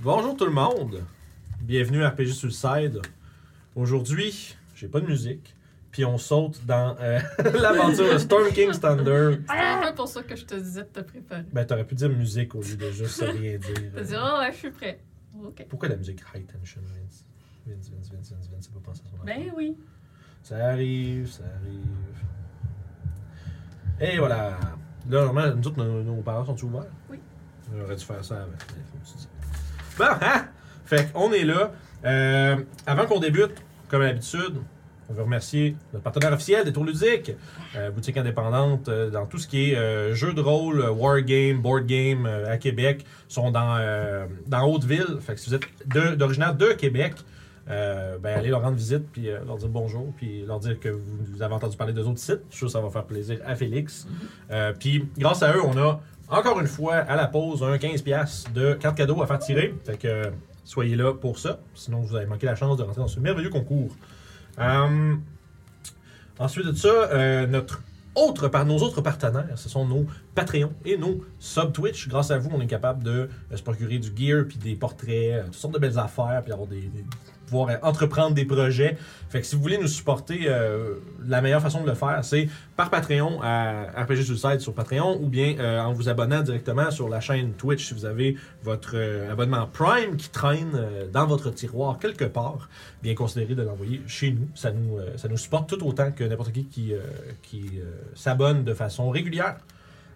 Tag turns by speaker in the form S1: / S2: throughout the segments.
S1: Bonjour tout le monde. Bienvenue à RPG Suicide. Aujourd'hui, j'ai pas de musique, puis on saute dans euh, l'aventure de Storm King's Thunder.
S2: C'est un
S3: Ah!
S2: peu pour ça que je te disais de te préparer.
S1: Ben, t'aurais pu dire musique au lieu de juste rien dire.
S2: T'as dit, oh ouais, je suis prêt. Ok.
S1: Pourquoi la musique high tension, Vince? Vince, Vince, Vince, Vince, Vince, c'est pas penser à son affaire.
S2: Ben oui.
S1: Ça arrive, ça arrive. Et voilà. Là, normalement, nous autres, nos, nos parents sont ouverts.
S2: Oui.
S1: On aurait dû faire ça avec. mais faut que tu dises. Bon, hein? Fait qu'on est là. Euh, avant qu'on débute, comme à l'habitude, on veut remercier notre partenaire officiel des Tours Ludiques, euh, boutique indépendante euh, dans tout ce qui est euh, jeux de rôle, euh, wargame, board game euh, à Québec. Ils sont dans, euh, dans Haute-Ville. Fait que si vous êtes de- d'originaire de Québec, euh, ben, allez leur rendre visite, puis euh, leur dire bonjour, puis leur dire que vous, vous avez entendu parler d'eux autres sites. Je suis sûr que ça va faire plaisir à Félix. Euh, puis grâce à eux, on a encore une fois à la pause un 15$ de carte cadeau à faire tirer. Fait que euh, soyez là pour ça, sinon vous avez manqué la chance de rentrer dans ce merveilleux concours. Euh, ensuite de ça, euh, notre autre, par nos autres partenaires, ce sont nos Patreons et nos sub-Twitch. Grâce à vous, on est capable de euh, se procurer du gear, puis des portraits, euh, toutes sortes de belles affaires, puis avoir des, des- pouvoir euh, entreprendre des projets. Fait que si vous voulez nous supporter, euh, la meilleure façon de le faire, c'est par Patreon à RPG Suicide sur Patreon, ou bien euh, en vous abonnant directement sur la chaîne Twitch si vous avez votre euh, abonnement Prime qui traîne euh, dans votre tiroir quelque part bien considéré de l'envoyer chez nous. Ça nous, euh, ça nous supporte tout autant que n'importe qui qui, euh, qui euh, s'abonne de façon régulière.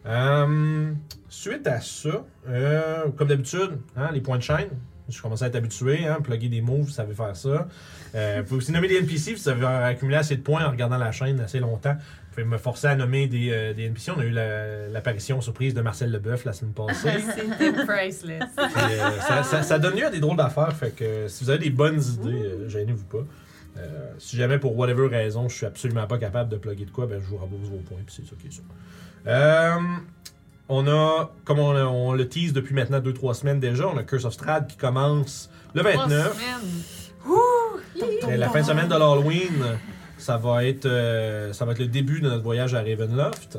S1: Euh, suite à ça, euh, comme d'habitude, hein, les points de chaîne. Je commence à être habitué, hein, plugger des mots, vous savez faire ça. Euh, vous pouvez aussi nommer des NPC, vous savez accumuler assez de points en regardant la chaîne assez longtemps. Vous pouvez me forcer à nommer des, euh, des NPC. On a eu la- l'apparition surprise de Marcel Leboeuf la semaine passée.
S2: C'était priceless.
S1: Puis, euh, ça, ça- ça donne lieu à des drôles d'affaires. Fait que euh, si vous avez des bonnes idées, euh, gênez-vous pas. Euh, si jamais pour whatever raison, je suis absolument pas capable de plugger de quoi, ben je vous rembourse vos points, puis c'est ça qui est ça. Euh, on a, comme on, a- on le tease depuis maintenant 2-3 semaines déjà, on a Curse of Strad qui commence le 29. Mais la fin de semaine de l'Halloween, ça va être euh, ça va être le début de notre voyage à Ravenloft,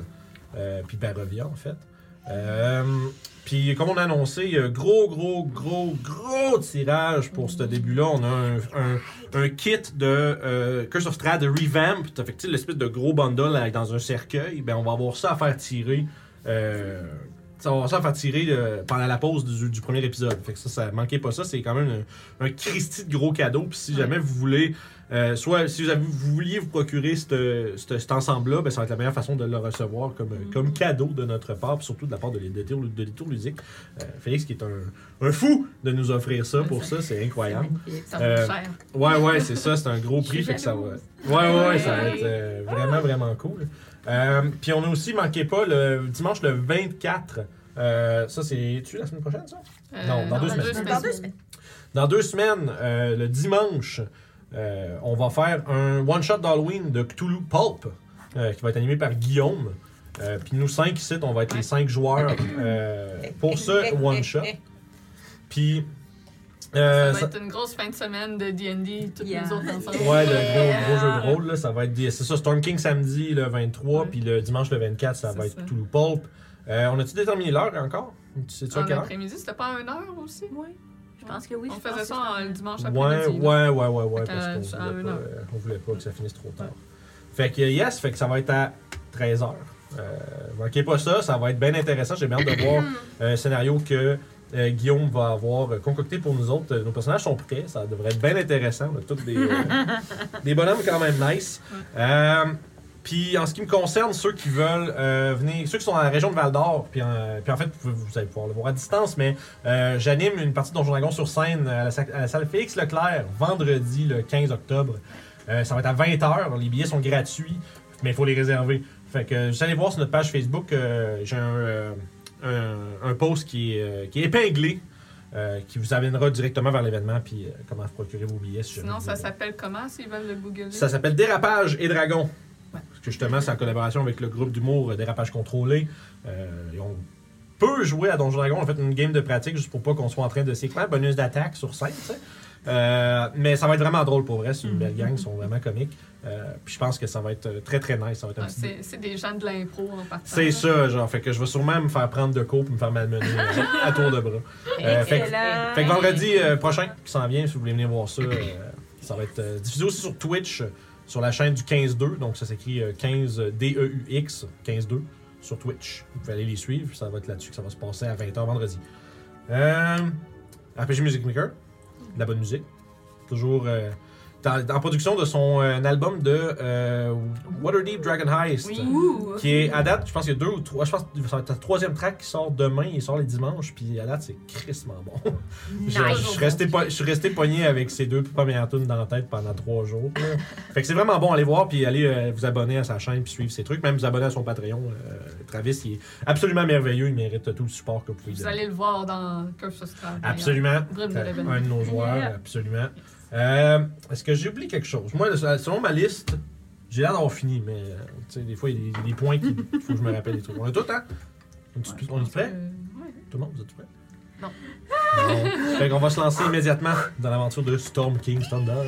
S1: euh, puis Barovia en fait. Euh, puis comme on a annoncé, il y a un gros gros gros gros tirage pour ce début-là. On a un, un- un kit de euh, Curse of Strahd revamp, fait que, tu sais, l'espèce de gros bundle avec- dans un cercueil. Ben on va avoir ça à faire tirer. euh, ça, on va avoir ça à faire tirer euh, pendant la pause du, du premier épisode. Fait que ça, ça manquait pas ça. C'est quand même un, un Christy de gros cadeau. Puis si jamais vous voulez euh, soit si vous, avez- vous vouliez vous procurer cette- cette- cet ensemble-là, ben, ça va être la meilleure façon de le recevoir comme,
S2: Mhm.
S1: comme cadeau de notre part, puis surtout de la part de l'éditeur de l'éditeur musique. Félix qui est un, un fou de nous offrir ça pour ça, c'est incroyable.
S2: Ça
S1: Euh,
S2: coûte cher.
S1: Ouais, ouais, c'est ça, c'est un gros
S2: Je
S1: prix,
S2: suis
S1: fait que ça va.
S2: jalouse.
S1: Ouais, ouais, ouais, ça va être euh, vraiment, vraiment cool. Euh, puis on a aussi, manquez pas, le dimanche le 24. euh, ça, c'est-tu la semaine prochaine, ça?
S2: Euh,
S1: non, dans deux semaines.
S3: Dans deux semaines.
S1: Dans deux semaines, euh, le dimanche, euh, on va faire un one-shot d'Halloween de Cthulhu Pulp, euh, qui va être animé par Guillaume. Euh, Puis nous cinq ici, on va être les cinq joueurs euh, pour ce one-shot. Puis... euh,
S2: Ça va
S1: ça-
S2: être une grosse fin de semaine de D&D, toutes
S3: Yeah.
S2: les autres ensemble.
S1: Ouais, le gros, gros jeu de rôle, là, ça va être. C'est ça, Storm King samedi le 23,
S2: Ouais.
S1: puis le dimanche le 24, ça va
S2: C'est
S1: être
S2: ça.
S1: Cthulhu Pulp. Euh, on a-tu déterminé l'heure encore C'est-tu à
S2: En
S1: quelle heure
S2: après-midi, c'était pas à une heure aussi?
S3: Oui, je pense que oui.
S2: On
S3: je pense
S2: faisait
S3: que
S2: ça
S3: c'est
S2: en-
S3: un-
S2: le dimanche
S1: Ouais,
S2: après-midi.
S1: ouais,
S2: là.
S1: ouais, ouais, ouais,
S2: Fait
S1: parce
S2: que,
S1: qu'on
S2: c'est en
S1: voulait,
S2: une
S1: pas,
S2: heure.
S1: euh, on voulait pas que ça finisse trop tard. Fait que, yes, fait que ça va être à 13h. Euh, manquez pas ça, ça va être bien intéressant. J'ai bien hâte de voir euh, le scénario que euh, Guillaume va avoir euh, concocté pour nous autres. Euh, Nos personnages sont prêts, ça devrait être bien intéressant. On a tous des, euh, des bonhommes quand même nice. Euh, puis en ce qui me concerne, ceux qui veulent euh, venir, ceux qui sont dans la région de Val d'Or, puis, en- puis en fait, vous, vous allez pouvoir le voir à distance, mais euh, j'anime une partie de Donjon Dragon sur scène euh, à la, sa- à la salle Félix Leclerc, vendredi le 15 octobre. Euh, ça va être à 20h, les billets sont gratuits, mais il faut les réserver. Fait que vous allez voir sur notre page Facebook, euh, j'ai un, euh, un, un post qui est, euh, qui est épinglé, euh, qui vous amènera directement vers l'événement, puis euh, comment vous procurer vos billets. si jamais
S2: Sinon,
S1: vous
S2: ça
S1: voulez.
S2: s'appelle comment s'ils veulent le googler?
S1: Ça s'appelle Dérapage et Dragon.
S2: Ouais.
S1: Parce que justement, c'est en collaboration avec le groupe d'humour euh, Dérapage Contrôlé. Euh, et on peut peut jouer à Donjon Dragon. On a fait une game de pratique juste pour pas qu'on soit en train de s'éclairer. Bonus d'attaque sur 5, tu sais. Euh, mais ça va être vraiment drôle pour vrai. C'est une
S2: Mhm.
S1: belle gang, ils sont vraiment comiques. Euh, puis je pense que ça va être euh, très très nice. Ça va être un
S2: Ah,
S1: petit
S2: c'est c'est des gens de l'impro en partant.
S1: c'est ça, genre. Fait que je vais sûrement me faire prendre de coups et me faire malmener euh, à tour de bras. Euh, fait que-
S3: Excellent.
S1: Fait que vendredi euh, prochain, qui s'en vient, si vous voulez venir voir ça, euh, ça va être euh, diffusé aussi sur Twitch, euh, sur la chaîne du 15-2. Donc ça s'écrit euh, 15 D-E-U-X, 15-2, sur Twitch. Vous pouvez aller les suivre, ça va être là-dessus que ça va se passer à 20h vendredi. Euh, RPG Music Maker, de la bonne musique. Toujours euh, dans- en production de son euh, album de euh, Waterdeep Dragon Heist
S3: Oui.
S2: Ouh!
S1: qui est à date, je pense qu'il y a deux ou trois, je pense que ça va être la troisième track qui sort demain, il sort les dimanches, puis à date c'est crissement bon. je, je
S3: Nice.
S1: suis resté po- je suis resté pogné avec ces deux premières tunes dans la tête pendant trois jours. là. fait que c'est vraiment bon, allez voir, puis allez euh, vous abonner à sa chaîne, puis suivre ses trucs, même vous abonner à son Patreon. euh, Travis, il est absolument merveilleux, il mérite tout le support que vous pouvez lui
S2: Vous
S1: donner.
S2: allez le voir dans Curse of Strahd, d'ailleurs.
S1: Absolument.
S2: Brume de Lebanon.
S1: Un de nos joueurs,
S3: Yeah.
S1: absolument. Euh, Est-ce que j'ai oublié quelque chose? Moi, selon ma liste, j'ai l'air d'avoir fini, mais euh, tu sais, des fois, il y a des- des points qu'il faut que je me rappelle des trucs. On a tout, hein? On est, on est prêt?
S2: Euh,
S1: Tout le monde, vous êtes prêts?
S2: Non.
S1: Non. fait qu'on va se lancer immédiatement dans l'aventure de Storm King Thunder.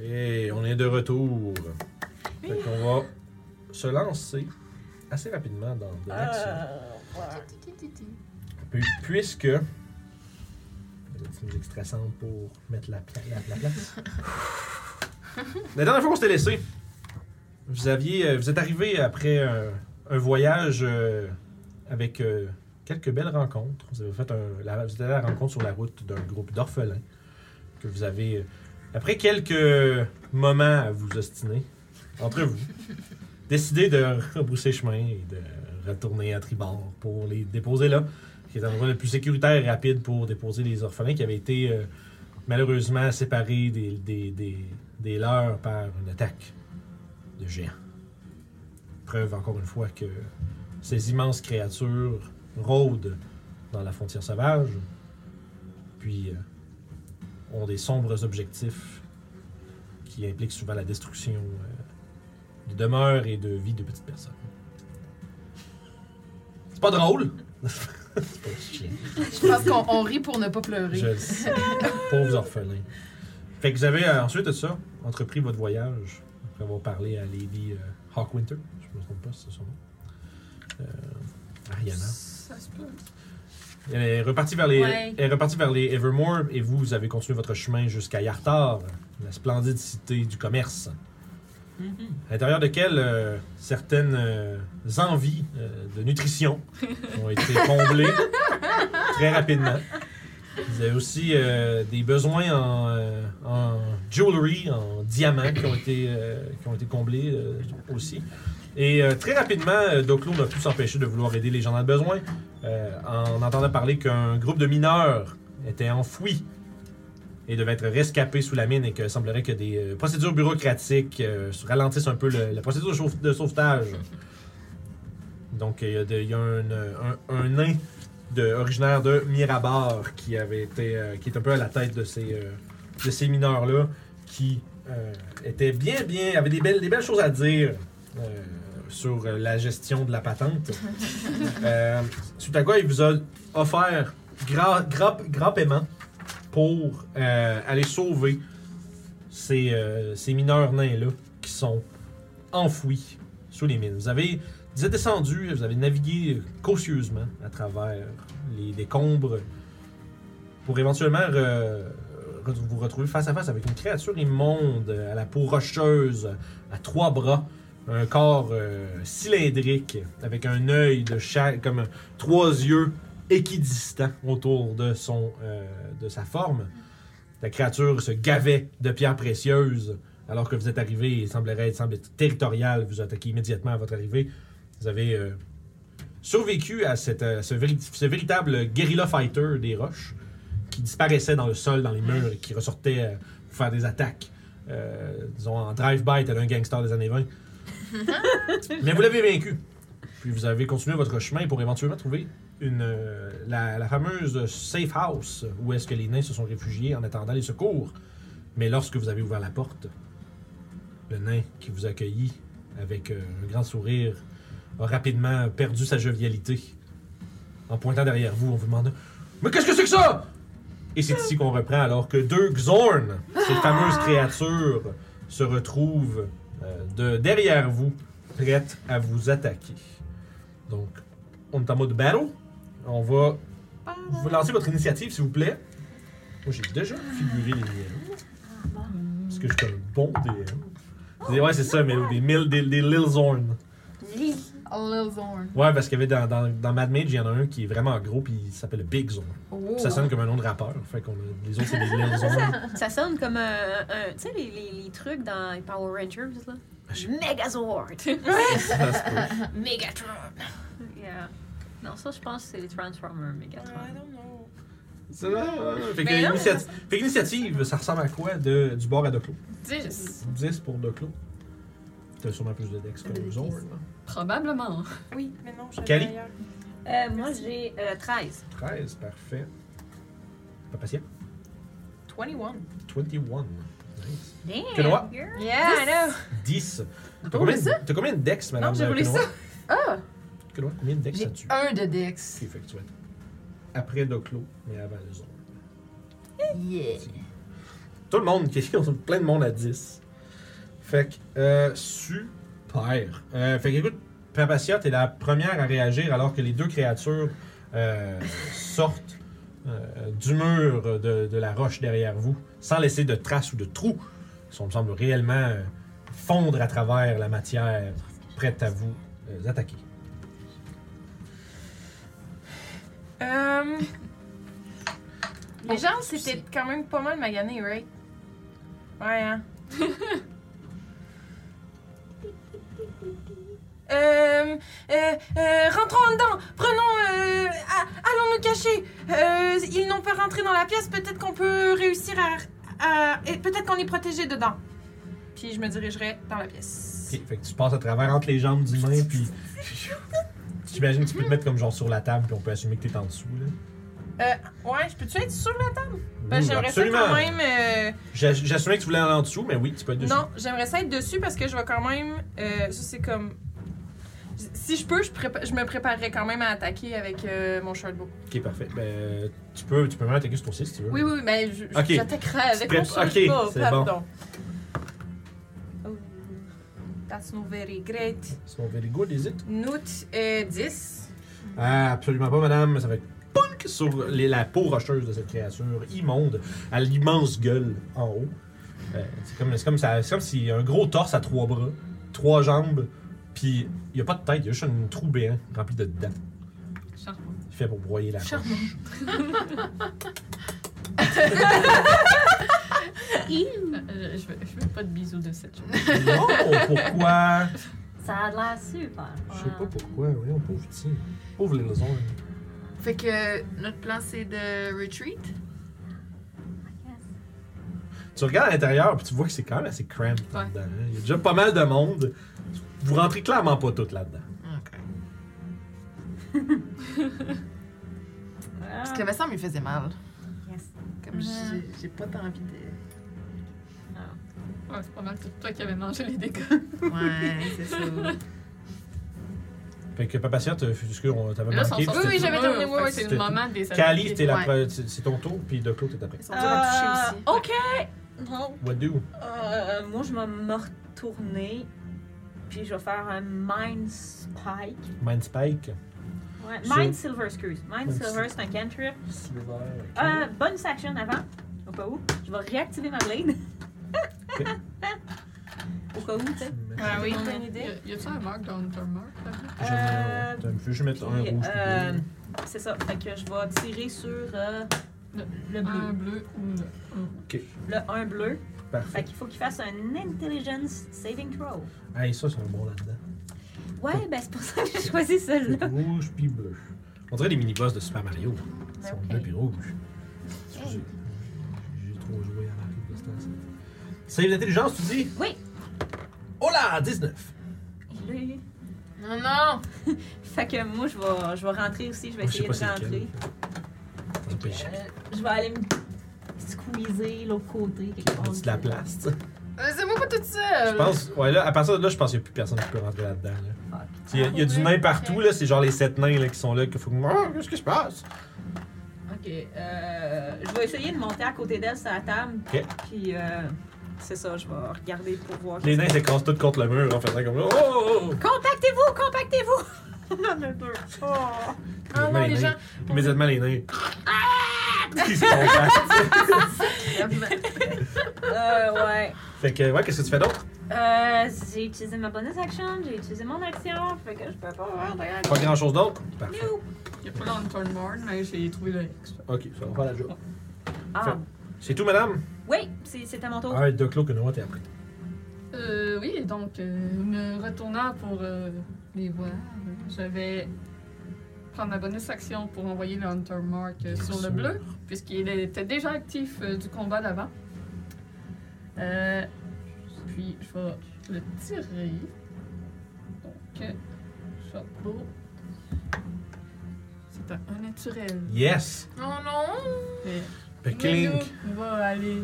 S1: Et on est de retour. Fait qu'on va se lancer assez rapidement dans de l'action. Puis- Puisque. C'est une musique stressante pour mettre la, pla- la- la place. la dernière fois qu'on s'était laissé, vous, aviez, euh, vous êtes arrivé après euh, un voyage euh, avec euh, quelques belles rencontres. Vous avez fait un- la, vous êtes allé à la rencontre sur la route d'un groupe d'orphelins que vous avez, euh, après quelques moments à vous ostiner entre vous, décidé de rebrousser chemin et de retourner à Tribord pour les déposer là qui est l'endroit le plus sécuritaire et rapide pour déposer les orphelins qui avaient été euh, malheureusement séparés des, des, des, des leurs par une attaque de géants. Preuve encore une fois que ces immenses créatures rôdent dans la frontière sauvage, puis euh, ont des sombres objectifs qui impliquent souvent la destruction euh, de demeures et de vies de petites personnes. C'est pas drôle! C'est pas chiant.
S4: Je pense qu'on on rit pour ne pas pleurer.
S1: Je le sais. Pauvres orphelins. Fait que vous avez euh, ensuite de ça entrepris votre voyage après avoir parlé à Lady euh, Hawkwinter. Je me trompe pas, c'est son nom. Euh, Ariana.
S2: Ça se peut.
S1: Elle est repartie vers les,
S3: Ouais.
S1: elle est repartie vers les Evermore et vous, vous avez continué votre chemin jusqu'à Yartar, la splendide cité du commerce. À l'intérieur de quelle euh, certaines euh, envies euh, de nutrition ont été comblées très rapidement. Vous avez aussi euh, des besoins en, euh, en jewelry, en diamants qui ont été, euh, qui ont été comblés euh, aussi. Et euh, très rapidement, euh, Doclo n'a pu s'empêcher de vouloir aider les gens dans le besoin euh, en entendant parler qu'un groupe de mineurs était enfoui et devait être rescapé sous la mine et que semblerait que des euh, procédures bureaucratiques euh, ralentissent un peu le- la procédure de sauve- de sauvetage. Donc il y a, de- il y a un, euh, un- un nain de- originaire de Mirabar qui avait été euh, qui est un peu à la tête de ces euh, de ces mineurs là qui euh, était bien bien avait des belles des belles choses à dire euh, sur euh, la gestion de la patente. Euh, suite à quoi, il vous a offert grand, grand, grand paiement pour euh, aller sauver ces, euh, ces mineurs nains-là qui sont enfouis sous les mines. Vous, avez, vous êtes descendu, vous avez navigué cautieusement à travers les décombres pour éventuellement euh, re- vous retrouver face à face avec une créature immonde à la peau rocheuse, à trois bras, un corps euh, cylindrique avec un œil de chaque, comme trois yeux équidistants autour de, son, euh, de sa forme. La créature se gavait de pierres précieuses alors que vous êtes arrivé et semblerait être semble être territorial, vous attaquez immédiatement à votre arrivée. Vous avez euh, survécu à cette, euh, ce, véri- ce véritable guérilla fighter des roches qui disparaissait dans le sol, dans les murs, et qui ressortait euh, pour faire des attaques. Euh, disons, en drive-by, tel un gangster des années 20. Mais vous l'avez vaincu. Puis vous avez continué votre chemin pour éventuellement trouver une, euh, la, la fameuse safe house où est-ce que les nains se sont réfugiés en attendant les secours. Mais lorsque vous avez ouvert la porte, le nain qui vous accueillit avec euh, un grand sourire a rapidement perdu sa jovialité en pointant derrière vous en vous demandant Mais qu'est-ce que c'est que ça Et c'est ici qu'on reprend alors que deux Xorn, ces fameuses créatures, se retrouvent euh, de derrière vous, prêtes à vous attaquer. Donc, on est en mode battle. On va vous lancer votre initiative, s'il vous plaît. Moi, j'ai déjà figuré les miens. Parce que je suis un bon DM. Je dis, ouais, c'est ça, mais des, mille, des, des Lil Zorn.
S4: Lil Zorn.
S1: Ouais, parce qu'il y avait dans, dans, dans Mad Mage, il y en a un qui est vraiment gros, puis il s'appelle Big Zorn.
S2: Oh.
S1: Puis Ça sonne comme un nom de rappeur. Fait qu'on a- les autres, c'est des Lil Zorn.
S3: Ça sonne comme un. un- tu sais, les, les, les trucs dans les Power Rangers, là.
S1: Ah,
S3: Megazord!
S1: Ça se peut.
S3: Megatron! Yeah. Non, ça, je pense que c'est les Transformers Megatron.
S1: C'est là, ouais. Fait que
S3: Mais non.
S1: l'initiative- fait que l'initiative, ça ressemble à quoi de, du bord à Doclo
S3: 10.
S1: 10 pour Doclo. T'as sûrement plus de dex que nous autres. là.
S2: Probablement.
S5: Oui, mais non, je
S1: Cali.
S5: ailleurs.
S3: Euh, moi, j'ai euh, 13.
S1: 13, parfait. Pas patient.
S4: 21.
S1: 21. Nice.
S3: Damn!
S1: Quenoa.
S3: girl.
S5: Yeah, I know.
S1: 10. T'as
S4: Oh,
S1: combien,
S4: mais ça?
S1: t'as combien de dex, madame?
S5: j'ai voulu
S1: Quenoa?
S5: ça.
S4: Ah!
S1: Quenoa, combien de dex
S4: J'ai
S1: as-tu?
S4: un de Dex.
S1: Ok, fait que tu vas être après Doclo, mais avant les autres.
S4: Yeah.
S1: Tout le monde, qui- on a plein de monde à 10. Fait que, euh, super. Euh, fait que, écoute, Papacia, t'es la première à réagir alors que les deux créatures euh, sortent euh, du mur de, de la roche derrière vous, sans laisser de traces ou de trous. Ils sont, me semble, réellement euh, fondre à travers la matière, prête à vous euh, attaquer.
S5: Euh, Les gens, c'était quand même pas mal magané, right? Ouais, hein? Euh, euh, euh, rentrons en dedans, prenons, euh, a- allons nous cacher. Euh, ils n'ont pas rentré dans la pièce, peut-être qu'on peut réussir à, à- et peut-être qu'on est protégé dedans. Puis je me dirigerai dans la pièce.
S1: Ok, Fait que tu passes à travers entre les jambes du main, puis. J'imagine que tu peux te mettre comme genre sur la table, puis on peut assumer que t'es en dessous. Là.
S5: Ouais, je peux-tu être sur la table?
S1: Ouh,
S5: Ben, j'aimerais ça
S1: absolument.
S5: quand même. euh,
S1: J'a- J'assumais que tu voulais aller en dessous, mais oui, tu peux être dessus.
S5: Non, j'aimerais ça être dessus parce que je vais quand même. euh, ça, c'est comme. Si je peux, je, prépa- je me préparerais quand même à attaquer avec euh, mon shortbow.
S1: Ok, parfait. Ben, tu peux, tu peux même attaquer sur ton 6 si tu veux.
S5: Oui, oui, oui, mais je- je-
S1: Ok.
S5: j'attaquerai avec mon
S1: Prép-
S5: shortbow.
S1: ok, c'est bon.
S5: pardon. Oh, that's not very great.
S1: Sinon, very good, is it?
S5: Note euh, 10.
S1: Ah, absolument pas, madame. Ça va être punk sur les- la peau rocheuse de cette créature immonde, à l'immense gueule en haut. Euh, c'est comme, c'est comme, ça- c'est comme si un gros torse à trois bras, trois jambes, puis il n'y a pas de tête, il y a juste un trou béant rempli de dents.
S2: Charmant.
S1: Il fait pour broyer la roche.
S2: Euh, je, veux, je veux pas de bisous de cette journée.
S1: Non, pourquoi?
S3: Ça a l'air super.
S1: Je sais pas pourquoi, voyons, pauvre petit. Pauvre les raisons.
S4: Fait que notre plan c'est de retreat.
S1: Tu regardes à l'intérieur, puis tu vois que c'est quand même assez cramped
S2: Ouais.
S1: là-dedans. hein. Il y a déjà pas mal de monde. Vous rentrez clairement pas toutes là-dedans.
S4: Ok.
S3: Wow.
S4: Parce que
S5: Ah.
S4: me semble il faisait mal.
S3: Ah. Yes.
S4: Comme j'ai- j'ai pas tant envie de.
S2: Ouais, c'est pas mal. C'est toi qui avais mangé les dégâts.
S4: Ouais, c'est ça.
S5: Ah.
S1: Fait que Papacia, t'as- excuse, on t'avait
S2: Mais là, ils sont
S1: manqué.
S2: sortis
S5: Oui, oui,
S2: du
S5: j'avais
S2: mur,
S5: terminé,
S2: fait
S5: ouais,
S2: que
S5: ouais,
S2: C'est
S1: c'était-
S2: le moment des
S1: Cali,
S2: attaquer.
S1: t'es la
S4: Ouais.
S1: pre- c'est c'est ton tour, puis Doclo, t'es après.
S4: Ils sont vraiment touchés aussi.
S5: Euh, ok.
S3: Non.
S1: What do?
S3: Euh, moi, je vais me retourner. Puis je vais faire un Mind Spike.
S1: Mind Spike.
S3: Ouais.
S1: Sur-
S3: Mind Silver, excuse. Mind
S1: Mind
S3: Silver, c'est un cantrip.
S1: Silver.
S3: Euh, bonus action avant, au cas où. Je vais réactiver ma blade. au cas où, tu sais.
S5: Ah oui,
S2: Ton-
S5: bonne idée.
S2: Y a- Y a-tu un mark dans ton mark? là?
S3: Euh,
S1: Je vais juste mettre un
S3: Puis,
S1: rouge.
S3: euh,
S1: puis
S3: c'est ça. Fait que je vais tirer sur euh,
S2: Le-
S3: le
S2: Un
S3: bleu.
S2: bleu ou le.
S3: Le 1 bleu.
S1: deux. Parfait.
S3: Fait qu'il faut qu'il fasse un Intelligence Saving Throw.
S1: Hey, ça, c'est un bon là-dedans.
S3: Ouais, ben c'est pour ça que j'ai choisi celle-là.
S1: Fait rouge puis bleu. On dirait les mini-boss de Super Mario. hein. Ils sont
S3: Ok.
S1: bleus puis rouges. Excusez. J'ai trop joué à Mario de ce temps-ci. Save d'intelligence, tu dis
S3: Oui.
S1: Oh là 19
S3: Et là, il-
S4: Non, non!
S3: Fait que moi, je vais, je vais rentrer aussi. Je vais
S1: Moi, je sais
S3: essayer
S1: pas
S3: de
S1: c'est
S3: rentrer.
S1: lequel. Ça peut échapper.
S3: Euh, je vais aller me squeezer l'autre côté. quelque
S1: On
S3: part.
S1: dit de la place, tu sais.
S4: Laissez-moi Euh, pas toute seule!
S1: Je pense, ouais, là, à partir de là, je pense qu'il n'y a plus personne qui peut rentrer là-dedans. là.
S3: Fuck.
S1: Tu sais, Il y a, il y a
S3: Ah,
S1: du nain partout, là, c'est genre les sept nains là, qui sont là, qu'il faut que. Ah, qu'est-ce qui se passe?
S3: Ok. Euh, je vais essayer de monter à côté d'elle sur la table.
S1: Ok.
S3: Puis, euh, c'est ça, je vais regarder pour voir.
S1: Les nains s'écrasent tous contre le mur en faisant comme. Oh! oh, oh.
S3: Compactez-vous, compactez-vous! On en a deux. Oh.
S4: Ah non, les gens.
S1: Immédiatement, les nains. Ils se contact.
S5: Ah, ben,
S3: Euh, ouais.
S1: Fait que, ouais, qu'est-ce que tu fais d'autre?
S3: Euh, j'ai utilisé ma bonus action, j'ai utilisé mon action, fait que je peux pas avoir de
S1: Pas grand-chose d'autre? Parfait.
S3: Nope.
S2: Il y a pas l'Unturn Born, mais j'ai trouvé le X.
S1: Ok, ça va faire la job.
S3: Ah,
S1: C'est tout, madame?
S3: oui, c'est c'est à mon tour.
S1: Ah, deux clos que Noah t'es appris.
S2: Euh, oui, donc, euh, me retournant pour euh, les voir, je vais prendre ma bonus action pour envoyer le Hunter Mark euh,
S1: Bien
S2: sur
S1: sûr.
S2: le bleu, puisqu'il était déjà actif euh, du combat d'avant. Euh, puis, je vais le tirer. Donc, euh, chapeau. C'est un, un naturel.
S1: Yes!
S4: Non, non!
S2: Mais
S1: Fait clink!
S2: Milou va aller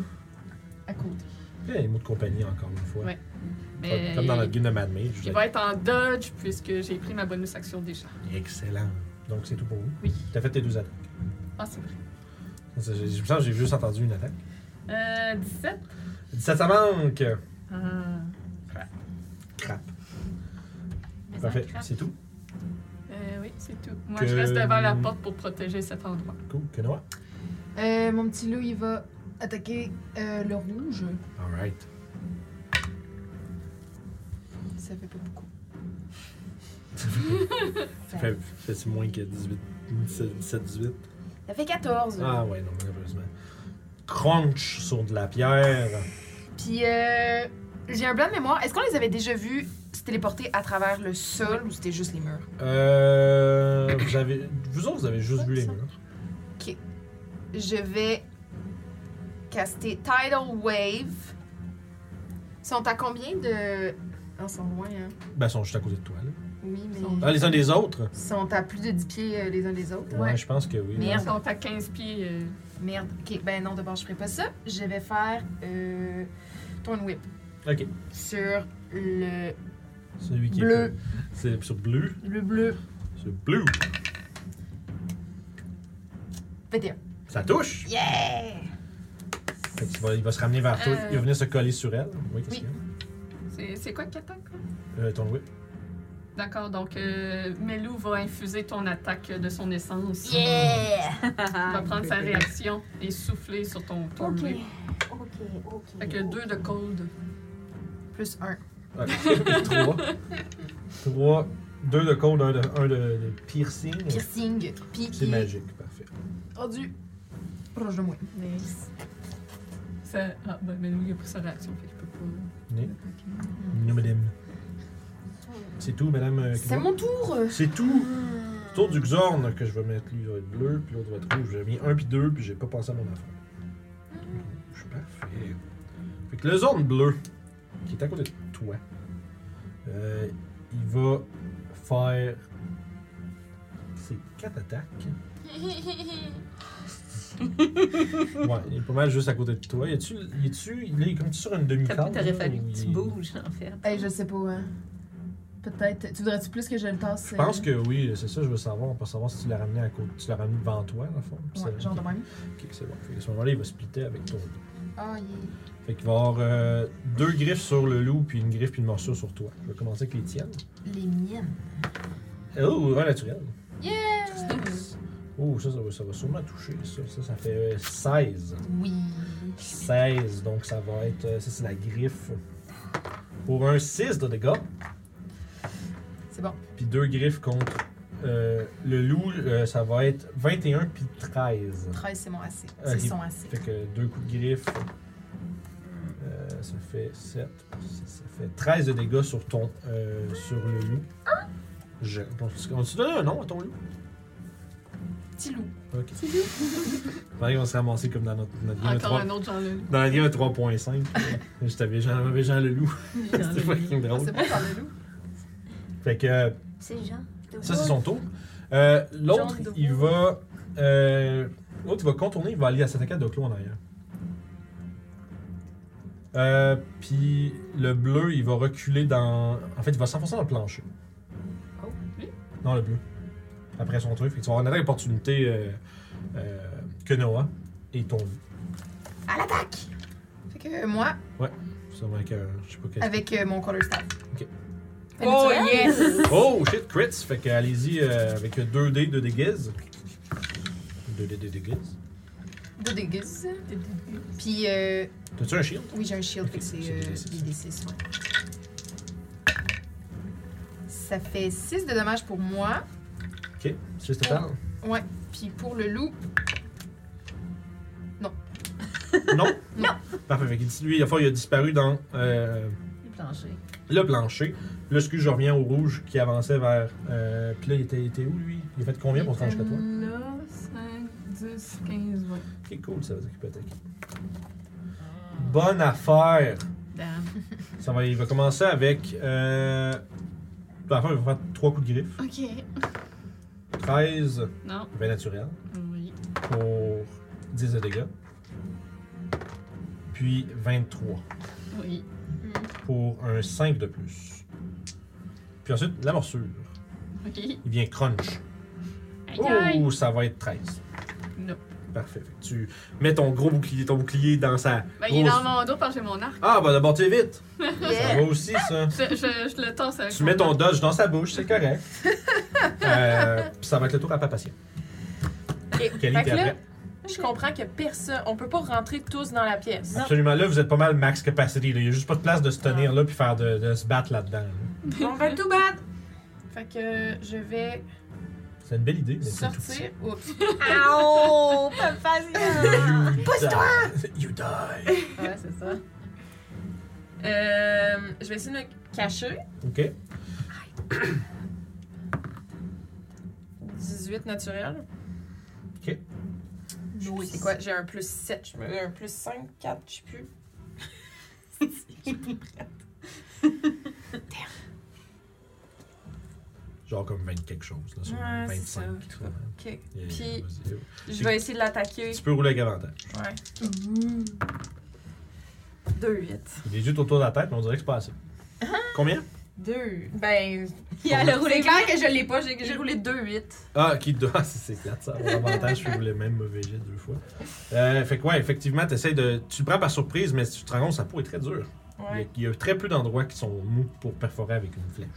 S2: à côté.
S1: Il y a les mots de compagnie encore une fois.
S2: Ouais.
S1: Comme-
S2: Mais
S1: Comme dans notre game de Mad Mage. vous
S2: Il
S1: avez-
S2: va être en dodge puisque j'ai pris ma bonus action déjà.
S1: Excellent. Donc, c'est tout pour vous.
S2: Oui.
S1: T'as fait tes 12 attaques.
S2: Ah, c'est vrai.
S1: Ça, j'ai- Je me sens que j'ai juste entendu une attaque.
S2: Euh, 17.
S1: 17, ça manque!
S2: Ah.
S1: Crap.
S4: Mais ça
S1: Parfait,
S4: craque.
S1: c'est tout.
S2: Euh, oui, c'est tout. Moi,
S1: Que-
S2: je reste devant la porte pour protéger cet endroit.
S1: Cool. Que Noah?
S4: Euh, mon petit loup, il va attaquer euh, le rouge.
S1: Alright.
S4: Ça fait pas beaucoup.
S1: Ça fait, fait moins que 18, 17, 17, 18.
S4: Ça fait 14.
S1: Ah ouais, non, malheureusement. Crunch sur de la pierre.
S4: Puis, euh, j'ai un blanc de mémoire. Est-ce qu'on les avait déjà vus se téléporter à travers le sol ou c'était juste les murs?
S1: Euh, vous, avez, vous autres, vous avez juste vu les murs.
S4: Je vais caster Tidal Wave. Ils sont à combien de. Ah, Ils sont loin, hein?
S1: Ben, ils sont juste à côté de toi. Là.
S4: Oui, mais.
S2: Sont-
S1: Ah, les uns des autres?
S4: Ils sont à plus de 10 pieds euh, les uns des autres.
S1: Ouais, je pense que oui.
S2: Ils
S4: Merde.
S2: sont à 15 pieds. euh,
S4: Merde. Ok, ben non, d'abord, je ferai pas ça. Je vais faire euh, Torn Whip
S1: Ok.
S4: sur le,
S1: Celui qui est.
S4: Bleu.
S1: C'est sur bleu.
S4: le bleu
S1: Sur bleu.
S4: 21.
S1: Ça touche.
S4: Yeah!
S1: Fait qu'il va, il va se ramener vers toi.
S2: Euh.
S1: Il va venir se coller sur elle. Oui, qu'est-ce
S4: Oui.
S1: qu'il y
S2: C'est c'est quoi qui attaque? là?
S1: a? Euh, ton whip.
S2: D'accord, donc euh, Melou va infuser ton attaque de son essence.
S4: Yeah!
S2: Il va prendre sa réaction et souffler sur ton ton
S3: Ok.
S2: nez.
S3: Ok, ok.
S2: Fait que 2 de cold.
S4: Plus 1.
S1: Ok. Trois. Trois. Deux de cold, un de, un de, de piercing.
S4: Piercing. Puis
S1: C'est
S4: qui est
S1: magique, parfait.
S4: rendu proche de moi. Nice.
S2: Ça- Ah, ben Melou, il a pris sa réaction, fait qu'il peut pas.
S1: Né. Minomadem. C'est tout, madame. euh,
S4: C'est
S1: Kinoa?
S4: mon tour!
S1: C'est tout. C'est Tour du Xorn que je vais mettre. Lui, il va être bleu, puis l'autre va être rouge. J'ai mis un puis deux, puis j'ai pas pensé à mon affaire.
S3: Hmm.
S1: Je suis parfait. Fait que le Xorn bleu, qui est à côté de toi, euh, il va faire ses quatre attaques. ouais, il est pas mal juste à côté de toi. Y tu y tu il est comme sur une
S3: T'as-
S1: demi-carte?
S3: T'aurais
S1: là,
S3: fallu
S1: ou
S3: que tu
S1: il est-
S3: bouges, en fait.
S4: Hey, je sais pas, hein. Peut-être. Tu voudrais-tu plus que je le tasse?
S1: Je
S4: euh,
S1: pense que oui, c'est ça, je veux savoir. On peut savoir si tu l'as ramené à côté, tu l'as ramené devant toi, dans le fond.
S4: Ouais,
S1: C'est-
S4: genre de même.
S1: Ok, c'est bon. Fait que à ce moment-là, il va splitter avec toi.
S4: Ah, yeah.
S1: Fait qu'il va avoir euh, deux griffes sur le loup, puis une griffe, puis une morsure sur toi. Je vais commencer avec les tiennes.
S4: Les miennes.
S1: Oh, un naturel.
S4: Yeah!
S1: Oh, ça, ça va, ça va sûrement toucher. Ça, ça, ça fait euh, 16.
S4: Oui.
S1: 16, donc ça va être. euh, Ça, c'est la griffe. Pour un 6 de dégâts,
S4: C'est bon.
S1: puis deux griffes contre euh, le loup, euh, ça va être 21 puis 13.
S4: 13, c'est mon AC.
S1: Ok.
S4: C'est son AC.
S1: Ah, Fait que deux coups de griffe. Euh, ça fait 7. Ça fait 13 de dégâts sur ton. euh, sur le loup. Je... On se- on se donnait un nom à ton loup?
S4: Petit loup.
S1: Ok. Pareil, on s'est ramassé comme dans notre, notre game de
S2: Encore
S1: 3...
S2: un autre genre de loup.
S1: Dans la game de 3.5. J'étais avec Jean, avec Jean le loup. C'était fucking
S2: Ah, C'est
S1: drôle.
S2: pas genre le loup.
S1: Fait que euh,
S3: C'est Jean.
S1: ça, c'est son tour. Euh, L'autre,
S3: Jean de
S1: il
S3: Gaulle.
S1: va. euh, L'autre, il va contourner, il va aller à s'attaquer à Doclo en arrière. Euh, Puis le bleu, il va reculer dans. En fait, il va s'enfoncer dans le plancher.
S3: Oh,
S2: lui?
S1: Non, le bleu. Après son truc. Fait que tu vas avoir une attaque opportunité euh, euh, que Noah et ton loup.
S4: À l'attaque! Fait que euh, moi,
S1: Ça va avec un. Je sais pas quel.
S4: avec euh, mon color staff.
S1: Ok.
S4: Oh
S5: Habituel?
S4: yes!
S1: Oh shit, crits! Fait que allez-y euh, avec 2D de déguise. 2D de déguise.
S4: Deux déguises. Puis, euh,
S1: T'as-tu un shield?
S4: oui, j'ai un shield,
S1: Ok,
S4: fait que c'est
S1: c'est
S4: euh,
S1: des D6.
S4: des D6, ouais. Ça fait 6 de dommages pour moi.
S1: Ok, c'est total.
S4: Ouais. Puis pour le loup,
S1: Non? non. Parfait. Fait que lui, à la fois, il a disparu dans euh,
S2: Le plancher.
S1: le plancher. Là, ce que je reviens au rouge qui avançait vers. euh, Puis là, il était, il était où, lui? Il a fait combien pour se rendre jusqu'à toi?
S2: Là, 5, 10, 15, 20.
S1: Ok, cool, ça veut dire qu'il peut attaquer. Bonne affaire!
S2: Damn.
S1: Ça va, il va commencer avec. Euh, à la fin, il va faire trois coups de griffe.
S4: Ok.
S1: 13,
S2: Non.
S1: 20 naturel.
S2: Oui.
S1: pour 10 de dégâts. Puis 23
S2: Oui.
S1: pour un 5 de plus. Puis ensuite, la morsure.
S2: Oui.
S1: Il vient crunch.
S2: Aïe, aïe.
S1: Oh, ça va être 13.
S2: Non.
S1: Parfait. Fait que tu mets ton gros bouclier, ton bouclier dans sa.
S2: Ben, il est
S1: grosse-
S2: dans mon dos parce que j'ai mon arc.
S1: Ah, bah d'abord, tu vite. Ça va
S4: Yeah!
S1: aussi, ça.
S2: Je, je, je le torse avec
S1: Tu
S2: mon
S1: mets ton
S2: arc.
S1: dodge dans sa bouche, c'est correct. Euh, puis ça va être le tour à Papatien.
S5: Ok,
S1: Kelly,
S5: fait
S1: t'es
S5: que là,
S1: après.
S5: je comprends que personne. On peut pas rentrer tous dans la pièce.
S1: Absolument. Là, vous êtes pas mal max capacity. là. Il n'y a juste pas de place de se tenir là puis faire de, de se battre là-dedans. là.
S5: Bon, On va tout battre. Fait que je vais
S1: C'est une belle idée. mais c'est tout petit.
S5: sortir. Oups.
S3: Aouh, Oh, pas hein. facile.
S1: Pousse-toi! You die!
S5: Ouais, c'est ça. Euh, je vais essayer de me cacher.
S1: Ok.
S5: 18 naturel.
S1: Ok.
S5: Oui. C'est quoi? J'ai un plus 7. Je me... Un plus 5, 4, je sais plus.
S1: Genre comme 20 quelque chose, là, sur
S5: Ouais, c'est
S1: 25. tout ça.
S5: Ok.
S1: Yeah,
S5: Puis-
S1: vas-y.
S5: Je vais essayer de l'attaquer.
S1: Tu peux rouler avec avantage.
S5: Ouais. 2, 8.
S1: Il est juste autour de la tête, mais on dirait que c'est pas assez.
S5: Ah!
S1: Combien?
S5: 2. Ben.
S1: Il allait
S5: C'est clair que je l'ai pas. J'ai j'ai roulé 2, 8.
S1: Ah, qui doit? C'est plate ça. Avoir Avantage, je voulais même mauvais jet deux fois. Euh, fait que ouais, effectivement, t'essayes de. Tu le prends par surprise, mais si tu te rends compte, sa peau est très dure.
S5: Ouais.
S1: Il, y a, il y a très peu d'endroits qui sont mous pour perforer avec une flèche.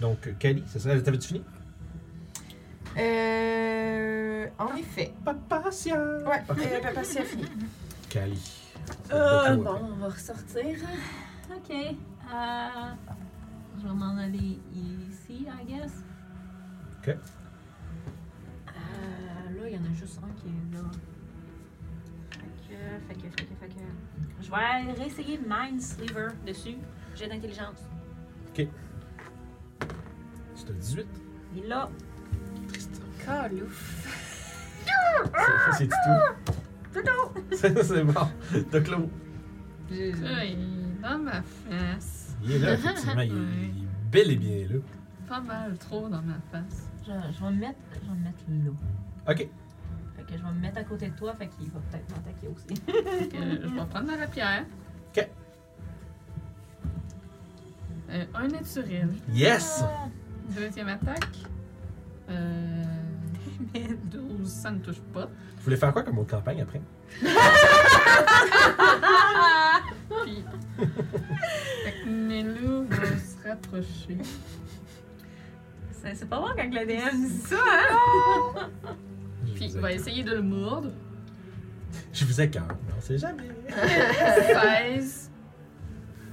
S1: Donc, Kali, ça serait. T'avais-tu fini?
S5: Euh. En effet.
S1: Papa,
S5: Ouais, euh, papa, c'est fini.
S1: Kali.
S3: Euh,
S1: Beaucoup,
S3: bon, on va ressortir.
S6: Ok. euh, je vais m'en aller ici, I guess.
S3: Euh, là, il y en a juste un qui est là. Fait que, fait que, fait que, fait que. Je vais réessayer Mind Sliver dessus. J'ai d'intelligence.
S1: C'est un 18.
S3: Il est là.
S1: Ça, c'est tout. C'est c'est bon. T'as clos.
S2: J'ai-
S4: Euh.
S2: Là, il est dans ma face.
S1: Il est là, effectivement. Il, est- il est bel et bien là.
S2: Pas mal trop dans ma face.
S3: Je, je vais me mettre, je vais me mettre là.
S1: Ok.
S3: Fait que je vais me mettre à côté de toi, fait qu'il va peut-être m'attaquer aussi.
S2: Fait que je vais prendre dans la pierre.
S1: Ok.
S2: Euh, un naturel.
S1: Yes!
S2: Deuxième attaque. Euh, 12, ça ne touche pas.
S1: Vous voulez faire quoi comme autre campagne après?
S2: Puis. fait que Melou va se rapprocher.
S3: C'est c'est pas bon quand le DM dit ça.
S1: Je
S2: Puis
S1: vous
S2: il va
S1: accueille.
S2: essayer de le mordre.
S1: Je vous écœure. On sait jamais. Euh,
S2: 16.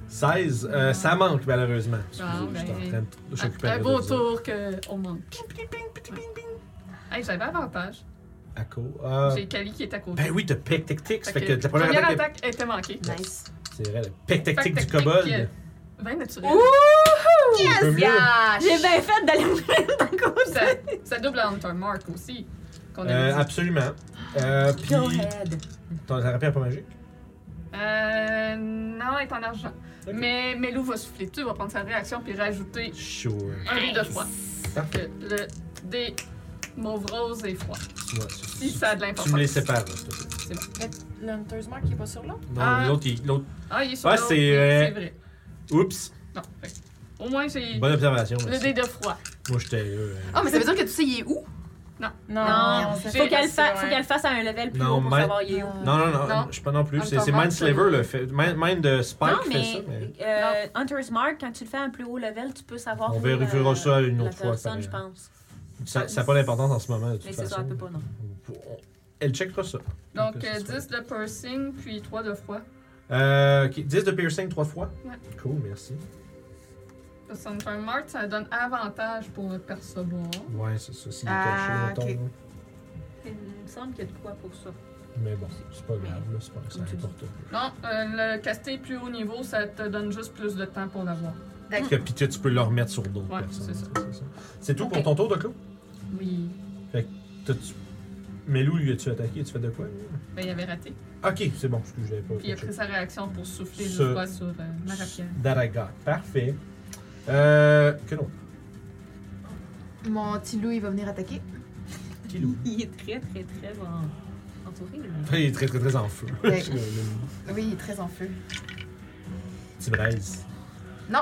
S1: 16. euh, ça manque, malheureusement.
S2: Ah,
S1: Excusez,
S2: ben,
S1: j'étais en train de- je
S2: Un,
S1: s'occupais
S2: un
S1: de
S2: beau
S1: ça.
S2: tour qu'on manque. Hey, j'avais avantage.
S1: À cause. ah.
S2: J'ai Kali qui est à côté.
S1: Ben oui, t'as Peck Tactics. Fait que
S2: la
S1: ta première attaque. est-
S2: était manquée.
S4: Nice.
S1: C'est vrai, le Peck Tactic du
S2: Peck Tactic, euh,
S1: kobold.
S2: 20 naturel.
S1: Un peu mieux.
S4: Gash!
S3: J'ai bien fait d'aller me mettre d'un côté.
S2: Ça, ça double en Mark aussi. Qu'on avait
S1: Euh,
S2: dit.
S1: absolument. Euh, puis, t'as la rapière pas magique?
S2: Euh, non, elle est en argent.
S1: Ok.
S2: Mais Melou va souffler dessus, va prendre sa réaction puis rajouter
S1: Sure.
S2: un dé de froid.
S1: Parfait.
S2: Que le dé mauve rose et froid.
S1: Tu vois, tu-
S2: Si ça a de
S1: Tu me les
S2: l'importance.
S1: sépares, là, s'il te plaît.
S5: L'huntersmark qui est pas sur là.
S1: Non,
S2: Ah.
S1: l'autre, il- l'autre.
S2: Ah, il est sur
S1: Ouais,
S2: l'autre,
S1: c'est, euh,
S2: C'est vrai.
S1: Oups!
S2: Non, fait que Au moins, j'ai
S1: Bonne observation.
S2: le
S1: merci.
S2: dé de froid.
S1: Moi, j'étais là. euh,
S4: Ah, mais ça veut dire que tu sais, il est où?
S3: Non,
S2: c'est
S3: faut qu'elle
S5: facile,
S3: fa- faut
S5: ouais.
S3: qu'elle fasse à un level plus
S1: Non,
S3: haut pour
S1: mais-
S3: savoir il est où.
S1: Non, non, non,
S2: Non.
S1: je suis pas non plus.
S2: Ah,
S1: C'est c'est
S2: t'en
S1: Mind
S2: manques,
S1: Slaver, le fait. Mind, Mind de Spike
S3: Non,
S1: fait ça.
S3: mais
S1: mais-
S3: euh, Hunter's Mark, quand tu le fais à un plus haut level, tu peux savoir.
S1: On
S3: où,
S1: vérifiera
S3: euh,
S1: ça une autre
S3: la
S1: fois,
S3: personne,
S1: pareil.
S3: je pense.
S1: Ça n'a pas d'importance en ce moment. De toute
S3: Mais c'est
S1: façon. euh,
S3: ça, un peu pas, non.
S1: On- Elle checkera ça.
S2: Donc,
S1: Que
S2: euh,
S1: ce soit-
S2: 10 de piercing, puis 3 de froid.
S1: Euh, ok, 10 de piercing trois fois.
S2: Ouais.
S1: Cool, merci.
S2: Parce que Sunturn Mart, ça donne avantage pour le percevoir.
S1: Ouais, c'est ça. S'il est
S4: Ah,
S1: caché, mettons,
S4: ok.
S1: là.
S3: Il me semble qu'il y a de quoi pour ça.
S1: Mais bon, c'est pas grave, là, c'est pas ça
S3: Comme tu
S1: importe. pas.
S2: Non, euh, le caster plus haut niveau, ça te donne juste plus de temps pour l'avoir.
S1: Parce que puis tu tu peux le remettre sur d'autres
S2: Ouais,
S1: personnes.
S2: c'est ça.
S1: C'est ça. C'est tout
S4: Ok.
S1: pour ton tour, Doco?
S2: Oui.
S1: T'as-tu- Melou, lui, as-tu attaqué? Tu fais de quoi? lui?
S2: Ben, il avait raté.
S1: Ok, c'est bon, parce que je l'avais pas
S2: Puis il a
S1: catché.
S2: pris sa réaction pour souffler
S1: Ce-
S2: le froid sur euh, ma rapière.
S1: That I got. Parfait. Euh, que non.
S4: Mon petit loup, il va venir attaquer.
S1: Kilou.
S3: Il est très, très, très bon. entouré. là.
S1: Après, il est très, très, très en feu.
S4: Ouais.
S1: Parce que le
S4: Oui, il est très en feu.
S1: Petit braise.
S4: Non.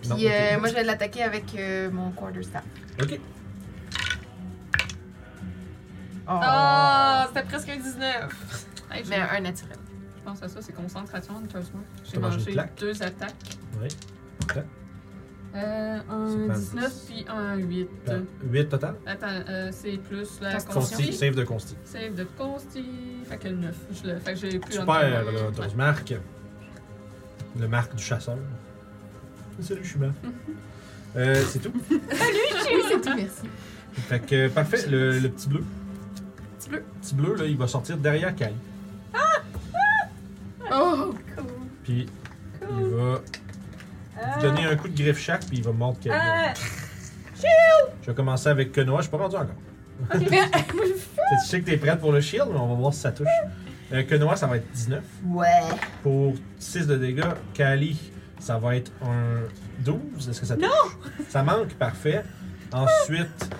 S4: Puis
S1: Non,
S4: euh,
S1: ok.
S4: moi, je vais l'attaquer avec euh, mon quarterstaff.
S1: Ok.
S4: Oh!
S5: Ah, c'était presque un 19.
S2: Hey, j'ai-
S4: Mais un naturel.
S2: Je pense à ça, c'est concentration, Huntersman. J'ai
S1: T'as mangé une
S2: mangé
S1: claque?
S2: deux attaques.
S1: Ouais.
S2: Euh,
S1: C'est
S2: un
S1: pas
S2: 19 puis un 8.
S1: 8 Euh, total.
S2: Attends, euh, c'est plus la
S4: Consti.
S1: Consti.
S2: consti.
S1: Save de Consti.
S2: Save de consti. Fait que le 9. Je le... Fait que j'ai plus
S1: Tu
S2: Hunter's
S1: perds
S2: Mark.
S1: le Hunter's Mark. Le marque du chasseur. Salut, je suis marque. Euh, c'est tout.
S4: Oui, c'est tout, merci.
S1: Fait que, parfait, le, le petit bleu.
S4: Petit bleu.
S1: Petit bleu, là, il va sortir derrière Kali.
S4: Oh!
S1: Puis, il va vous
S3: Euh,
S1: donner un coup de griffe chaque, puis il va mordre Kali.
S3: euh,
S1: Je vais commencer avec Kenoa, je suis pas rendu encore. tu sais que t'es prête pour le shield, mais on va voir si ça touche. Euh, Kenoa, ça va être 19.
S4: Ouais!
S1: Pour 6 de dégâts, Kali, ça va être un 12. Est-ce que ça touche? Non! Ça manque, parfait. Ensuite,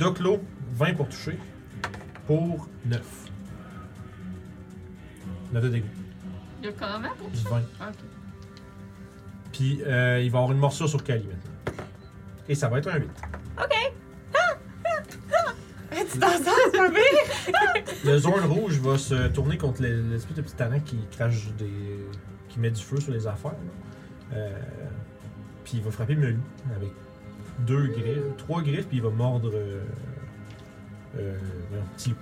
S1: Doclo, 20 pour toucher. Pour 9. 9 de dégâts.
S2: Il y a quand même pour
S1: Juste 20.
S2: Ok.
S1: Puis euh, il va avoir une morsure sur Kali maintenant. Et ça va être un 8.
S5: Tu t'en sors, c'est pas pire.
S1: Le zone rouge va se tourner contre les- l'espèce de petit talent qui crache des. qui met du feu sur les affaires. là. Euh, puis il va frapper Melu avec deux griffes, trois griffes, puis il va mordre. Euh, euh, voyons, petit loup.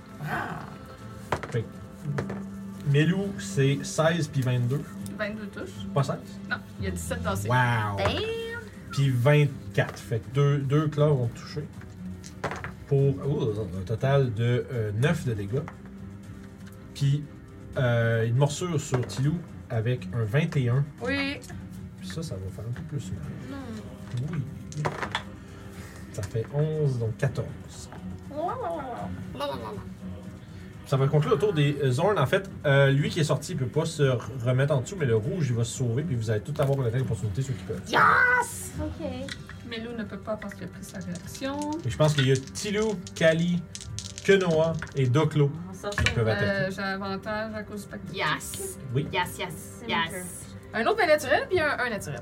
S1: Fait que Melu, c'est 16 puis 22.
S2: 22 touches.
S1: Pas 16?
S2: Non, il y a 17 dans ses.
S1: Wow! Puis 24. Fait que deux, deux claws ont touché. Pour ouh, un total de 9 de dégâts. Puis euh, une morsure sur Tilou avec un 21.
S4: Oui!
S1: Puis ça, ça va faire un peu plus mal. Oui. Ça fait 11, donc 14. Ça va conclure autour des euh, Zorn. En fait, euh, lui qui est sorti, il peut pas se re- remettre en dessous, mais le rouge, il va se sauver, puis vous allez tout avoir une attaque d'opportunité, ceux qui peuvent.
S6: Ok.
S2: Melou ne peut pas parce qu'il a pris sa réaction.
S1: Et je pense qu'il y a Tilou, Kali, Kenoa et Doclo
S3: on sort
S1: qui
S3: ça.
S1: peuvent
S2: Euh,
S1: attaquer.
S2: j'ai avantage à cause du paquet.
S4: Yes!
S1: Oui.
S4: Yes, yes,
S3: C'est mon
S4: yes! Un autre mais naturel, puis un, un naturel.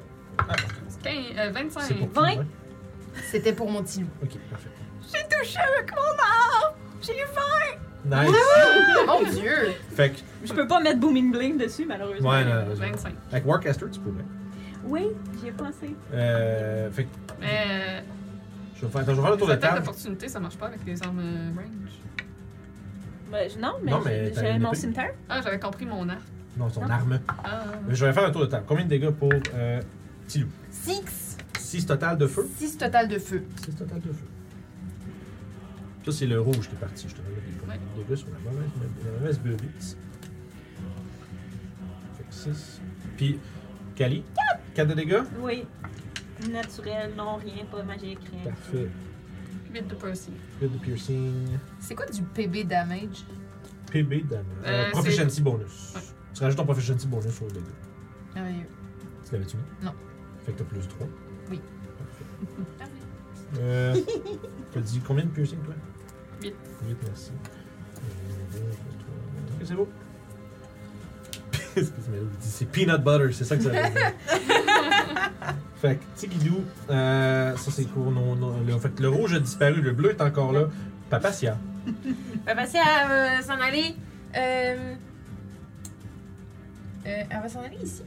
S2: Quin- euh, 25.
S1: Ah, C'est pour qui,
S3: vingt.
S1: vingt?
S4: C'était pour mon petit loup.
S1: Ok, parfait.
S4: J'ai touché avec mon arbre! J'ai eu
S1: Nice.
S4: Mon dieu!
S1: fait que,
S3: Je peux pas mettre Booming Bling dessus, malheureusement.
S1: ouais, non, vas-y.
S2: 25.
S1: Avec Warcaster, tu pourrais.
S3: Oui, j'ai pensé.
S1: Euh, fait que,
S2: Mais
S1: je vais faire, attends, je vais faire le tour
S2: euh,
S1: de
S2: attaque
S1: table.
S2: d'opportunité, ça marche pas avec les armes euh, range.
S3: Ben, je- non, mais,
S1: Non, mais
S3: j'ai-
S1: t'as
S3: j'ai
S1: une
S3: mon
S1: épée.
S3: cimetière.
S2: Ah, j'avais compris mon arc.
S1: Non, son arme.
S2: Ah,
S1: Je vais faire un tour de table. Combien de dégâts pour euh, Tilou
S4: 6!
S1: 6 total de feu
S4: 6 total de feu.
S1: 6 total de feu. Ça, c'est le rouge qui est parti. Je te remets des
S2: Ouais.
S1: des dégâts sur la mauvaise, la mauvaise bubite. Fait que 6. Puis, Kali, 4 de dégâts.
S3: Oui. Naturel, non, rien, pas magique, rien.
S1: Parfait.
S2: 8 de Percy.
S1: 8 de piercing.
S4: C'est quoi du PB damage?
S1: PB damage.
S2: Euh,
S1: Euh,
S2: c'est-
S1: proficiency bonus.
S2: Ouais.
S1: Tu rajoutes ton proficiency bonus sur le D2.
S4: Merveilleux.
S1: Tu l'avais-tu mis?
S4: Non.
S1: Fait que t'as plus 3.
S4: Oui.
S1: Parfait. Euh, t'as dit combien de piercing, toi?
S2: Huit.
S1: 8, merci. Euh, deux, trois. Ok, c'est beau. Excuse-moi, il dit c'est peanut butter, c'est ça que ça veut dire. fait que, Tigidou, euh, ça c'est court. Non, non, le- fait que le rouge a disparu, le bleu est encore là. Papacia.
S5: va passer à euh, s'en aller. euh, euh, elle va s'en aller ici.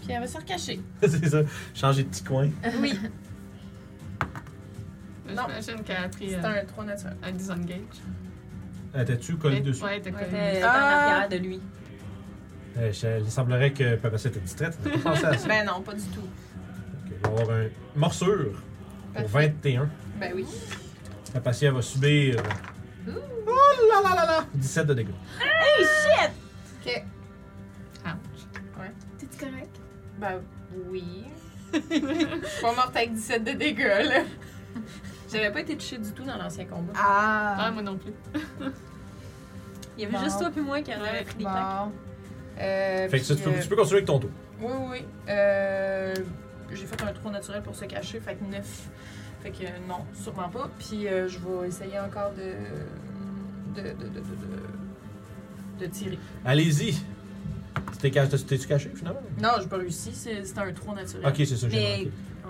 S5: Puis elle va se recacher.
S1: c'est ça. Changer de petit coin.
S5: Oui, Non.
S2: J'imagine qu'elle a pris
S5: c'est
S2: euh,
S5: un 3 naturel.
S2: un disengage.
S1: Euh, T'as-tu collé dessus?
S2: Ouais, t'as
S3: Ouais,
S2: connu.
S3: t'es en
S5: Ah!
S3: arrière de lui.
S1: Euh, je- il semblerait que Papacia était distraite. T'as pas pensé à ça.
S5: Ben non, pas du tout.
S1: Ok, il va y avoir une morsure pour 21.
S4: Ben oui.
S1: Papacia va subir. Oh là là là là! 17 de dégâts.
S4: Ok.
S2: Ouch.
S4: T'es-tu correct? Ben oui. Je suis pas morte avec 17 de dégâts, là.
S5: J'avais pas été touchée du tout dans l'ancien combat.
S2: Ah,
S4: Ah!
S2: moi non plus.
S3: Il y avait
S4: Bon.
S3: juste toi puis moi qui en avait pris des claques.
S4: Bon. Euh,
S1: Fait que ça,
S4: puis,
S1: tu, peux,
S4: euh,
S1: tu peux continuer avec ton tour.
S5: Oui, oui, oui. Euh, J'ai fait un trou naturel pour se cacher, fait que 9. Fait que euh, non, sûrement pas. Puis euh, je vais essayer encore de. de. de. de. de, de tirer.
S1: Allez-y! Tu t'es ca- t'es- T'es-tu caché finalement?
S5: Non, j'ai pas réussi, c'est- c'était un trou naturel.
S1: Ok, c'est ça, j'ai
S3: Mais- euh,
S1: manqué.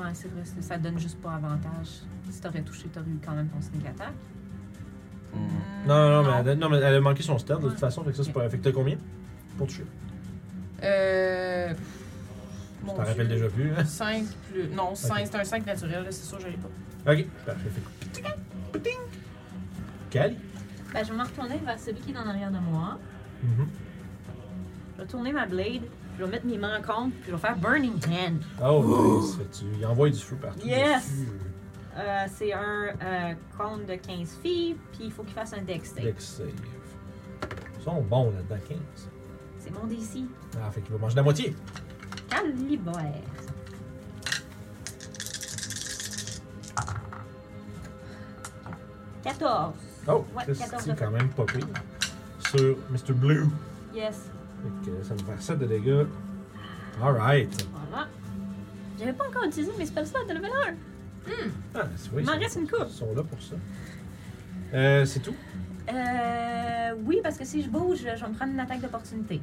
S3: Ouais, c'est vrai, c'est- ça te donne juste pas avantage. Si t'aurais touché, t'aurais eu quand même ton sneak attack.
S5: Mm,
S1: Ah, Non, non, mais, elle a- non, mais elle a manqué son stade de toute façon, fait que ça c'est
S3: Ok.
S1: pas. Fait que t'as combien? Pour toucher.
S5: Euh.
S1: Je t'en rappelle déjà plus. hein?
S5: 5 plus. Non, 5, c'est un 5 naturel, là, c'est sûr, j'allais pas.
S1: Ok, parfait. Fait que. Cali?
S6: Ben, je vais me retourner vers celui qui est en arrière de moi.
S1: Mhm.
S3: Je vais tourner ma blade, je vais mettre mes mains en compte, puis je vais faire Burning Hand.
S1: Oh, nice! Fait que tu- il envoie du feu partout.
S3: Yes!
S1: dessus.
S3: Euh, c'est un euh, compte de 15 filles, puis il faut qu'il fasse un deck save.
S1: Dex save. Ils sont bons là-dedans, 15.
S3: C'est mon DC.
S1: Ah, fait qu'il va manger la moitié.
S3: Calibère. « 14.
S1: Oh,
S3: Ouais,
S1: ça,
S3: 14
S1: c'est
S3: de
S1: quand même pas pire. Sur Mr. Blue.
S3: Yes.
S1: Fait que ça me fait 7 de dégâts. Alright.
S3: Voilà. J'avais pas encore utilisé mes spells slots de level up.
S1: Ah, c'est vrai.
S3: Il m'en
S1: ils
S3: reste
S1: sont-
S3: une coupe.
S1: Ils sont là pour ça. Euh, c'est tout.
S3: Euh. Oui, parce que si je bouge, je vais me prendre une attaque d'opportunité.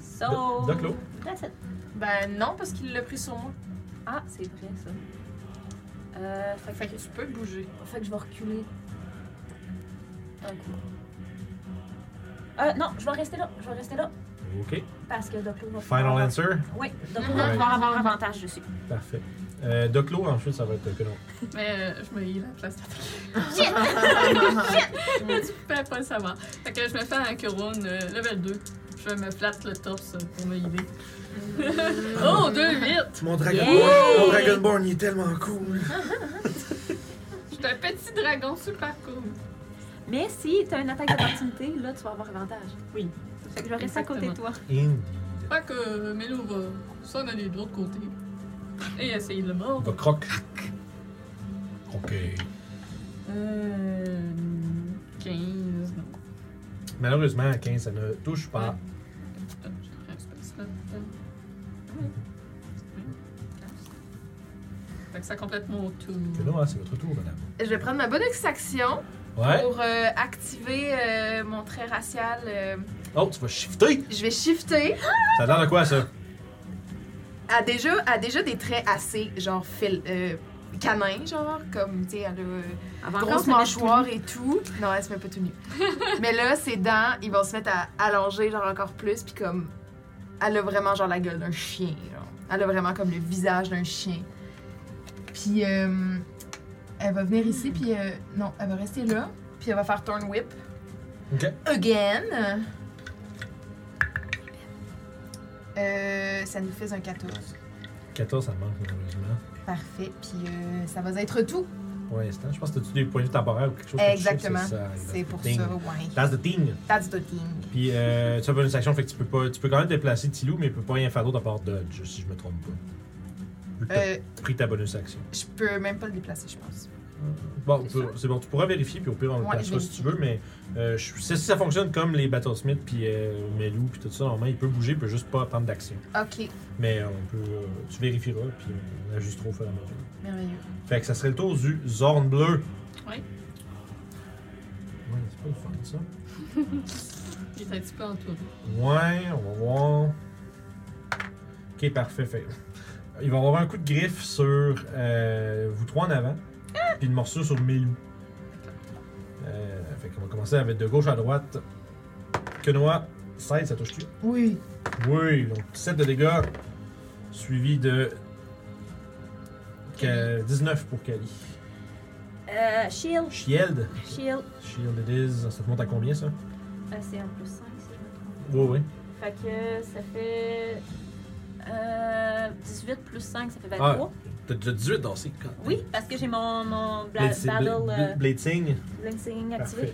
S3: So.
S1: Do- Doclo.
S3: That's it.
S5: Ben non, parce qu'il l'a pris sur moi.
S3: Ah, c'est vrai ça. Euh. Fait que,
S5: Fait que tu peux bouger.
S3: fait que je vais reculer.
S5: Un coup.
S3: Euh, non, je vais rester là. Je vais rester là.
S1: Ok.
S3: Parce que Doclo va pouvoir
S1: Final
S3: avoir-
S1: answer.
S3: Oui, Doclo
S1: Ouais.
S3: va pouvoir avoir avantage dessus.
S1: Parfait. Euh, Doclo, ensuite, ça va être que non.
S2: Mais euh, je me lis la place d'attaquer. Shit! tu peux pas le savoir. Fait que je me fais un couronne euh, level 2. Je me flatte le torse pour me healer. oh, 2 8
S1: Mon
S3: Dragonborn- Yeah! mon
S1: Oh, Dragonborn, il est tellement cool.
S2: Je suis un petit dragon super cool.
S3: Mais si t'as une attaque d'opportunité, là, tu vas avoir avantage. Oui. Fait que je vais rester à côté de toi.
S1: Indeed.
S2: Fait que euh, Melo va s'en aller de l'autre côté et essayer de le
S1: On
S2: mordre.
S1: va croc. Ok.
S2: Euh. 15, non.
S1: Malheureusement, à 15, ça ne touche pas.
S2: Attends, Euh, je Euh, ferai un spell slot. Fait que ça complète mon tour.
S1: Que non, hein, c'est votre tour, madame.
S4: Je vais prendre ma bonus action
S1: Ouais.
S4: pour euh, activer euh, mon trait racial. euh,
S1: Oh, tu vas shifter.
S4: Je vais shifter
S1: Ça a l'air de quoi, ça?
S4: à déjà, à déjà des traits assez, genre, fil, euh, canin, genre, comme, tu sais, elle a euh,
S3: Avant
S4: grosse mâchoire et tout. Non, elle se met pas tout nu. Mais là, ses dents, ils vont se mettre à allonger, genre, encore plus, puis comme, elle a vraiment, genre, la gueule d'un chien, genre. Elle a vraiment, comme, le visage d'un chien. Puis, euh, elle va venir ici, puis, euh, non, elle va rester là, puis elle va faire turn whip.
S1: Ok.
S4: Again. Euh, ça nous fait un 14.
S1: 14, ça manque, malheureusement.
S4: Parfait. Puis euh, ça va être tout.
S1: Pour l'instant, je pense que tu des points de vue temporaires ou quelque chose
S4: Exactement.
S1: comme ça.
S4: C'est pour
S1: thing.
S4: ça, ouais.
S1: That's the thing.
S4: That's the thing.
S1: Puis euh, tu as bonus action, fait que tu peux, pas, tu peux quand même déplacer Tilou, mais il peut pas rien faire d'autre à part dodge, si je me trompe pas. vu que t'as
S4: Euh,
S1: pris ta bonus action.
S4: je peux même pas le déplacer, je pense.
S1: Bon,
S6: C'est
S1: tu- c'est bon, tu pourras vérifier, puis au pire, on le
S4: Ouais, je
S1: placera si tu
S4: vérifie.
S1: veux, mais euh, je- c'est- si ça fonctionne comme les Battlesmiths, puis euh, Melou, puis tout ça, normalement, il peut bouger, il peut juste pas prendre d'action.
S4: Ok,
S1: Mais euh, on peut, euh, tu vérifieras, puis on ajustera au fur et à mesure.
S4: merveilleux.
S1: Fait que ça serait le tour du Zorn Bleu.
S2: Oui.
S1: Ouais, c'est pas le fun, ça.
S2: Il est un petit peu entouré.
S1: Ouais, on va voir. Ok, parfait. Fait. Il va y avoir un coup de griffe sur euh, vous trois en avant, puis une morsure sur Melou. Euh, fait qu'on va commencer avec de gauche à droite. Quenoa, 16, ça touche-tu?
S4: Oui.
S1: Oui, donc 7 de dégâts, suivi de que- 19 pour Kali.
S3: Euh, shield.
S1: Shield.
S3: Shield.
S1: Shield it is. Ça te monte à combien ça?
S3: Euh, c'est un plus 5, si je me trompe.
S1: Oui, oui.
S3: Fait que ça fait. Euh, 18 plus 5, ça fait 23.
S1: Ah, t'as déjà 18 dans ces cas.
S3: Oui, parce que j'ai mon, mon bla-
S1: Blade, Blade,
S3: battle euh,
S1: Blade Sing.
S3: blessing activé.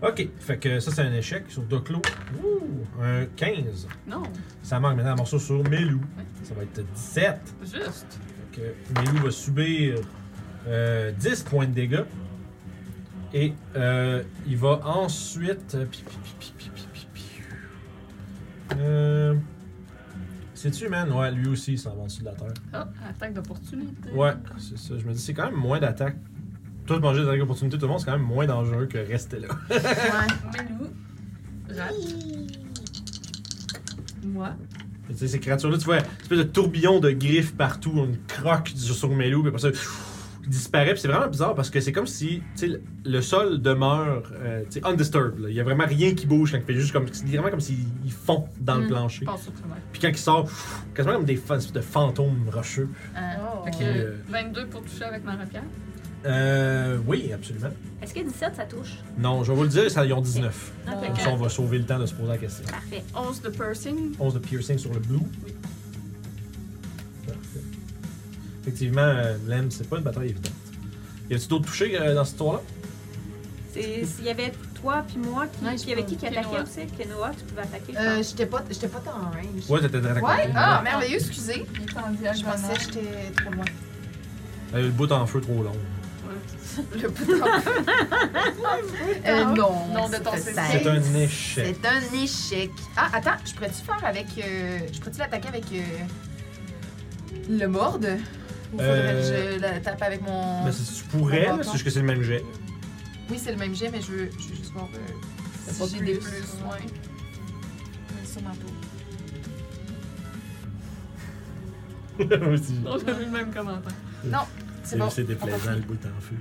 S1: Parfait. Ok, fait que ça c'est un échec sur Doclo. Ouh, un 15.
S2: Non,
S1: Ça manque maintenant un morceau sur Melou. Ça va être 17.
S2: juste.
S1: Fait que Melou va subir euh, 10 points de dégâts. Et euh, il va ensuite. euh, pi- pi- pi- pi- pi- pi- pi- pi- Euh, C'est-tu, man? Ouais, lui aussi, il s'en va en dessous de la terre.
S2: Ah, attaque d'opportunité.
S1: Ouais, c'est ça. Je me dis, c'est quand même moins d'attaque. Tout manger des attaques d'opportunité, tout le monde, c'est quand même moins dangereux que rester là.
S4: Ouais.
S2: Mais nous, rate. Moi,
S1: Tu sais, ces créatures-là, tu vois, une espèce de tourbillon de griffes partout, une croque sur sur mes loups, puis après ça, pfff, disparaît. Puis c'est vraiment bizarre parce que c'est comme si, tu sais, le- le sol demeure, euh, tu sais, undisturbed. là. Il y a vraiment rien qui bouge quand il fait juste comme, c'est vraiment comme s'il il fond dans le
S4: Mm.
S2: je
S1: plancher.
S2: passe au travers.
S1: Puis quand il sort, pfff, quasiment comme des fa- une espèce de fantômes rocheux.
S4: Oh.
S2: Fait que
S1: Euh.
S2: 22 pour toucher avec ma rapière.
S1: Euh, oui, absolument.
S3: Est-ce que 17 ça touche
S1: Non, je vais vous le dire, ça, ils ont 19.
S3: Ok.
S1: Comme ça, on va sauver le temps de se poser la question.
S3: Parfait.
S2: 11 de piercing.
S1: 11 de piercing sur le blue.
S2: Oui.
S1: Parfait. Effectivement, euh, Lem, c'est pas une bataille évidente. Y a-t-il d'autres touchés euh, dans ce tour-là?
S3: C'est- S'il y avait toi puis moi, qui,
S4: Ouais,
S3: puis il y avait
S4: je
S3: qui qui
S2: Kenoa.
S3: attaquait aussi Kenoa, tu pouvais attaquer. je
S4: Euh,
S3: pense.
S4: j'étais pas, j'étais pas dans le range.
S1: Ouais, t'étais très
S4: Ouais?
S1: content.
S4: Ah, merveilleux, excusez.
S6: Il est en
S4: Je pensais
S6: diagonale.
S4: que j'étais trop loin.
S1: Euh, le bout en feu trop long.
S4: Le bouton. euh, non.
S2: Non, de
S4: c'est
S2: ton
S4: un
S2: seize.
S1: Ben, C'est
S4: seize.
S1: un échec.
S4: C'est un échec. Ah, attends, je pourrais-tu faire avec. euh, je pourrais-tu l'attaquer avec. euh, le morde Ou faudrait
S1: Euh,
S4: que je la tape avec mon.
S1: Mais si tu pourrais,
S4: On va
S1: là, c'est juste que c'est le même jet.
S4: Oui, c'est le même jet, mais je veux, je veux juste voir. euh,
S2: C'est
S4: si
S2: pas
S4: j'ai
S2: plus.
S4: des plus. ouais. Mais Sur ma peau.
S1: Aussi.
S2: On a vu le même commentaire.
S4: C'est bon.
S1: c'est
S4: on
S1: déplaisant
S4: continue.
S1: le bout en feu.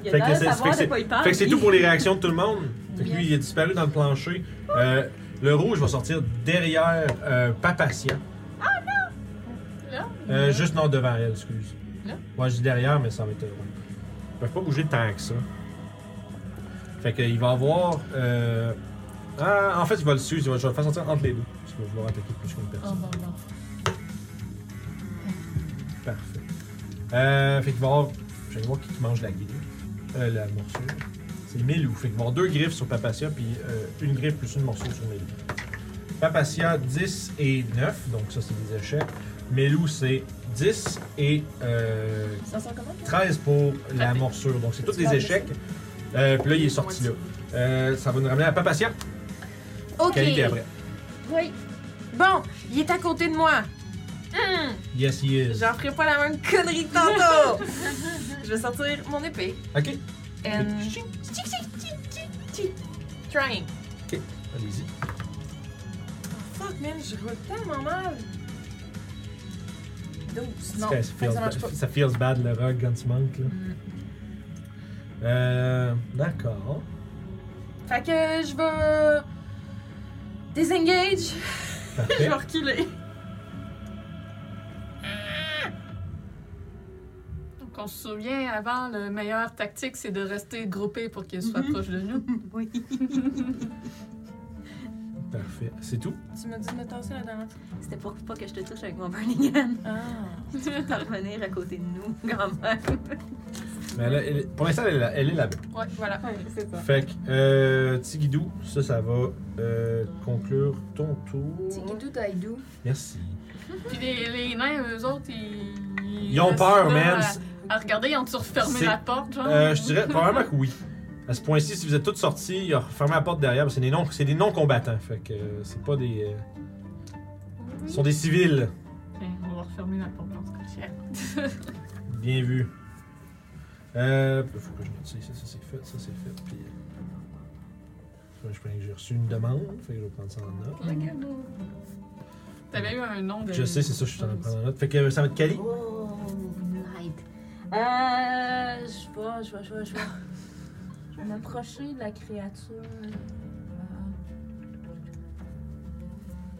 S3: Il y a
S1: fait
S3: l'air
S1: que
S3: de
S1: c'est-
S3: savoir
S1: fait que
S3: de quoi il parle.
S1: Fait que c'est
S3: lui.
S1: tout pour les réactions de tout le monde. Fait que
S4: Yes.
S1: lui, il a disparu dans le plancher. Euh, le rouge va sortir derrière euh, Papatia.
S2: Ah, Là?
S1: Euh, juste non, devant elle, excuse.
S2: Là?
S1: Ouais, je dis derrière, mais ça va être. euh, Ils peuvent pas bouger tant que ça. Fait que, il va avoir. Euh... Ah, en fait, il va le suivre. il va- Je vais le faire sortir entre les deux. Parce qu'il va vouloir attaquer plus qu'une
S2: Oh,
S1: personne.
S2: bon, bon.
S1: Parfait. Euh, fait qu'il va avoir. Je vais aller voir qui qui mange la griffe. Euh, la morsure. C'est Milou. Fait qu'il va avoir deux griffes sur Papacia, puis euh, une griffe plus une morsure sur Milou. Papacia, 10 et 9. Donc, ça, c'est des échecs. Milou, c'est 10 et euh,
S3: Ça sent comment
S1: 13 pour la
S2: Parfait.
S1: morsure. Donc, c'est tous
S3: Tu
S1: des
S3: vas
S1: échecs. Euh, puis là, il est sorti là. Euh, ça va nous ramener à Papacia.
S5: Ok.
S1: Cali qui est après.
S3: Oui.
S5: Bon, il est à côté de moi.
S3: Hum.
S5: Hmm,
S1: Yes, he is.
S5: J'en ferai pas la même connerie que tantôt. je vais sortir mon épée.
S1: Ok,
S5: And...
S1: Ching.
S5: Tchic, tchic, tchic, tchic, tchic. Trying.
S1: allez-y.
S5: Oh, fuck, man, je roule tellement mal. 12.
S1: Ça,
S5: Non, fait que ça marche pas. Mm.
S1: feels, ça feels bad le rock quand tu manques. Là. Euh, D'accord.
S5: Fait que je vais. Désengage. je
S1: Parfait.
S5: vais reculer.
S2: Donc, on se souvient, avant, le meilleur tactique, c'est de rester groupé pour qu'il soit proche de nous.
S3: Oui.
S1: Parfait. C'est tout.
S5: Tu m'as dit de me tasser la dernière fois.
S3: C'était pour pas que je te touche avec mon burning hand.
S5: Ah.
S3: Pour venir à côté de nous, quand même.
S1: Mais elle a- elle- pour l'instant, elle, est là- elle est là-bas.
S2: Ouais, voilà.
S3: c'est ça.
S1: Fait que, euh, Tigidou, ça, ça va euh, conclure ton tour.
S4: Tikidou Taïdou.
S1: Merci.
S2: Puis les, les nains, eux autres, ils.
S1: Ils ont
S2: restent
S1: peur,
S2: là
S1: man.
S2: À, à regarder, ils ont-tu refermé
S1: C'est-
S2: la porte, genre
S1: Euh, je dirais probablement que oui. À ce point-ci, si vous êtes tous sortis, il a refermé la porte derrière. parce que C'est des non- c'est des non-combattants. fait que euh, c'est pas des. euh, ce sont des civils.
S2: Tiens, on va refermer la porte dans ce cas
S1: Bien vu. Euh, faut que je note ça ici. Ça, c'est fait. Ça, c'est fait. Puis. euh, Je pense que j'ai reçu une demande. Fait que je vais prendre ça en note.
S2: T'avais eu un nom de.
S1: Mhm.
S3: Ben,
S1: Je sais, c'est ça, je suis en train de prendre en note. Fait que euh, ça va être Cali.
S6: Oh, light. Euh, je vois, je vois, je vois, je vois. Je vais m'approcher de la créature. Euh,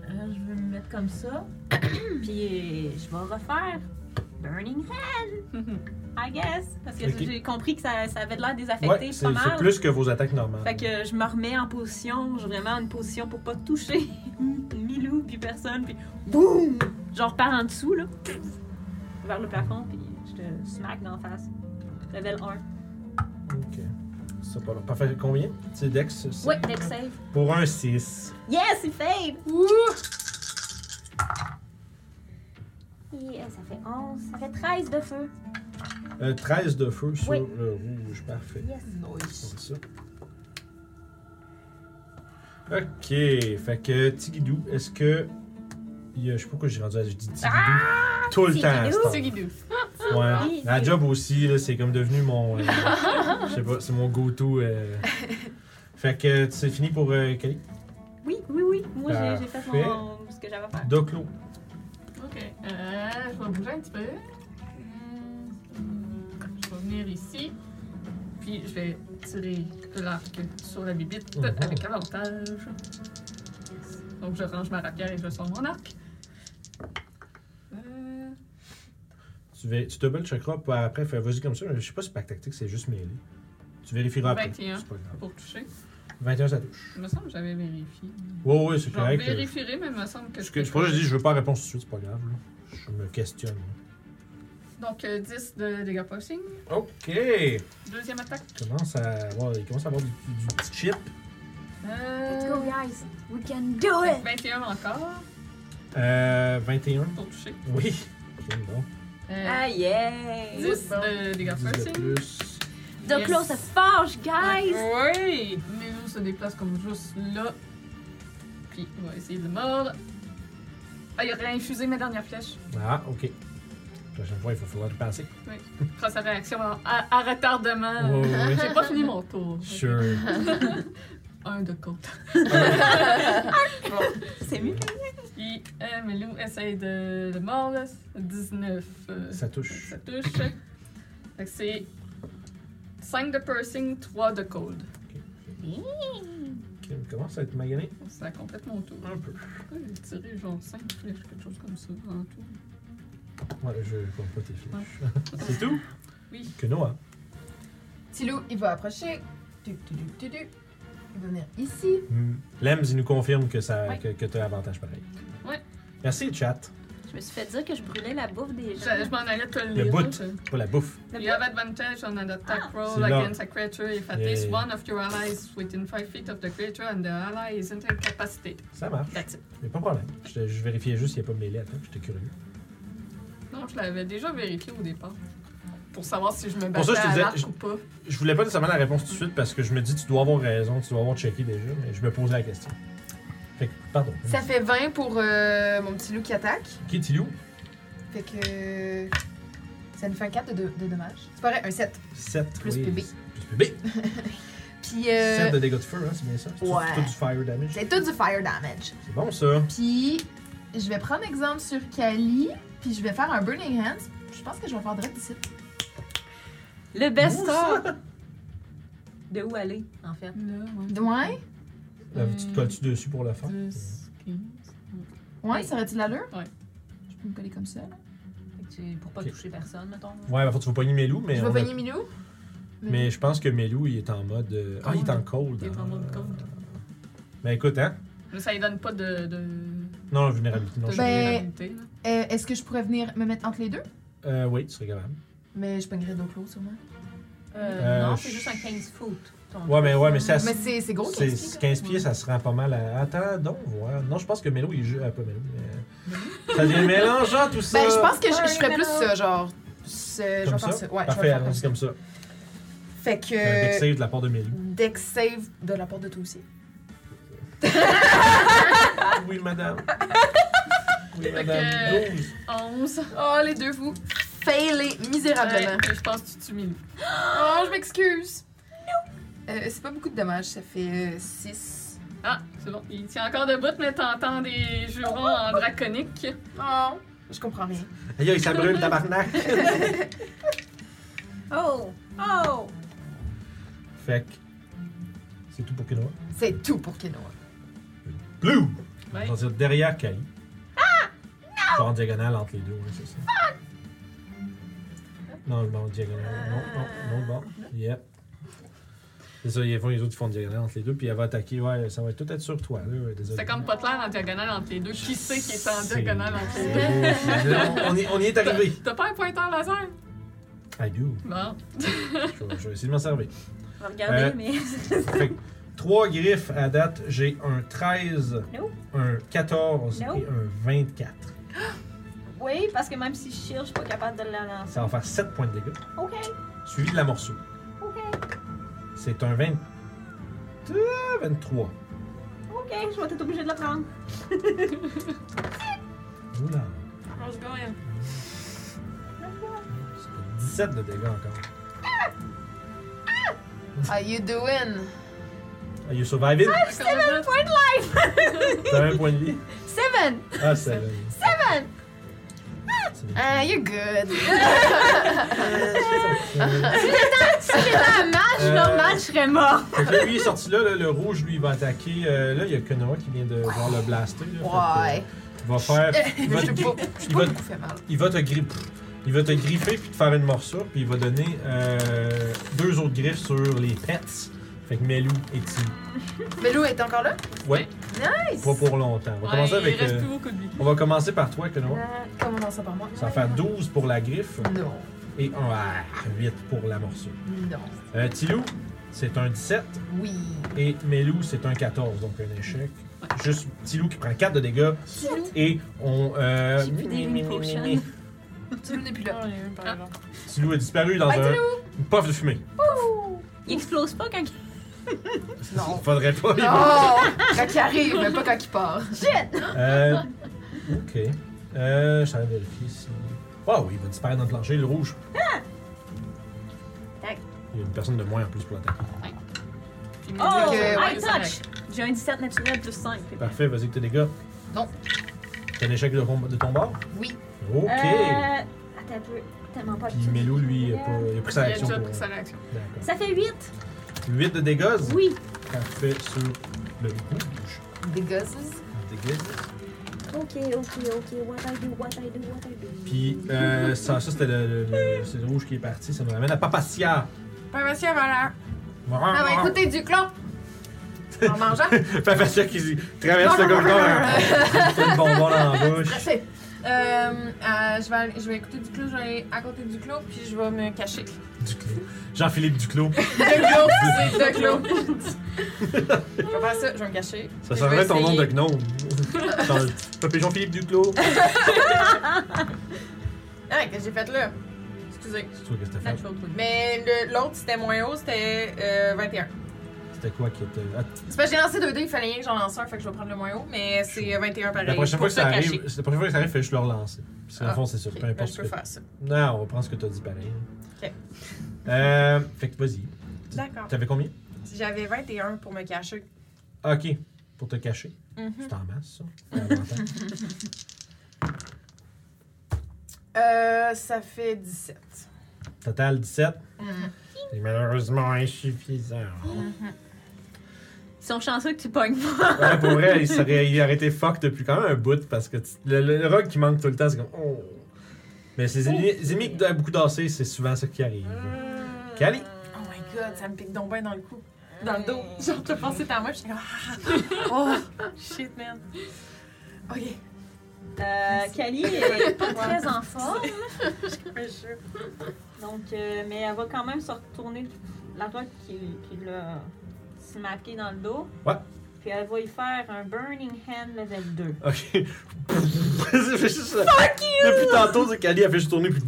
S6: euh, je vais me mettre comme ça. Puis euh, je vais refaire Burning
S3: I guess. Parce que
S1: Ok.
S3: j'ai compris que ça, ça avait l'air désaffecté
S1: Ouais, c'est
S3: pas mal.
S1: c'est plus que vos attaques normales.
S3: Fait que je me remets en position, je vraiment une position pour pas toucher Milou puis personne, puis boum! Genre par en dessous, là, vers le plafond, puis je te smack dans la face. Level 1.
S1: Ok. C'est pas long. Parfait. Combien C'est Dex ça?
S3: Ouais, deck save.
S1: Pour un 6.
S3: Yes, il fade! Ouh! Et, euh, ça fait 11, ça fait 13 de feu.
S1: Euh, 13 de feu sur
S3: Oui.
S1: le rouge. Parfait.
S3: Yes.
S1: C'est ça. Ok, fait que Tigidou, est-ce que. il y a- je sais pas pourquoi j'ai rendu à. Je dis Tigidou. tout le temps. à ce temps.
S2: C'est Guidou.
S1: Ouais.
S3: Ah! Oui,
S1: La
S3: c'est-
S1: job aussi, là, c'est comme devenu mon. euh, je sais pas, c'est mon go-to. euh. Fait que c'est fini pour euh, Kelly.
S3: Oui, oui, oui. Moi, j'ai- j'ai fait
S1: Parfait.
S3: mon, ce que j'avais à faire.
S1: Doclo.
S2: Ok. Euh, je vais bouger un petit peu. Euh, Je vais venir ici. Puis je vais tirer de l'arc sur la bibite
S1: Mhm.
S2: avec avantage. Donc je range ma rapière et je sors mon arc. Euh,
S1: Tu, vais, tu double checkeras pas après. Fait, vas-y comme ça. Je sais pas si c'est pas tactique, c'est juste mêlé. Tu vérifieras après.
S2: 21.
S1: C'est pas grave.
S2: pour toucher.
S1: 21, ça touche.
S2: Il me semble que j'avais vérifié.
S1: Ouais, ouais, c'est
S2: Je vais
S1: correct. euh,
S2: vérifierai, mais il me semble que
S1: C'est que- c'est pour ça que je dis, je veux pas répondre tout de suite, c'est pas grave. là. Je me questionne.
S2: Donc euh, 10 de dégâts posting.
S1: Ok.
S2: Deuxième attaque.
S1: commence à avoir, il commence à avoir du, du petit chip.
S2: Euh,
S6: Let's go, guys. We can do it.
S2: 21 encore
S1: Euh, 21.
S2: pour toucher.
S1: Oui. Ok, bon.
S2: Euh,
S3: Ah, yeah!
S2: 10 de dégâts
S1: 10 de
S2: piercing.
S1: plus.
S6: The
S2: Yes.
S6: close forge, guys.
S2: Oui! Milou se déplace comme juste là. Puis on va essayer de le mordre. Ah, il a réinfusé mes dernières flèches.
S1: Ah, ok. La prochaine fois, il faut falloir repasser.
S2: Grâce à réaction à, à retardement.
S1: Ouais, ouais, ouais.
S2: J'ai pas fini mon tour.
S1: Sure.
S2: Un de côte.
S3: C'est mieux.
S2: Puis euh, Milou essaye de le mordre. 19. euh,
S1: Ça touche.
S2: Ça touche. Fait que c'est 5 de piercing, 3 de cold.
S1: Ok, il commence à être magané
S2: Ça complète mon tour.
S1: un peu.
S2: Pourquoi j'ai tiré genre 5 flèches, quelque chose comme ça en tout?
S1: Ouais, je compte pas tes flèches. C'est tout?
S2: Oui.
S1: Que Noah.
S4: Tilou, il va approcher. Tu, tu, tu, tu, tu. Il va venir ici.
S1: Hmm. Lems, il nous confirme que, ça,
S2: Ouais.
S1: que, que t'as avantage pareil.
S2: Ouais.
S1: Merci, chat.
S3: Je me suis fait dire que je brûlais la bouffe des
S2: Je,
S3: gens.
S2: je m'en allais te le Ah! lire.
S1: bout.
S2: là, je-
S1: Pour la bouffe.
S3: Le
S2: You have advantage on an attack roll
S1: C'est là.
S2: against a creature if at
S1: Yeah,
S2: least
S1: yeah.
S2: one of your allies within 5 feet of the creature and the ally isn't incapacitated.
S1: Ça marche.
S2: That's it.
S1: Mais pas de problème. Je, je vérifiais juste s'il n'y a pas de mêlée. Attends, j'étais curieux.
S2: Non, je l'avais déjà vérifié au départ. Pour savoir si je me
S1: Pour ça, je
S2: battais
S1: te
S2: à
S1: disais-
S2: l'arc
S1: je-
S2: ou pas.
S1: Je voulais pas nécessairement la réponse tout de suite parce que je me dis tu dois avoir raison, tu dois avoir checké déjà, mais je me posais la question. Fait que, pardon.
S4: Ça fait 20 pour euh, mon petit loup qui attaque.
S1: Qui Tilou?
S4: Fait que. Ça nous fait un 4 de, de, de dommage. C'est pas vrai, un 7.
S1: 7.
S4: Plus PB.
S1: Plus PB.
S4: Puis.
S1: 7 de
S4: Euh,
S1: dégâts de feu, hein, c'est bien ça? C'est tout-
S4: Ouais.
S1: C'est tout du fire damage.
S4: c'est tout du fire damage.
S1: C'est bon ça.
S4: Puis, je vais prendre exemple sur Kali. Puis, je vais faire un Burning Hands. Je pense que je vais faire direct ici.
S3: Le
S1: Où
S3: best
S1: ça?
S3: of De où aller, en fait?
S2: Là, ouais.
S4: Ouais.
S1: Là, tu
S4: Mm.
S1: te colles-tu dessus pour le faire?
S2: 10, 15.
S4: Ouais, ça aurait-tu de l'allure?
S2: Ouais.
S4: Je peux me coller comme ça. là.
S3: Fait que tu- Pour pas
S1: Ok.
S3: toucher personne, mettons.
S1: Ouais, enfin, tu vas pogner Melou, mais.
S4: Je
S1: on
S4: vais
S1: a-
S4: pogner Milou.
S1: Mais je pense que Melou, il est en mode. euh, Ah, il est en cold.
S2: Il est en mode cold.
S1: Mais écoute, hein?
S2: Mais ça lui donne pas de, de,
S1: Non, vulnérabilité, non.
S2: de
S1: je-
S4: Ben-
S2: vulnérabilité. là.
S4: Euh, Est-ce que je pourrais venir me mettre entre les deux?
S1: Euh, oui, tu serais capable.
S4: Mais je pognerais d'eau clos, sûrement.
S6: Euh,
S1: Euh,
S6: non,
S1: je-
S6: c'est juste un 15 foot. ton-
S1: Ouais, mais, ouais, mais ça.
S4: Mais c'est c'est gros, 15 pieds,
S1: C'est 15 pieds, ça se rend pas mal à. Attends, donc, voir. Non, je pense que Mélo, il joue. Ah, pas Mélo, mais. euh, Ça devient mélangeant tout ça.
S4: Ben, je pense que je,
S6: Ouais,
S4: je ferais plus
S6: mais non.
S4: ça, genre. ce- je
S1: Comme ça.
S4: vais faire ça. Ouais, je vais
S1: Parfait,
S4: faire comme
S1: alors, c'est
S4: ça. Euh,
S1: comme ça.
S4: Fait
S1: Un deck
S4: que.
S1: save de la part de Mélo.
S4: Deck save de la porte de toi aussi. Ah
S1: Oui, madame. Oui,
S2: Fait
S1: madame.
S4: euh,
S2: que-
S1: 12.
S2: 11.
S4: Oh, les deux vous failez
S2: Ah,
S4: misérablement.
S2: Ouais, je pense que tu t'humilies.
S4: Oh, je m'excuse. Euh, c'est pas beaucoup de dommages, ça fait euh, 6.
S2: Ah, c'est bon. Il tient encore debout, mais t'entends des jurons en draconique.
S4: oh, je comprends rien.
S1: Aïe, aïe, ça brûle, tabarnak.
S3: Oh! Oh!
S1: fait que. C'est tout pour Kenoa.
S4: C'est tout pour Kenoa.
S1: Blue!
S2: Ouais.
S1: On va dire derrière Kali. Ah! Non! en diagonale entre les deux, ouais, c'est ça. Non, le bord diagonale. Non, non, non, le bord. Yep. C'est ça, ils font les autres ils font une diagonale entre les deux, puis elle va attaquer. Ouais, ça va tout être sur toi, là. ouais, Désolé.
S2: C'est comme pas clair en diagonale entre les deux. Qui sait qui est en
S1: C'est-
S2: diagonale entre les deux?
S1: c'est- on, on y, on y est arrivé.
S2: T'as pas un pointeur laser?
S1: I do.
S2: Bon.
S1: Je vais, je vais essayer de m'en servir.
S3: On va regarder,
S1: Euh,
S3: mais.
S1: Fait que, trois griffes à date, j'ai un 13,
S3: No.
S1: un 14
S3: No.
S1: et un 24.
S3: Oui, parce que même si je tire, je suis pas capable de la lancer.
S1: Ça va faire 7 points de dégâts.
S3: Ok,
S1: suivi de la morceau.
S3: ok,
S1: C'est un 20... euh, 23.
S3: ok, je vais être obligée de la prendre.
S1: Oula.
S5: On se gagne.
S1: Ça fait 17 de dégâts encore.
S4: How you doing?
S1: Are you surviving?
S2: C'est le point
S1: T'as un point de vie?
S4: Seven!
S1: Ah, c'est...
S4: Seven!
S1: C'est bien.
S4: Ah, you're good.
S1: Euh,
S4: Ah, match,
S1: Euh,
S4: normal, je serais mort.
S1: Fait que là, lui, il est sorti là, là, le rouge, lui, il va attaquer. Euh, là, il y a Konoha qui vient de voir le blaster. là, fait que, euh, il
S4: Ouais.
S1: va faire... Il va,
S4: Je t'ai pas, je t'ai
S1: il
S4: pas
S1: va-
S4: beaucoup fait mal.
S1: il va te griffer. Il va te griffer puis te faire une morsure, puis il va donner euh, deux autres griffes sur les pets. Fait que Melou et Tilly.
S4: Melou est encore là?
S1: Ouais,
S4: Nice!
S1: pas pour longtemps. On va commencer
S2: il
S1: avec.
S2: reste
S1: euh,
S2: plus beaucoup de vie.
S1: On va commencer par toi, Konoha.
S4: Comment ça par moi?
S1: Ça va faire 12 pour la griffe
S4: Non.
S1: et 1 à 8 pour la morsure.
S4: Non.
S1: Euh, Tilou, c'est un 17
S4: Oui.
S1: et Melou, c'est un 14, donc un échec. Juste Tilou qui prend 4 de dégâts et on. Euh,
S3: J'ai plus d'ennemis prochains.
S4: Tilou n'est plus là.
S1: Tilou a disparu dans
S4: Bye,
S1: un.
S4: Tilou!
S1: Une puff de fumée.
S3: Il explose pas quand il.
S4: Non.
S1: Faudrait pas. il va-
S4: Ah! Non! quand il arrive, mais pas quand il part.
S1: Euh, ok. Euh, je savais vérifier si. Ah oui, il va disparaître dans le plancher, le rouge.
S3: Tac.
S1: Il y a une personne de moins en plus pour l'attaquer.
S2: Puis il me
S3: Oh!
S2: dit que-
S4: Ok,
S2: ouais,
S3: I
S2: ça
S3: touch! J'ai un 17 naturel plus 5.
S1: Parfait, vas-y que tes dégâts.
S4: Non.
S1: T'as l'échec de, ton- de ton bord?
S4: Oui.
S1: Ok.
S3: Euh. Attends un peu. Tellement pas de
S1: Puis Melo, lui, il a, pas, il a pris sa
S2: Il a
S1: réaction.
S2: déjà
S1: pour-
S2: pris sa réaction.
S1: D'accord.
S3: Ça fait 8!
S1: 8 de dégâts.
S3: Oui!
S1: Parfait sur le rouge.
S4: Des gosses.
S1: Dégâts.
S3: Ok, ok, ok, what I do, what I do, what I do.
S1: Puis euh, ça, ça c'était le, le- le- c'est le rouge qui est parti. Ça nous ramène à Papacia.
S5: Pas monsieur, voilà.
S4: Ah, bah écoutez, du clan! En mangeant?
S1: Papacia qui traverse le corridor. hein. Fait le bonbon dans la bouche.
S4: Parfait.
S5: Euh, euh, je, vais, aller- je vais écouter du clos, je vais aller à côté du clos, puis je vais me cacher.
S1: Duclos. Jean-Philippe Duclos.
S4: Ah
S5: De clos. je vais faire ça, je vais me cacher.
S1: Ça
S5: Je vais
S1: serait ton nom de
S5: essayer.
S1: gnome. Dans le- Papa Jean-Philippe Duclos.
S5: Ah, que j'ai fait là. Excusez.
S1: C'est toi qu'est-ce que t'as fait.
S2: Natural twenty.
S5: Mais le- l'autre, c'était moins haut, c'était euh, 21.
S1: C'était quoi qui était. Ah,
S5: C'est parce que j'ai lancé 2 dés, il fallait rien que j'en lance un, fait que je vais prendre le moins haut, mais c'est euh, 21 pareil.
S1: La prochaine
S5: pour
S1: fois que ça
S5: se
S1: arrive,
S5: cacher.
S1: la prochaine fois que ça arrive, fais juste le relancer. Parce qu'en
S5: Ah,
S1: fond, c'est ça.
S5: Ok,
S1: Peu
S5: ben,
S1: importe
S5: je
S1: ce
S5: peux
S1: que
S5: faire ça.
S1: Non, on reprend ce que t'as dit pareil.
S5: Ok. Ah.
S1: Euh, fait que vas-y.
S5: D'accord.
S1: T'avais combien?
S5: Si J'avais 21 pour me cacher.
S1: Ah, ok. Pour te cacher.
S5: Mhm.
S1: C'est en masse, ça. T'as l'avantage.
S5: Euh, ça fait 17.
S1: Total 17.
S5: Mm.
S1: C'est malheureusement insuffisant.
S3: Ils sont chanceux que tu pognes pas.
S1: Ouais, pour vrai, il, serait, il aurait été fuck depuis quand même un bout parce que tu- le, le, le rock qui manque tout le temps, c'est comme. Oh. Mais ses
S5: Oh.
S1: ennemis, ses ennemis qui ont beaucoup danser, c'est souvent ce qui arrive.
S5: Ah.
S1: Cali!
S5: Oh my god, ça me pique donc bien dans le cou. Dans le dos. Genre, t'as pensé ta main, j'étais comme. ah. Oh, shit, man. Ok. Euh,
S3: Euh, Kali est pas très en forme.
S5: Je suis
S3: hein? Donc, euh, mais elle va quand même se retourner la roque qui, qui l'a smacké dans le dos.
S1: Ouais.
S3: Puis elle va y faire un Burning Hand level 2.
S1: Ok. Fuck you! Depuis tantôt, c'est qu'Ali a fait juste tourner, puis.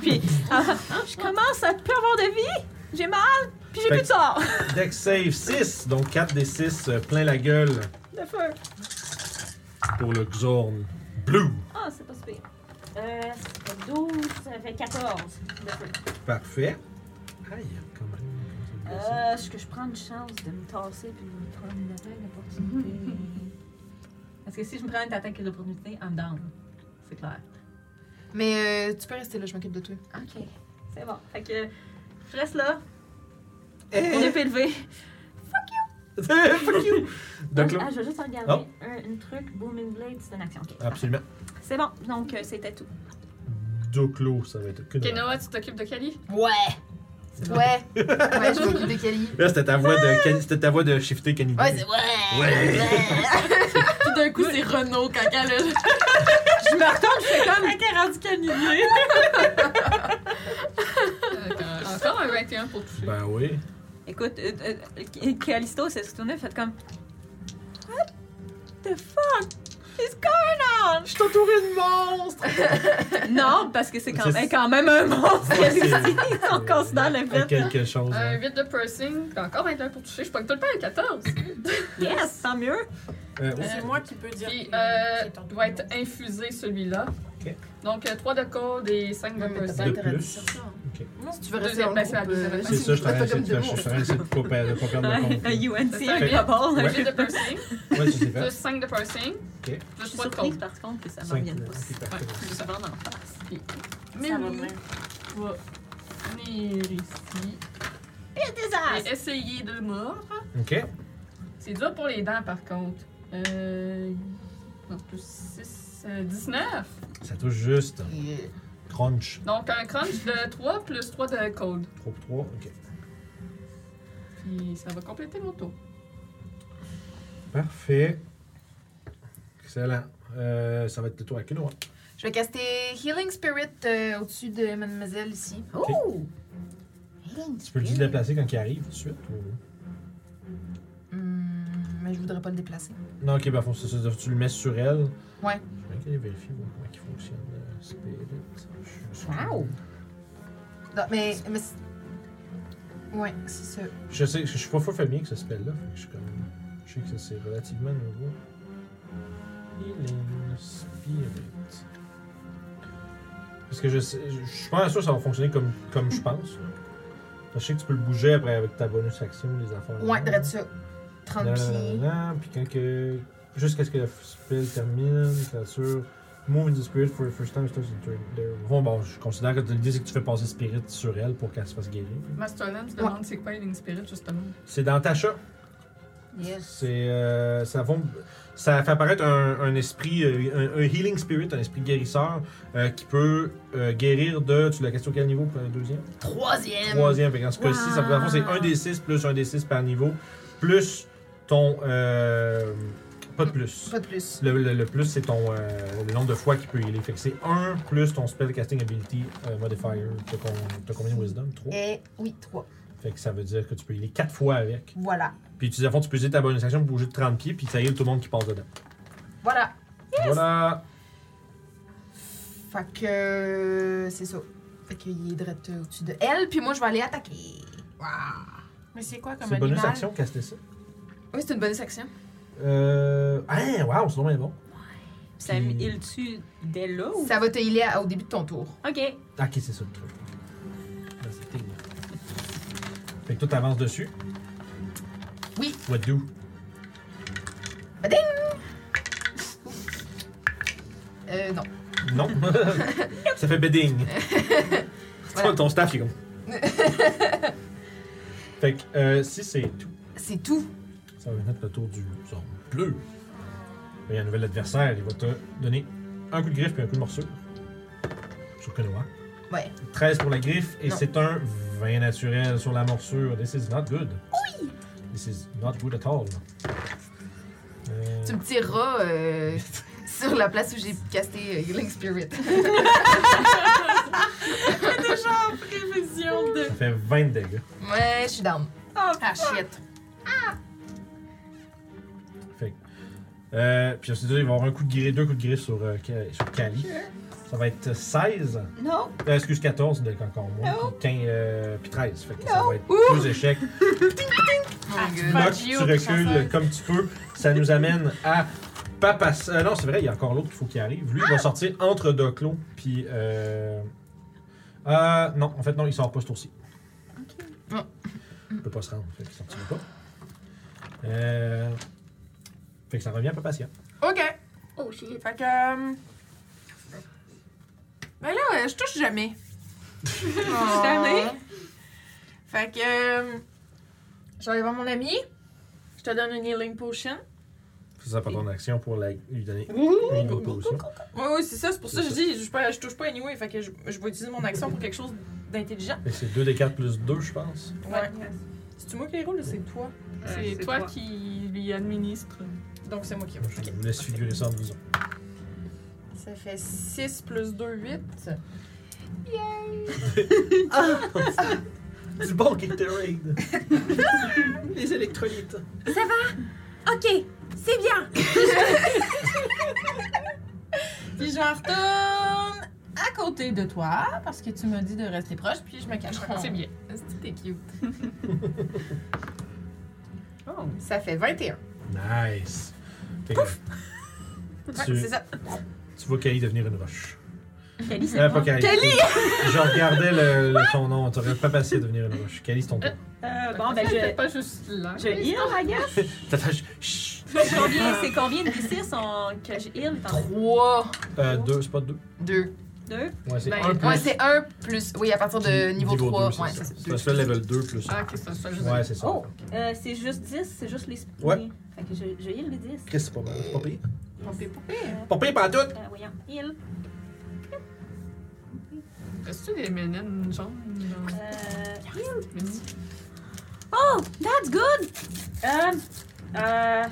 S3: Puis, ah, je commence à plus avoir de vie! J'ai mal! Puis j'ai
S1: Fait
S3: plus de sort!
S1: Dex save 6, donc 4 des 6 euh, plein la gueule
S3: De feu!
S1: pour le Xorn Blue.
S3: Ah, c'est pas super. Euh, ça fait 12, ça fait 14 de feu.
S1: Parfait. Aïe, quand même.
S3: Euh, Est-ce que je prends une chance de me tasser puis de me prendre une attaque d'opportunité? Parce que si je me prends une attaque d'opportunité, I'm down. C'est clair.
S4: Mais euh, tu peux rester là, je m'occupe de toi.
S3: Ok, c'est bon. Fait que je reste là. On est élevé.
S1: Euh, Fuck you! Donc là.
S3: Ah, je vais juste regarder
S1: Oh.
S3: un, un truc. Booming Blade, c'est une action. Ok,
S1: Absolument.
S3: parfait. C'est bon, donc euh, c'était tout.
S1: Doclo, ça va être que
S2: Ok,
S1: dalle.
S2: Noah, tu t'occupes de Kali?
S3: Ouais!
S4: Ouais. ouais, je m'occupe de Kelly.
S1: Là, c'était ta voix de, cani- c'était ta voix de shifter canidé.
S4: Ouais, c'est
S1: ouais.
S4: Tout d'un coup, c'est Renault quand elle a
S3: Je me retourne, je fais comme. Elle est rendue
S2: Euh, Encore un 21 pour toucher.
S1: Ben oui.
S3: Écoute, euh, euh, euh, Callisto s'est retourné, fait comme. What the fuck? Is going on?
S1: Je suis entouré de monstres!
S3: Non, parce que c'est quand,
S1: C'est-
S3: elle est quand même un monstre.
S1: Ouais, c'est-
S3: Callisto, on considère le
S1: Fait
S3: fait.
S1: quelque chose.
S2: Un
S1: hein.
S2: 8 Euh, de piercing, puis encore 21 pour toucher. Je pogne tout le temps un 14.
S3: Yes, tant mieux.
S1: Euh, oui.
S2: Euh,
S5: C'est moi qui peux dire.
S2: Puis,
S5: que-
S2: euh,
S5: qui est en-
S2: doit être infusé celui-là.
S1: Ok.
S2: Donc, 3 de code et 5 de piercing.
S1: De plus.
S4: Si tu veux rester
S2: Deuxième,
S4: dans le
S2: ben, c'est la
S4: groupe,
S2: deuxième.
S4: euh,
S1: C'est ça, je
S4: fais
S1: t'arrête
S4: comme
S1: de
S4: deux
S1: je
S4: mots.
S1: t'arrête de pas perdre de pas perdre
S3: Un
S1: le compte. là.
S3: UNC,
S2: C'est
S3: un
S2: ça.
S3: global.
S1: Ouais.
S3: là,
S2: 8 de piercing,
S1: Ouais, c'est fait.
S2: plus 5 de piercing,
S1: Ok.
S3: Je
S2: plus
S3: suis
S2: 3 de
S3: surprise
S2: code.
S3: par contre que ça m'en
S1: Cinq,
S3: vienne
S1: euh,
S3: pas si
S1: ok,
S3: fort.
S1: parfait.
S3: Je suis vraiment en face.
S2: Puis,
S5: Ça va
S2: Milou
S5: venir.
S2: va venir ici et essayer de mordre.
S1: Ok.
S2: C'est dur pour les dents, par contre. Euh... non, plus euh, 6, 19.
S1: Ça touche juste.
S5: euh,
S1: Crunch.
S2: Donc, un crunch de 3 plus 3 de code.
S1: 3 pour 3. Ok.
S2: Puis, ça va compléter mon tour.
S1: Parfait. Excellent. Euh, ça va être le tour à Kunoa.
S4: Je vais caster Healing Spirit euh, au-dessus de mademoiselle ici.
S1: Tu peux le déplacer quand il arrive tout de suite. ou-
S4: Hum, mais je voudrais pas le déplacer.
S1: Non, ok, bah, faut, c'est ça, tu le mets sur elle.
S4: Ouais.
S1: Je vais aller vérifier voir comment il fonctionne. euh, Spirit. Je suis-
S4: Wow. Non, mais. mais c'est- ouais, c'est ça.
S1: Je sais, je suis pas fou familier avec ce spell-là. fait que Je, suis comme- je sais que ça, c'est relativement nouveau. Healing Spirit. Parce que je, sais, je, je suis pas sûr que ça va fonctionner comme, comme je pense. là. Je sais que tu peux le bouger après avec ta bonus action, les affaires.
S4: Ouais,
S1: là.
S4: drette ça. 30
S1: Nan, nan, nan,
S4: pieds.
S1: nan, Puis quand que. Jusqu'à ce que le spell termine, créature. Move into spirit for the first time, starts to turn there. Bon, bon, je considère que l'idée c'est que tu fais passer spirit sur elle pour qu'elle se fasse guérir.
S2: Masterland, tu demandes c'est quoi Healing Spirit, justement.
S1: C'est dans ta chat.
S6: Yes.
S1: C'est, euh, ça, fond- ça fait apparaître un, un esprit, euh, un, un healing spirit, un esprit guérisseur euh, qui peut euh, guérir de. Tu l'as question quel niveau pour le deuxième
S3: Euh,
S4: Troisième.
S1: Troisième. Fait qu'en ce cas-ci, ça peut- dans le fond, c'est 1 des 6 plus 1 des 6 par niveau, plus ton. euh, pas de plus.
S4: Pas de plus.
S1: Le, le- le plus, c'est ton euh, le nombre de fois qu'il peut healer. Fait que c'est 1 plus ton spell casting ability euh, modifier. T'as con- t'as combien de wisdom 3.
S4: Et oui, trois.
S1: Fait que ça veut dire que tu peux healer 4 fois avec.
S4: Voilà.
S1: Puis tu, à fond, tu peux utiliser ta bonus action pour bouger de 30 pieds, puis ça heal tout le monde qui passe dedans.
S4: Voilà.
S1: Voilà.
S4: Fait que. C'est ça. Fait qu'il est drette au-dessus de elle, puis moi je vais aller attaquer. Waouh.
S5: Mais c'est quoi comme
S1: C'est bonus
S5: animal?
S1: action, caster ça.
S4: Oui, c'est une bonne section.
S1: Euh. Hein, waouh, c'est vraiment bon.
S3: Ça me il tue dès là ou?
S4: Ça va te healer à- au début de ton tour.
S3: Ok.
S1: Ah, ok, c'est ça le truc. Là, c'est technique. Fait que toi, t'avances dessus.
S4: Oui.
S1: What do?
S4: Bading! Euh, non.
S1: Non. ça fait bedding.
S4: Voilà.
S1: Ton staff, il est comme. fait que euh, si c'est tout,
S4: C'est tout.
S1: ça va être le tour du zone bleu. Il y a un nouvel adversaire, il va te donner un coup de griffe puis un coup de morsure. Sur Konoha.
S4: Ouais.
S1: 13 pour la griffe et
S4: Non.
S1: c'est un 20 naturel sur la morsure. This is not good. Oui! This is not good at all. Euh,
S4: Tu me tireras euh, sur la place où j'ai casté euh, Healing Spirit.
S5: genre prévision de.
S1: Ça fait 20 de dégâts.
S4: Ouais, je suis down.
S5: Oh,
S4: Ah, shit.
S1: Euh, puis ensuite, il va y avoir un coup de griffe, deux coups de griffe sur, euh, Ca- sur Cali. Ça va être 16.
S5: Oh
S3: Non!
S1: Euh, excuse, 14, donc encore moins.
S4: Oh.
S1: Puis 15, euh, puis 13. Fait que ça va être deux échecs.
S4: Mon
S5: tu
S4: gueule.
S5: Pas
S1: Noc,
S5: de
S1: tu
S5: Gio,
S1: recules
S5: chanceuse.
S1: comme tu peux. Ça nous amène à Papa. euh, non, c'est vrai, il y a encore l'autre qu'il faut qu'il arrive. Lui, il
S5: Ah!
S1: va sortir entre Doclo, puis. Euh... euh, non, en fait, non, il sort pas ce tour-ci.
S4: Ah.
S1: Il peut pas se rendre, fait qu'il sortira pas. Euh... Fait que ça revient à Papa Sia.
S5: Ok.
S6: Oh shit.
S5: Fait que. euh, Ben là, euh, je touche jamais. Ah.
S4: Oh.
S5: Fait que. euh, Je vais aller voir mon ami. Je te donne une healing potion.
S1: Ça, ça pas ton action pour la- lui donner une autre potion.
S5: Oui, oui, c'est ça. C'est pour ça que je dis, je, suis pas- je touche pas anyway. Fait que je, je vais utiliser mon action pour quelque chose d'intelligent.
S1: Fait que c'est 2 des 4 plus 2, je pense.
S5: Ouais. C'est-tu moi qui les roule ou c'est toi?
S2: C'est toi, qui lui administre.
S5: Donc c'est moi qui roule.
S1: Je vous laisse figurer ça en vous autres.
S5: Ça fait 6 plus 2, 8.
S1: Du bon Gatorade! Les électrolytes!
S5: Ok, c'est bien! puis je retourne à côté de toi parce que tu me dis de rester proche, puis je me cache.
S3: Ah,
S2: C'est bien.
S4: C'était cute.
S5: Oh, Ça fait 21.
S1: Nice! Fait que-
S5: Ouais,
S1: Tu-
S5: c'est ça.
S1: Tu vois Kali devenir une roche.
S3: Cali, c'est
S1: Euh,
S3: moi.
S1: pas Kali.
S5: Kali!
S1: Je regardais le, le- son nom. T'aurais pas passé à devenir une roche. Kali, c'est ton tour.
S3: Euh, bon, ben
S2: C'était
S3: je.
S2: pas juste là.
S3: Je heal, I guess. Ah.
S1: T'attaches. Chut!
S3: Combien- C'est combien de D6 en- que je heal? t'en-
S4: 3,
S1: Euh, deux, c'est pas deux.
S4: 2.
S3: Deux?
S1: Ouais, c'est
S2: Ben,
S1: un plus.
S4: Ouais, c'est 1 plus. Oui, à partir de
S1: puis
S4: niveau 3.
S1: deux, c'est
S4: ouais,
S1: ça.
S4: c'est ça.
S1: C'est un seul level 2 plus.
S2: Ah, ok, ça, ça, je
S1: Ouais, c'est ça.
S3: Oh! Euh, c'est juste 10, c'est juste les.
S1: Ouais.
S3: Fait que je, je heal les 10.
S1: Chris, c'est pas mal. C'est pas pire.
S3: Pompé,
S1: Pas pire, pas tout!
S3: Euh, voyons. Heal.
S2: Est-ce que tu des ménines jaunes?
S3: Euh,
S2: là?
S3: heal.
S2: Mais dis-
S3: Oh! That's good! Euh. Euh.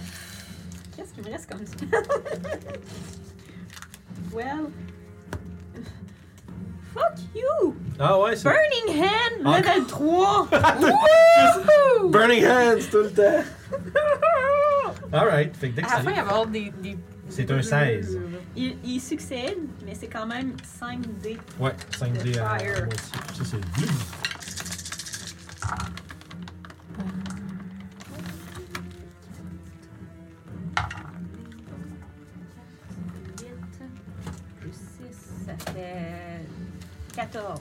S3: Qu'est-ce qui me reste comme ça? well. Fuck you!
S1: Ah ouais, c'est.
S3: Burning Hand
S1: Ah.
S3: level 3!
S1: Burning Hands tout le temps! Alright, fait que dès que
S5: À la
S1: ça
S5: fin, il va y
S1: arrive,
S5: avoir des. des...
S1: c'est un 16.
S3: Il, il succède, mais c'est quand même 5D.
S1: Ouais, 5D à
S3: Fire.
S1: à moitié. Ça, c'est blue.
S3: Plus 6, ça fait 14.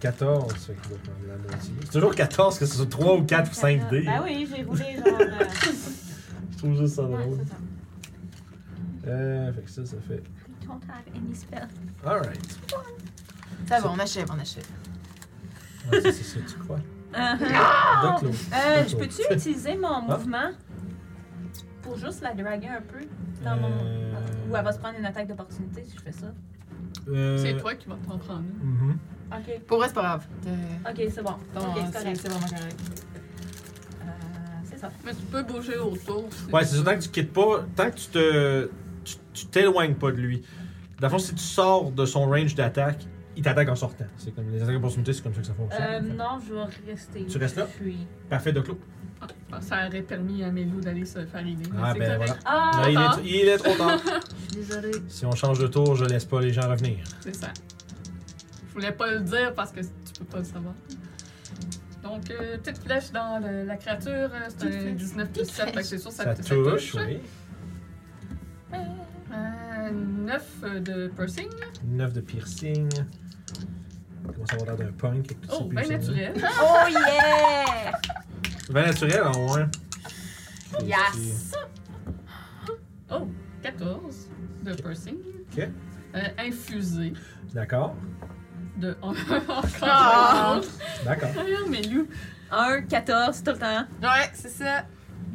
S1: 14, fait qu'il va prendre la moitié. C'est toujours 14, que ce soit 3 ou 4 ou 5D.
S3: Ben oui, j'ai roulé genre. euh,
S1: Je trouve juste ça
S3: ouais,
S1: drôle.
S3: c'est ça.
S1: Euh, fait que ça, ça fait.
S3: I don't have any spell.
S1: Alright.
S4: Ça va, on achève, on achève.
S1: Ouais, c'est ça, tu crois?
S3: Uh-huh.
S1: Donc, là,
S3: Euh, je peux-tu utiliser mon
S1: Hein?
S3: mouvement pour juste la draguer un peu dans mon.
S1: Euh.
S3: Ou elle va se prendre une attaque d'opportunité si je fais ça.
S1: euh,
S2: C'est toi qui vas t'en prendre. une.
S1: mhm.
S3: Ok.
S4: Pour vrai, c'est pas grave. Euh,
S3: Ok, c'est bon.
S4: non,
S3: ok, c'est
S4: c'est
S3: correct.
S4: c'est vraiment correct.
S3: Euh, c'est ça.
S2: Mais tu peux bouger autour.
S1: Ouais, c'est ça, tant que tu quittes pas, tant que tu te. Tu tu t'éloignes pas de lui. Dans le fond, si tu sors de son range d'attaque, il t'attaque en sortant. C'est comme les attaques d'opportunité, c'est comme ça que ça fonctionne.
S3: Euh, non, je vais rester.
S1: Tu restes là?
S3: Je suis.
S1: Parfait, Doclo.
S2: Ah, Ça aurait permis à Mélou d'aller se faire aider. mais
S1: Ah,
S2: c'est
S1: ben
S2: correct.
S1: voilà.
S3: Ah!
S1: Là, il,
S2: tard.
S1: est, il est trop tard.
S3: Je suis désolée.
S1: si on change de tour, je laisse pas les gens revenir.
S2: C'est ça. Je voulais pas le dire parce que tu peux pas le savoir. Donc, euh, petite flèche dans le- la créature, euh, c'est un 19 plus 7, fait que c'est sûr ça,
S1: Ça,
S2: te- ça
S1: touche, oui.
S2: Euh, 9 de piercing.
S1: 9 de piercing. Ça commence à avoir l'air d'un punk avec tout
S2: Oh, bien naturel.
S3: Oh yeah!
S1: 20 naturel, hein, en moins.
S4: Yes!
S2: Oh, 14 de piercing.
S1: Ok.
S2: Euh, infusé
S1: D'accord,
S2: de encore.
S4: Ah!
S1: d'accord.
S2: Ah, Mélou.
S3: 1, 14, tout le temps.
S4: Ouais, c'est ça.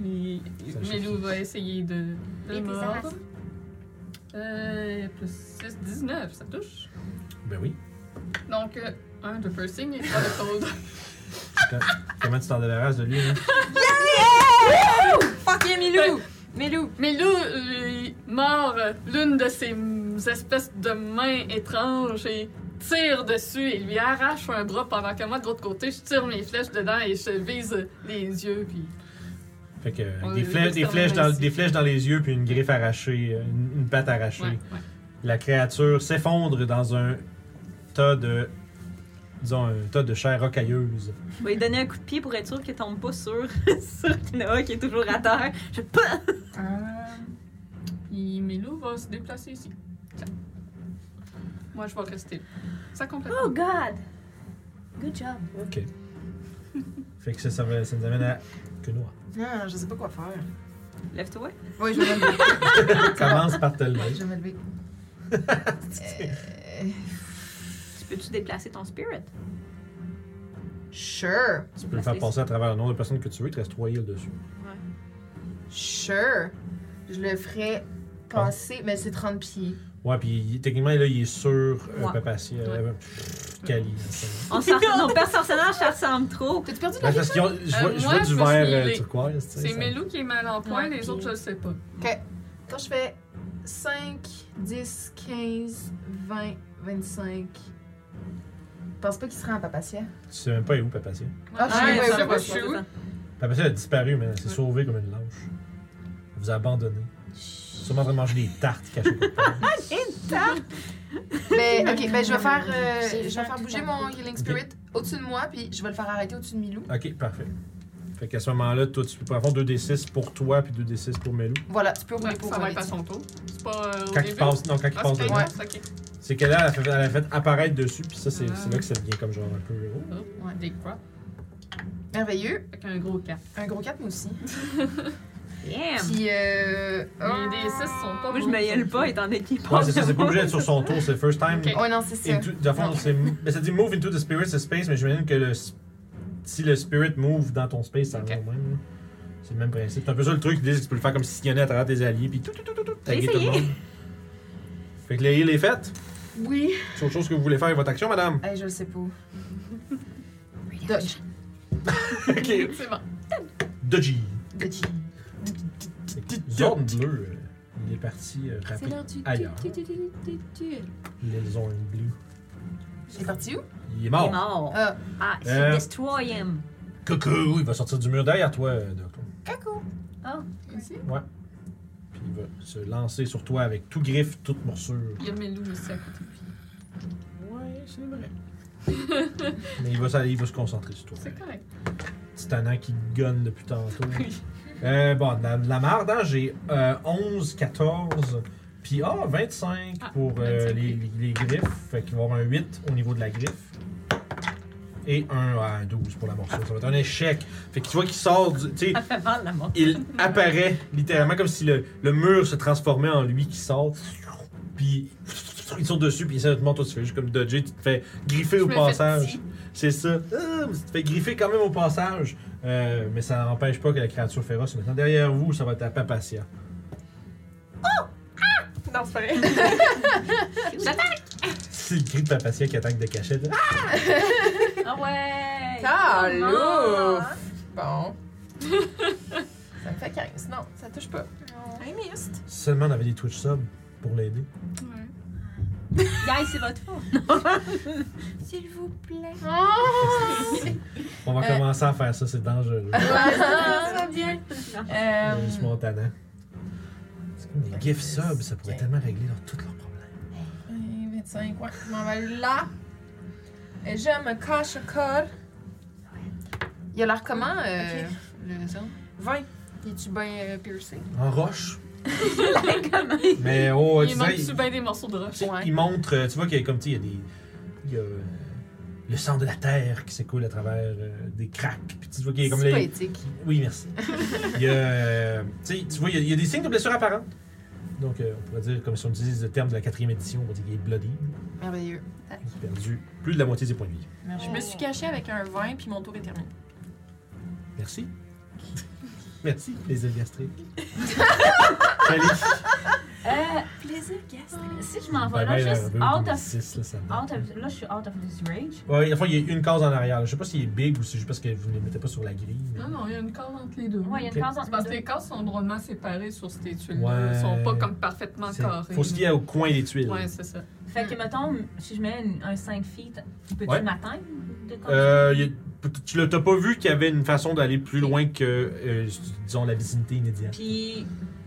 S2: Il-
S1: Ça,
S2: Mélou
S1: c'est-
S2: va essayer de, de
S6: Et
S2: le
S6: puis ça
S2: mordre.
S6: passe.
S2: Euh, plus 6, 19, ça touche.
S1: Ben oui.
S2: Donc, 1 de piercing et 3 de cold.
S1: Comment tu t'en débarrasses de lui, hein?
S5: Fuck yeah, Milou! Milou!
S2: Mais là, euh, mort l'une de ces espèces de mains étranges et tire dessus et lui arrache un bras pendant que moi, de l'autre côté, je tire mes flèches dedans et je vise les yeux. Puis
S1: Fait que euh,
S2: On
S1: des,
S2: est
S1: flèches, des,
S2: extrêmement
S1: flèches dans,
S2: ici.
S1: des flèches dans les yeux, puis une griffe arrachée, euh, une, une patte arrachée.
S2: ouais, ouais.
S1: La créature s'effondre dans un tas de. disons, un tas de chair rocailleuse.
S3: Je vais lui donner un coup de pied pour être sûr qu'elle tombe pas sur, sur Kinoa qui est toujours à terre. Je pas.
S2: Puis Milo va se déplacer ici. Tiens. Moi, je vais rester. là. Ça complète.
S1: Ah!
S6: Oh God! Good job.
S1: Ok. fait que ça, ça, va- ça nous amène à. Quenoa.
S4: Non, je sais pas quoi faire.
S3: Lève-toi.
S4: Oui, je vais me lever.
S1: Commence par te lever.
S4: je vais me lever. Euh,
S3: Tu peux-tu déplacer ton spirit?
S4: Sure.
S1: Tu peux le faire passer à travers le nombre de personnes que tu veux, il te reste trois îles dessus.
S4: Sure. Je le ferai passer, mais c'est 30 pieds.
S1: Ouais, puis il- techniquement, là, il est sur euh,
S3: Ouais.
S1: Papacia. euh, Cali. en ce moment.
S3: On s'en- nos personnages, ça ressemble trop.
S4: T'as-tu perdu la
S1: Ben, parce qu'ils ont- je
S2: Euh,
S1: vois, je vois
S2: moi, je
S1: du
S2: me suis
S1: vert euh,
S2: healée.
S1: turquoise. tu sais,
S2: C'est
S1: ça-
S2: Melou qui est mal en point,
S6: Ouais,
S2: les
S6: puis-
S2: autres, je le sais pas.
S4: Attends, je fais 5, 10, 15, 20, 25. Je pense pas qu'il sera en papatia.
S1: Tu sais même pas où Papacia.
S4: Ah, je sais
S3: Ouais,
S4: pas,
S3: ça
S4: je sais
S3: va,
S4: pas,
S3: ça va.
S1: Papacia a disparu, mais elle s'est
S2: Ouais.
S1: sauvée comme une lâche. Elle vous a abandonné. Sûrement en train de manger des tartes cachées. quelque part.
S4: Ben, ok, ben je vais faire, euh,
S6: C'est
S4: je vais faire
S6: tout
S4: bouger
S6: à
S4: mon Healing Spirit au-dessus de moi, puis je vais le faire arrêter au-dessus de Milou.
S1: ok, parfait. Fait qu'à ce moment-là, toi, tu peux prendre 2d6 pour toi, puis 2d6 pour Melou.
S4: Voilà, tu peux rouler
S2: Ouais,
S4: pour
S2: ça va
S4: rouler.
S2: être à son tour. C'est pas euh, au
S1: Quand
S2: début.
S1: il passe, non, quand il
S2: Ah,
S1: passe
S2: c'est
S1: dedans.
S4: ouais.
S2: pas- ok.
S1: C'est qu'elle elle a, fait, elle a fait apparaître dessus, puis ça, c'est
S2: Ah.
S1: c'est là que ça devient comme genre un peu. oh.
S2: Oh, ouais, Des croix.
S4: Merveilleux.
S2: Fait qu'un gros 4.
S4: Un gros 4, moi aussi.
S3: Damn!
S4: Puis, euh...
S2: Les D6 sont pas
S3: Moi, je
S2: bons.
S3: me yelle pas étant donné qu'il
S1: Ouais,
S3: passe
S1: c'est ça, c'est pas
S3: devant.
S1: obligé d'être sur son tour, c'est first time. Ah,
S2: Ok.
S4: Ouais, non, c'est ça.
S1: Into, dans le fond, c'est- ben, ça dit move into the spirit's space, mais j'imagine que le, s- si le spirit move dans ton space, ça
S2: Ok.
S1: va au même. là. C'est le même principe. C'est un peu ça le truc, ils disent que tu peux le faire comme sillonner à travers tes alliés, puis tout, tout, tout, tout, tout, taguer tout le
S3: essayé.
S1: monde. Fait que la heal est faite.
S4: Oui.
S1: C'est autre chose que vous voulez faire avec votre action, madame.
S4: Hey, je le sais pas. Dodge.
S1: ok.
S2: C'est bon.
S1: Dodgy.
S4: Dodge.
S1: Zone bleue. euh, Il est parti euh,
S6: C'est
S1: rapide.
S6: l'heure du.
S1: Ailleurs.
S6: tu- tu- tu- tu- tu- tu.
S1: Les zones bleues.
S4: Il est parti où?
S1: Il est
S3: Il est
S1: mort.
S3: mort.
S4: Ah.
S3: Ah, she
S1: Euh.
S3: destroy him.
S1: Coucou, il va sortir du mur derrière toi, euh, Doc.
S4: Coucou.
S2: Ici.
S1: Puis il va se lancer sur toi avec tout griffe, toute morsure.
S2: Il y a Melou aussi à côté de lui.
S1: Ouais, c'est vrai. Mais il va, s'aller- il va se concentrer sur toi.
S2: C'est correct.
S1: C'est un an qui gonne depuis tantôt. Euh, bon, de la, de la marde, hein, j'ai euh, 11, 14, puis ah, 25
S2: Ah,
S1: pour euh,
S2: 25,
S1: les,
S2: oui.
S1: les- les griffes. Fait qu'il va y avoir un 8 au niveau de la griffe. Et un, ah, un 12 pour la morsure. Ça va être un échec. Fait que tu vois qu'il sort du. Tu sais,
S3: Ça fait mal, la mort.
S1: il apparaît littéralement comme si le, le mur se transformait en lui qui sort. Puis il saute dessus, puis sérieusement, toi tu fais juste comme dodger, tu te fais griffer
S2: Je
S1: au
S2: me fais
S1: passage.
S2: petit.
S1: C'est ça. Ah, mais tu te fais griffer quand même au passage. Euh, mais ça n'empêche pas que la créature féroce est maintenant derrière vous, ça va être à Papacia.
S5: Non, c'est pas vrai.
S1: C'est le cri de Papacia qui attaque de cachette. Ah!
S6: Ah ouais!
S4: Ah,
S6: Comment?
S4: l'ouf. Bon. ça me fait 15. Non, ça touche pas. Ah!
S5: I missed.
S1: Seulement on avait des Twitch subs pour l'aider.
S2: Ouais.
S3: Guys, c'est votre faute.
S6: S'il vous plaît.
S1: On va
S4: Euh.
S1: commencer à faire ça, c'est dangereux.
S2: Euh.
S3: Ah,
S4: ça bien.
S1: Euh, Juste mon talent. C'est comme des gifts subs, ça pourrait tellement régler leur- tous leurs problèmes.
S4: 25, ouais, je m'en vais là. Et je me cache encore. Il a l'air comment, euh, le zone?
S5: 20.
S4: Es-tu bien euh, piercé?
S1: En roche.
S3: Comment?
S1: Mais oh,
S2: Il
S1: tu
S2: manque
S1: sais,
S2: sous bien des morceaux de roche.
S1: tu sais, il montre, euh, tu vois qu'il y a comme, tu sais, il y a des. Il y a euh, le sang de la terre qui s'écoule à travers euh, des cracks. Puis tu vois qu'il y a comme
S4: C'est
S1: les.
S4: poétique.
S1: Oui, merci. il y a, euh, tu sais, tu vois, il y, a, il y a des signes de blessure apparente. Donc, euh, on pourrait dire, comme si on utilise le terme de la quatrième édition, on va dire qu'il est bloody.
S4: Merveilleux.
S1: Il a perdu plus de la moitié de ses points de vie.
S4: Merveilleux.
S5: Je me suis cachée avec un 20 puis mon tour est terminé.
S1: Merci. merci, plaisir gastrique. Salut.
S6: Euh,
S5: Plaisir, yes.
S6: si je m'en vais là,
S1: Bye bye,
S6: juste
S1: la
S6: out
S1: Rebeu
S6: of,
S1: 2006, là, ça me
S6: out of. Là, je suis out of this range.
S1: Ouais, enfin, il y a une case en arrière. là. Je sais pas s'il est big ou si c'est juste parce que vous ne le mettez pas sur la grille. mais-
S2: Non, non, il y a une corde entre les deux.
S6: Ouais, il y a une
S1: Ok.
S6: case
S2: C'est
S6: entre
S2: parce que
S6: les deux.
S2: les cordes sont drôlement séparées sur ces tuiles-là.
S1: Ouais.
S2: Ils sont pas comme parfaitement
S1: C'est-
S2: carrées.
S1: Faut se fier au coin des tuiles.
S2: Ouais, c'est ça.
S3: Fait que, mettons, si je mets une- un 5 feet, peux-tu
S1: Ouais.
S3: m'atteindre? de comme
S1: Euh,
S3: ça?
S1: il y a- tu l'as- t'as pas vu qu'il y avait une façon d'aller plus loin que, euh, disons, la vicinité immédiate.
S3: Puis,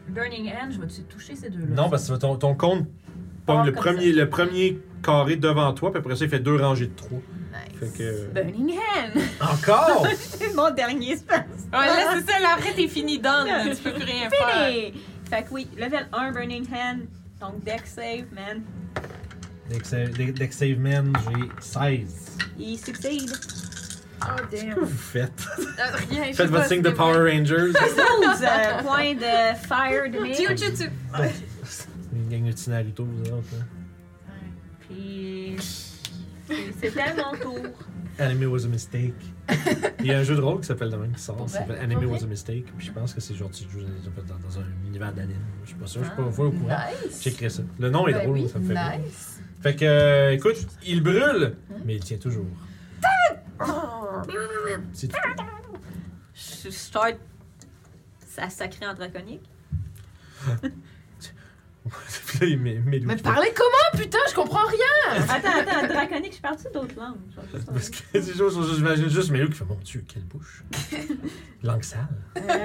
S3: Burning Hand, je vais-tu toucher ces deux-là?
S1: Non, parce que ton, ton compte pogne
S3: Part
S1: le
S3: comme
S1: premier,
S3: ça.
S1: le premier carré devant toi, puis après ça, il fait deux rangées de trois.
S4: Nice.
S1: Fait que... euh,
S3: Burning Hand!
S1: Encore?
S3: C'est mon dernier spell.
S5: Ah Ouais, là, c'est ça, là, après, t'es fini, donne. Tu peux plus rien faire.
S3: Fini! Fait que oui, level 1, Burning Hand. Donc, deck save, man.
S1: Deck save- Deck deck save man, j'ai 16.
S3: Il succeed.
S6: Oh,
S1: Que vous
S6: damn.
S1: faites?
S4: Ah, rien, je sais
S1: Faites votre
S4: pas,
S1: signe de
S4: c'est
S1: Power Rangers.
S3: 12 euh, points de fire damage.
S5: Jiu-jitsu.
S1: Une gang de petits Naruto, vous autres. hein. Là.
S3: Puis, c'est- c'était à mon tour.
S1: Anime was a mistake. Il y a un jeu de rôle qui s'appelle le même qui sort.
S6: Pour
S1: Ça
S6: vrai?
S1: s'appelle Anime
S6: Pour vrai?
S1: was a mistake. Puis je pense que c'est genre tu joues dans, dans un univers d'anime. Je suis pas sûr, je suis pas, pas au courant.
S6: Ah, Nice.
S1: J'écris ça. Le nom est
S4: Ben
S1: drôle,
S4: oui,
S1: ça me fait rire.
S4: nice.
S1: Fait que, euh, écoute, il brûle, mais il tient toujours. C'est tout.
S3: Je start sa sacrée en draconique.
S1: Puis là, il met, met le-
S4: Mais parlez comment, putain, je comprends rien!
S3: Attends, attends, draconique, je suis partie d'autres langues. Je vais juste en-
S1: Parce que ces choses sont juste, j'imagine juste Melou qui fait Mon Dieu, quelle bouche. Langue sale.
S6: Euh, man,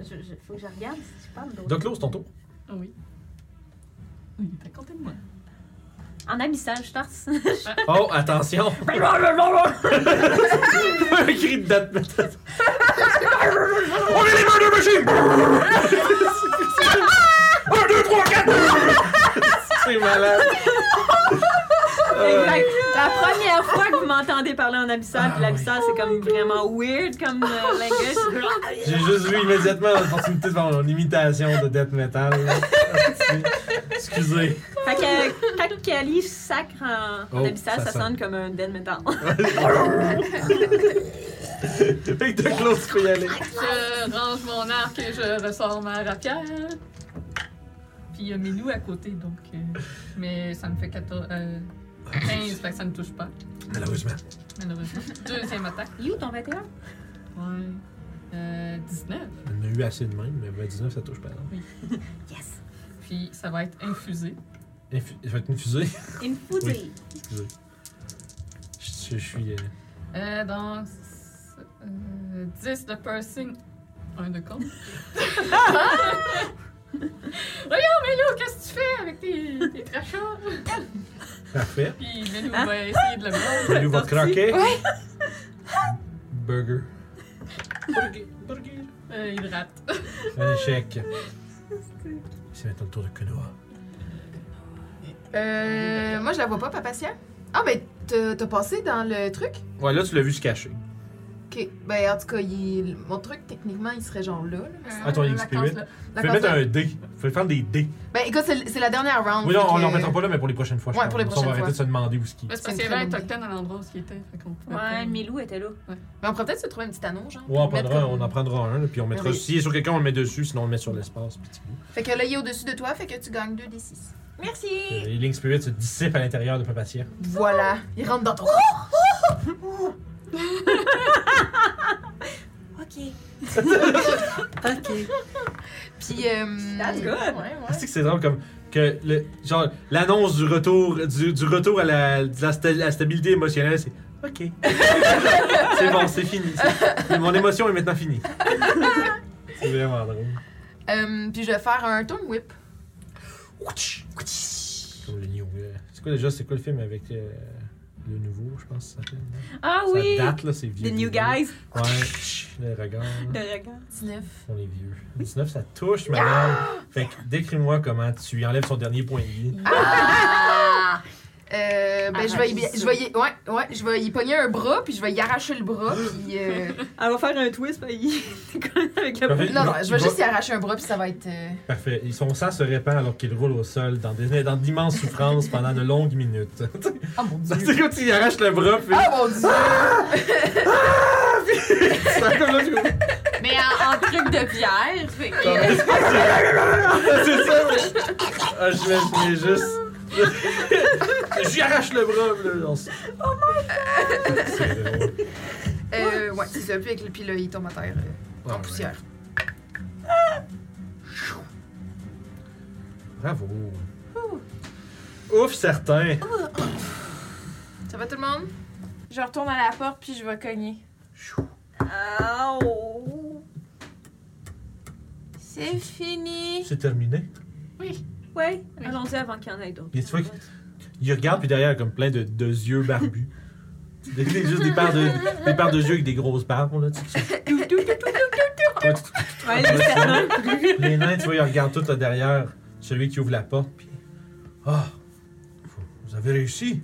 S6: je- je- Faut que je regarde si tu parles d'autres.
S1: Donc, Lo, c'est ton tour.
S2: Ah oui. Oui, t'as compté de moi.
S3: En amissage, je torse.
S1: Oh, attention! Un cri de date On est les murder machines! 1, 2, 3, 4! C'est malade! Euh,
S3: Exact. La première fois que vous m'entendez parler en
S1: Ah
S3: abyssal, puis l'abyssal c'est comme vraiment weird comme euh, language.
S1: J'ai juste vu immédiatement l'opportunité de faire mon imitation de death metal. Excusez.
S3: fait que euh, quand Kali sacre en, en
S1: Oh,
S3: abyssal,
S1: ça
S3: ça,
S1: sonne.
S3: sonne comme un dead metal.
S1: Fait que t'as Claude, tu peux y aller.
S2: Je range mon arc et je ressors ma rapière. Puis il y a Milou à côté, donc. euh, mais ça me fait 14, euh, 15, fait que ça ne touche pas,
S1: Malheureusement.
S2: malheureusement. Deuxième attaque.
S3: You, ton 21?
S2: Ouais. Euh, 19.
S1: On en a eu assez de même, mais 29, ça touche pas.
S3: Yes!
S2: Puis ça va être infusé.
S1: Infu- Ça va être une fusée.
S3: Une foudée.
S1: Excusez. Je, je suis. euh,
S2: Euh, donc. euh, 10 de piercing. Un de con. Voyons, Milou, qu'est-ce que tu fais avec tes, tes crachats?
S1: Parfait.
S2: Puis Milou va essayer de le voir.
S1: Melou va
S3: Sorti.
S1: croquer. Burger. Burger. Burger.
S2: Euh, il rate.
S1: Un échec. C'est maintenant le tour de Konoha.
S4: Euh, moi, je la vois pas, Papatia. Ah, ben, t'as t'as passé dans le truc?
S1: Ouais, là, tu l'as vu se cacher.
S4: Ok, ben, en tout cas, il- mon truc, techniquement, il serait genre là. là.
S1: Ah, ton XP8. Tu peux
S4: Euh, La
S1: mettre
S4: console-
S1: un dé. Tu peux prendre des dés.
S4: Ben, écoute, c'est c'est la dernière round.
S1: Oui, non,
S4: fait
S1: on
S4: que-
S1: ne mettra pas là, mais pour les prochaines fois. je
S4: Ouais,
S1: pense.
S4: pour les
S1: Ça, On va
S4: prochaines
S1: arrêter de se
S4: fois.
S1: demander où ce qui
S2: Ouais, c'est
S4: C'est
S2: parce
S4: une
S2: qu'il y
S4: très
S2: avait un
S4: bonne
S2: token à l'endroit où il était. Fait qu'on pouvait pas-
S3: Ouais, Milou était là.
S4: Mais ben, on pourrait peut-être se trouver un petit anneau, genre.
S1: Ouais, on,
S4: puis
S1: prendra,
S4: mettre
S1: on
S4: comme-
S1: en prendra un, là, puis on mettra.
S4: Oui.
S1: S'il est sur quelqu'un, on le met dessus, sinon on le met sur l'espace. Petit bout.
S4: Fait que là, il est au-dessus de toi, fait que tu gagnes 2 des 6.
S1: Euh,
S3: Merci!
S1: les Link Spirit se dissipent à l'intérieur de Papatia.
S4: Voilà, il rentre dans ton corps.
S3: Ok.
S4: Puis. Euh...
S3: That's good.
S4: Ouais, ouais.
S1: Ah, C'est que c'est drôle comme. Que le, genre, l'annonce du retour, du, du retour à la, de la, sta- la stabilité émotionnelle, c'est OK. c'est bon, c'est fini. C'est- Mon émotion est maintenant finie. c'est vraiment drôle.
S4: Euh, puis je vais faire un turn whip.
S1: Comme le New. euh, C'est quoi déjà, c'est quoi le film avec euh, le nouveau, je pense que ça s'appelle? non?
S3: Ah oui!
S1: Ça date, là, c'est vieux.
S3: The New Guys.
S1: Ouais, les regards.
S3: Le
S1: là,
S3: regard.
S4: 19.
S1: On est vieux. 19, ça touche, madame. Fait que décris-moi comment tu lui enlèves son dernier point de vie.
S4: Ah! Euh, ben, je vais, y,
S6: Arracher
S4: je, vais y, ouais, ouais, je vais y pogner un bras, puis je vais y arracher le bras, puis. euh,
S3: Elle va faire un twist, puis avec le
S1: Parfait.
S4: Non, non,
S1: Il
S4: je
S1: va-
S4: vais juste y arracher un bras, puis ça va être. euh,
S1: Parfait. Et Son sang se répand alors qu'il roule au sol dans des- dans d'immenses souffrances pendant de longues minutes.
S4: Oh mon dieu!
S1: c'est comme tu lui arraches le bras, puis
S4: Oh mon dieu!
S1: c'est comme là, tu-
S5: Mais en, en truc de pierre, fait que-
S1: C'est oh, ça, mais... Ah, je m'imaginais juste... J'y arrache le bras, puis là, on s-
S4: Oh
S1: C'est drôle.
S4: Euh, ouais, c'est ça, puis, avec le- puis là, il tombe à terre euh,
S1: Ah,
S4: en
S1: ouais.
S4: poussière.
S1: Bravo. Ouf, certain.
S4: Oh. Ça va tout le monde?
S5: Je retourne à la porte puis je vais cogner.
S3: Oh.
S5: C'est fini.
S1: C'est terminé.
S3: Ouais, allons-y avant qu'il y en ait d'autres.
S1: Et tu vois que- Il regarde, puis derrière, comme plein de, de yeux barbus. Des- des- juste des paires, de, des paires de yeux avec des grosses barbes, là. tu sais, qui sont- Ouais, tu-
S3: Ouais, les cernes.
S1: Les nains, tu vois, ils regardent tout là, derrière celui qui ouvre la porte, puis. Ah! vous- vous avez réussi!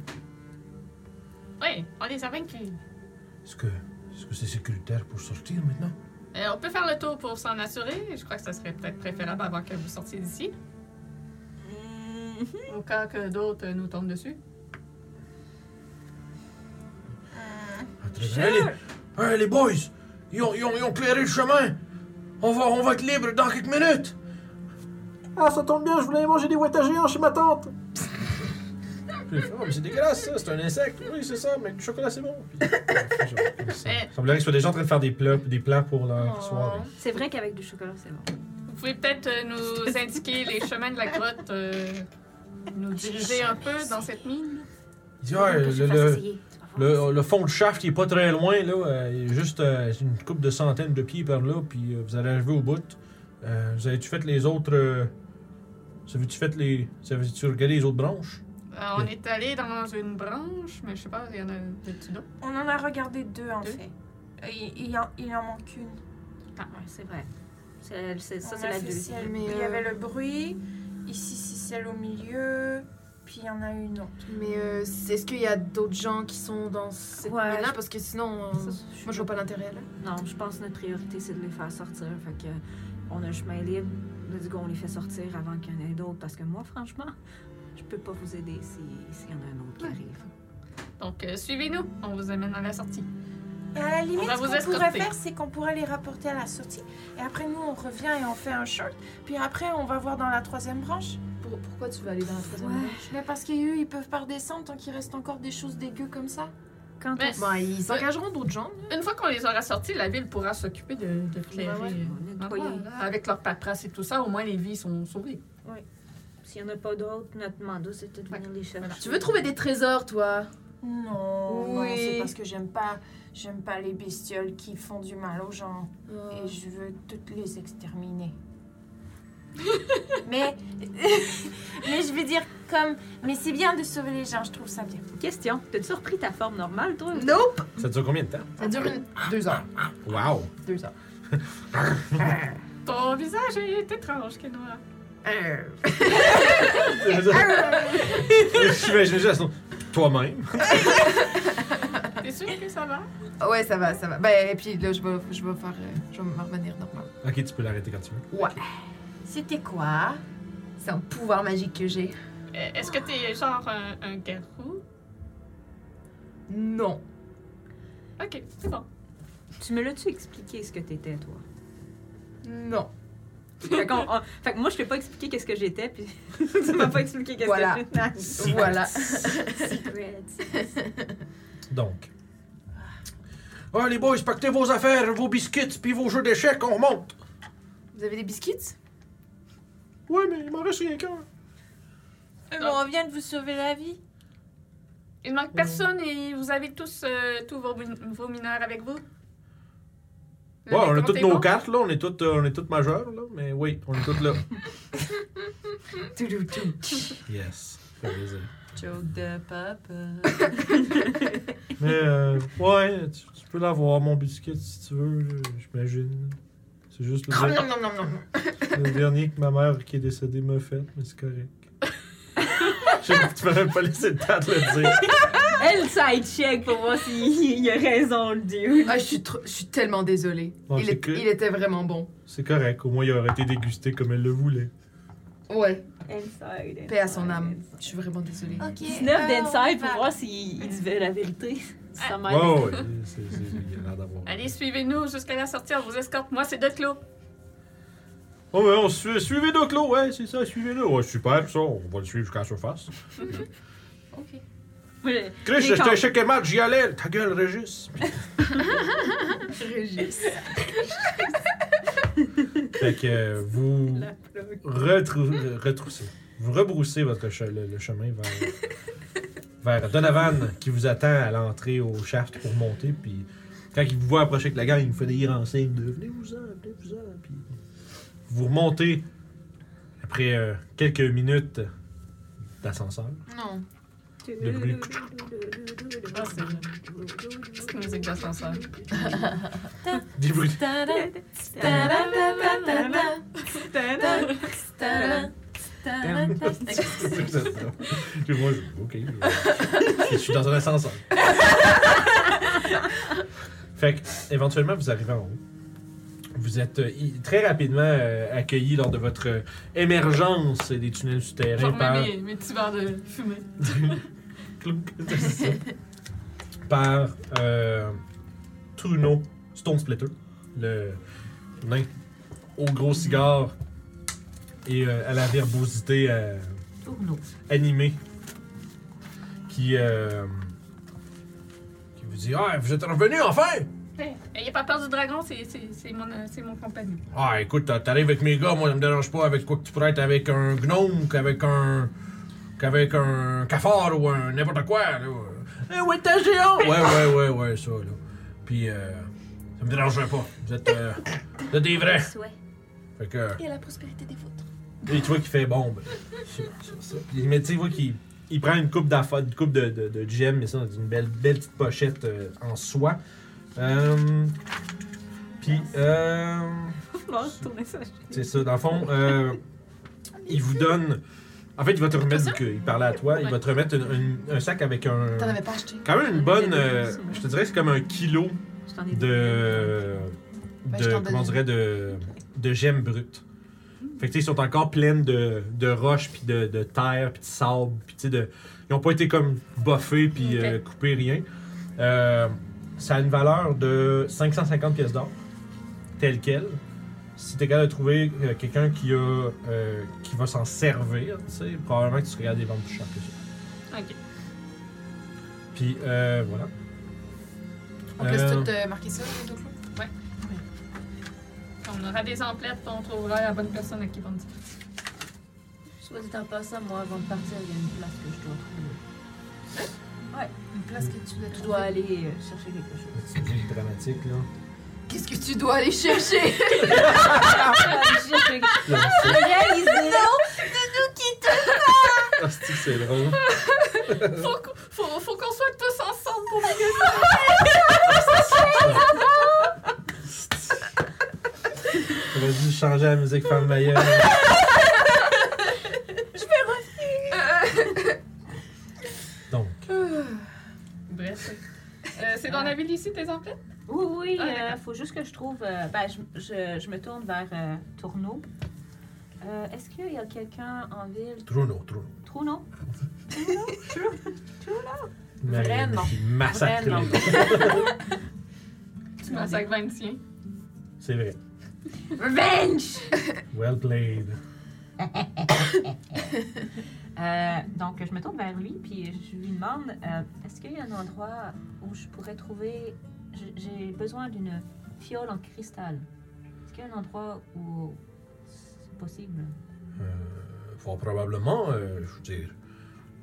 S2: Oui, on les a vaincus.
S1: Est-ce que est-ce que c'est sécuritaire pour sortir maintenant?
S2: Euh, on peut faire le tour pour s'en assurer. Je crois que ça serait peut-être préférable avant que vous sortiez d'ici. Au cas que d'autres euh, nous tombent dessus.
S1: À travers- Allez, allez, les boys! Ils ont, ils ont- ils ont clairé le chemin! On va, on va être libre dans quelques minutes! Ah, ça tombe bien, je voulais manger des ouates géants chez ma tante! oh, c'est dégueulasse ça, c'est un insecte. Oui, c'est ça, mais le chocolat c'est bon. Il semblerait que ce soit des gens en train de faire des plats, des plats pour leur soirée.
S3: C'est vrai qu'avec du chocolat, c'est bon.
S2: Vous pouvez peut-être euh, nous indiquer les chemins de la grotte, euh, nous diriger un peu dans cette mine.
S1: Il dit, ah,
S3: On peut se
S1: le-
S3: faire
S1: le-
S3: essayer, tu vas voir.
S1: Le, le fond de shaft qui est pas très loin, là, euh, il est juste euh, une coupe de centaines de pieds par là, puis euh, vous allez arriver au bout. Euh, vous avez-tu fait les autres. euh, vous avez-tu fait les. Vous avez-tu regardé les autres branches?
S2: Euh, on est allé dans une branche, mais je sais pas, il y en a des d'autres.
S5: On en a regardé deux en
S2: Deux?
S5: fait. Euh, Il, il en, il en manque une.
S3: Ah, ouais, c'est vrai. C'est- c'est- ça,
S5: On
S3: c'est
S5: a
S3: la
S5: fait
S3: deuxième.
S5: celle-
S4: Mais,
S5: Il y
S4: euh,
S5: avait le bruit. Ici, c'est celle au milieu. Puis il y en a une autre.
S4: Mais euh, est-ce qu'il y a d'autres gens qui sont dans cette
S3: Ouais,
S4: là
S3: je-
S4: Parce que sinon, euh,
S3: Ça, je-
S4: moi je vois pas l'intérêt là.
S3: Non, je pense que notre priorité, c'est de les faire sortir. Fait que on a le chemin libre. Let's go, on les fait sortir avant qu'il y en ait d'autres. Parce que moi, franchement, je peux pas vous aider si- s'il y en a un autre qui arrive.
S2: Donc, euh, suivez-nous, on vous amène à la sortie.
S5: Et à la limite,
S2: va
S5: ce
S2: vous
S5: qu'on pourrait
S2: escorter.
S5: faire, c'est qu'on pourrait les rapporter à la sortie. Et après, nous, on revient et on fait un shirt. Puis après, on va voir dans la troisième branche.
S4: Pour- pourquoi tu veux aller dans la troisième
S3: Ouais.
S4: branche
S5: Mais parce qu'eux, ils peuvent pas redescendre tant qu'il reste encore des choses dégueu comme ça.
S3: Quand
S2: Mais-
S3: on-
S4: Bon, Bah, ils s'engageront d'autres gens.
S2: Une fois qu'on les aura sortis, la ville pourra s'occuper de, de clairer,
S4: Ouais,
S2: euh,
S4: ouais,
S3: on est
S2: l'endroit,
S3: nettoyé.
S2: là. Avec leur paperasse et tout ça, au moins les vies sont sauvées.
S3: S'il n'y en a pas d'autres, notre mandat, c'est de venir les chercher.
S4: Tu veux trouver des trésors, toi
S5: Non, non,
S4: Oui.
S5: c'est parce que j'aime pas, j'aime pas les bestioles qui font du mal aux gens
S4: Euh,
S5: et je veux toutes les exterminer. mais, mais je veux dire comme, mais c'est bien de sauver les gens, je trouve ça bien.
S3: Question. T'as-tu repris ta forme normale, toi?
S4: Nope
S1: Ça dure combien de temps?
S4: Ça dure une... deux heures.
S1: Wow!
S4: Deux heures.
S2: Ton visage est étrange, Kenoa.
S4: Euh,
S1: J'imagine juste toi-même.
S2: T'es sûr que ça va?
S4: Ouais, ça va, ça va. Ben, et puis là, je vais, je vais faire. euh, je vais me revenir normal.
S1: Ok, tu peux l'arrêter quand tu veux.
S4: C'était quoi C'est un pouvoir magique que j'ai.
S2: Euh, Est-ce que t'es genre un, un garou?
S4: Non.
S2: Ok, c'est bon.
S3: Tu me l'as-tu expliqué ce que t'étais, toi?
S4: Non.
S3: fait, qu'on- on- fait que moi, je t'ai pas expliqué qu'est-ce que j'étais, puis tu m'as pas expliqué qu'est-ce
S4: Voilà.
S3: que j'étais.
S4: Voilà.
S3: Secret.
S1: Donc. Ah, les boys, pactez vos affaires, vos biscuits, puis vos jeux d'échecs, on remonte!
S4: Vous avez des biscuits
S1: Ouais, mais il m'en reste rien qu'un.
S5: Mais on vient de vous sauver la vie.
S2: Il manque personne et vous avez tous, euh, tous vos, min- vos mineurs avec vous? Le
S1: Ouais, on a
S2: décompte
S1: toutes
S2: est
S1: nos
S2: bon?
S1: cartes, là. On est toutes, euh, on est toutes majeures, là. Mais oui, on est toutes là. yes. Fait plaisir.
S4: Joke de papa.
S1: Mais, euh, ouais, tu, tu peux l'avoir, mon biscuit, si tu veux, là, j'imagine. C'est juste le,
S4: Non,
S1: der-
S4: non, non, non, non.
S1: le dernier que ma mère qui est décédée m'a fait, mais c'est correct. Je tu m'as même pas laissé le temps de le dire.
S3: Elle side-check pour voir s'il y a raison, le dieu.
S4: Ah, je suis, trop- je suis tellement désolée.
S1: Bon,
S4: il,
S1: c'est
S4: est-
S1: que-
S4: il était vraiment bon.
S1: C'est correct, au moins il aurait été dégusté comme elle le voulait.
S4: Ouais. Ah,
S3: Elle side.
S4: Paix à son âme. Je suis vraiment désolée.
S5: Ok. euh,
S3: 19 d'inside pour voir s'il il disait la vérité. Sa
S1: Ouais,
S3: mère.
S1: ouais, c'est, c'est, il a l'air d'avoir.
S2: Allez, suivez-nous jusqu'à la sortie, on vous escorte. Moi, c'est Declos.
S1: Oh, mais on suit, suivez Doclo, ouais, c'est ça, suivez-le. Ouais, super, ça, on va le suivre jusqu'à la surface.
S2: Ok.
S3: Moi, je-
S1: Chris,
S3: Les
S1: j'étais
S3: camps.
S1: échec et match, j'y allais. Ta gueule, Régis.
S4: Régis.
S1: Fait que euh, vous
S3: La plug.
S1: retrou- retroussez. vous rebroussez votre che- le, le chemin vers, vers Donovan qui vous attend à l'entrée au shaft pour monter. Puis quand il vous voit approcher avec la gang, il vous fait des grands signes de venez-vous-en, venez-vous-en. Puis vous remontez après euh, quelques minutes d'ascenseur.
S4: Non.
S1: De bruit.
S2: Ah, c'est une petite musique d'ascenseur.
S1: Des bruits. Puis moi, je- ok. je- Je suis dans un ascenseur. fait que, éventuellement, vous arrivez en haut. Vous êtes euh, i- très rapidement euh, accueilli lors de votre euh, émergence des tunnels
S2: Je
S1: souterrains par.
S2: remets mes, mes petits verres de fumée.
S1: Clouc. C'est ça. par euh, Truno Stone Splitter, le nain au gros cigare et euh, à la verbosité euh, animée qui, euh, qui vous dit Ah, vous êtes revenu enfin
S2: Ayez pas peur du dragon, c'est- c'est c'est mon, euh, c'est mon compagnon.
S1: Ah, écoute, t'a- t'arrives avec mes gars, moi, ça me dérange pas avec quoi que tu pourrais être avec un gnome, qu'avec un. qu'avec un cafard ou un n'importe quoi, là. Eh, ouais, t'as géant! Ouais, ouais, ouais, ouais, ça, là. Puis, euh, ça me dérangerait pas. Vous êtes, euh, vous êtes des vrais.
S6: Souhait.
S1: Fait que.
S6: Et à la prospérité des vôtres.
S1: Et tu vois qu'il fait ben, bombe. mais tu vois qu'il il prend une coupe d'affaires, une coupe de, de, de gemmes, mais ça dans une belle, belle petite pochette euh, en soie. Euh, puis, euh, c'est ça, dans le fond, euh, il vous donne. En fait, il va te remettre, vu qu'il parlait à toi, il va te remettre une- une- un sac avec un.
S4: T'en avais pas acheté.
S1: Quand même une bonne. euh, je te dirais que c'est comme un kilo
S3: Je t'en ai dit.
S1: de,
S4: Ben, je
S1: de
S4: t'en
S1: comment on
S4: donne Hmm. une.
S1: dirait de, de gemmes brutes. Fait que tu sais, ils sont encore pleines de, de roches puis de, de terre puis de sable puis tu sais de ils ont pas été comme buffés puis
S2: Ok.
S1: euh, coupés rien. Euh, ça a une valeur de 550 pièces d'or telle quelle. Si t'es capable de trouver euh, quelqu'un qui a euh, qui va s'en servir, tu sais, probablement que tu regardes des ventes plus chères que ça.
S2: Ok.
S1: Puis euh, voilà.
S4: On peut
S1: Euh,
S4: tout euh, marquer ça, les deux clous?
S2: Quand On aura des emplettes, puis on trouvera la bonne personne à qui vendre ça.
S6: Soit dit en passant, moi, avant de partir, il y a une place que je dois trouver.
S4: Une place que tu dois
S6: Je
S4: trouver.
S6: dois aller euh, chercher quelque chose.
S1: C'est bien dramatique là.
S4: Qu'est-ce que tu dois aller chercher?
S1: Ah, c'est-tu que c'est drôle.
S2: Faut, qu'on- faut, faut qu'on soit tous ensemble pour la
S1: J'aurais dû changer la musique femme Maya. Donc,
S2: Bref. Euh, c'est dans la ville ici, tes emplettes?
S3: Oui, oui,
S2: Ah,
S3: euh,
S2: d'accord.
S3: faut juste que je trouve. euh, ben, je, je- je me tourne vers euh, Tourneau. Euh, Est-ce qu'il y a quelqu'un en ville?
S1: Truno, Truno.
S3: Tourneau?
S1: Marianne
S4: Vraiment.
S1: qui massacre les
S3: Vraiment.
S1: gens.
S2: Tu m'as sac 21.
S1: C'est vrai.
S3: Revenge!
S1: Well played.
S3: Euh, donc, je me tourne vers lui, puis je lui demande euh, est-ce qu'il y a un endroit où je pourrais trouver. j'ai- J'ai besoin d'une fiole en cristal. Est-ce qu'il y a un endroit où c'est possible
S1: Euh, fort probablement, euh, je veux dire,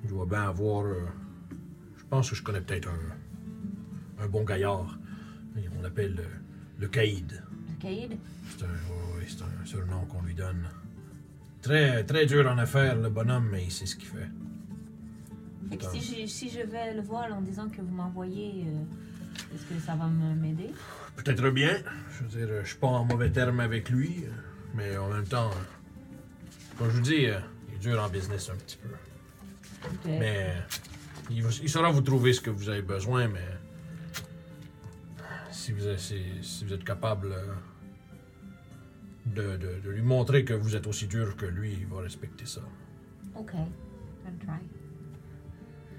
S1: il doit bien avoir. euh, je pense que je connais peut-être un, un bon gaillard. Et On l'appelle euh, le Caïd.
S3: Le caïd
S1: C'est un, ouais, ouais, c'est un surnom qu'on lui donne. Très, très dur en affaires, le bonhomme, mais c'est ce qu'il fait.
S3: Fait que
S1: Putain.
S3: si, j'ai- si je vais le voir en disant que vous m'envoyez, euh, est-ce que ça va me- m'aider
S1: Peut-être bien. Je veux dire, je suis pas en mauvais terme avec lui, mais en même temps, euh, comme je vous dis, euh, il est dur en business un petit peu.
S3: Ok.
S1: Mais euh, il, va- il saura vous trouver ce que vous avez besoin, mais si vous, êtes- si, si vous êtes capable euh, de, de- de lui montrer que vous êtes aussi dur que lui, il va respecter ça.
S3: Ok. I'll try.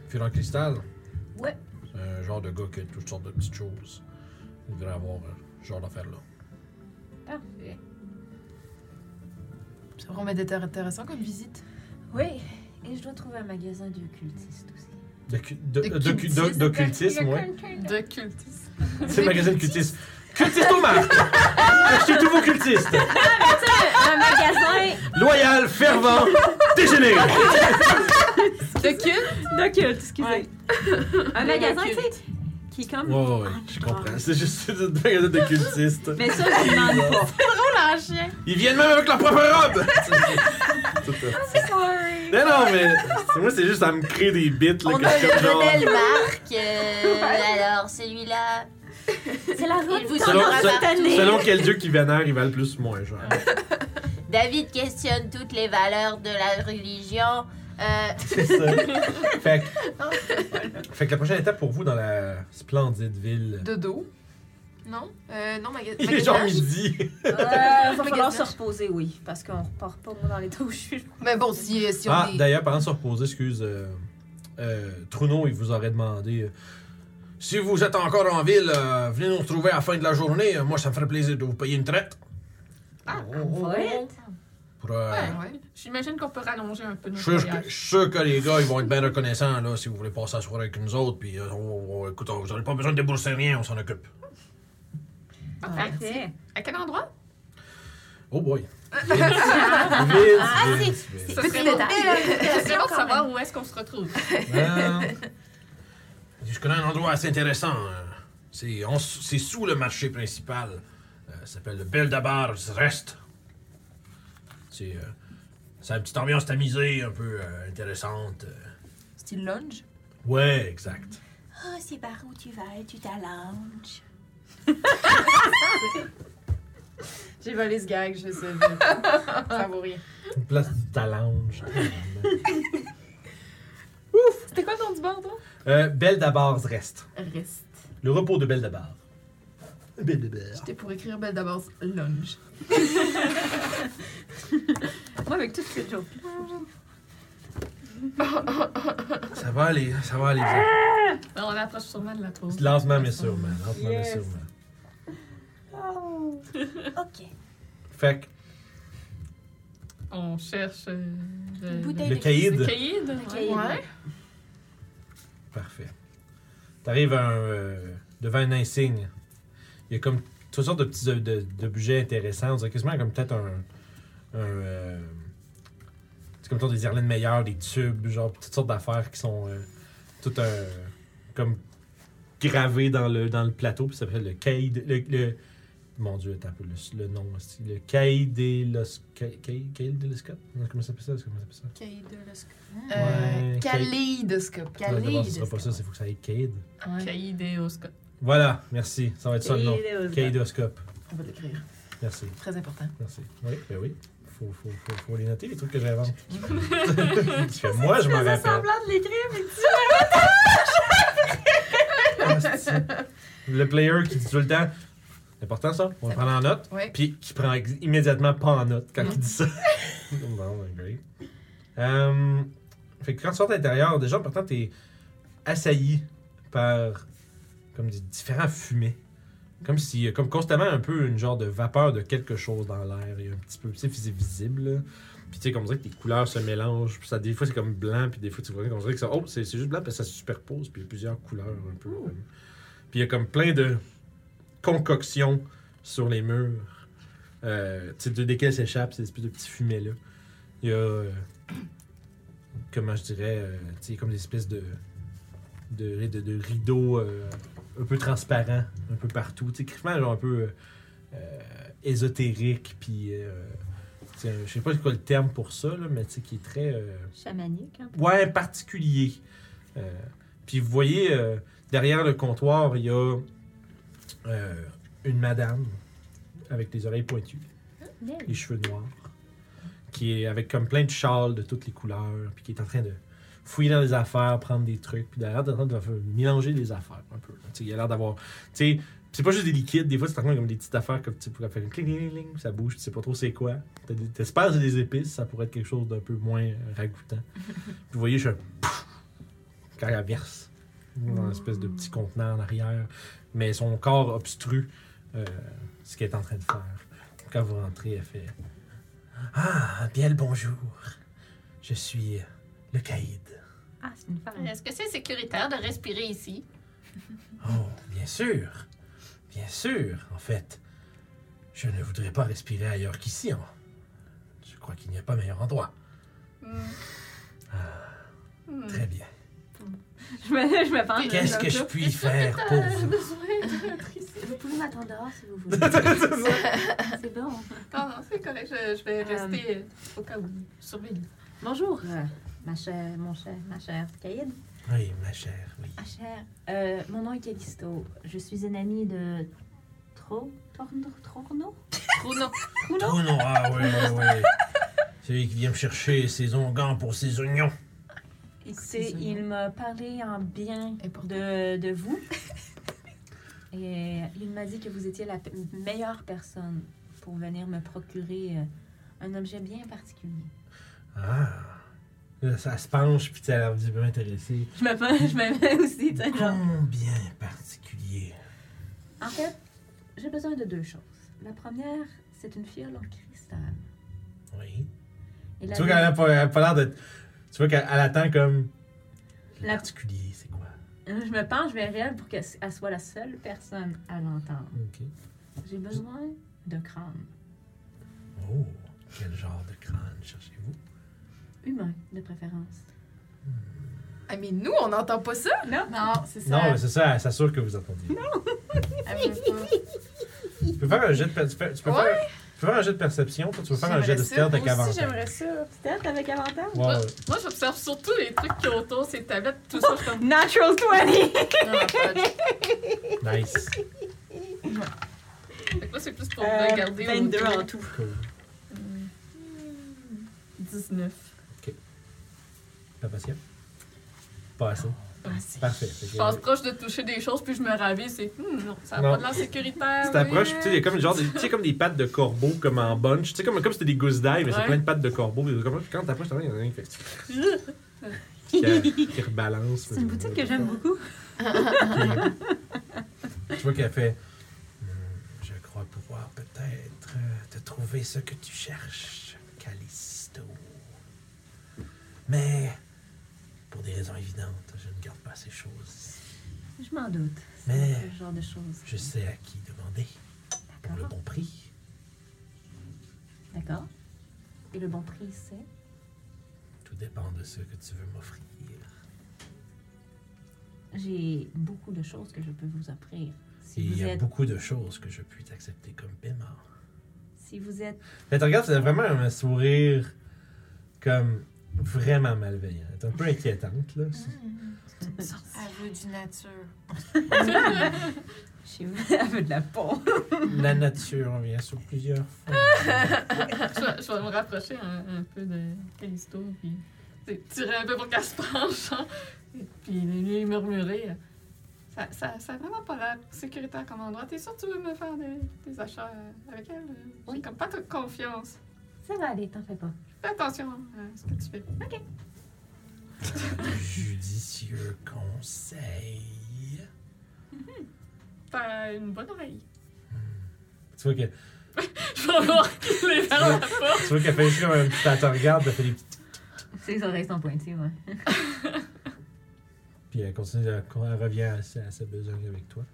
S1: Fil en cristal,
S3: Ouais.
S1: c'est un genre de gars qui a toutes sortes de petites choses. Il devrait avoir euh, ce genre d'affaires-là.
S3: Parfait.
S4: Ça va être intéressant comme visite.
S6: Oui, et je dois trouver un magasin d'occultistes aussi.
S1: D'occu- de-
S4: De
S1: euh, d'occu- d'o-
S4: cultisme.
S1: D'occultisme, ouais.
S2: De cultistes.
S1: C'est le magasin de cultistes. Cultiste au marque! Achetez tous vos cultistes!
S3: Un magasin
S1: Loyal, fervent, Dégénère!
S2: De que?
S3: D'occulte, excusez.
S5: Ouais.
S3: Un
S5: Les
S3: magasin, tu sais,
S5: occultes.
S3: qui est comme.
S1: Ouais, ouais, ouais, je
S6: Ah,
S1: comprends. C'est juste une baguette de cultiste.
S3: Mais ça, je lui demande pas.
S6: hein,
S5: un chien.
S1: Ils viennent même avec leur propre robe! Tout ça. Mais non, mais c'est- moi, c'est juste à me créer des bits, là,
S6: On
S1: que
S6: a
S1: je suis
S6: le
S1: comme genre.
S6: modèle marque. euh, alors, celui-là.
S3: C'est la robe
S6: Il vous
S1: Selon,
S6: sera
S1: se-
S6: partout.
S1: selon quel dieu qui vénère, il valent plus ou moins, genre.
S6: Ah. David questionne toutes les valeurs de la religion. Euh,
S1: C'est ça. Fait
S6: Ah,
S1: que, fait que la prochaine étape pour vous dans la splendide ville.
S4: De dos. Non? Euh, non, maga-
S1: Il est genre
S4: magasinage.
S1: midi.
S3: Il va falloir Euh, se
S4: Magasinage.
S3: reposer, oui. Parce qu'on repart pas, moi, dans l'état où je suis.
S4: Mais bon, si, euh, si on
S1: Ah,
S4: est...
S1: d'ailleurs, parlant de se reposer, excuse, euh, euh, Trudeau, il vous aurait demandé euh, si vous êtes encore en ville, euh, venez nous retrouver à la fin de la journée. Euh, Moi, ça me ferait plaisir de vous payer une traite.
S2: Ah,
S1: Oh,
S3: Ouais.
S1: Pour, euh,
S4: Ouais.
S2: J'imagine qu'on peut rallonger un
S1: Je
S2: peu notre
S1: suis sûr que-
S2: voyage.
S1: je suis sûr que les gars ils vont être bien reconnaissants là, si vous voulez passer la soirée avec nous autres. Puis, euh, on- on- écoute, on- vous n'avez pas besoin de débourser rien, on s'en occupe.
S3: Parfait.
S2: À quel endroit?
S1: Oh boy. Vince, Vince, Vince.
S2: Ça
S4: Petit
S2: serait bon-
S4: détail.
S2: ça serait bon de savoir où est-ce qu'on se retrouve.
S1: Euh, je connais un endroit assez intéressant. euh, C'est, en- c'est sous le marché principal. Euh, ça s'appelle le Belle d'Abar Rest. C'est, euh, c'est une petite ambiance tamisée, un peu euh, intéressante. euh.
S4: Style lunch?
S1: Ouais, exact.
S6: Oh, c'est par où tu vas, tu t'allonges.
S2: J'ai volé ce gag, je sais. je- Ça vaut rien.
S1: Une place du talange.
S2: C'était quoi ton du bord, toi?
S1: Euh, Belle d'Abar Rest.
S4: Reste.
S1: Le repos de Belle d'Abar. Belle d'Abar.
S4: J'étais pour écrire belle d'abord lunch.
S3: Moi, avec toutes ces jokes.
S1: Ça va aller, ça va aller. bien.
S2: On approche sûrement de la tour.
S1: Lentement mais sûrement. Lentement
S3: Yes.
S1: mais sûrement.
S6: Ok.
S1: Fait que
S2: On cherche. euh, le-
S6: bouteille
S1: le
S6: de
S1: caïd.
S2: le caïd. ouais.
S6: caïd.
S4: Ouais.
S1: Parfait. T'arrives à un, euh, devant un insigne. Il y a comme toutes sortes de petits ob- de- d'objets intéressants. On dirait quasiment comme peut-être un. un, euh, c'est comme mettons, des Irlandes meilleures, des tubes, genre toutes sortes d'affaires qui sont euh, toutes euh, comme gravées dans le, dans le plateau. Puis ça s'appelle le Caïd. Le, le- mon dieu, attends un peu le, le nom aussi. Le Caïdéloscope. Caïdéloscope Comment ça s'appelle ça Comment ça s'appelle ça
S4: Euh,
S1: Ouais,
S4: Kaléidoscope.
S1: Ouais, D'abord, ce sera pas ça, il faut que ça aille Caïd.
S4: Ouais.
S2: Caïd et Oscar.
S1: Voilà, merci. Ça va être ça le nom.
S3: euh,
S1: Kaidoscope.
S4: On va l'écrire.
S1: Merci,
S4: Très important.
S1: merci. Oui, ben oui. Faut, faut, faut, faut les noter, les trucs que j'invente. Tu fais, moi, je m'en rappelle.
S3: de l'écrire, mais
S1: Asti. Le player qui dit tout le temps, c'est important ça, on le prend en note,
S4: Ouais.
S1: puis qui prend ex- immédiatement pas en note quand il dit ça. bon, ben, great. Euh, fait que quand tu sors de l'intérieur, déjà, pourtant, t'es assailli par comme des différents fumées. Comme si, euh, comme constamment un peu une genre de vapeur de quelque chose dans l'air. Il y a un petit peu, tu sais, c'est visible. là. Puis tu sais, comme on dirait que les couleurs se mélangent. Puis ça, des fois, c'est comme blanc. Puis des fois, tu vois, on dirait que ça, oh, c'est c'est juste blanc. Puis ça se superpose. Puis il y a plusieurs couleurs un peu. comme. Puis il y a comme plein de concoctions sur les murs. Euh, tu sais, de- desquelles s'échappent ces espèces de petits fumets-là. Il y a, euh, comment je dirais, euh, tu sais, comme des espèces de, de, de- de rideaux euh, un peu transparents, un peu partout. Tu sais, quasiment, genre un peu euh, euh, ésotérique. Puis, euh, tu sais, je sais pas c'est quoi le terme pour ça, là, mais tu sais, qui est très. euh,
S3: Chamanique, hein.
S1: Ouais, particulier. Euh, puis vous voyez, euh, derrière le comptoir, il y a euh, une madame avec des oreilles pointues, les cheveux noirs, qui est avec comme plein de châles de toutes les couleurs, puis qui est en train de fouiller dans les affaires, prendre des trucs, puis derrière, en train de mélanger des affaires un peu. Tu sais, il a l'air d'avoir. Tu sais, c'est pas juste des liquides, des fois, c'est encore comme des petites affaires comme tu pourrais faire une cling, cling, cling, ça bouge, tu sais pas trop c'est quoi. T'as des- T'espères que c'est des épices, ça pourrait être quelque chose d'un peu moins euh, ragoûtant. Puis vous voyez, je pouf, quand elle verse dans une espèce de petit contenant en arrière, mais son corps obstrue euh, ce qu'elle est en train de faire. Quand vous rentrez, elle fait Ah, bien le bonjour. Je suis le caïd.
S3: Ah, c'est une femme.
S2: Est-ce que c'est sécuritaire de respirer ici?
S1: Oh, bien sûr. Bien sûr, en fait. Je ne voudrais pas respirer ailleurs qu'ici. hein. Je crois qu'il n'y a pas meilleur endroit.
S2: Hmm.
S1: Très bien.
S7: Je me, je me
S3: Mm.
S7: penche.
S1: Qu'est-ce que je puis faire pour vous?
S3: Vous pouvez m'attendre dehors si vous voulez. C'est bon.
S2: Ah, Non, non, c'est correct. Je, je vais
S3: Euh,
S2: rester euh, au cas où. Surveille.
S3: Bonjour, euh, ma chère, mon cher, ma chère Caïd.
S1: Oui, ma chère, oui.
S3: Ma chère, euh, mon nom est Callisto. Je suis une amie de Tro... Torno... Torno?
S2: Trop non.
S1: Trou noir, oui, oui, oui. Celui qui vient me chercher ses ongans pour ses oignons.
S3: Écoutez, il m'a parlé en bien
S4: Important.
S3: de, de vous. Et il m'a dit que vous étiez la pe- meilleure personne pour venir me procurer euh, un objet bien particulier.
S1: Ah. Là, ça se penche, puis tu as l'air visiblement intéressé.
S7: Je me penche, je me mets aussi, tu sais, genre.
S1: Combien particulier.
S3: En fait, j'ai besoin de deux choses. La première, c'est une fiole en cristal.
S1: Oui.
S3: Et la
S1: Tu vois qu'elle a pas, elle a pas l'air d'être. Tu vois qu'elle elle attend comme.
S7: La-
S1: Particulier, c'est quoi?
S3: Je me penche vers elle pour qu'elle elle soit la seule personne à l'entendre.
S1: Ok.
S3: J'ai besoin de crâne
S1: Oh, quel genre de crâne cherchez-vous?
S3: humain, de préférence.
S4: Ah, mais nous, on n'entend pas ça.
S2: Non, c'est
S1: Non, mais c'est ça, elle s'assure que vous entendiez.
S4: Ah,
S1: Tu peux faire un jet de, per- tu peux- tu peux
S4: Ouais.
S1: faire, tu peux faire un jet de perception, toi, tu peux faire un jet de
S4: J'aimerais ça,
S1: stealth avec
S5: Moi aussi,
S1: avantage.
S5: j'aimerais ça.
S7: Peut-être avec avantage.
S1: Ouais, ouais.
S2: Moi, j'observe surtout les trucs qui ont autour, ces tablettes, tout ça. Je suis comme.
S7: Natural 20!
S2: Non, pas de-
S1: Nice.
S2: Fait que Moi, c'est plus pour
S7: Euh,
S2: regarder. au-
S7: 22 en tout.
S1: Cool.
S2: 19.
S1: Pas patient? Pas assez. Parfait. Fait que- euh,
S2: Je passe proche de toucher des choses, puis je me ravais. C'est. Hmm, non, ça n'a
S1: Non.
S2: pas de l'air sécuritaire.
S1: Tu t'approches, puis
S2: mais-
S1: tu sais, il y a comme, le genre des, tu sais, comme des pattes de corbeau, comme en bunch. Tu sais, comme, comme c'était des gousses d'ail, mais c'est
S2: Ouais.
S1: plein de pattes de corbeau. Puis comme- Quand t'approches, t'en as, il y en a un qui fait. qui, qui rebalance.
S7: C'est une boutique que j'aime beaucoup.
S1: Tu vois qu'elle fait. Hmm, Je crois pouvoir peut-être euh, te trouver ce que tu cherches, Callisto. Mais, pour des raisons évidentes, je ne garde pas ces choses. ici.
S3: Je m'en doute.
S1: Mais-
S3: C'est ce genre de choses.
S1: Je sais à qui demander pour
S7: Ah.
S1: le
S3: D'accord.
S1: bon prix.
S3: D'accord. Et le bon prix, c'est
S1: Tout dépend de ce que tu veux m'offrir.
S3: J'ai beaucoup de choses que je peux vous offrir.
S1: Et
S3: Si
S1: il
S3: vous
S1: y a
S3: êtes,
S1: beaucoup de choses que je puis accepter comme paiement.
S3: si vous êtes,
S1: Mais tu regardes, c'est vraiment un sourire comme vraiment malveillant. Elle est un peu inquiétante, là.
S4: Elle veut du nature.
S3: chez vous, elle veut de la peau.
S1: La nature vient sous plusieurs formes.
S2: Je, vais- je vais me rapprocher un, un peu de Callisto, puis tu sais, tirer un peu pour qu'elle se penche, hein, et puis lui murmurer. euh, Ça, ça, ça a vraiment pas l'air sécuritaire comme endroit. T'es sûr que tu veux me faire des, des achats euh, avec elle? euh, J'ai
S3: Oui.
S2: comme pas toute confiance.
S3: Ça va aller, t'en fais pas.
S2: Fais attention hein, à ce que tu fais.
S1: Judicieux conseil.
S2: T'as une bonne oreille.
S1: Tu vois que-
S2: Je vais voir qu'il est vers la porte.
S1: tu vois qu'elle fait juste comme un petit. Elle te regarde, elle fait des petites.
S3: Ses oreilles sont pointues, ouais.
S1: Puis elle continue, elle, elle revient à, sa- à sa besogne avec toi.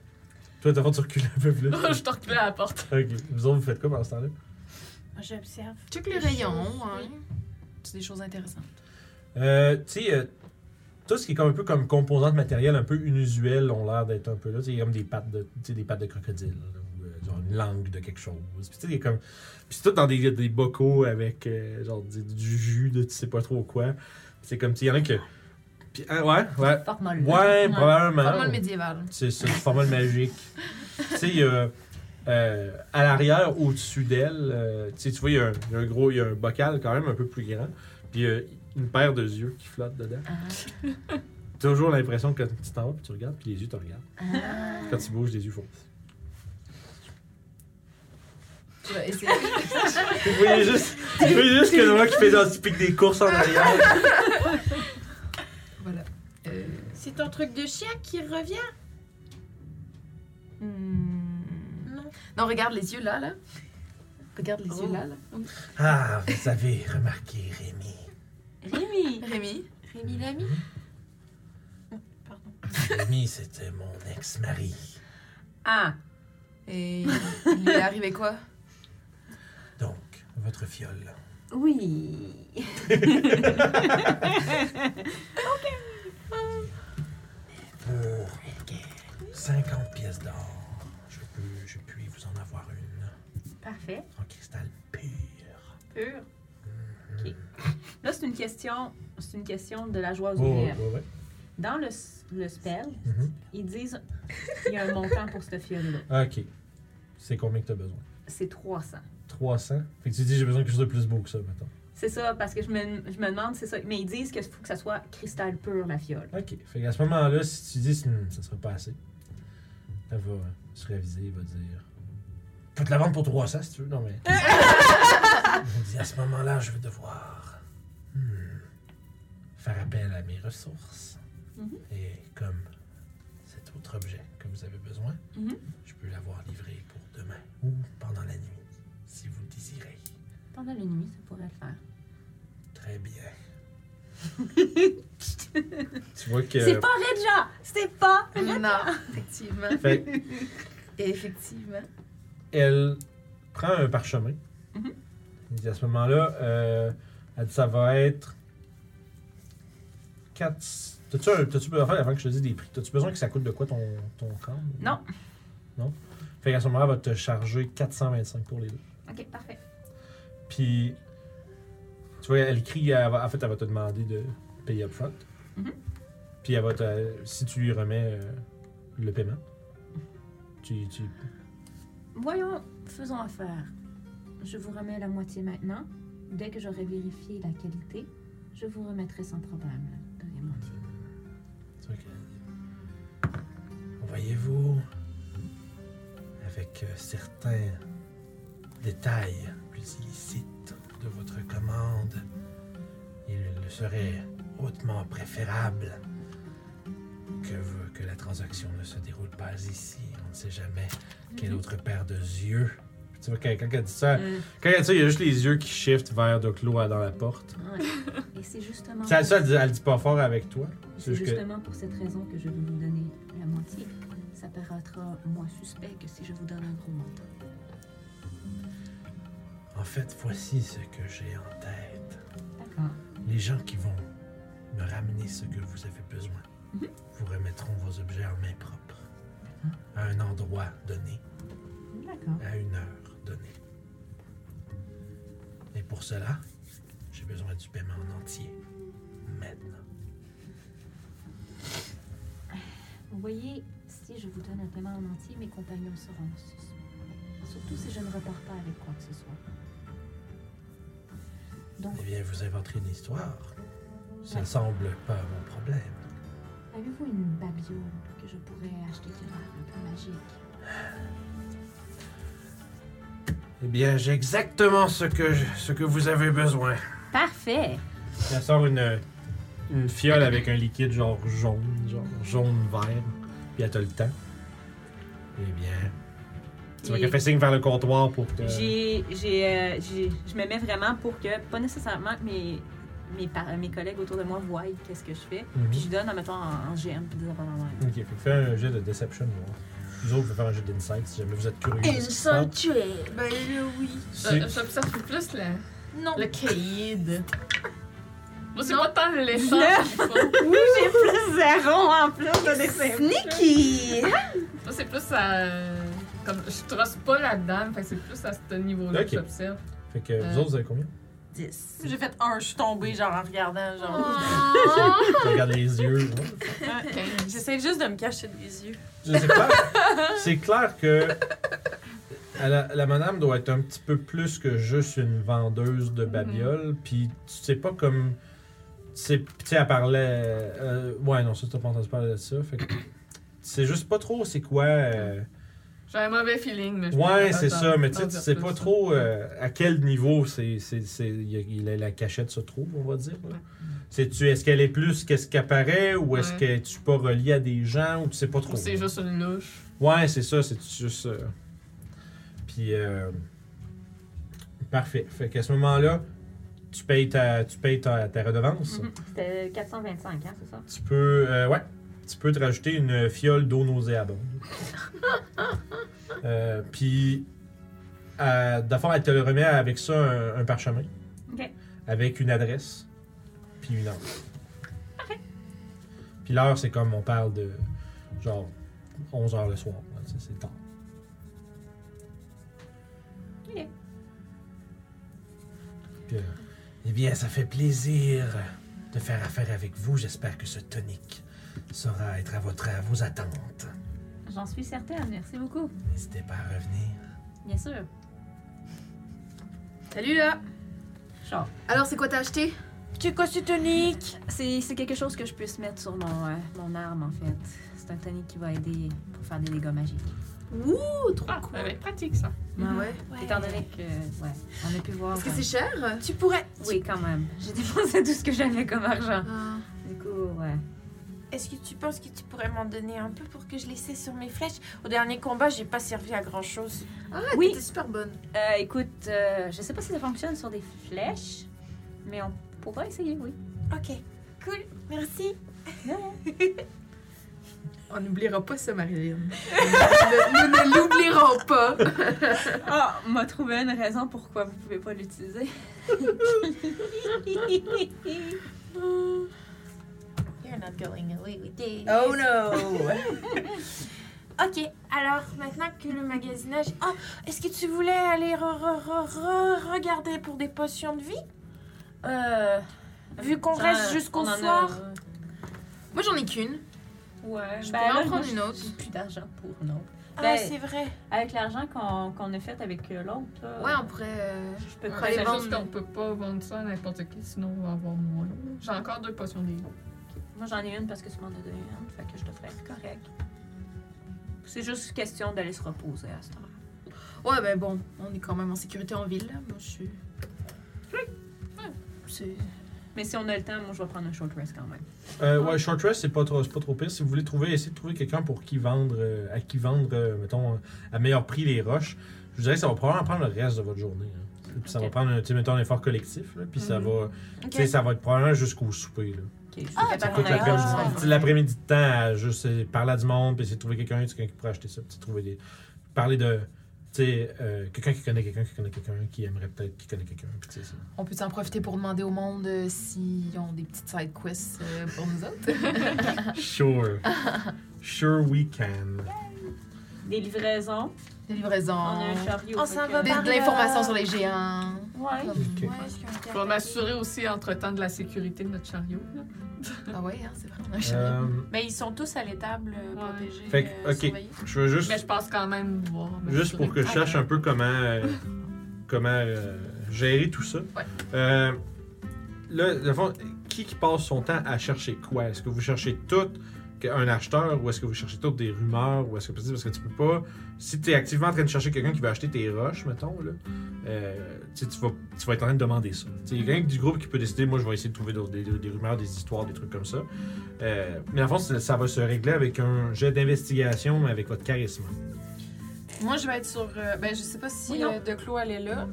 S1: Toi, t'as tu recules un peu plus.
S2: Je te reculais à la porte.
S1: ok. Vous autres, vous faites quoi pendant ce temps-là?
S5: Moi, j'observe.
S4: Check les rayons, hein. C'est des choses intéressantes.
S1: Euh, tu sais, euh, tout ce qui est comme un peu comme composante matérielle un peu inusuelle ont l'air d'être un peu là. C'est comme des pattes de, tu sais, des pattes de crocodile là, ou euh, genre une langue de quelque chose. Puis tu sais, il y a comme, puis c'est tout dans des, des bocaux avec euh, genre du, du jus de tu sais pas trop quoi. Puis C'est comme, tu sais, il y en a que, puis, ah, ouais, ouais,
S3: Formol.
S1: ouais, ben probablement.
S4: Vraiment le médiéval.
S1: C'est c'est une formule magique. tu sais, il y a, euh, à l'arrière, au-dessus d'elle, euh, tu sais, tu vois, il y, a un- il y a un gros, il y a un bocal quand même un peu plus grand, puis euh, une paire de yeux qui flottent dedans. Toujours l'impression que tu t'en vas, puis tu regardes, puis les yeux te regardent. Quand tu bouges, les yeux font.
S4: Je vais essayer.
S1: Vous voyez juste, vous voyez juste que le mec qui fait genre, typique des courses en arrière.
S4: voilà. Euh,
S5: C'est ton truc de chien qui revient?
S4: hmm.
S5: Non. Oh.
S4: Non, regarde les yeux là, là. Regarde les yeux là, là.
S1: Ah, vous avez remarqué, Rémi.
S7: Rémi!
S4: Rémi.
S5: Rémi l'ami? Pardon.
S1: Rémi, c'était mon ex-mari.
S3: Ah,
S4: Et il lui est arrivé quoi?
S1: Donc, votre fiole
S6: Oui.
S1: Pour 50 pièces d'or, je peux, je puis vous en avoir une
S6: Parfait.
S1: en cristal pur.
S3: Pur. Ok. Là, c'est une question, c'est une question de la joie aux
S1: Oh,
S3: ouvrières.
S1: ouais, ouais.
S6: Dans le, s- le spell,
S1: Mhm.
S6: ils disent il y a un montant pour cette fiole-là.
S1: Ah, Ok. C'est combien que t'as besoin?
S6: C'est 300.
S1: 300? Fait que tu dis j'ai besoin de quelque chose de plus beau que ça, maintenant.
S6: C'est ça, parce que je me, je me demande, c'est ça. Mais ils disent qu'il faut que ça soit cristal pur, la fiole.
S1: Ok. Fait qu'à ce moment-là, si tu dis Hum, ça sera pas assez, elle va se réviser, elle va dire. Je peux te la vendre pour 300 si tu veux, non mais. Elle dit à ce moment-là, je vais devoir hmm, faire appel à mes ressources.
S3: Mhm.
S1: Et comme cet autre objet que vous avez besoin,
S3: Mhm.
S1: je peux l'avoir livré pour demain ou pendant la nuit, si vous le désirez.
S6: Pendant la nuit, ça pourrait le faire.
S1: Très bien. tu vois que.
S6: C'est pas Redja! C'est pas
S4: Non, effectivement.
S1: Fait-
S4: Effectivement.
S1: elle prend un parchemin.
S3: Mhm.
S1: Elle dit à ce moment-là, euh, elle dit ça va être. 4. T'as-tu un. T'as-tu, besoin- enfin, avant que je te dise des prix, t'as-tu besoin que ça coûte de quoi ton, ton crâne
S3: Non.
S1: Non? Fait qu'à ce moment-là, elle va te charger 425 pour les deux.
S3: Ok, parfait.
S1: Puis. Tu vois, elle crie, elle va- en fait, elle va te demander de payer upfront.
S3: Mhm.
S1: Puis elle va te. Si tu lui remets euh, le paiement, tu, tu
S6: Voyons, faisons affaire. Je vous remets la moitié maintenant. Dès que j'aurai vérifié la qualité, je vous remettrai sans problème la deuxième moitié.
S1: C'est vrai que- Voyez-vous, avec euh, certains détails plus illicites de votre commande, il serait hautement préférable que, vous- que la transaction ne se déroule pas ici. On ne sait jamais quelle autre paire de yeux. Puis Tu vois, quand, quand elle dit ça,
S6: Euh,
S1: quand elle dit ça, il y a juste les yeux qui shiftent vers Doclo dans la porte.
S6: ouais. Et c'est justement,
S1: Ça, ça, elle, dit- elle dit pas fort avec toi.
S6: c'est
S1: juste que-
S6: justement pour cette raison que je vais vous donner la moitié. Ça paraîtra moins suspect que si je vous donne un gros montant.
S1: En fait, voici ce que j'ai en tête.
S6: D'accord.
S1: Les gens qui vont me ramener ce que vous avez besoin vous remettront vos objets en main propre. À un endroit donné,
S6: D'accord.
S1: à une heure donnée. Et pour cela, j'ai besoin du paiement en entier. Maintenant.
S6: Vous voyez, si je vous donne un paiement en entier, mes compagnons seront suspects. Surtout si je ne repars pas avec quoi que ce soit. Donc,
S1: Eh bien, vous inventerez une histoire. Ça
S6: Ouais.
S1: semble pas mon problème.
S6: avez-vous une babiole que je pourrais acheter qui a l'air un peu magique?
S1: Eh bien, j'ai exactement ce que, je- ce que vous avez besoin.
S6: Parfait!
S1: Elle sort une, une fiole avec un liquide genre jaune, genre jaune-vert, puis elle te le tend. Eh bien. Tu vois
S3: Et-
S1: qu'elle fait signe vers le comptoir pour que.
S3: J'ai, j'ai, euh, j'ai- je me mets vraiment pour que, pas nécessairement que mes, mes, par- mes collègues autour de moi voient qu'est-ce que je fais.
S1: Mhm.
S3: Puis je donne, en mettant en, en GM, puis des affaires de même.
S1: Ok, fait que fais un jet de deception. Moi. Vous autres, vous pouvez faire un jet d'insight si jamais vous êtes curieux. de ce qui se passe.
S5: Ben là, oui.
S1: C'est-
S3: Euh,
S2: Je- Euh, J'observe plus la,
S5: Non.
S2: le caïd. Moi, c'est pas tant l'essence qu'il faut.
S3: Oui, j'ai plus zéro en plus de dessin.
S5: Sneaky!
S2: Moi, c'est plus à. Comme je trosse pas la dame, fait que c'est plus à ce niveau-là
S1: Ok.
S2: que j'observe.
S1: Fait que vous
S2: Euh.
S1: autres, vous avez combien
S5: 10. J'ai fait un, je suis tombée, genre, en regardant, genre.
S2: Oh.
S3: Ah!
S1: Je regarde les yeux. ouais.
S5: J'essaie juste de me cacher des yeux.
S1: Je sais pas. C'est clair que à la, la madame doit être un petit peu plus que juste une vendeuse de
S2: Mhm.
S1: babioles. Puis tu sais pas comme. Tu sais, tu sais, elle parlait. euh, ouais, non, ça, t'as pas entendu parler de ça. Fait que. Tu sais juste pas trop c'est quoi. euh,
S2: J'ai un mauvais feeling. Mais je peux
S1: Ouais,
S2: pas
S1: c'est
S2: t'en-
S1: ça, mais tu
S2: t'en
S1: sais, tu
S2: dire
S1: sais
S2: plus,
S1: pas
S2: ça.
S1: trop euh, à quel niveau c'est, c'est, c'est- il y a- il a- la cachette se trouve, on va dire. là. Sais-tu, est-ce qu'elle est plus qu'est-ce qu'apparaît ou est-ce
S2: Ouais.
S1: que tu pas reliée à des gens ou tu sais pas trop?
S2: Ou c'est
S1: là.
S2: juste une louche.
S1: Ouais, c'est ça, c'est juste. euh, Puis. euh, Parfait. Fait qu'à ce moment-là, tu payes ta, tu payes ta, ta redevance.
S3: Mhm.
S6: C'était 425, hein, c'est ça?
S1: Tu peux. euh, ouais. Tu peux te rajouter une fiole d'eau nauséabonde. euh, puis. euh, D'abord, elle te le remet avec ça un, un parchemin.
S3: Ok.
S1: avec une adresse puis une heure. Puis l'heure, c'est comme on parle de genre 11 heures le soir. là, c'est- C'est tard.
S8: Ok.
S1: Puis, euh, eh bien, ça fait plaisir de faire affaire avec vous. J'espère que ce tonic saura être à, votre, à vos attentes.
S8: J'en suis certaine, merci beaucoup.
S1: N'hésitez pas à revenir.
S8: Bien sûr.
S4: Salut là!
S8: Genre,
S4: Alors, c'est quoi t'as acheté?
S5: C'est quoi ce tonique?
S3: C'est c'est quelque chose que je puisse mettre sur mon, euh, mon arme, en fait. C'est un tonic qui va aider pour faire des dégâts magiques.
S4: Ouh, trop
S2: Ah,
S4: cool!
S2: ça va être pratique ça.
S4: Ah ouais.
S3: Étant donné que, ouais, on a pu voir...
S4: Est-ce que
S3: euh,
S4: c'est cher?
S5: Tu pourrais.
S3: Oui, quand même. J'ai dépensé tout ce que j'avais comme argent.
S4: Ah.
S3: Du coup, ouais.
S5: Est-ce que tu penses que tu pourrais m'en donner un peu pour que je laissais sur mes flèches? Au dernier combat, j'ai pas servi à grand chose.
S4: Ah,
S3: Oui.
S4: t'étais super bonne.
S3: Euh, écoute, euh, je sais pas si ça fonctionne sur des flèches, mais on pourra essayer, oui.
S5: Ok, cool, merci.
S4: On n'oubliera pas ça, Marilyn. nous nous ne l'oublierons pas.
S3: Ah, on m'a trouvé une raison pourquoi vous pouvez pas l'utiliser.
S5: You're not going away with this.
S4: Oh no!
S5: Ok, alors maintenant que le magasinage. Oh, est-ce que tu voulais aller re- re- re- re- regarder pour des potions de vie?
S3: Euh,
S5: Vu qu'on
S3: ça,
S5: reste jusqu'au
S3: Ah, on en a-
S5: soir.
S4: Moi, j'en ai qu'une.
S3: Ouais.
S4: Je
S3: ben
S4: pourrais en
S3: là, moi,
S4: prendre une autre.
S3: J'ai plus d'argent pour une autre.
S5: Ah,
S3: Ben-
S5: c'est vrai.
S3: Avec l'argent qu'on qu'on a fait avec euh, l'autre, là,
S4: Ouais, on pourrait. euh,
S3: je peux
S4: on
S3: prendre
S4: pourrait les
S2: C'est
S4: vendre.
S2: juste qu'on peut pas vendre ça à n'importe qui, sinon on va avoir moins. J'ai encore deux potions des
S3: Moi, j'en ai une parce que tu m'en as donné une, hein, fait que je te ferai c'est correct. C'est juste question d'aller se reposer à cette heure.
S4: Ouais, ben bon, on est quand même en sécurité en ville, là. Moi, je suis. C'est-
S3: Mais si on a le temps, moi, je vais prendre un short rest quand même.
S1: Euh, ouais, short rest, c'est pas trop, c'est pas trop pire. Si vous voulez trouver, essayer de trouver quelqu'un pour qui vendre, euh, à qui vendre, euh, mettons, euh, à meilleur prix les roches, je vous dirais que ça va probablement prendre le reste de votre journée. hein. Et puis ça va
S3: Ok.
S1: prendre, un- tu sais, mettons, un effort collectif. là, puis ça
S2: Mhm.
S1: va,
S5: Ok.
S1: tu sais, ça va être probablement jusqu'au souper. Là.
S3: Ok, je
S5: Ah,
S3: vais
S5: ben,
S3: faire
S5: on
S1: Toute
S5: a
S3: un
S1: l'après-midi-
S3: short rest.
S1: toute l'après-midi de temps à juste euh, parler à du monde, puis essayer de trouver quelqu'un, tu sais, quelqu'un qui pourrait acheter ça, puis tu sais, trouver des, parler de, tu sais, euh, quelqu'un qui connaît quelqu'un qui connaît quelqu'un qui aimerait peut-être qui connaît quelqu'un. puis tu sais, c'est-
S4: On peut en profiter pour demander au monde euh, s'ils ont des petites side quests euh, pour nous autres.
S1: Sure, sure we can.
S3: Des livraisons.
S4: Des livraisons.
S3: On a un chariot.
S5: On
S3: fait
S5: s'en
S3: que-
S5: va
S4: Des-
S5: par-
S4: de l'information sur les géants.
S3: Ouais.
S4: Comme-
S1: Ok.
S5: Ouais, je suis un
S2: Pour
S5: gars.
S2: m'assurer aussi entre-temps de la sécurité de notre chariot. là.
S4: Ah ouais, hein, c'est vraiment un chariot.
S1: Euh,
S5: Mais Ben, ils sont tous à l'étable euh,
S2: Ouais.
S5: protégés.
S1: Fait que,
S5: euh,
S1: ok.
S5: surveillés.
S1: je veux juste.
S2: Mais je passe quand même voir. Ah,
S1: Juste pour que je sache un peu comment, euh, comment euh, gérer tout ça. Euh, là, le fond, qui qui passe son temps à chercher quoi? Est-ce que vous cherchez tout que- un acheteur ou est-ce que vous cherchez toutes des rumeurs ou est-ce que parce que tu peux pas si tu es activement en train de chercher quelqu'un qui veut acheter tes roches mettons là euh, tu sais, tu vas tu vas être en train de demander ça Tu sais, il y a quelqu'un du groupe qui peut décider moi je vais essayer de trouver d'autres- des, des rumeurs des histoires des trucs comme ça Euh, mais en fond ça, ça va se régler avec un jet d'investigation mais avec votre charisme
S5: Moi, je vais être sur. euh, ben, je sais pas si
S3: Oui, non.
S5: euh, Declos, elle est là.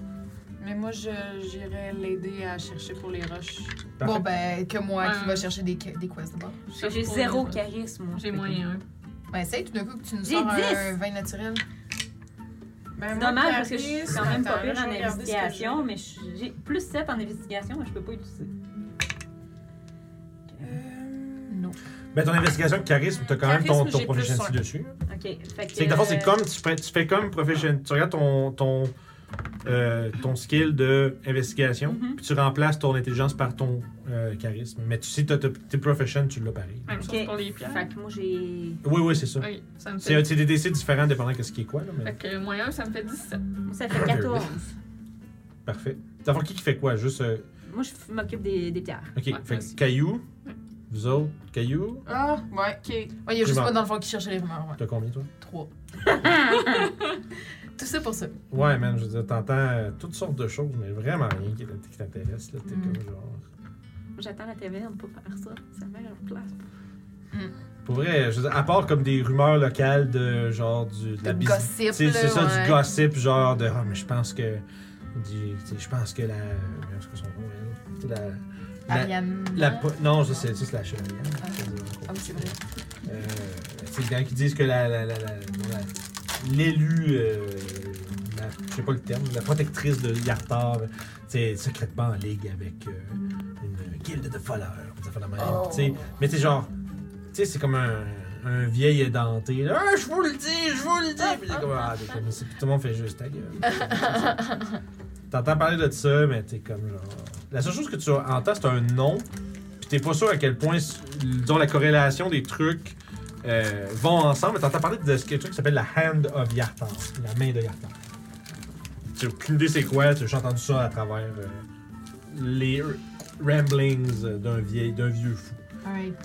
S5: Mais moi, je- j'irai l'aider à chercher pour les roches.
S1: Parfait.
S4: Bon, ben, que moi qui
S2: Ouais.
S4: va chercher des, que- des quests d'abord.
S3: J'ai j'ai zéro charisme. moi.
S2: J'ai moyen un.
S4: Ben, essaye tout d'un coup que tu nous
S3: J'ai
S4: sors un-
S3: 10.
S4: un vin naturel.
S5: Ben,
S3: C'est
S5: moi,
S3: dommage parce que je suis
S5: Clarisse,
S3: quand même pas
S5: attends, là,
S3: pire
S5: je
S3: en
S5: vais regarder ce que
S3: investigation, mais je- j'ai plus 7 en investigation, mais je peux pas utiliser.
S5: j'ai. Euh,
S4: Non.
S1: Ben, ton investigation de charisme, t'as quand même ton,
S5: Charisme,
S1: ton
S5: j'ai plus
S1: proficiency
S5: un.
S1: dessus.
S3: Ok, fait que.
S1: C'est que, dans le fond, c'est comme, tu fais, tu fais comme profession, tu regardes ton, ton, euh, ton skill de investigation,
S3: Mhm.
S1: puis tu remplaces ton intelligence par ton euh, charisme. Mais tu, si t'as t'as- t'es profession, tu l'as pareil.
S2: Même
S3: Ok.
S2: chose pour les pierres.
S3: euh, Fait que moi j'ai.
S1: Oui, oui, c'est ça.
S2: Oui, ça me
S1: C'est
S2: fait.
S1: c'est des DC différents dépendant de ce qui est quoi, là, mais
S2: Fait que moyen, ça me fait 17.
S3: Moi ça fait 14.
S1: parfait. Dans le fond, qui qui fait quoi? Juste, euh,
S3: Moi je f- m'occupe des, des pierres.
S1: OK,
S2: Ouais,
S1: fait que
S2: vas-y.
S1: Caillou,
S2: Ouais.
S1: vous autres, Caillou,
S5: Ah, ouais, ok.
S4: Ouais, il y a juste
S1: Bon.
S4: moi dans le fond qui cherchait les rumeurs, ouais.
S1: t'as combien, toi?
S4: Trois. Tout ça pour ça.
S1: Ouais, man, je veux dire, t'entends euh, toutes sortes de choses, mais vraiment rien qui t- qui t'intéresse, là. T'es
S4: Mm.
S1: comme genre...
S3: J'attends la taverne pour faire ça. C'est la meilleure place.
S1: Pour vrai, je veux dire, à part comme des rumeurs locales de genre du, de la
S4: Le
S1: busi- C'est
S4: gossip,
S1: c'est
S4: là,
S1: ça,
S4: ouais.
S1: du gossip, genre de Ah, mais je pense que. du- tu sais, Je pense que la. Voyons ce que son nom est, là. La. la-
S4: Ariane.
S1: la po- non, je sais, c'est la chevalière.
S4: Hein? Ah. Ah oui, c'est vrai.
S1: Euh, C'est des gens qui disent que la. la- la- la- la- L'élu. euh, la- je sais pas le terme, la protectrice de Yartar, tu sais, secrètement en ligue avec euh, une guilde de voleurs, des affaires de même,
S4: Oh.
S1: tu sais. Mais tu sais, genre, tu sais, c'est comme un, un vieil édenté, là, Ah, je vous le dis, je vous le dis, puis c'est comme, ah, t'es comme, c'est- tout le monde fait juste ta gueule. T'entends parler de ça, mais t'es comme, genre, la seule chose que tu entends, c'est un nom, puis t'es pas sûr à quel point, disons, la corrélation des trucs euh, vont ensemble. Mais T'entends parler de ce quelque chose qui s'appelle la Hand of Yartan, la main de Yartan. Tu as aucune idée c'est quoi, tu as juste entendu ça à travers euh, les r- ramblings euh, d'un vieil, d'un vieux fou.
S4: Alright.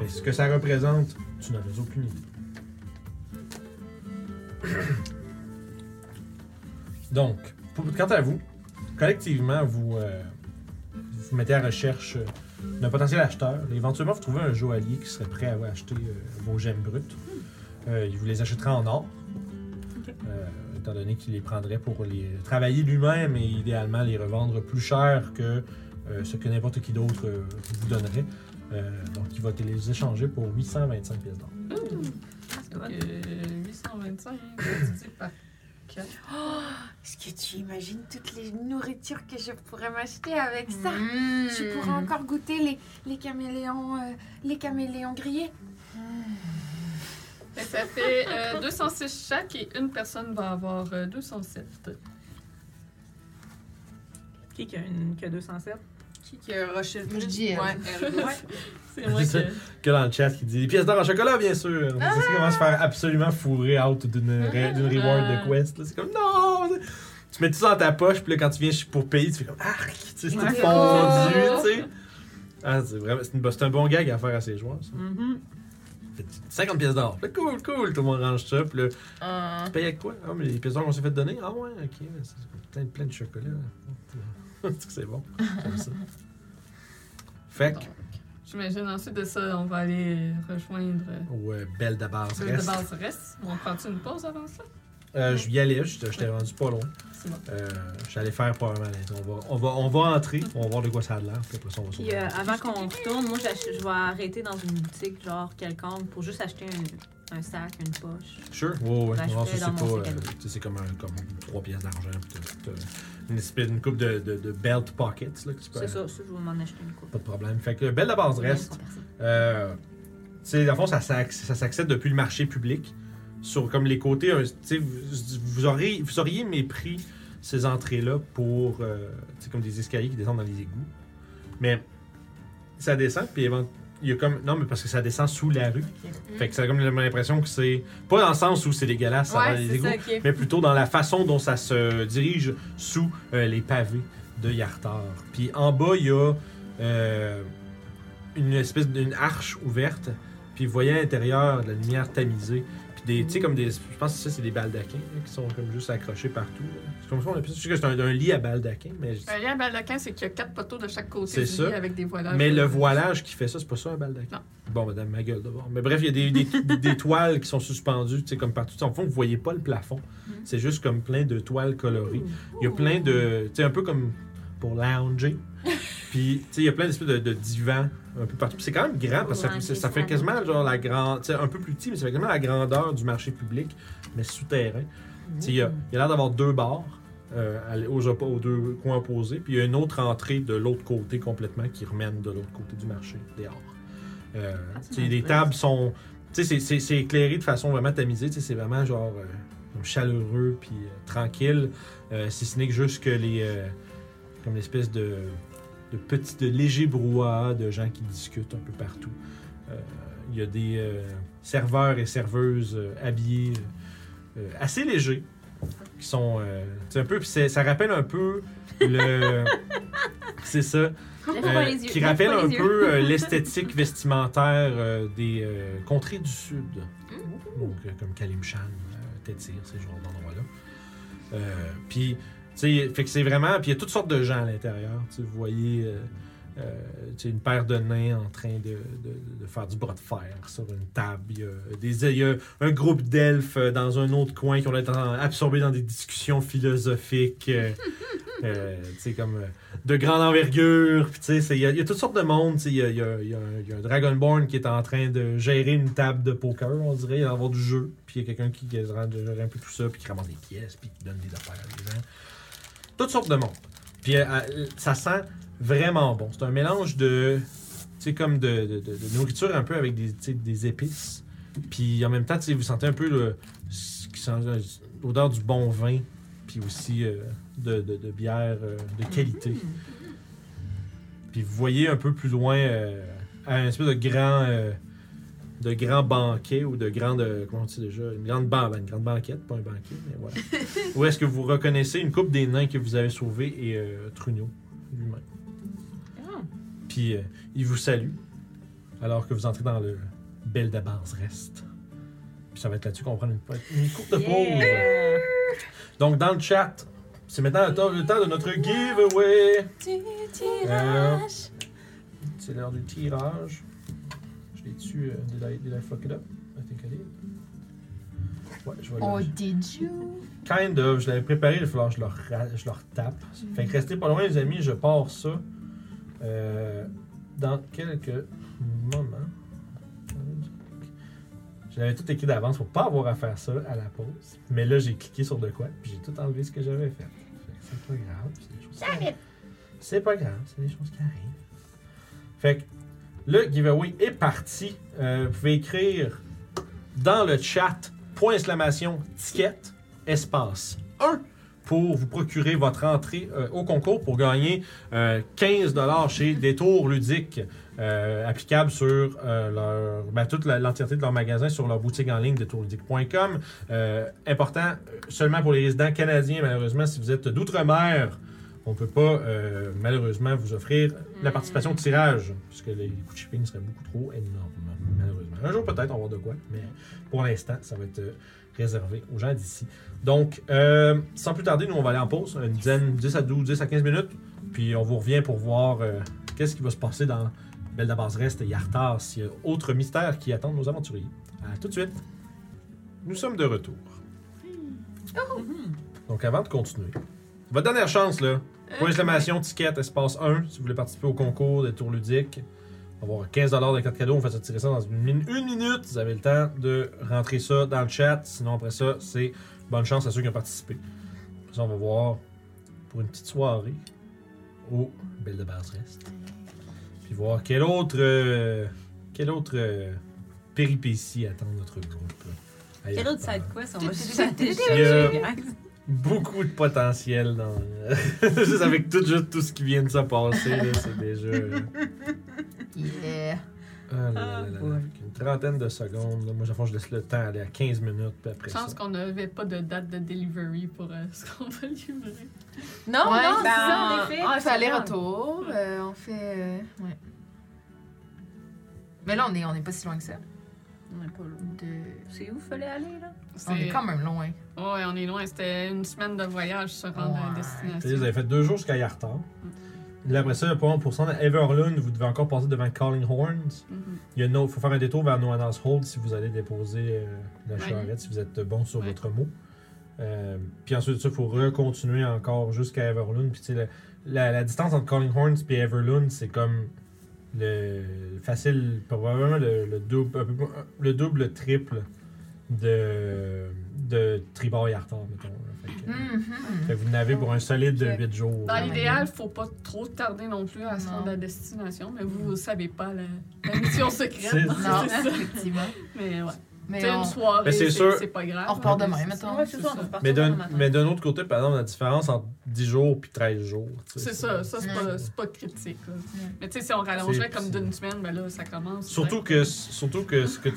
S1: Mais ce que ça représente, tu n'en as aucune idée. Donc, pour- quant à vous, collectivement, vous euh, vous mettez à recherche euh, d'un potentiel acheteur. Éventuellement, vous trouvez un joaillier qui serait prêt à vous acheter euh, vos gemmes brutes. Euh, il vous les achètera en or, euh, étant donné qu'il les prendrait pour les travailler lui-même et idéalement les revendre plus cher que euh, ce que n'importe qui d'autre euh, vous donnerait. Euh, donc, il va te les échanger pour 825 pièces d'or.
S2: Donc, euh, 825 divisé par 4.
S5: Est-ce que tu imagines toutes les nourritures que je pourrais m'acheter avec ça
S4: Mmh.
S5: Je pourrais encore goûter les, les caméléons, euh, les caméléons grillés.
S2: Ça fait euh, 206 chaque et une personne va avoir euh, 207.
S3: Qui qui a, une, qui a 207?
S9: Qui qui a rushé le
S4: Je dis elle.
S9: Ouais, elle.
S3: Ouais.
S2: C'est moi
S1: C'est
S2: que...
S1: Que dans le chat qui dit les pièces d'or en chocolat, bien sûr. C'est ça qui va se faire absolument fourrer out d'une re- d'une reward de quest. là. C'est comme non! Tu mets tout ça dans ta poche, puis là, quand tu viens pour payer, tu fais comme arc! Tu sais, c'est tout
S3: Ouais.
S1: fondu, tu sais. Ah, c'est vraiment, c'est une bo- c'est un bon gag à faire à ces joueurs, ça.
S3: Mhm.
S1: Fait 50 pièces d'or. Puis là, Cool, cool, tout le monde range ça. Puis là, tu payes avec quoi? Ah, mais les pièces d'or qu'on s'est fait donner? Ah ouais, ok, mais c'est plein, plein de chocolat. Est-ce que c'est bon? J'aime ça. Fait que,
S2: Donc, J'imagine ensuite de ça, on va aller rejoindre euh,
S1: ou euh, Belle d'abord
S2: le de base reste. On prend-tu une pause avant ça?
S1: Euh, je y allais, je t'ai rendu pas loin.
S2: C'est bon.
S1: Euh, J'allais faire probablement. les- On va, on, va, on va entrer, on va voir de quoi ça a l'air. Puis après ça, on va
S3: Puis
S1: sauter.
S3: euh, avant qu'on retourne, moi, j'ach- je vais arrêter dans une boutique, genre quelconque, pour juste acheter un, un sac, une poche.
S1: Sure? Ouais, ouais.
S3: ben, je
S1: Non, ça,
S3: fais
S1: c'est
S3: dans
S1: pas.
S3: mon
S1: euh,
S3: sac à dos.
S1: tu sais, c'est comme, un- comme trois pièces d'argent. Puis t'as- t'as une espèce une coupe de, de, de belt pockets là, que tu peux.
S3: C'est ça, ça, je vais m'en acheter une coupe.
S1: Pas de problème. Fait que le bel de base reste.
S3: Ils sont percés.
S1: Euh, tu sais, dans le fond, ça, s'acc- ça s'accède depuis le marché public. Sur comme les côtés, un- tu sais, vous, vous auriez, vous auriez mépris ces entrées-là pour, euh, tu sais, comme des escaliers qui descendent dans les égouts. Mais ça descend, puis évent- il y a comme, non, mais parce que ça descend sous la rue. Fait que ça a comme l'impression que c'est, pas dans le sens où c'est dégueulasse, ça va dans
S9: Ouais,
S1: les
S9: c'est
S1: égouts,
S9: ça, ok.
S1: mais plutôt dans la façon dont ça se dirige sous euh, les pavés de Yartar. Puis en bas, il y a euh, une espèce d'une arche ouverte, puis vous voyez à l'intérieur de la lumière tamisée. Puis des, tu sais, comme des. Je pense que ça, c'est des baldaquins là, qui sont comme juste accrochés partout. là. C'est comme ça, on appelle ça. Je sais que c'est un, un lit à baldaquin, mais.
S2: Un lien baldaquin, c'est qu'il y a quatre poteaux de chaque côté
S1: C'est
S2: du
S1: ça.
S2: lit avec des voilages.
S1: Mais le voilage qui fait ça, c'est pas ça un baldaquin?
S2: Non.
S1: Bon, madame, ma gueule d'abord. Mais bref, il y a des, des- des toiles qui sont suspendues, tu sais, comme partout. En fond, vous voyez pas le plafond.
S3: Mm.
S1: C'est juste comme plein de toiles colorées. Il y a plein de. Tu sais, un peu comme pour lounger. Puis, tu sais, il y a plein d'espèces de, de divans un peu partout. Puis c'est quand même grand parce que ça-
S3: Ouais,
S1: ça,
S3: c'est
S1: ça fait
S3: ça.
S1: quasiment genre la grande. Tu sais, un peu plus petit, mais ça fait quasiment la grandeur du marché public, mais souterrain. Tu sais, il y a il y a l'air d'avoir deux bars euh, à- aux, oppo- aux deux coins opposés, puis il y a une autre entrée de l'autre côté complètement qui remène de l'autre côté du marché, dehors. Euh, tu sais, les tables sont. Tu sais, c'est- c'est- c'est éclairé de façon vraiment tamisée, tu sais, c'est vraiment genre euh, comme chaleureux puis euh, tranquille, Euh, si ce n'est que juste que les. euh, comme l'espèce de, de petit, de léger brouhaha de gens qui discutent un peu partout. Euh, Il y a des euh, serveurs et serveuses euh, habillés euh, assez légers qui sont euh, tu sais, un peu puis c'est- ça rappelle un peu le c'est ça
S3: Lève
S1: euh,
S3: pas les yeux.
S1: qui
S3: lève
S1: rappelle
S3: pas
S1: un
S3: les yeux.
S1: peu euh, l'esthétique vestimentaire euh, des euh, contrées du sud
S3: Mmh.
S1: donc euh, comme Kalimshan euh, Tétir ces genres d'endroits là puis tu sais fait que c'est vraiment puis il y a toutes sortes de gens à l'intérieur tu sais, vous voyez euh, euh, tu sais, une paire de nains en train de, de- de faire du bras de fer sur une table. Il y a, des, il y a un groupe d'elfes euh, dans un autre coin qui ont l'air d'être en- absorbés dans des discussions philosophiques. euh, euh, tu sais, comme euh, de grande envergure. Puis, tu sais, c'est- il y, a- il y a toutes sortes de monde. tu sais, Il y a, il y a- il y a un- il y a un Dragonborn qui est en train de gérer une table de poker, on dirait. Il va y avoir du jeu. Puis, il y a quelqu'un qui gère un peu tout ça, puis qui ramasse des pièces, puis qui donne des affaires à des gens. Toutes sortes de monde. Puis, euh, euh, ça sent vraiment bon. C'est un mélange de. Tu sais, comme de, de- de- de nourriture un peu avec des, tu sais, des épices. Puis en même temps, tu sais, vous sentez un peu le- ce qui sent- euh, l'odeur du bon vin, puis aussi euh, de, de- de bière euh, de qualité. Puis vous voyez un peu plus loin euh, à un espèce de grand, euh, de grand banquet ou de grande, euh, comment on dit déjà, une grande, ban- ben, une grande banquette, pas un banquet, mais voilà. où est-ce que vous reconnaissez une coupe des nains que vous avez sauvés et euh, Truneau lui-même. Puis euh, il vous salue alors que vous entrez dans le Belle d'Abance Reste. Puis ça va être là-dessus qu'on prend une, une courte
S3: Yeah.
S1: pause. Donc dans le chat, c'est maintenant le temps, le temps de notre giveaway. Euh, c'est l'heure du tirage. Je l'ai tu did, I, did I fuck it up? I think I did. Ouais, je vais le-
S4: Oh, did you?
S1: Kind of, je l'avais préparé, il va falloir que je leur, ra- je leur tape. Fait que restez pas loin, les amis, je pars ça euh, dans quelques moments. J'avais tout écrit d'avance pour pas avoir à faire ça à la pause. Mais là, j'ai cliqué sur de quoi, puis j'ai tout enlevé ce que j'avais fait. Fait que C'est pas grave, c'est des choses qui arrivent. C'est pas grave, c'est des choses qui arrivent. Fait que le giveaway est parti. Euh, vous pouvez écrire dans le chat, point exclamation, ticket espace 1 pour vous procurer votre entrée euh, au concours pour gagner euh, 15 dollars chez Détour Ludique euh, applicable sur euh, leur ben, toute la- l'entièreté de leur magasin sur leur boutique en ligne détourludique.com Euh, important euh, seulement pour les résidents canadiens malheureusement si vous êtes d'outre-mer on peut pas euh, malheureusement vous offrir la participation au tirage puisque les coûts de shipping seraient beaucoup trop énormes malheureusement un jour peut-être on va voir de quoi mais pour l'instant ça va être euh, réservé aux gens d'ici donc, euh, sans plus tarder, nous, on va aller en pause, une dizaine, 10 à 12, 10 à 15 minutes, puis on vous revient pour voir euh, qu'est-ce qui va se passer dans Belle de Base Reste et Yartar, s'il y a autre mystère qui attend nos aventuriers. À tout de suite. Nous sommes de retour. Donc, avant de continuer, votre dernière chance, là. Point exclamation, ticket, espace 1, si vous voulez participer au concours des tours ludiques. On va avoir 15 de cartes cadeaux. On fait ça tirer ça dans une, min- une minute. Vous avez le temps de rentrer ça dans le chat. Sinon, après ça, c'est Bonne chance à ceux qui ont participé. Après ça, on va voir pour une petite soirée au Belle de Basse Reste. Puis voir quelle autre, euh, quelle autre euh, péripétie attend notre groupe. là.
S3: Quel autre
S1: Ailleurs.
S3: side quest on va chatter, chatter,
S1: Yeah.
S3: guys.
S1: Beaucoup de potentiel dans. juste avec tout, juste tout ce qui vient de se passer, là, c'est déjà. euh,
S4: Yeah.
S1: ah là là là là.
S3: boy.
S1: Une trentaine de secondes. là. Moi, à fond, je laisse le temps aller à 15 minutes, puis après ça.
S2: Chance qu'on n'avait pas de date de delivery pour euh, ce qu'on va livrer.
S4: Non,
S3: Ouais,
S4: non,
S3: ben,
S4: c'est ça,
S3: en
S4: on
S3: effet, c'est
S4: Ah, fait
S3: grave.
S4: aller-retour. euh, on fait. euh, ouais. Mais là, on est, on est pas si loin que ça.
S3: On est pas loin.
S4: De-
S6: C'est où fallait aller, là?
S4: On est quand même loin.
S2: Ouais, on est loin. C'était une semaine de voyage se rendre à
S4: Ouais.
S1: Tu sais, Vous
S2: destination.
S1: avez fait deux jours jusqu'à Yartar. Là, après ça, pour, pour ça, à Everlund, vous devez encore passer devant Calling Horns.
S2: Mhm.
S1: Il y a no- faut faire un détour vers Noanas Hold si vous allez déposer euh, la
S2: Ouais.
S1: charrette, si vous êtes bon sur
S2: Ouais.
S1: votre mot. Euh, puis ensuite, il faut recontinuer encore jusqu'à Everlund. Puis tu sais, la, la- la distance entre Calling Horns et Everlund, c'est comme le facile, probablement le, le double, un peu moins- le double, triple de, de Tribord et Arthur, mettons. là. Fait que, euh,
S4: Mhm.
S1: fait que vous n'avez pour un solide
S4: Ok.
S1: 8 jours.
S2: Hmm. Dans
S1: là.
S2: l'idéal, faut pas trop tarder non plus à se
S4: Non.
S2: rendre à destination, mais vous ne savez pas la, la mission
S1: C'est-
S2: secrète.
S4: Non,
S2: C'est ça.
S4: effectivement.
S2: Mais ouais.
S4: Mais
S2: C'est
S4: on-
S2: une soirée,
S1: Mais c'est
S2: c'est
S1: sûr,
S2: c'est pas grave.
S4: on repart
S2: Ouais,
S4: demain,
S2: c'est-
S4: mettons.
S3: Ouais, c'est ça, on
S2: ça.
S3: peut repartir
S1: Mais
S3: demain
S1: d'un,
S3: matin.
S1: mais d'un autre côté, par exemple, la différence entre 10 jours puis 13 jours. tu sais,
S2: C'est ça, ça c'est pas, c'est pas critique. là. Mais tu sais, si on rallongerait comme
S1: c'est-
S2: d'une semaine, ben là, ça commence.
S1: Surtout que, surtout que ce que tu,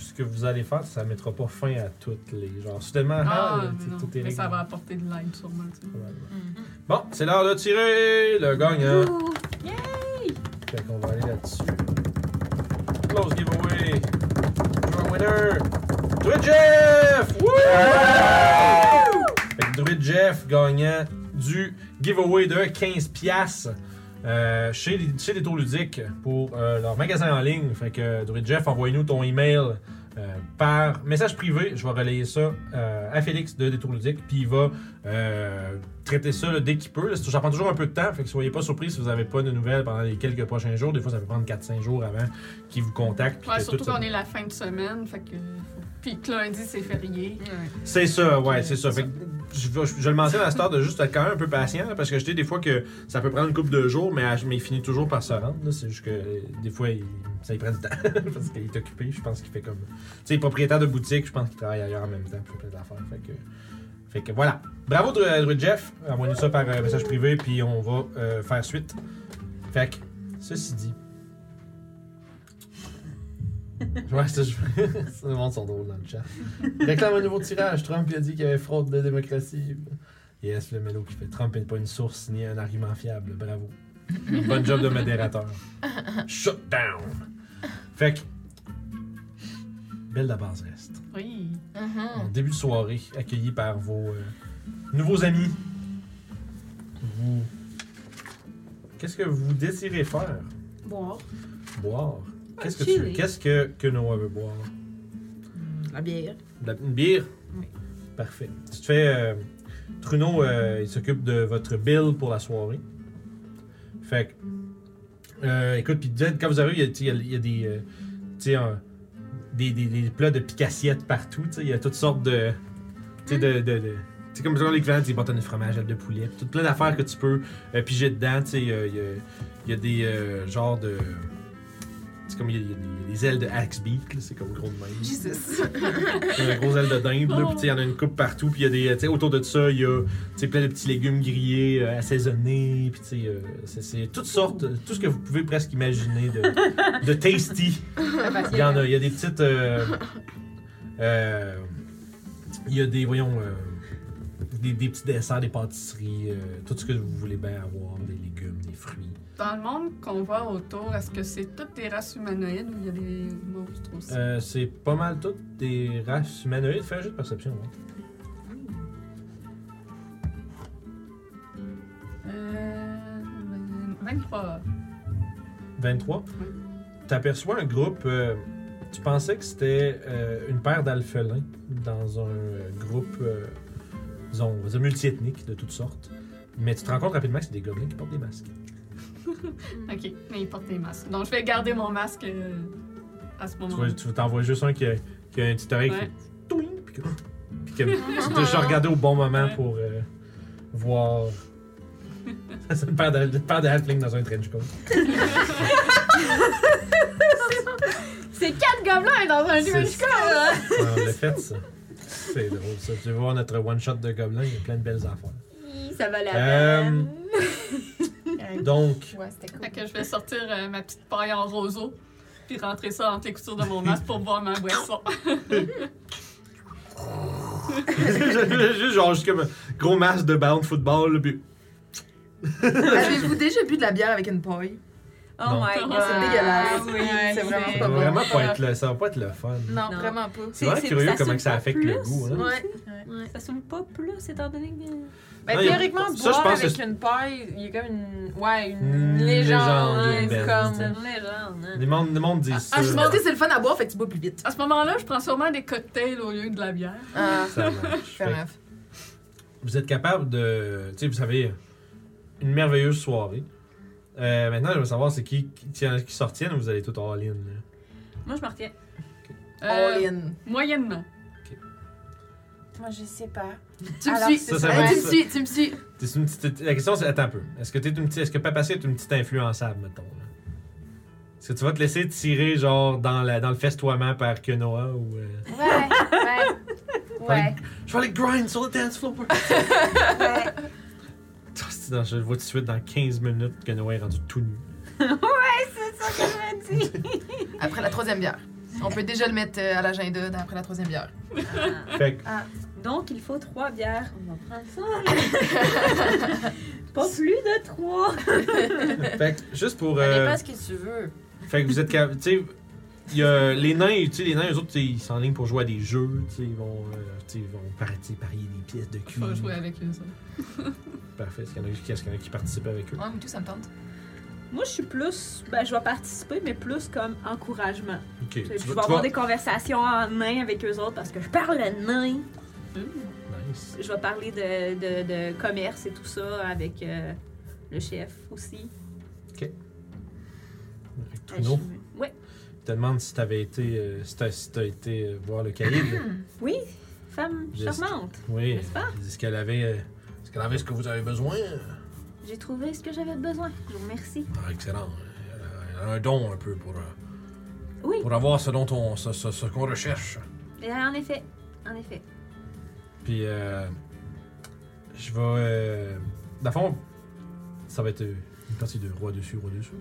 S1: ce que vous allez faire, ça mettra pas fin à toutes les. Genre, soudainement,
S2: Ah,
S1: ah,
S2: mais, non.
S1: tout est
S2: mais
S1: réglé.
S2: ça va apporter de l'aide sûrement. tu sais.
S1: Probablement.
S3: Hmm.
S1: Bon, c'est l'heure de tirer le gagnant. Fait qu'on va aller là-dessus. Close giveaway. Draw winner. Druid Jeff! Wouh! Fait que Druid Jeff gagnant du giveaway de 15 pièces chez, euh, les- chez les Tours Ludiques pour euh, leur magasin en ligne. Fait que Druid Jeff, envoie-nous ton email euh, par message privé. Je vais relayer ça euh, à Félix de Détour Ludique, puis il va euh, traiter ça là, dès qu'il peut. là. Ça prend toujours un peu de temps, fait que soyez pas surpris si vous n'avez pas de nouvelles pendant les quelques prochains jours. Des fois, ça peut prendre 4-5 jours avant qu'il vous contacte. puis
S2: Ouais,
S1: que
S2: surtout
S1: tout se-
S2: qu'on est la fin de semaine, fait que. faut- Puis que lundi, c'est férié.
S1: C'est ça, ouais, c'est ça. Fait que je, vais- je- je le mentionne à cette heure de juste être quand même un peu patient, là, parce que je dis des fois que ça peut prendre une couple de jours, mais, elle- mais il finit toujours par se rendre. là. C'est juste que euh, des fois, il- ça lui prend du temps, parce qu'il est occupé. Je pense qu'il fait comme. Tu sais, il est propriétaire de boutique, je pense qu'il travaille ailleurs en même temps, puis il fait plein d'affaires. Fait que, fait que voilà. Bravo, Dru- euh, Druid Jeff. Envoyez-nous ça par euh, message privé, puis on va euh, faire suite. Fait que, ceci dit. Ouais, ça, je... ça, le monde sont drôles dans le chat. Il réclame un nouveau tirage. Trump il a dit qu'il y avait fraude de démocratie. Yes, le mélo qui fait Trump n'est pas une source ni un argument fiable. Bravo. Bonne job de modérateur. Shut down. Fait que. Belle de la base reste.
S2: Oui.
S4: Ah. Mm-hmm.
S1: En début de soirée, accueilli par vos euh, nouveaux amis. Vous. Qu'est-ce que vous désirez faire?
S3: Boire.
S1: Boire. Qu'est-ce que tu.
S3: chiller.
S1: Qu'est-ce que, que Noah veut boire?
S3: La bière.
S1: De la- une bière?
S3: Oui.
S1: Parfait. Tu te fais. euh, Truno, euh, il s'occupe de votre bill pour la soirée. Fait que. euh, écoute, puis dès- quand vous arrivez, il y a, tu sais, il y a- il y a des. euh, tu sais, un- des, des- des plats de picassiettes partout. tu sais, Il y a toutes sortes de. Tu sais, de. de, de- tu sais, comme genre l'équivalent des bâtons de fromage, ailes de poulet, puis tout plein d'affaires que tu peux euh, piger dedans. Tu sais, euh, il y, a- il y a des euh, genres de. C'est comme il y, a- il y a des- il y a des ailes de axe beak, là, c'est comme gros de même.
S4: Jesus.
S1: Il y a une grosse aile de dinde, là, puis tu sais, il y en a une coupe partout, puis il y a des, tu sais, autour de ça, il y a, tu sais, plein de petits légumes grillés, euh, assaisonnés, puis tu sais, euh, c'est- c'est toutes sortes, euh, tout ce que vous pouvez presque imaginer de, de tasty. Il y en a, il y a des petites, euh, euh, il y a des, voyons, euh, des, des petits desserts, des pâtisseries, euh, tout ce que vous voulez bien avoir, des légumes, des fruits.
S2: Dans le monde qu'on voit autour, est-ce que c'est toutes des races humanoïdes ou il y a des monstres aussi?
S1: Euh, c'est pas mal toutes des races humanoïdes. Fais un jeu de perception. hein.
S2: Euh, 23.
S1: 23,
S2: Oui.
S1: t'aperçois un groupe. euh, tu pensais que c'était euh, une paire d'alphelins dans un euh, groupe, euh, disons, on va dire multiethnique de toutes sortes. Mais tu te rends compte rapidement que c'est des gobelins qui portent des masques.
S2: Ok, mais ils portent des masques. Donc je vais garder mon masque euh, à ce
S1: Tu vois,
S2: moment-là.
S1: tu t'envoies juste un qui a, qui a un petit oreille qui
S2: Ouais.
S1: fait touing, puis que, puis que tu dois juste regarder au bon moment
S2: Ouais.
S1: pour euh, voir. Ça, c'est une paire de- une paire de halflings dans un trench coat.
S6: C'est quatre gobelins dans un
S1: C'est-
S6: jeu.
S1: Ouais, on l'a fait, ça. C'est drôle, ça. Tu vas voir notre one-shot de gobelins, il y a plein de belles affaires.
S6: Ça va la
S1: Euh,
S6: peine.
S1: Donc,
S4: Ouais, c'était cool.
S2: Fait que je vais sortir euh, ma petite paille en roseau, puis rentrer ça entre les coutures de mon masque pour boire ma boisson.
S1: juste genre, juste comme un gros masque de ballon de football, là, puis
S4: Avez-vous déjà bu de la bière avec une paille?
S3: Oh
S1: Non.
S3: my
S2: Oh,
S3: god.
S2: c'est
S4: dégueulasse.
S3: Ah oui,
S4: Eh, Ouais, c'est vraiment
S3: c'est-
S1: ça
S4: pas
S1: va
S4: bon.
S1: vraiment pas être le, ça va pas être le fun.
S4: Non,
S3: Non.
S4: vraiment pas.
S1: C'est vraiment
S3: c'est-
S1: curieux
S3: ça
S1: comment que ça
S3: saoule
S1: affecte
S3: pas
S1: le
S3: plus.
S1: goût. Hein.
S4: Ouais.
S3: Ça saoule pas plus étant donné que.
S1: Non, il
S5: Ben,
S1: y a-
S5: théoriquement,
S1: ça, je
S5: boire
S1: pense que
S5: avec
S1: c'est-
S5: une paille, il y a comme une. Ouais,
S1: Une
S5: une légende.
S1: légende,
S5: hein,
S1: une
S5: c'est
S1: belle.
S5: comme.
S3: C'est une légende. hein.
S1: Les mondes, le monde dit ça.
S2: ah, je
S4: Je pense que c'est le fun à boire, fait que tu bois plus vite.
S2: À ce moment-là, je prends sûrement des cocktails au lieu de la bière.
S4: Ah,
S1: Ça marche.
S4: fair
S1: Fait
S4: enough.
S1: vous êtes capable de. Tu sais, vous savez, une merveilleuse soirée. Euh, maintenant, je veux savoir c'est qui qui, s'y en a qui s'en retiennent ou vous allez tout en ligne.
S3: Moi, je me retiens.
S2: Euh,
S4: All in.
S2: Moyennement.
S5: Moi, je sais pas.
S4: Tu me
S5: alors,
S4: suis.
S1: ça, ça
S4: Ouais,
S1: veut
S4: tu
S1: dire
S4: me
S1: ça.
S4: suis, tu me suis.
S1: C'est une petite- La question, c'est attends un peu. Est-ce que t'es une petite. Est-ce que Papassi est une petite influençable, mettons? là? Est-ce que tu vas te laisser tirer genre dans, la, dans le festoiement par Kenoa ou. euh,
S6: Ouais, ouais. Ouais.
S1: Je vais aller grind sur le dance floor. Ah, c'est dans- je le vois tout de suite dans 15 minutes que Noah est rendu tout nu.
S4: Après la troisième bière. On peut déjà le mettre euh, à l'agenda après la troisième bière.
S1: Fait que
S3: Donc, il faut trois bières. On va prendre ça. pas plus de trois.
S1: Fait que, juste pour.
S6: Ça
S1: euh,
S6: dépend ce que tu veux.
S1: fait que vous êtes. cap- Tu sais, il y a les nains, tu sais, les nains, eux autres, tu sais, ils s'enlignent pour jouer à des jeux. Tu sais, ils vont, euh, tu sais, ils vont par- tu sais, parier des pièces de cul.
S2: Je vais jouer avec eux, ça.
S1: Parfait. Est-ce qu'il y en a, est-ce qu'il y en a qui participent avec eux?
S4: Ouais, mais tout, ça me tente.
S3: Moi, je suis plus. Ben, je vais participer, mais plus comme encouragement.
S1: Ok. Tu
S3: Je
S1: vas-
S3: vais
S1: tu
S3: avoir
S1: vas-
S3: des conversations en nain avec eux autres parce que je parle nain.
S1: Nice.
S3: Je vais parler de, de- de commerce et tout ça avec euh, le chef aussi.
S1: Avec Trudeau.
S3: Oui.
S1: Je te demande si t'avais été, euh, si t'as si t'as été euh, voir le caïd.
S3: Oui, femme
S1: Geste.
S3: charmante.
S1: oui.
S3: N'est-ce pas?
S1: Est-ce qu'elle avait, euh, est-ce qu'elle avait ce que vous avez besoin?
S3: J'ai trouvé ce que j'avais besoin. Je vous remercie.
S1: Ah, excellent. Elle a- Elle a un don un peu pour, euh,
S3: Oui.
S1: pour avoir ce dont on, ce, ce- ce qu'on recherche.
S3: Et en effet, en effet.
S1: Puis, euh, je vais. Euh, dans le fond, ça va être euh, une partie de roi dessus, roi dessus.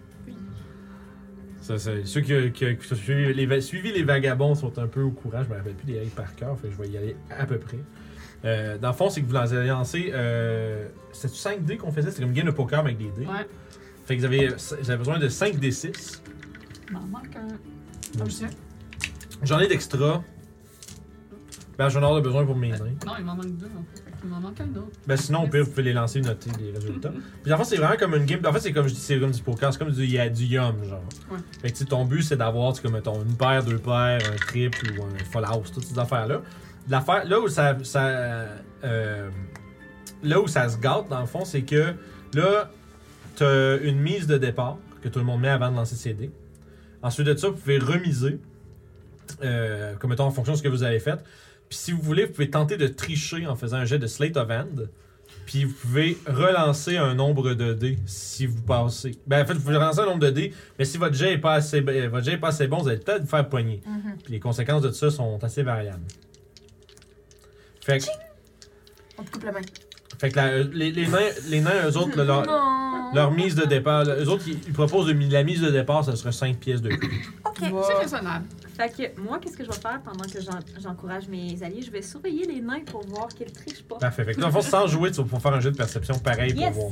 S1: Ça, c'est- ceux qui, qui- qui ont suivi les, va- suivi les vagabonds sont un peu au courant. Je me rappelle plus des règles par cœur, fait que je vais y aller à peu près. Euh, dans le fond, c'est que vous avez lancé. Euh, C'était-tu 5 dés qu'on faisait C'était comme une game de poker mais avec des dés.
S2: Ouais.
S1: Fait que vous avez, vous avez besoin de 5 dés 6.
S2: Il m'en manque un.
S4: Comme ça.
S1: J'en ai d'extra. Ben, j'en aurai besoin pour mes
S2: Euh,
S1: nains.
S2: Non, il m'en manque deux. En fait. Fait qu'il m'en manque un autre.
S1: Ben sinon, au pire, vous pouvez les lancer, noter les résultats. Puis en fait, c'est vraiment comme une game. En fait, c'est comme je dis, c'est comme du poker, c'est comme du, ya- du yum, genre.
S2: Ouais.
S1: Fait que tu sais, ton but, c'est d'avoir, tu sais, comme mettons, une paire, deux paires, un triple ou un full house, toutes ces affaires-là. L'affaire, là où ça. ça euh, là où ça se gâte, dans le fond, c'est que là, t'as une mise de départ que tout le monde met avant de lancer ses dés. Ensuite de ça, vous pouvez remiser, euh, comme étant en fonction de ce que vous avez fait. Puis si vous voulez, vous pouvez tenter de tricher en faisant un jet de Slate of Hand. Puis vous pouvez relancer un nombre de dés si vous passez. Ben en fait, vous pouvez relancer un nombre de dés, mais si votre jet est pas assez, ben, votre jet est pas assez bon, vous allez peut-être vous faire pogner.
S4: Mhm.
S1: Puis les conséquences de ça sont assez variables. Fait que,
S4: On te coupe la main.
S1: fait que la- les, les nains, les nains, eux autres, le- leur,
S4: non.
S1: leur mise de départ, eux autres, ils, ils proposent de mi- la mise de départ, ça serait 5 pièces de cul.
S5: Ok.
S4: Wow.
S2: C'est raisonnable.
S3: Fait que moi, qu'est-ce que je vais faire pendant que j'en- j'encourage mes alliés? Je vais surveiller les nains pour voir qu'ils trichent
S5: Ben.
S3: pas.
S1: Parfait. Fait que dans le fond, sans jouer, tu vas pouvoir faire un jet de perception pareil
S3: Yes.
S1: pour voir.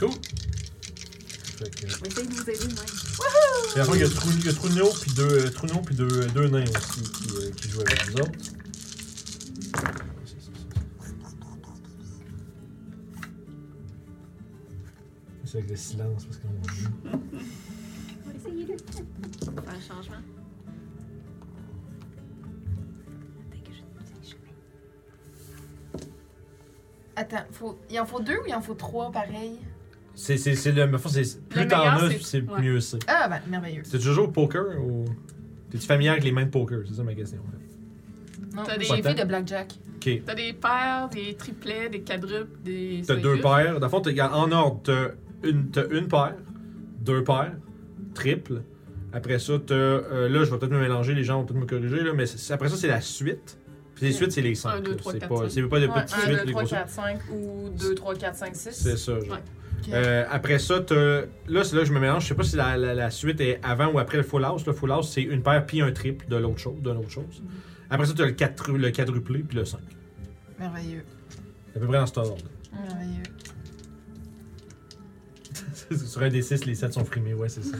S1: Cool. Fait que-
S3: Je vais essayer de vous aider, nains.
S1: Puis après, il y a, Trou il y a Truno, puis deux, euh, Truno, puis deux, deux nains aussi qui, euh, qui jouent avec nous autres. C'est avec le silence, parce qu'on va jouer.
S3: Je vais essayer de faire un changement. Attends que je- je-
S4: Attends, faut... il en faut deux ou il en faut trois pareil?
S1: C'est, c'est, c'est le. mais faut- c'est- plus
S2: Le
S1: t'en
S2: meilleur,
S1: as,
S2: c'est-
S1: c'est
S2: ouais.
S1: mieux c'est.
S4: Ah, ben, merveilleux.
S1: T'es toujours au poker ou. T'es-tu familier avec les mains de poker C'est ça ma question. en fait.
S4: Non,
S2: T'as des-
S4: j'ai vu de Blackjack.
S1: Ok.
S2: T'as des paires, des triplets, des quadruples, des.
S1: T'as deux
S2: paires.
S1: paires. Dans le fond, t'as- regarde, en ordre, t'as une, t'as une paire, deux paires, triple. Après ça, t'as. euh, là, je vais peut-être me mélanger, les gens vont peut-être me corriger, là, mais c'est- après ça, c'est la suite. Puis les
S4: Ouais.
S1: suites, c'est les cinq.
S2: Un, deux,
S1: là.
S2: trois,
S1: C'est
S2: quatre,
S1: pas,
S2: cinq.
S1: c'est pas des
S4: Ouais,
S1: petites suites,
S4: 1, 2,
S1: les
S4: 3,
S1: grosses suites.
S4: 4, 5 ou 2, 3, 4, 5, 6.
S1: C'est ça, genre.
S2: Ouais.
S1: Euh, après ça, t'as- là, c'est là que je me mélange. Je sais pas si la, la- la suite est avant ou après le full house. Le full house, c'est une paire puis un triple de l'autre chose. De l'autre chose.
S2: Mm-hmm.
S1: Après ça, t'as le, quadru- le quadruplé puis le 5.
S4: Merveilleux.
S1: À peu près dans cet ordre.
S4: Merveilleux.
S1: Sur un des 6, les 7 sont frimés, ouais, c'est ça.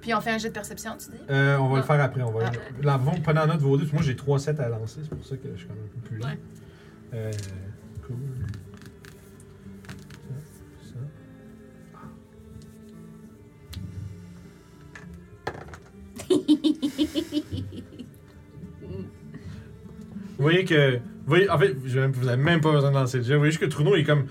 S4: Puis on fait un jet de perception, tu dis?
S1: Euh, on va le faire après. On va
S4: Ah.
S1: Là, vous prenez en note vos deux. parce que Moi, j'ai 3 sets à lancer. C'est pour ça que je suis quand même un peu plus lent.
S2: Ouais.
S1: Euh, cool. Ça, ça. Vous voyez que. vous voyez- en fait, je- vous n'avez même pas besoin de lancer le jet. Vous voyez juste que Trudeau est comme.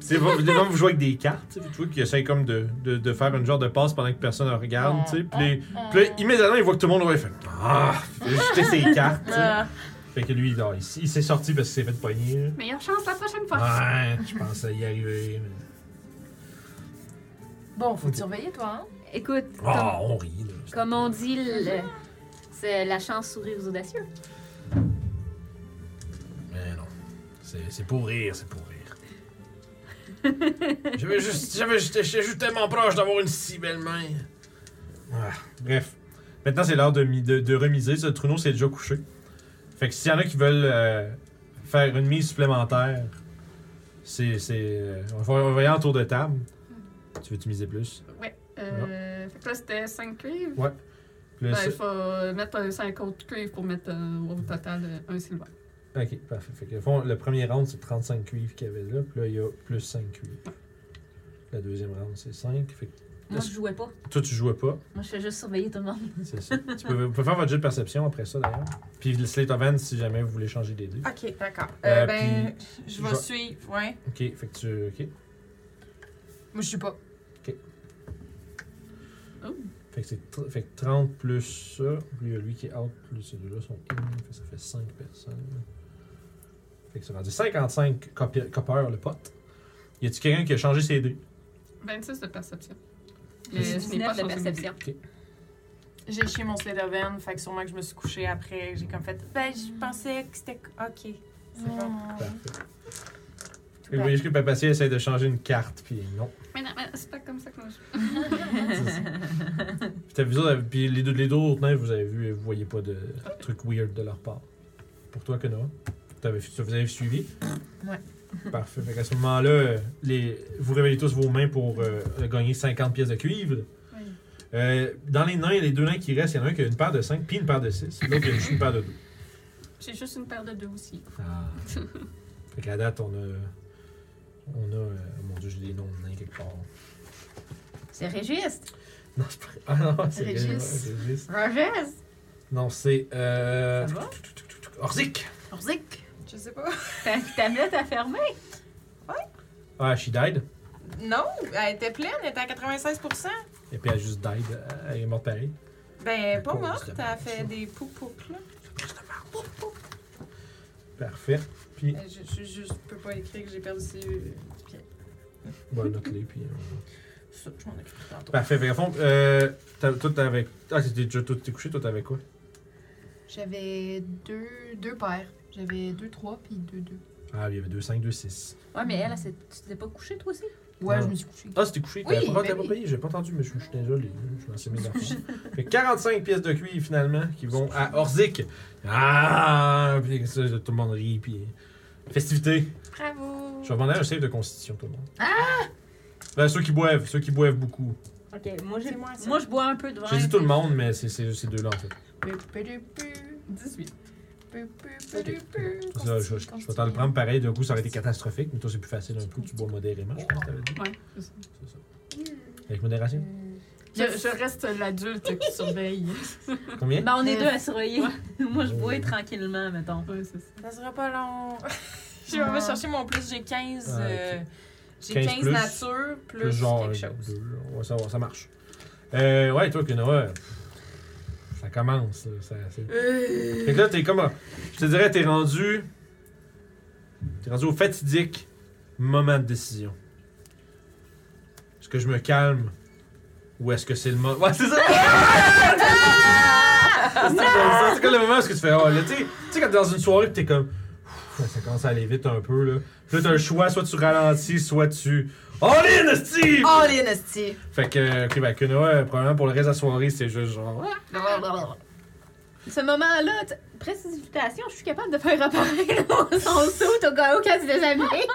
S1: C'est vous, vous- vous jouez avec des cartes. tu sais, Vous trouvez qu'il essaie comme de, de, de faire une genre de passe pendant que personne ne regarde. tu sais, Puis les- puis là, immédiatement, il voit que tout le monde aurait fait Ah, il a jeté ses cartes. tu sais. Fait que lui, non, il, s- il s'est sorti parce qu'il s'est fait pogner.
S2: Meilleure chance la prochaine fois.
S1: là. Ouais, je pensais y arriver. mais-
S4: Bon, faut te surveiller, toi, hein?
S3: Écoute,
S5: Oh.
S1: Ah,
S3: comme,
S1: on rit. là.
S3: comme on dit, le- c'est la chance sourit aux audacieux.
S1: Mais non. C'est c'est pour rire, c'est pour rire. J'avais juste. J'avais juste. J'étais juste tellement proche d'avoir une si belle main. Ah, bref. Maintenant, c'est l'heure de, mi- de, de remiser. Ce Truno s'est déjà couché. Fait que s'il y en a qui veulent euh, faire une mise supplémentaire, c'est. c'est, euh, on va on va y aller en tour de table. Tu veux-tu miser plus?
S2: Ouais. Euh, Fait que là, c'était 5 cuivres.
S1: Plus-
S2: Ben, il faut mettre un 50 cuivres pour mettre euh, au total euh, un silver.
S1: Ok, parfait. Fait que, au fond, le premier round, c'est 35 cuivres qu'il y avait là. Puis là, il y a plus 5 cuivres. La deuxième round, c'est 5. Fait que
S6: Moi, je jouais pas.
S1: toi, tu jouais pas.
S6: Moi, je fais juste surveiller tout le monde.
S1: C'est ça. tu peux, vous pouvez faire votre jeu de perception après ça, d'ailleurs. Puis le Slate of Hand, si jamais vous voulez changer des dés.
S5: Ok, d'accord.
S1: Euh,
S5: Euh, ben, je
S1: je-
S5: vais suivre, ouais.
S1: Ok, fait que tu. Ok.
S4: Moi, je suis pas.
S1: Fait que, c'est tr- fait que 30 plus ça, lui, il y a lui qui est out, plus ces deux-là sont in, fait que ça fait 5 personnes. Fait que ça rendu 55 copi- copeurs le pote. Y a-tu quelqu'un qui a changé ses dés?
S2: 26 de perception.
S6: J'ai
S2: Mais ce n'est pas
S6: 19 de
S2: sur son
S6: perception.
S5: J'ai chié mon sled oven, fait que sûrement que je me suis couchée après. J'ai comme fait, ben, je pensais que c'était. Ok. C'est bon.
S1: Parfait. Et vous
S5: Tout bad.
S1: voyez juste que Papassier essaie de changer une carte, puis non.
S2: Mais non, mais c'est pas comme ça que moi je fais.
S1: Puis, t'as vu ça, puis les deux, les deux autres nains, vous avez vu, vous voyez pas de trucs weird de leur part. Pour toi, que non. T'avais, tu- vous avez suivi?
S4: Ouais.
S1: Parfait. Fait qu'à ce moment-là, euh, les, vous réveillez tous vos mains pour euh, gagner 50 pièces de cuivre.
S2: Oui.
S1: Euh, dans les nains, les deux nains qui restent, il y en a un qui a une paire de 5 puis une paire de 6. L'autre, il a juste une paire de 2.
S2: J'ai juste une paire de deux aussi.
S1: Ah. fait qu'à date, on a. On a. euh, mon dieu, j'ai des noms de nains quelque part.
S6: C'est Régiste.
S1: Non, c'est pas. Ah non, c'est
S4: Régis.
S1: ouais, Régis.
S4: Rogers!
S1: Non, c'est. Euh,
S6: Ça va?
S1: Orzik!
S4: Orzik!
S5: Je sais pas.
S6: Ta tablette a fermé.
S1: Ah, she died.
S5: Non, elle était pleine, elle était à 96%.
S1: Et puis elle juste died. euh, Elle est morte pareil.
S5: Ben,
S1: À
S5: pas
S1: cause
S5: morte,
S1: de
S5: elle
S1: moi,
S5: a fait
S1: ça.
S5: des poupoucs, là.
S1: Parfait. Puis,
S5: Euh, Je, je, je peux pas écrire que j'ai perdu ses euh, pieds.
S1: bon, note-les. Puis, euh,
S5: Ça, je m'en occupe tantôt.
S1: Parfait. Fait qu'à fond, euh, t'as- toi, t'avais. Ah, t'étais déjà tout t'es couché. Toi, t'avais quoi?
S4: J'avais deux, deux paires. J'avais deux, trois, puis deux, deux.
S1: Ah, il y avait 2, 5, 2, 6.
S6: Ouais, mais elle, elle s'est- tu t'es pas couché toi aussi?
S4: Ouais,
S1: Ah.
S4: je me suis couchée.
S1: Ah, c'était couché.
S4: Oui,
S1: T'avais pas,
S4: ben
S1: t'avais pas
S4: oui.
S1: payé. J'ai pas entendu, mais je je suis désolé. Je m'en suis mis dans le fond. Fait que 45 pièces de cuivre, finalement, qui vont à Orzik. Ah! Puis ça, tout le monde rit. Puis. Festivité.
S2: Bravo!
S1: Je vais demander un save de constitution, tout le monde. Ah! Ben, ceux qui boivent, ceux qui boivent beaucoup.
S6: Ok, moi
S5: C'est moi, ça.
S6: Moi, je bois un peu de vin.
S1: J'ai dit tout le monde, mais c'est c'est- ces deux-là, en fait.
S2: 18.
S1: Ça, je, je- je vais t'en le prendre pareil, d'un coup, ça aurait été catastrophique, mais toi, c'est plus facile un coup, tu bois modérément, je pense que t'avais dit.
S2: Ouais, c'est ça.
S1: C'est ça. Avec modération.
S2: Je, je reste l'adulte qui surveille.
S1: Combien?
S6: Ben,
S3: Euh,
S6: on est deux à surveiller. moi, je bois tranquillement, mettons.
S2: Ouais, c'est ça.
S5: Ça sera pas long. je vais chercher mon plus, j'ai 15.
S1: Ah, ok.
S5: euh, j'ai
S1: 15
S5: 15,
S1: plus,
S5: nature plus,
S1: Plus genre euh,
S5: quelque
S1: un,
S5: chose.
S1: deux, on va savoir, ça marche. Euh, ouais, toi, Kenoa, ça commence, là, ça, c'est- Fait que là, t'es comme, à- je te dirais, t'es rendu, t'es rendu au fatidique moment de décision. Est-ce que je me calme ou est-ce que c'est le moment... Ouais, c'est ça! C'est comme ça, c'est comme le moment où est-ce que tu fais, oh, là, tu sais- tu sais, quand t'es dans une soirée pis t'es comme, Ouf, ça commence à aller vite un peu, là. Puis là, t'as le choix, soit tu ralentis, soit tu... All in, Steve!
S4: Oh, les nasty!
S1: Fait que, ok, ben, Kunoa, euh, probablement pour le reste de la soirée, c'est juste genre.
S5: Euh,
S6: Ce moment-là, tu- précipitation, je suis capable de faire apparaître mon- son saut au cas où qu'elle se déshabille.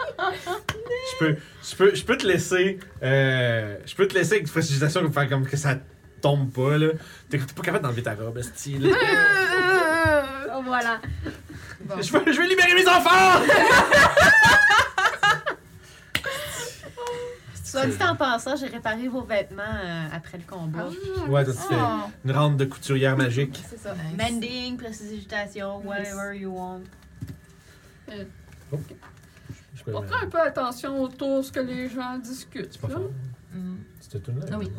S1: Je peux, je peux, je peux te laisser. Euh, je peux te laisser avec une précipitation pour faire comme que ça tombe pas, là. T'es t'es pas capable d'enlever ta robe, style.
S6: Oh, voilà.
S1: je, veux, je veux libérer mes enfants!
S6: Soit dit en passant, j'ai réparé vos vêtements euh, après le combat.
S3: Ah
S1: Ouais,
S4: Ah,
S1: toi, tu fais une rente de couturière magique.
S6: C'est ça.
S4: Nice.
S6: Mending, précipitation, whatever you want.
S1: Je peux
S2: On prend un peu attention autour de ce que les gens discutent.
S1: C'est pas
S2: là.
S1: fort.
S4: Mm.
S1: C'était tout là.
S4: Ah oui.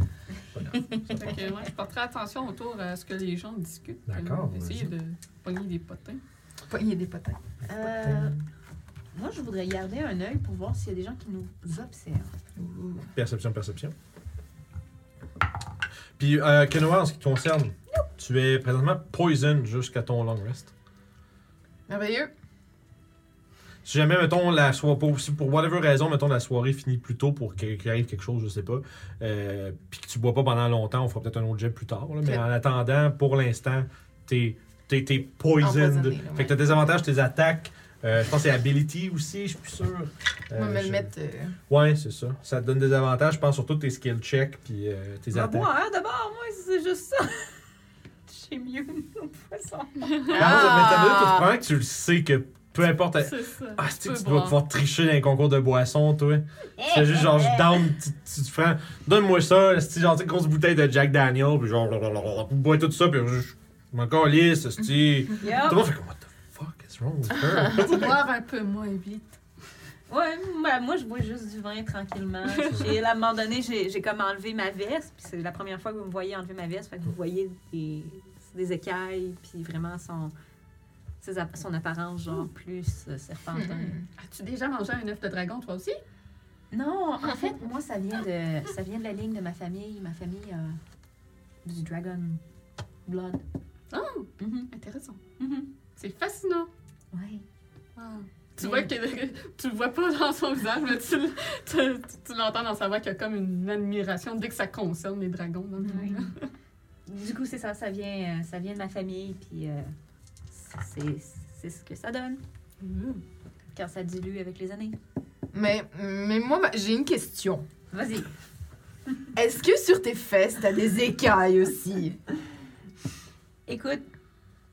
S1: elle est pas forte. Pas grave.
S2: Fait que, ouais, je porterai attention autour à ce que les gens discutent.
S1: D'accord,
S2: Euh, Essayer de pogner des potins.
S4: Pogner des potins.
S6: Euh, moi, je voudrais garder un œil pour voir s'il y a des gens qui nous observent.
S1: Perception, perception. Puis, euh, Kenoa, en ce qui te concerne, tu es présentement poison jusqu'à ton long rest.
S4: Merveilleux.
S1: Si jamais, mettons, la soirée, pour, si pour whatever raison, mettons, la soirée finit plus tôt pour que- qu'il arrive quelque chose, je sais pas, euh, puis que tu bois pas pendant longtemps, on fera peut-être un autre jet plus tard. là, mais
S4: Ok.
S1: en attendant, pour l'instant, t'es es, poisoned.
S4: Empoisonné, là,
S1: Fait
S4: ouais.
S1: que t'as des avantages, tes attaques. Euh, je pense que c'est ability aussi, je suis plus sûr. Euh,
S4: Moi, me
S1: je-
S4: le mettre. euh,
S1: Ouais, c'est ça. Ça te donne des avantages, je pense,
S6: Ah,
S1: sur tous tes skill checks puis euh, tes
S3: Ma
S6: hein,
S1: attaques.
S3: boire d'abord, moi, c'est juste ça. J'ai mis immune au poison.
S1: Ah. tu prends que tu le sais que peu importe.
S2: C'est ça.
S1: Ah, c'est
S2: peux
S1: que tu dois
S2: boire.
S1: pouvoir tricher dans un concours de boissons, toi. Tu fais juste genre,
S3: Eh,
S1: je down, tu, tu, tu prends, donne-moi ça, c'est genre, tu sais, grosse bouteille de Jack Daniel, puis genre, blablabla, bois tout ça, puis je je m'en calisse, c'est Tout
S3: Ah.
S1: le monde fait comme, what the fuck is wrong with her?
S2: Boire un peu moins vite.
S3: Ouais, bah, moi je bois juste du vin tranquillement. J'ai, à un moment donné, j'ai, j'ai comme enlevé ma veste, puis c'est la première fois que vous me voyez enlever ma veste, fait que vous voyez des, des écailles, puis vraiment son, ses app- son apparence genre plus euh, serpentin.
S6: Hmm.
S2: As-tu déjà mangé un œuf de dragon, toi aussi?
S6: Non, en fait, moi, ça vient de ça vient de la ligne de ma famille. Ma famille a du dragon blood.
S2: Oh,
S6: Mhm,
S2: intéressant.
S6: mhm.
S2: C'est fascinant.
S6: Ouais.
S2: Tu
S6: Mais-
S2: vois que tu le vois pas dans son visage, mais tu, l- tu- tu- tu l'entends dans sa voix qu'il y a comme une admiration dès que ça concerne les dragons. dans le fond.
S6: Mm-hmm. Du coup, c'est ça, ça vient, euh, ça vient de ma famille, puis euh, c'est, c'est ce que ça donne
S2: Mhm.
S6: quand ça dilue avec les années.
S4: Mais, mais moi, ma- j'ai une question.
S6: Vas-y.
S4: Est-ce que sur tes fesses, t'as des écailles aussi?
S3: Écoute,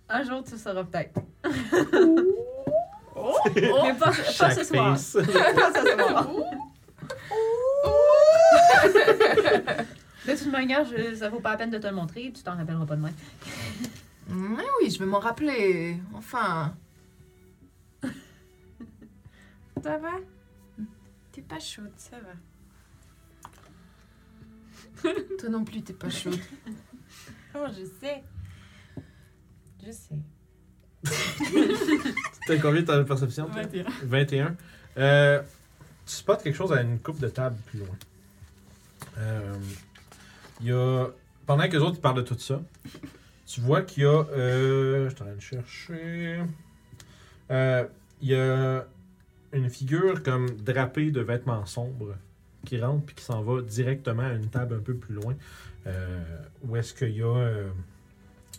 S3: un jour tu le sauras peut-être.
S2: Oh!
S3: Mais pas, pas ce soir.
S1: face.
S3: Pas ce soir. De toute manière, je, ça vaut pas la peine de te le montrer, tu t'en rappelleras pas de moi.
S4: Mais oui, je vais m'en rappeler. Enfin.
S5: Ça va? T'es pas chaude, ça va.
S4: Toi non plus, t'es pas chaude.
S5: Oh, je sais.
S6: Je sais.
S1: T'as combien de perception? toi?
S2: 21.
S1: 21. Euh, tu spots quelque chose à une coupe de table plus loin. Euh, Il y a. Pendant que les autres ils parlent de tout ça, tu vois qu'il y a. euh, je suis en train de chercher. Euh, Il y a une figure comme drapée de vêtements sombres qui rentre puis qui s'en va directement à une table un peu plus loin. euh, où est-ce qu'il y a euh,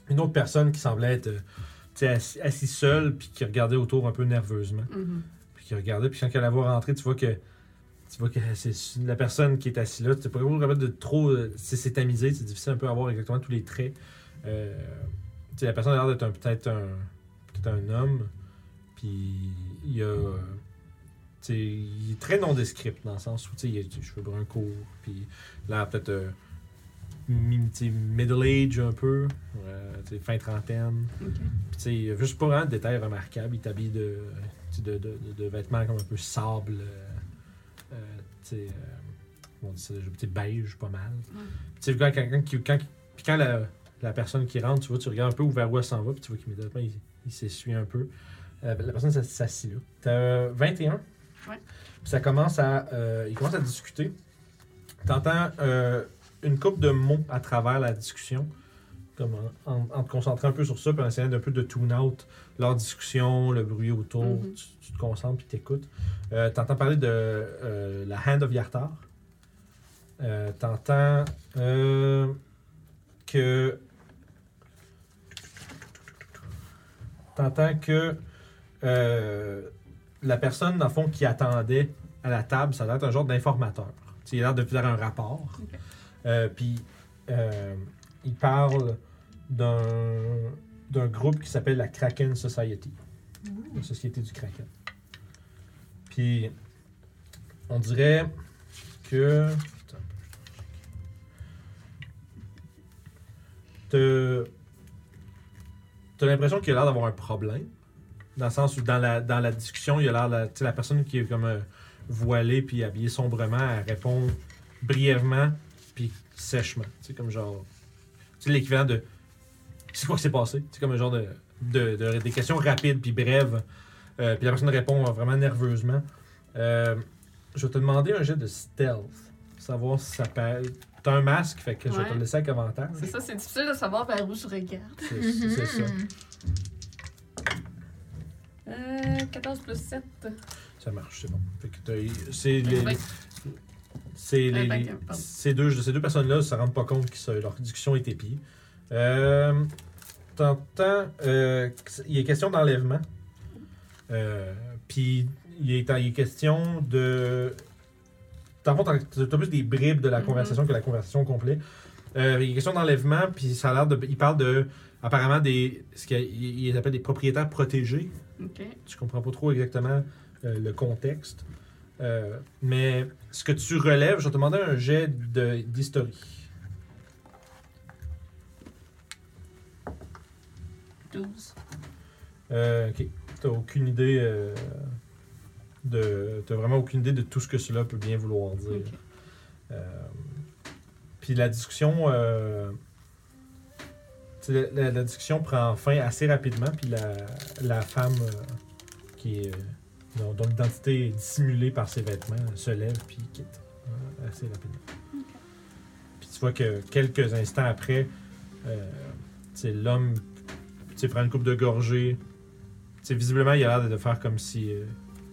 S1: une autre personne qui semblait être euh, tu sais, assis, assis seule puis qui regardait autour un peu nerveusement
S2: Mhm.
S1: puis qui regardait, puis quand elle la voit rentrer, tu vois que tu vois que c'est la personne qui est assise là, tu n'es pas capable de trop euh, c'est c'est tamisé, c'est difficile un peu à voir exactement tous les traits. Euh, tu sais, la personne a l'air d'être un- peut-être un peut-être un homme, puis il y a euh, tu sais, il est très nondescript dans le sens où tu sais, il a des cheveux bruns courts, puis là peut-être euh, mi- tu sais, middle age un peu, euh, tu sais, fin trentaine.
S2: Ok.
S1: Puis, tu sais, il y a juste pas vraiment de détails remarquables. Il t'habille de, tu sais, de, de, de- de vêtements comme un peu sable. euh, euh, tu sais, euh, comment on dit ça, déjà, tu sais, beige, pas mal. Puis, tu sais, quand, quand, quand, quand- puis quand la, la personne qui rentre, tu vois, tu regardes un peu où vers où elle s'en va, puis tu vois qu'immédiatement, il, il s'essuie un peu. Euh, la personne s'ass- s'assit là. T'as euh, 21.
S2: Ouais.
S1: Puis ça commence à. euh, ils commencent à discuter. T'entends euh, une coupe de mots à travers la discussion comme en, en- en te concentrant un peu sur ça, puis en essayant d'un peu de tune out leur discussion, le bruit autour,
S2: Mhm.
S1: tu, tu te concentres puis t'écoutes. Euh, t'entends parler de euh, la Hand of Yartar. Euh, t'entends euh, que. T'entends que euh, la personne, dans le fond, qui attendait à la table, ça a l'air d'être un genre d'informateur. Tu sais, Il a l'air de faire un rapport.
S2: Ok.
S1: Euh, puis euh, il parle d'un d'un groupe qui s'appelle la Kraken Society. La Société du Kraken. Puis, on dirait que. Attends un peu, je t'en- T'as- T'as l'impression qu'il a l'air d'avoir un problème. Dans le sens où, dans la, dans la discussion, il a l'air. de- Tu sais, la personne qui est comme euh, voilée puis habillée sombrement, elle répond brièvement puis sèchement. Tu sais, comme genre. Tu sais, l'équivalent de. C'est quoi qui s'est passé? C'est comme un genre de, de- de- des questions rapides puis brèves. Euh, puis la personne répond euh, vraiment nerveusement. Euh, je vais te demander un jet de stealth. pour Savoir si ça pèse. T'as un masque, fait que je vais te
S2: Ouais.
S1: le laisser avec avantage.
S2: C'est ça, c'est difficile de savoir vers où je regarde.
S1: C'est-
S4: Mm-hmm.
S1: c'est- c'est ça.
S2: Euh, 14 plus 7.
S1: Ça marche, c'est bon. Fait que t'as- c'est les. C'est les,
S2: Euh, vingt et un, pardon.
S1: ces deux, ces deux personnes-là se rendent pas compte que ça- leur discussion est épiée. Euh, T'entends euh, que c'est- il est question d'enlèvement. Euh, Puis il est, il est question de. T'as t'as plus des bribes de la
S2: Mhm.
S1: conversation que la conversation complète. Euh, il est question d'enlèvement, puis ça a l'air de. Il parle de. Apparemment, des, ce qu'ils appellent des propriétaires protégés.
S2: Ok.
S1: Tu comprends pas trop exactement euh, le contexte. Euh, mais ce que tu relèves, je vais te demander un jet de- d'historie.
S2: 12.
S1: Euh, ok. T'as aucune idée euh, de. T'as vraiment aucune idée de tout ce que cela peut bien vouloir dire.
S2: Ok.
S1: Euh, Puis la discussion. euh, tu sais, la, la- la discussion prend fin assez rapidement, puis la, la femme euh, qui est, euh, dont, dont l'identité est dissimulée par ses vêtements se lève puis quitte euh, assez rapidement. Puis tu vois que quelques instants après, euh, tu sais, l'homme tu sais, prend une coupe de gorgée. Tu sais, visiblement, il a l'air de faire comme si euh,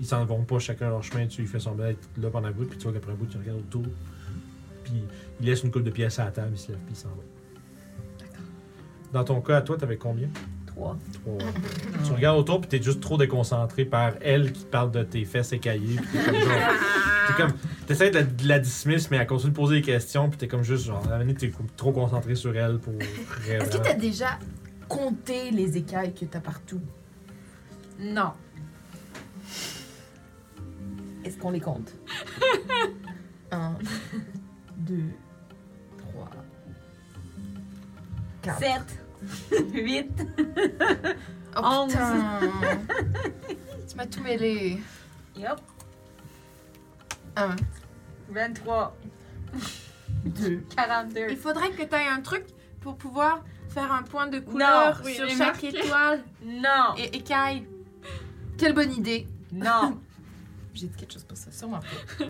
S1: ils s'en vont pas chacun leur chemin. Tu lui fais semblant d'être là pendant un bout, puis tu vois qu'après un bout, tu regardes autour. Puis il laisse une coupe de pièces à la table, il se lève, puis il s'en va. Dans ton cas, à toi, t'avais combien
S6: Trois.
S1: Trois.
S4: Ah.
S1: ouais. Tu regardes autour, puis t'es juste trop déconcentré par elle qui te parle de tes fesses écaillées. Puis t'es comme genre. T'es comme. T'essaies de la, de la dismiss, mais elle continue de poser des questions, puis t'es comme juste genre. À la minute, t'es comme trop concentré sur elle pour.
S4: Est-ce que t'as déjà compté les écailles que t'as partout?
S6: Non.
S4: Est-ce qu'on les compte? Un, deux, trois, quatre.
S6: Sept. Huit.
S4: Oh
S5: Oh,
S6: Onze.
S4: putain! tu m'as tout mêlé.
S6: Yup.
S4: Un,
S6: 23.
S4: deux.
S6: 42.
S5: Il faudrait que tu aies un truc pour pouvoir faire un point de couleur
S2: oui,
S5: sur
S2: et
S5: chaque
S2: marquer.
S5: étoile
S6: Non.
S5: et écaille.
S4: Quelle bonne idée!
S6: Non.
S4: J'ai dit quelque chose pour ça, sûrement pas.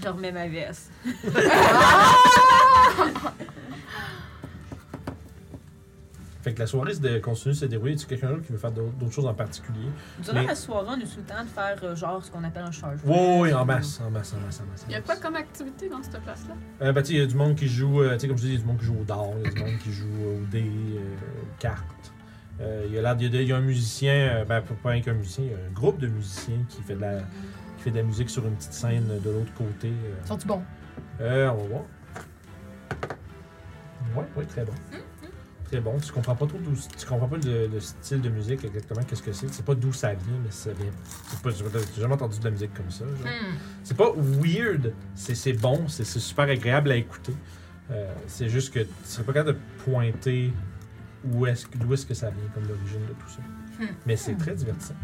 S6: Je remets ma veste.
S1: Fait que la soirée se dé- continue de se dérouler. Est-ce quelqu'un d'autre qui veut faire d'autres d'autres choses en particulier?
S6: Durant
S1: Mais-
S6: la soirée, on est sous le temps de faire euh, genre ce qu'on appelle un charge.
S1: Oui, oui, en masse, en masse, en masse, en masse.
S2: Il y a quoi comme activité dans cette place-là?
S1: Euh, ben, tu sais, il y a du monde qui joue, euh, tu sais, comme je dis, il y a du monde qui joue au dard, il y a du monde qui joue euh, au dé, euh, aux cartes. Euh, Il y a l'air- il y, a de- il y a un musicien, euh, ben, pas- pas rien qu'un musicien, il y a un groupe de musiciens qui fait de la, qui fait de la musique sur une petite scène de l'autre côté. euh.
S4: Sont-tu bons?
S1: Euh, on va voir. Ouais, ouais, très bon. Très bon. Tu comprends pas trop d'où- tu comprends pas le, le style de musique exactement qu'est-ce que c'est. Tu sais pas d'où ça vient, mais ça vient. c'est pas- J'ai jamais entendu de la musique comme ça. genre.
S5: Hmm.
S1: C'est pas weird, c'est c'est bon, c'est c'est super agréable à écouter. Euh, c'est juste que tu serais pas capable de pointer où est-ce que- d'où est-ce que ça vient comme l'origine de tout ça.
S4: Hmm.
S1: Mais c'est très divertissant.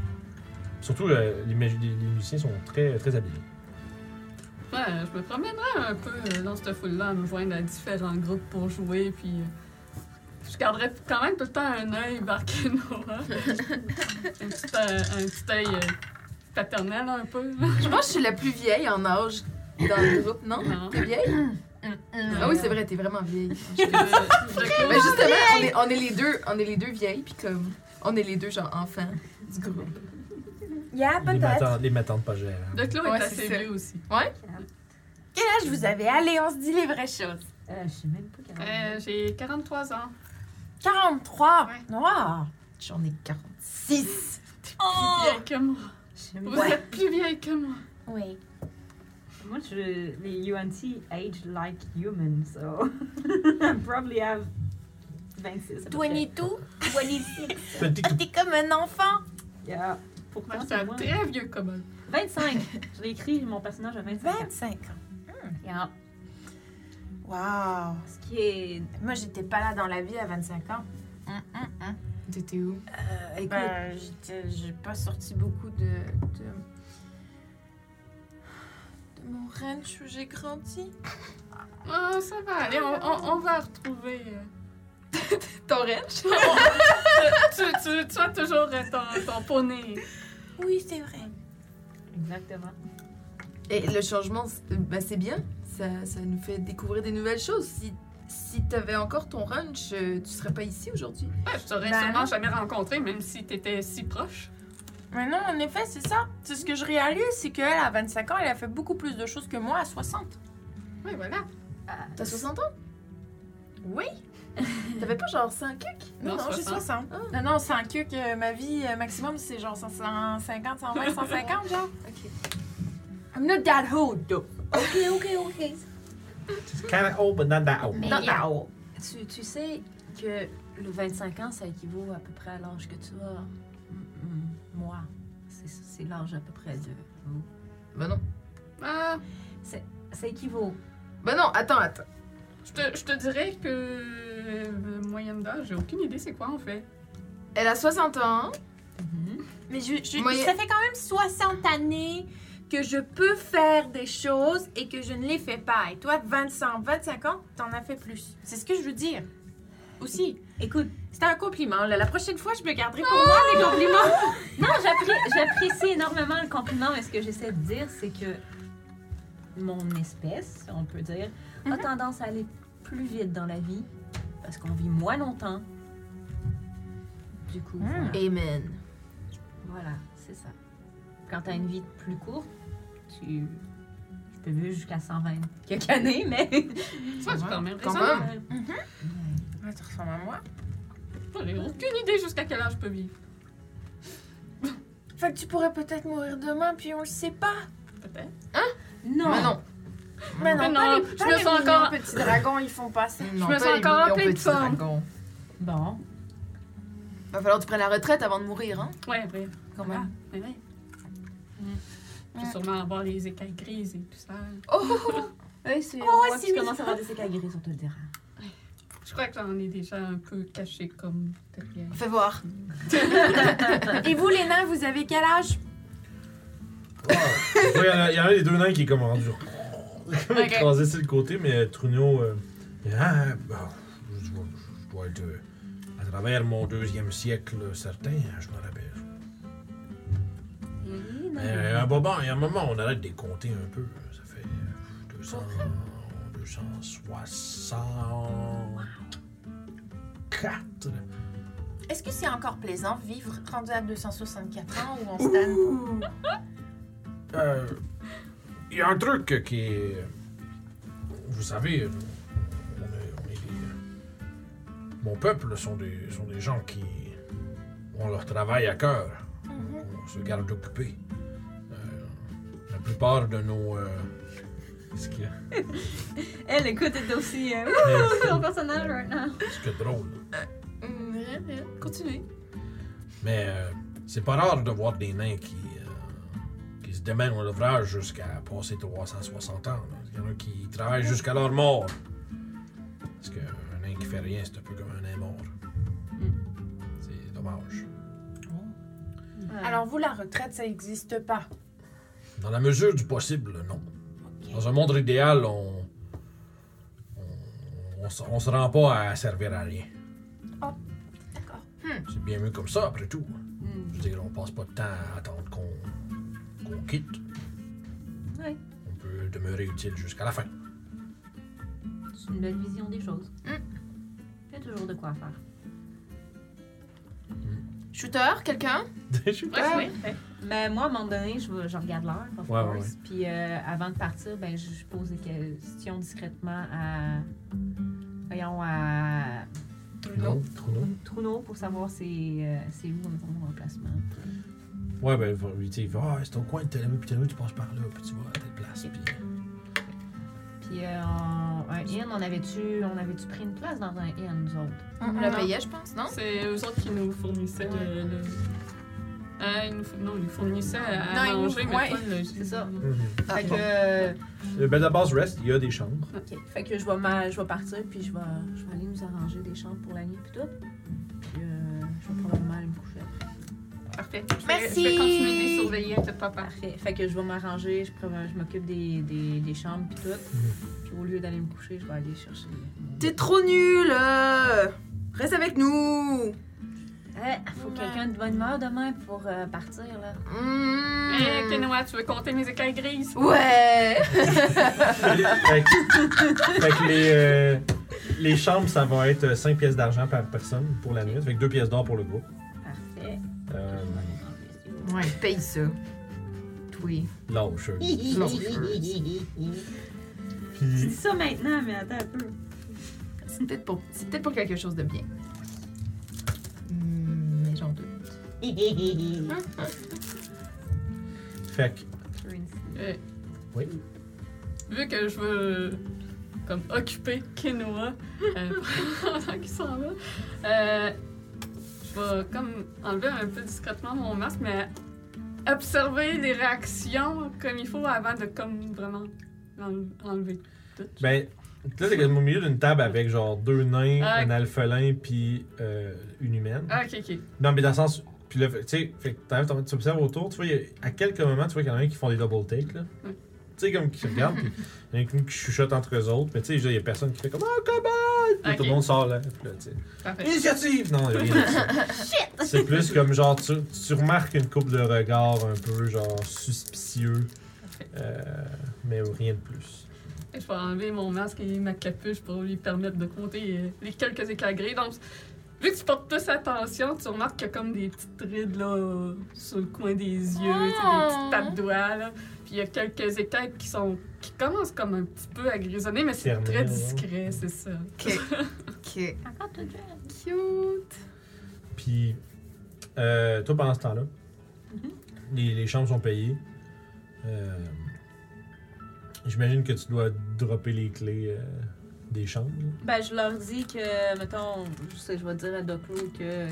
S1: Surtout, euh, les, magi- les- les musiciens sont très, très habiles.
S2: Ouais, je me promènerais un peu euh, dans cette foule-là, à me joindre à différents groupes pour jouer, puis euh, je garderais quand même tout le temps un œil vers Kenoa. un, petit, euh, un petit œil euh, paternel un peu. là.
S4: Je pense que je suis la plus vieille en âge dans le groupe, non?
S2: Non.
S4: T'es vieille? Ah
S5: Hmm.
S4: oui, c'est vrai, t'es vraiment vieille.
S2: Je- je-
S4: Mais justement, on est, on est les deux, on est les deux vieilles, puis comme, on est les deux genre enfants du groupe.
S5: Yeah,
S1: Les
S5: Ah, peut-être.
S1: matantes, les matantes pas gérables.
S2: De Clos est
S4: Ouais,
S2: assez
S4: c'est ça.
S2: vieux aussi.
S5: Quel âge vous avez? Allez, on se dit les vraies choses.
S6: Euh, je sais même pas quelle
S2: Euh, J'ai 43 ans.
S5: 43.
S2: Ouais.
S5: Noir.
S4: J'en ai 46. Oh!
S2: Plus vieille que moi.
S6: Je sais même
S2: Vous
S6: pas.
S2: êtes plus vieille que moi.
S6: Oui. Moi, je, les UNT age like human, so probably have 26. à peu près.
S5: 22. 26.
S1: Fait que
S5: T'es comme un enfant.
S6: Yeah. Pourtant,
S2: C'est
S6: c'est
S2: un
S6: moi.
S2: très vieux kobold.
S6: 25. Je l'ai écrit, mon personnage a 25 ans.
S5: 25 ans.
S6: Yeah.
S5: Wow.
S6: Ce qui est...
S5: Moi, j'étais pas là dans la vie à 25 ans.
S4: T'étais où?
S5: Euh, écoute, hum, j'étais- j'ai pas sorti beaucoup de. de, de mon ranch où j'ai grandi.
S2: Ah, ça va aller, on, on- on va retrouver. euh,
S4: Ton ranch?
S2: Ah, Tu, tu, tu as toujours euh, ton, ton poney.
S5: Oui, c'est vrai.
S6: Exactement.
S4: Et le changement, c'est- ben, c'est bien. Ça, ça nous fait découvrir des nouvelles choses. Si, si t'avais encore ton ranch, euh, tu serais pas ici aujourd'hui.
S2: Ouais, je t'aurais
S5: Ben
S2: sûrement
S5: non.
S2: jamais rencontré, même si t'étais si proche.
S5: Mais non, en effet, c'est ça. C'est ce que je réalise, c'est qu'elle, à 25 ans, elle a fait beaucoup plus de choses que moi à 60.
S2: Oui, voilà.
S4: T'as 60 ans?
S5: Oui.
S4: T'avais pas genre 5 ans?
S5: Non,
S2: Non,
S5: non, j'ai
S2: 60.
S5: 60. Non, non, c'est un queue que ma vie euh, maximum, c'est genre 150, 120, 150, genre.
S4: Ok.
S5: I'm not that old, though.
S6: Ok, ok, ok.
S1: It's kind of old, but not that old.
S3: Mais
S5: Dans ta haut.
S3: tu, tu sais que le 25 ans, ça équivaut à peu près à l'âge que tu as. Mm, mm, Moi, c'est c'est l'âge à peu près de vous.
S4: Ben non.
S2: Ah,
S3: Ça équivaut.
S4: Ben non, attends, attends.
S2: je te, je te dirais que. euh, Moyenne d'âge, j'ai aucune idée c'est quoi en fait.
S4: Elle a 60 ans.
S3: Mm-hmm.
S5: Mais je, je-
S4: Moi, y-
S5: ça fait quand même 60 années que je peux faire des choses et que je ne les fais pas. Et toi, 25, 25 ans, t'en as fait plus. C'est ce que je veux dire. Aussi,
S3: Écoute,
S5: c'était un compliment. là. La prochaine fois, je me garderai pour moi les compliments.
S3: non, j'appré- j'apprécie énormément le compliment, mais ce que j'essaie de dire, c'est que mon espèce, on peut dire, a tendance à aller plus vite dans la vie parce qu'on vit moins longtemps. Du coup,
S5: Hmm.
S3: voilà.
S4: Amen.
S3: Voilà, c'est ça. Quand t'as une vie plus courte, tu. Je peux vivre jusqu'à 120 quelques années, mais.
S2: Ça, c'est quand même
S4: Quand
S2: raisonnable.
S4: même.
S5: Ah, tu ressembles à moi.
S2: J'ai aucune idée jusqu'à quel âge je peux vivre.
S5: Fait que tu pourrais peut-être mourir demain, puis on le sait pas.
S2: Peut-être.
S3: Ah Non!
S4: Ben non.
S5: Mais non,
S2: Mais
S5: pas
S2: non,
S5: les,
S2: je
S5: pas
S2: me
S5: les
S2: sens
S5: mignons
S2: encore-
S5: petits dragons, ils font pas ça.
S4: Non,
S2: me
S4: pas
S2: sens
S4: les
S2: encore en
S4: mignons
S2: pleine
S4: petits
S2: forme.
S4: dragons.
S3: Bon.
S4: Va falloir que tu prennes la retraite avant de mourir, hein?
S2: Ouais, ouais.
S4: Quand même.
S2: Mais ouais. Je vais sûrement avoir les écailles grises et tout ça.
S3: Eux, c'est.
S5: Oh,
S3: on voit
S5: c'est
S3: qu'ils
S5: mignon.
S3: commencent à avoir des écailles grises, on te le dira.
S2: Je crois que j'en ai déjà un peu caché comme derrière.
S4: Fais voir.
S5: Et vous, les nains, vous avez quel âge?
S1: Il y, en a- y en a un des deux nains qui est comme rendu. Comme
S5: Ok.
S1: écrasé sur le côté, mais Truno. euh, ah, bon, je, dois- je dois être. euh, à travers mon deuxième siècle euh, certain, hein, je me rappelle. Mais à un moment, et un moment, on arrête de les compter un peu. Ça fait euh, 200. 264.
S5: Est-ce que c'est encore plaisant vivre rendu à 264 ans ou on se tanne?
S1: Euh, Il y a un truc euh, qui est. Vous savez, euh, on est, on est des- Mon peuple sont des, sont des gens qui ont leur travail à cœur. On se garde occupés. Euh, la plupart de nos. euh, Qu'est-ce qu'il y a?
S3: Elle, écoute, elle est aussi. Euh,
S1: Mais-
S3: son personnage right now.
S1: Qu'est-ce que drôle.
S2: Rien, rien. Continuez.
S1: Mais euh, c'est pas rare de voir des nains qui, euh, qui se démènent au l'ouvrage jusqu'à passer 360 ans. là. Il y en a qui travaillent jusqu'à leur mort. Parce qu'un nain qui fait rien, c'est un peu comme un nain mort. C'est dommage.
S5: Alors, vous, la retraite, ça n'existe pas.
S1: Dans la mesure du possible, non. Dans un monde idéal, on. on- On, se- on se rend pas à servir à rien.
S5: D'accord.
S1: C'est bien mieux comme ça, après tout.
S3: Hmm.
S1: Je veux dire, on passe pas de temps à attendre qu'on qu'on quitte.
S3: Ouais.
S1: On peut demeurer utile jusqu'à la fin.
S3: C'est une belle vision des choses. Il y a toujours de quoi faire.
S4: Shooter, quelqu'un?
S2: Ouais, oui.
S3: Mais moi, à un moment donné, je, vais- je regarde l'heure, of
S1: Ouais, ouais,
S3: course. Puis euh, avant de partir, ben, je, je pose des questions discrètement à. Voyons, à.
S1: Non, trop non.
S3: Trudeau pour savoir c'est euh, c'est où mettons, mon emplacement.
S1: Ouais, ben, il va- il dit, il va, ah, c'est au coin de Tel Aviv, puis Tel Aviv, tu passes par là, puis tu vas à telle place, puis...
S3: Puis euh, on- un inn, on avait-tu on avait-tu pris une place dans un inn, nous autres?
S5: Mm,
S4: On la payait, je pense, non?
S2: C'est eux autres qui nous fournissaient le. le- Ah, ils nous, four- non, ils nous fournissaient à, à
S5: Non, ils nous-
S2: manger, mais
S5: ouais.
S2: pas le-
S3: C'est ça.
S4: Ah,
S3: fait, que,
S4: bon.
S3: euh,
S1: Ben, d'abord, reste, il y a des chambres.
S3: ok. fait que je vais, ma- je vais partir, puis je vais, je vais aller nous arranger des chambres pour la nuit, puis tout. Puis euh, je vais probablement aller me coucher.
S2: Parfait.
S5: Merci.
S2: Je vais continuer de les surveiller, peut-être pas par.
S3: Parfait. Fait que je vais m'arranger, je, prends- je m'occupe des, des, des chambres, puis tout. Puis au lieu d'aller me coucher, je vais aller chercher. mon-
S4: T'es trop nul! euh. Reste avec nous!
S3: Ouais, Eh, faut quelqu'un de bonne humeur demain pour euh, partir, là.
S4: Mmh.
S5: Ah.
S2: Hé, Eh, Kenoa, tu veux compter mes écailles grises?
S4: Ouais!
S10: fait que, fait que les, euh, les chambres, ça va
S1: euh,
S10: être 5 pièces d'argent par personne pour la nuit. Fait que 2 pièces d'or pour le groupe.
S3: Parfait.
S10: Euh,
S4: Ouais, paye ça. Oui.
S10: lâche.
S3: Tu
S10: Puis,
S3: dis ça maintenant, mais attends un peu.
S4: C'est peut-être pour, c'est peut-être pour quelque chose de bien. Hmm, mais j'en doute.
S10: fait que,
S2: Euh,
S10: Oui.
S2: Vu que je veux comme occuper Kenoa euh, pendant qu'il s'en va. Euh, je vais comme enlever un peu discrètement mon masque, mais observer les réactions comme il faut avant de comme vraiment l'en- enlever.
S1: Ben, là, t'es comme au milieu d'une table avec genre deux nains,
S2: Ah,
S1: un
S2: ok.
S1: alphelin, puis euh, une humaine.
S2: Ah, ok, ok.
S1: Non, mais dans le sens. Puis là, fait- tu sais, fait que t'arrives, t'en- tu observes autour, tu vois, il y a- à quelques moments, tu vois qu'il y en a un qui font des double takes, là.
S2: Ouais.
S1: Tu sais, comme qui se regardent, puis il y en a qui chuchotent entre eux autres, mais tu sais, il y a personne qui fait comme Ah, commode! Puis
S2: Ok.
S1: tout le monde sort là. Puis là, tu sais.
S2: Parfait.
S1: Initiative! Non, il y a rien de ça. C'est plus comme genre, tu, tu remarques une coupe de regard un peu, genre, suspicieux.
S2: Parfait.
S1: Euh, mais rien de plus.
S2: Et je vais enlever mon masque et ma capuche pour lui permettre de compter euh, les quelques écagrés. Donc, vu que tu portes plus attention, tu remarques qu'il y a comme des petites rides là, euh, sur le coin des yeux, tu sais, des petites tapes doigts. Là. Puis il y a quelques écailles qui sont qui commencent comme un petit peu à grisonner, mais c'est
S1: Fermées,
S2: très
S1: là.
S2: discret, c'est ça.
S4: Ok.
S3: Encore toute jeune.
S4: Cute.
S1: Puis, euh, toi, pendant ce temps-là,
S3: Mhm.
S1: les, les chambres sont payées. Euh, J'imagine que tu dois dropper les clés euh, des chambres. là.
S3: Ben, je leur dis que, mettons, je sais, je vais dire à Doc Lou que euh,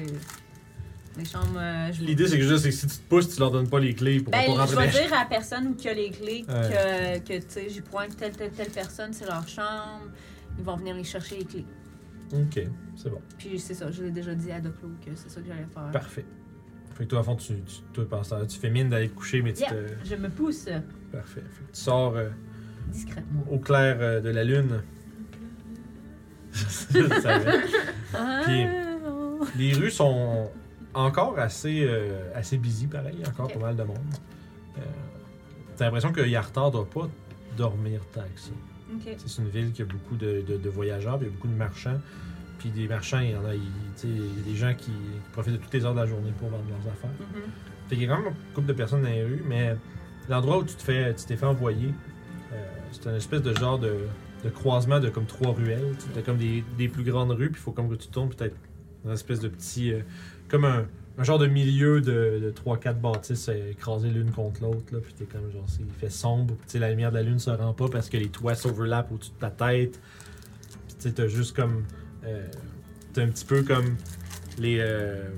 S3: les chambres. euh, je-
S1: L'idée, c'est que juste, c'est que si tu te pousses, tu leur donnes pas les clés pour
S3: Ben,
S1: pas
S3: je
S1: rentrer dans
S3: vais
S1: les chambres.
S3: dire à la personne qui a les clés
S1: Ouais.
S3: que, que tu sais, j'y pointe telle, telle, telle personne, c'est leur chambre. Ils vont venir les chercher les clés.
S1: Ok, c'est bon.
S3: Puis c'est ça, je l'ai déjà dit à Doc Lou que c'est ça que j'allais faire.
S1: Parfait. Fait que toi, à fond, tu, tu, toi, pendant ce temps-là, tu fais mine d'aller te coucher, mais tu
S3: Yeah.
S1: te.
S3: Je me pousse euh,
S1: Parfait. Fait que tu sors euh,
S3: discrètement.
S1: au clair euh, de la lune. Ça va.
S4: Ah!
S1: Puis- Les rues sont encore assez, euh, assez busy, pareil. Encore
S3: Ok.
S1: pas mal de monde. Euh, T'as l'impression que Yartar doit pas dormir tant que ça.
S3: Ok.
S1: C'est une ville qui a beaucoup de, de- de voyageurs, puis il y a beaucoup de marchands. Puis des marchands, il y en a, ils- tu sais, il y a des gens qui, qui profitent de toutes les heures de la journée pour vendre leurs affaires.
S3: Mhm.
S1: Fait qu'il y a quand même une couple de personnes dans les rues, mais l'endroit où tu te fais, tu t'es fait envoyer, euh, c'est une espèce de genre de, de croisement de comme trois ruelles. Tu sais, T'as comme des, des plus grandes rues, puis il faut comme que tu tournes peut-être une espèce de petit, euh, comme un, un genre de milieu de, de trois quatre bâtisses euh, écrasées l'une contre l'autre là, puis t'es comme genre c'est- il fait sombre, puis tu sais, la lumière de la lune se rend pas parce que les toits s'overlappent au-dessus de ta tête. Puis tu sais, t'as juste comme euh, t'as un petit peu comme les euh,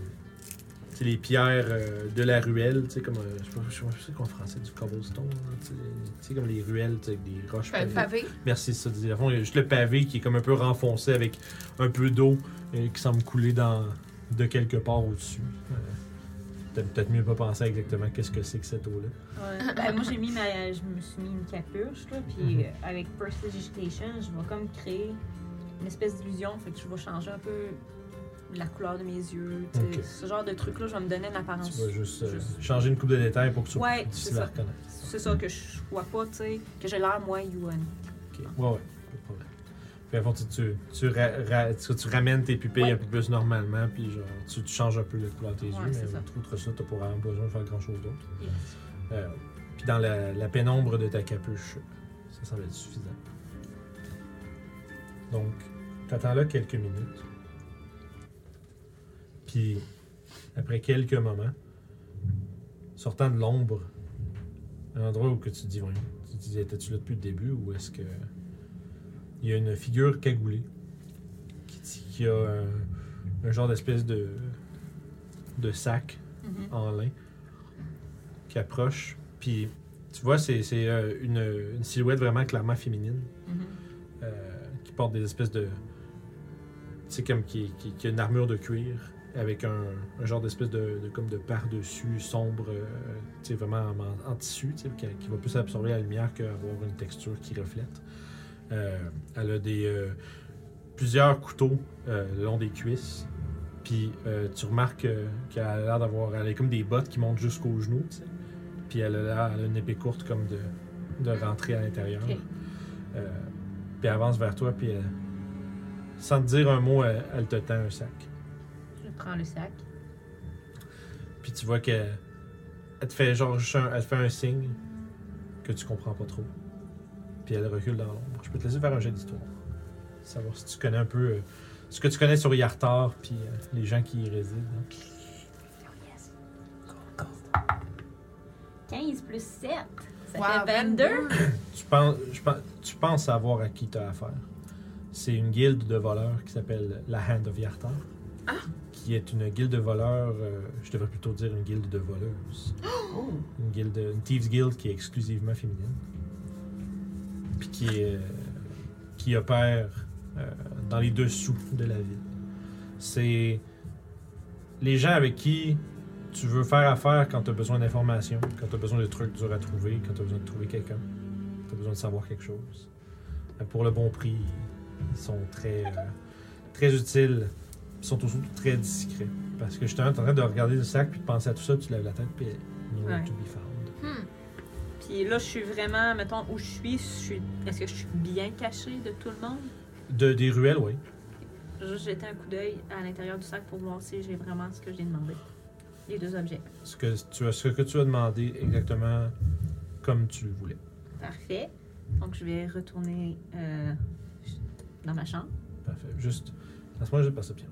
S1: tu sais, les pierres euh, de la ruelle, tu sais, comme, euh, je sais pas, je sais pas, je sais quoi en français, du cobblestone, là, tu sais, tu sais, comme les ruelles, tu sais, avec des roches.
S2: Pavé.
S1: pavées.
S4: Pavé.
S1: Merci, c'est ça. Au fond, il y a juste le pavé qui est comme un peu renfoncé avec un peu d'eau euh, qui semble couler dans, de quelque part au-dessus. Euh, T'as peut-être mieux pas pensé exactement qu'est-ce que c'est que cette eau-là.
S3: Ouais. Ben, moi, j'ai mis ma. Je me suis mis une capuche, là, puis
S1: Mhm.
S3: euh, avec Prestidigitation, je vais comme créer une espèce d'illusion, fait que je vais changer un peu la couleur de mes yeux. tu sais,
S1: Ok.
S3: Ce genre de truc-là, je vais me donner une apparence.
S1: Tu vas juste, euh,
S3: Juste.
S1: changer une coupe de détails pour que tu sois
S3: Ouais,
S1: plus
S3: c'est
S1: difficile à
S3: ça.
S1: reconnaître.
S3: C'est ça, que je sois pas, tu sais, que j'ai l'air moins Yuan.
S1: Ok. Ouais, ouais, pas de problème. Fait, au fond, tu, tu, tu ra- ra- tu- tu ramènes tes pupilles
S3: Ouais.
S1: un peu plus normalement, puis genre, tu, tu changes un peu la couleur de tes
S3: Ouais,
S1: yeux,
S3: c'est
S1: mais
S3: ça.
S1: outre- outre ça, t'as pas vraiment besoin de faire grand-chose d'autre. Euh, puis dans la, la pénombre de ta capuche, ça semble être suffisant. Donc, t'attends là quelques minutes. Puis, après quelques moments, sortant de l'ombre, un endroit où que tu te dis, voyons, tu te dis, étais-tu là depuis le début ou est-ce que. Il y a une figure cagoulée qui, t- qui a un, un genre d'espèce de, de sac
S3: Mhm.
S1: en lin qui approche. Puis tu vois, c'est c'est, euh, une, une silhouette vraiment clairement féminine
S3: Mhm.
S1: euh, qui porte des espèces de. Tu sais, comme qui, qui- qui a une armure de cuir avec un, un genre d'espèce de, de- comme de par-dessus sombre, euh, tu sais, vraiment en, en tissu, tu sais, qui, qui va plus absorber la lumière qu'avoir une texture qui reflète. Euh, elle a des, euh, plusieurs couteaux euh, le long des cuisses. Puis euh, tu remarques euh, qu'elle a l'air d'avoir. Elle a comme des bottes qui montent jusqu'aux genoux, tu sais. Puis elle a, l'air- elle a une épée courte comme de, de rentrer à l'intérieur.
S3: Ok.
S1: Euh, puis elle avance vers toi, puis elle- sans te dire un mot, elle, elle te tend un sac.
S3: Je prends le sac.
S1: Puis tu vois qu'elle elle te fait genre juste un, elle te fait un signe que tu comprends pas trop. Puis elle recule dans l'ombre. Je peux te laisser faire un jet d'histoire. Savoir si tu connais un peu euh, ce que tu connais sur Yartar, puis euh, les gens qui y résident. hein.
S3: 15 plus 7.
S4: Ça
S11: Wow,
S4: fait 22.
S1: Tu penses, je pense- tu penses savoir à qui tu as affaire. C'est une guilde de voleurs qui s'appelle la Hand of Yartar. Qui est une guilde de voleurs, euh, je devrais plutôt dire une guilde de voleuses. Une guilde, une Thieves Guild qui est exclusivement féminine. Puis qui, est, euh, qui opère euh, dans les dessous de la ville. C'est les gens avec qui tu veux faire affaire quand tu as besoin d'informations, quand tu as besoin de trucs durs à trouver, quand tu as besoin de trouver quelqu'un. T'as besoin de savoir quelque chose. Euh, Pour le bon prix, ils sont très, euh, très utiles. Ils sont surtout très discrets. Parce que justement, t'es en train de regarder le sac puis de penser à tout ça, tu lèves la tête puis euh, nowhere
S3: Ouais.
S1: to be found.
S3: Puis là, je suis vraiment, mettons, où je suis, je suis- est-ce que je suis bien cachée de tout le monde?
S1: De, des ruelles, oui.
S3: Juste jeter un coup d'œil à l'intérieur du sac pour voir si j'ai vraiment ce que j'ai demandé. Les deux objets.
S1: Ce que tu as, ce que tu as demandé exactement comme tu le voulais.
S3: Parfait. Donc, je vais retourner euh, dans ma chambre.
S1: Parfait. Juste, à ce moment j'ai de perception.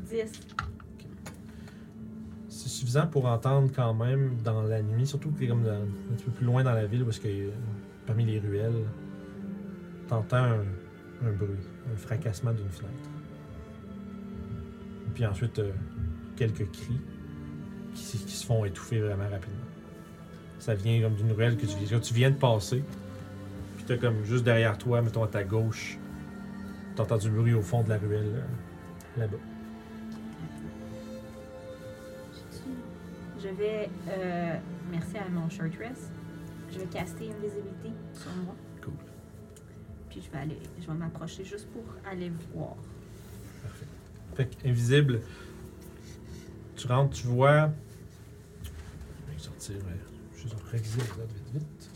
S3: 10.
S1: C'est suffisant pour entendre quand même dans la nuit, surtout que t'es comme dans- un petit peu plus loin dans la ville où est-ce que euh, parmi les ruelles, t'entends un, un bruit, un fracassement d'une fenêtre. Puis ensuite, euh, quelques cris qui, s- qui se font étouffer vraiment rapidement. Ça vient comme d'une ruelle que tu, que tu viens de passer. Puis t'as comme juste derrière toi, mettons à ta gauche, t'entends du bruit au fond de la ruelle euh, là-bas.
S3: Je vais, euh, merci à mon shirt dress, je vais caster invisibilité sur moi.
S1: Cool.
S3: Puis je vais aller, je vais m'approcher juste pour aller voir.
S1: Fait que, invisible. Tu rentres, tu vois. Je vais sortir. euh, Je vais sortir réviser les autres vite, vite.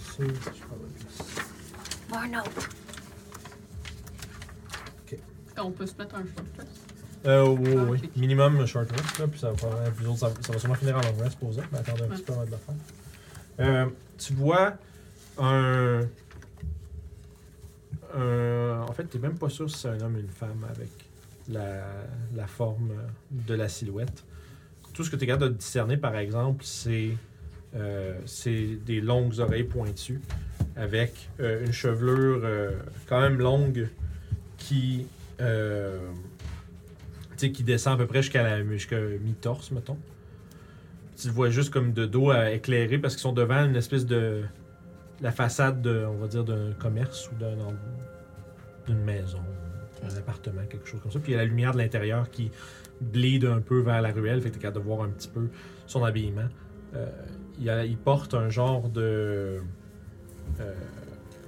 S1: Ça, je prends la place.
S2: On peut se mettre un short rest.
S1: Euh, oui, oui,
S2: Ah,
S1: oui.
S2: ok.
S1: Minimum euh, short rest, là, puis ça va, faire- puis autres, ça, va- ça va sûrement finir en long rest pour ça, mais attendez un
S2: Ouais.
S1: petit peu avant de le faire. Euh, tu vois un. un- en fait, t'es même pas sûr si c'est un homme ou une femme avec la, la forme euh, de la silhouette. Tout ce que tu es capable de discerner, par exemple, c'est euh, c'est des longues oreilles pointues avec euh, une chevelure euh, quand même longue qui, euh, tu sais, qui descend à peu près jusqu'à la jusqu'à mi-torse, mettons. Tu le vois juste comme de dos à éclairer parce qu'ils sont devant une espèce de. la façade, de, on va dire, d'un commerce ou d'un en- d'une maison, d'un appartement, quelque chose comme ça. Puis il y a la lumière de l'intérieur qui bleed un peu vers la ruelle, fait que t'es capable de voir un petit peu son habillement. Euh, il, a- il porte un genre de. euh,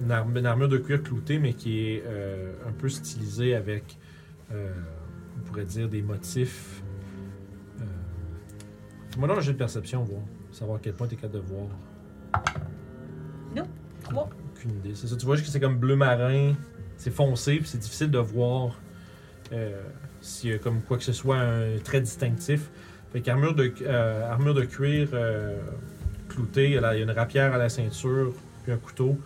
S1: une, arme- une armure de cuir cloutée, mais qui est euh, un peu stylisée avec, euh, on pourrait dire, des motifs. Euh, Moi, là, j'ai de perception, voir. Savoir à quel point t'es capable de voir.
S3: Non. Trois.
S1: Aucune idée. C'est ça, tu vois juste que c'est comme bleu marin, c'est foncé, puis c'est difficile de voir euh, s'il y a comme quoi que ce soit un trait distinctif. Fait qu'armure de, euh, armure de cuir euh, cloutée, elle a- il y a une rapière à la ceinture, puis un couteau.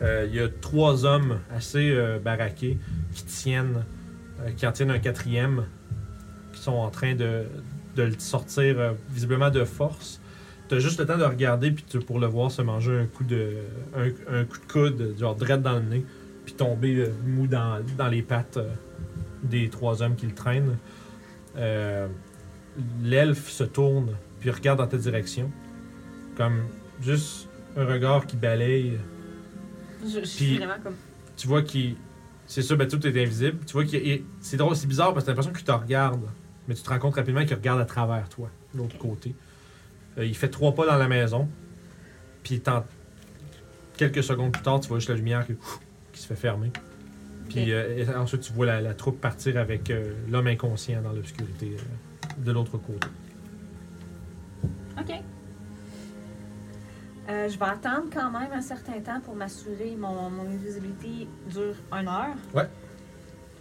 S1: Euh, Il y a trois hommes assez euh, baraqués qui tiennent, euh, qui en tiennent un quatrième, qui sont en train de, de le sortir euh, visiblement de force. T'as juste le temps de regarder puis tu- pour le voir se manger un coup de un, un coup de coude genre drette dans le nez puis tomber euh, mou dans, dans les pattes euh, des trois hommes qui le traînent. Euh, L'elfe se tourne puis regarde dans ta direction comme juste un regard qui balaye
S3: Je, je
S1: Puis-
S3: suis vraiment comme.
S1: tu vois qu'il. C'est sûr, ben, tu es invisible. Tu vois qu'il. il- C'est drôle, c'est bizarre parce que t'as l'impression qu'il te regarde. Mais tu te rends compte rapidement qu'il regarde à travers toi, de l'autre côté. Euh, il fait trois pas dans la maison. Puis t'en- quelques secondes plus tard, tu vois juste la lumière qui, qui se fait fermer. Puis
S3: Ok.
S1: euh, et ensuite, tu vois la, la troupe partir avec euh, l'homme inconscient dans l'obscurité euh, de l'autre côté.
S3: OK. Euh, je vais attendre quand même un certain temps pour m'assurer. Mon, mon invisibilité dure une heure.
S1: Ouais.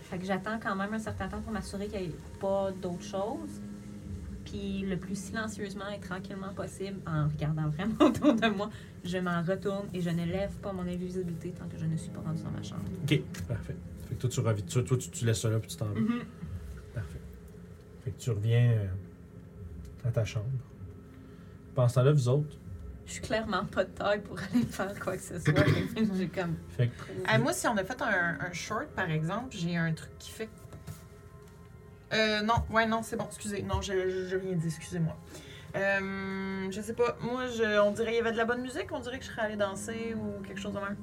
S3: Fait que j'attends quand même un certain temps pour m'assurer qu'il n'y ait pas d'autre chose. Puis le plus silencieusement et tranquillement possible, en regardant vraiment autour de moi, je m'en retourne et je ne lève pas mon invisibilité tant que je ne suis pas rendue dans ma chambre.
S1: Ok, parfait. Fait que toi, tu, revis, Mm-hmm. toi, toi, tu, tu laisses ça là puis tu t'en vas. Parfait. Fait que tu reviens euh, à ta chambre. Pendant ce temps-là, vous autres.
S3: Je suis clairement pas de taille pour aller faire quoi que ce soit. mais J'ai comme.
S1: Fait que
S4: Ah, moi, si on a fait un, un short, par exemple, j'ai un truc qui fait. Euh, non, ouais, non, c'est bon, excusez. Non, j'ai j'ai- j'ai rien dit, excusez-moi. Euh, je sais pas, moi, je- on dirait qu'il y avait de la bonne musique, on dirait que je serais allée danser ou quelque chose de même.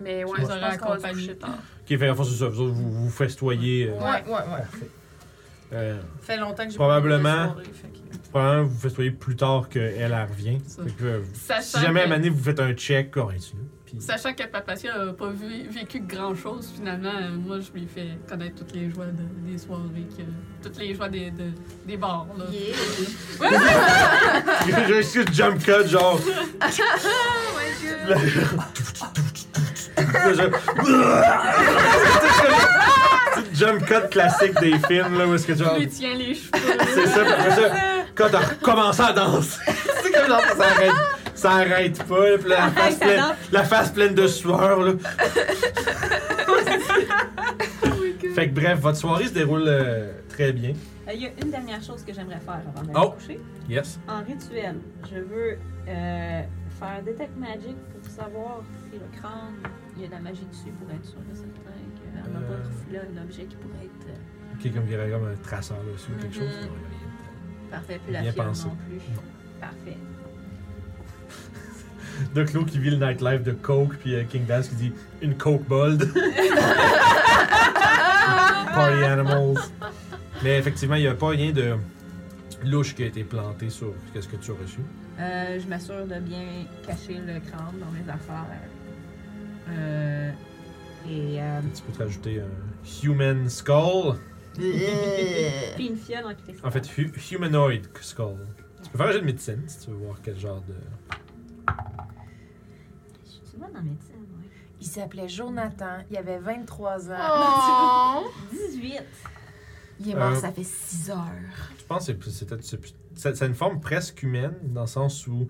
S12: Mais ouais,
S2: les
S12: je
S2: aurais
S12: pense qu'on va se
S2: accompagnés.
S12: coucher tard.
S1: Qui fait force ça, vous autres, vous, vous festoyez. euh,
S4: Ouais, ouais, ouais.
S1: euh,
S4: Fait longtemps que j'ai
S1: Probablement.
S4: pas vu la soirée, fait que-
S1: probablement vous festoyez plus tard qu'elle elle revient.
S2: Ça.
S1: Fait que, euh, si
S2: Sachant
S1: jamais à un
S2: que-
S1: moment donné, vous faites un check, oh, correct. Puis
S2: Sachant que Papatia n'a pas vu- vécu grand chose, finalement, euh, moi je lui fais connaître toutes les joies de- des soirées, que- toutes les joies des, de- des bars. Là.
S12: Yeah.
S1: J'ai juste le jump cut, genre. Là, je- C'est le jump cut classique des films, là, où est-ce que genre.
S2: Je lui tiens les cheveux.
S1: C'est ça, puis après ça, quand t'as recommencé à danser, c'est comme genre, ça arrête, ça arrête pas, là, puis la face,
S13: ça
S1: pleine,
S13: danse.
S1: la face pleine de sueur, là.
S13: Oh
S1: fait que bref, votre soirée se déroule euh, très bien.
S3: Euh, Il y a une dernière chose que j'aimerais faire avant d'aller
S1: Oh.
S3: me coucher.
S1: Yes.
S3: En rituel, je veux euh, faire Detect Magic pour savoir si le crâne, il y a de la magie dessus pour être sûr de certain qu'elle n'a
S1: Euh.
S3: pas refoulé un objet qui pourrait être euh,
S1: Ok, comme il y avait comme un traceur dessus ou quelque chose.
S13: Mm-hmm.
S3: Mhm.
S1: Non, il y a rien.
S3: parfait, puis la
S1: Bien
S3: fibre
S1: pensé.
S3: non plus. Parfait.
S1: De Clos qui vit le nightlife de Coke, puis euh, King Bass qui dit une Coke bold. Party animals. Mais effectivement, il n'y a pas rien de louche qui a été planté sur ce que tu as reçu.
S3: Euh, je m'assure de bien cacher le crâne dans mes affaires. Euh, et euh,
S1: Tu peux te rajouter un human skull.
S3: puis une fiole en cristal.
S1: En fait, hu- humanoid skull. Tu peux faire un jeu de médecine si tu veux voir quel genre de.
S3: Je suis bonne en médecine, ouais.
S5: Il s'appelait Jonathan, il avait 23 ans.
S12: Oh.
S3: 18!
S12: Il est mort,
S1: Euh,
S12: ça fait 6 heures.
S1: Je pense que c'est- c'était- c'est c'est- c'est une forme presque humaine, dans le sens où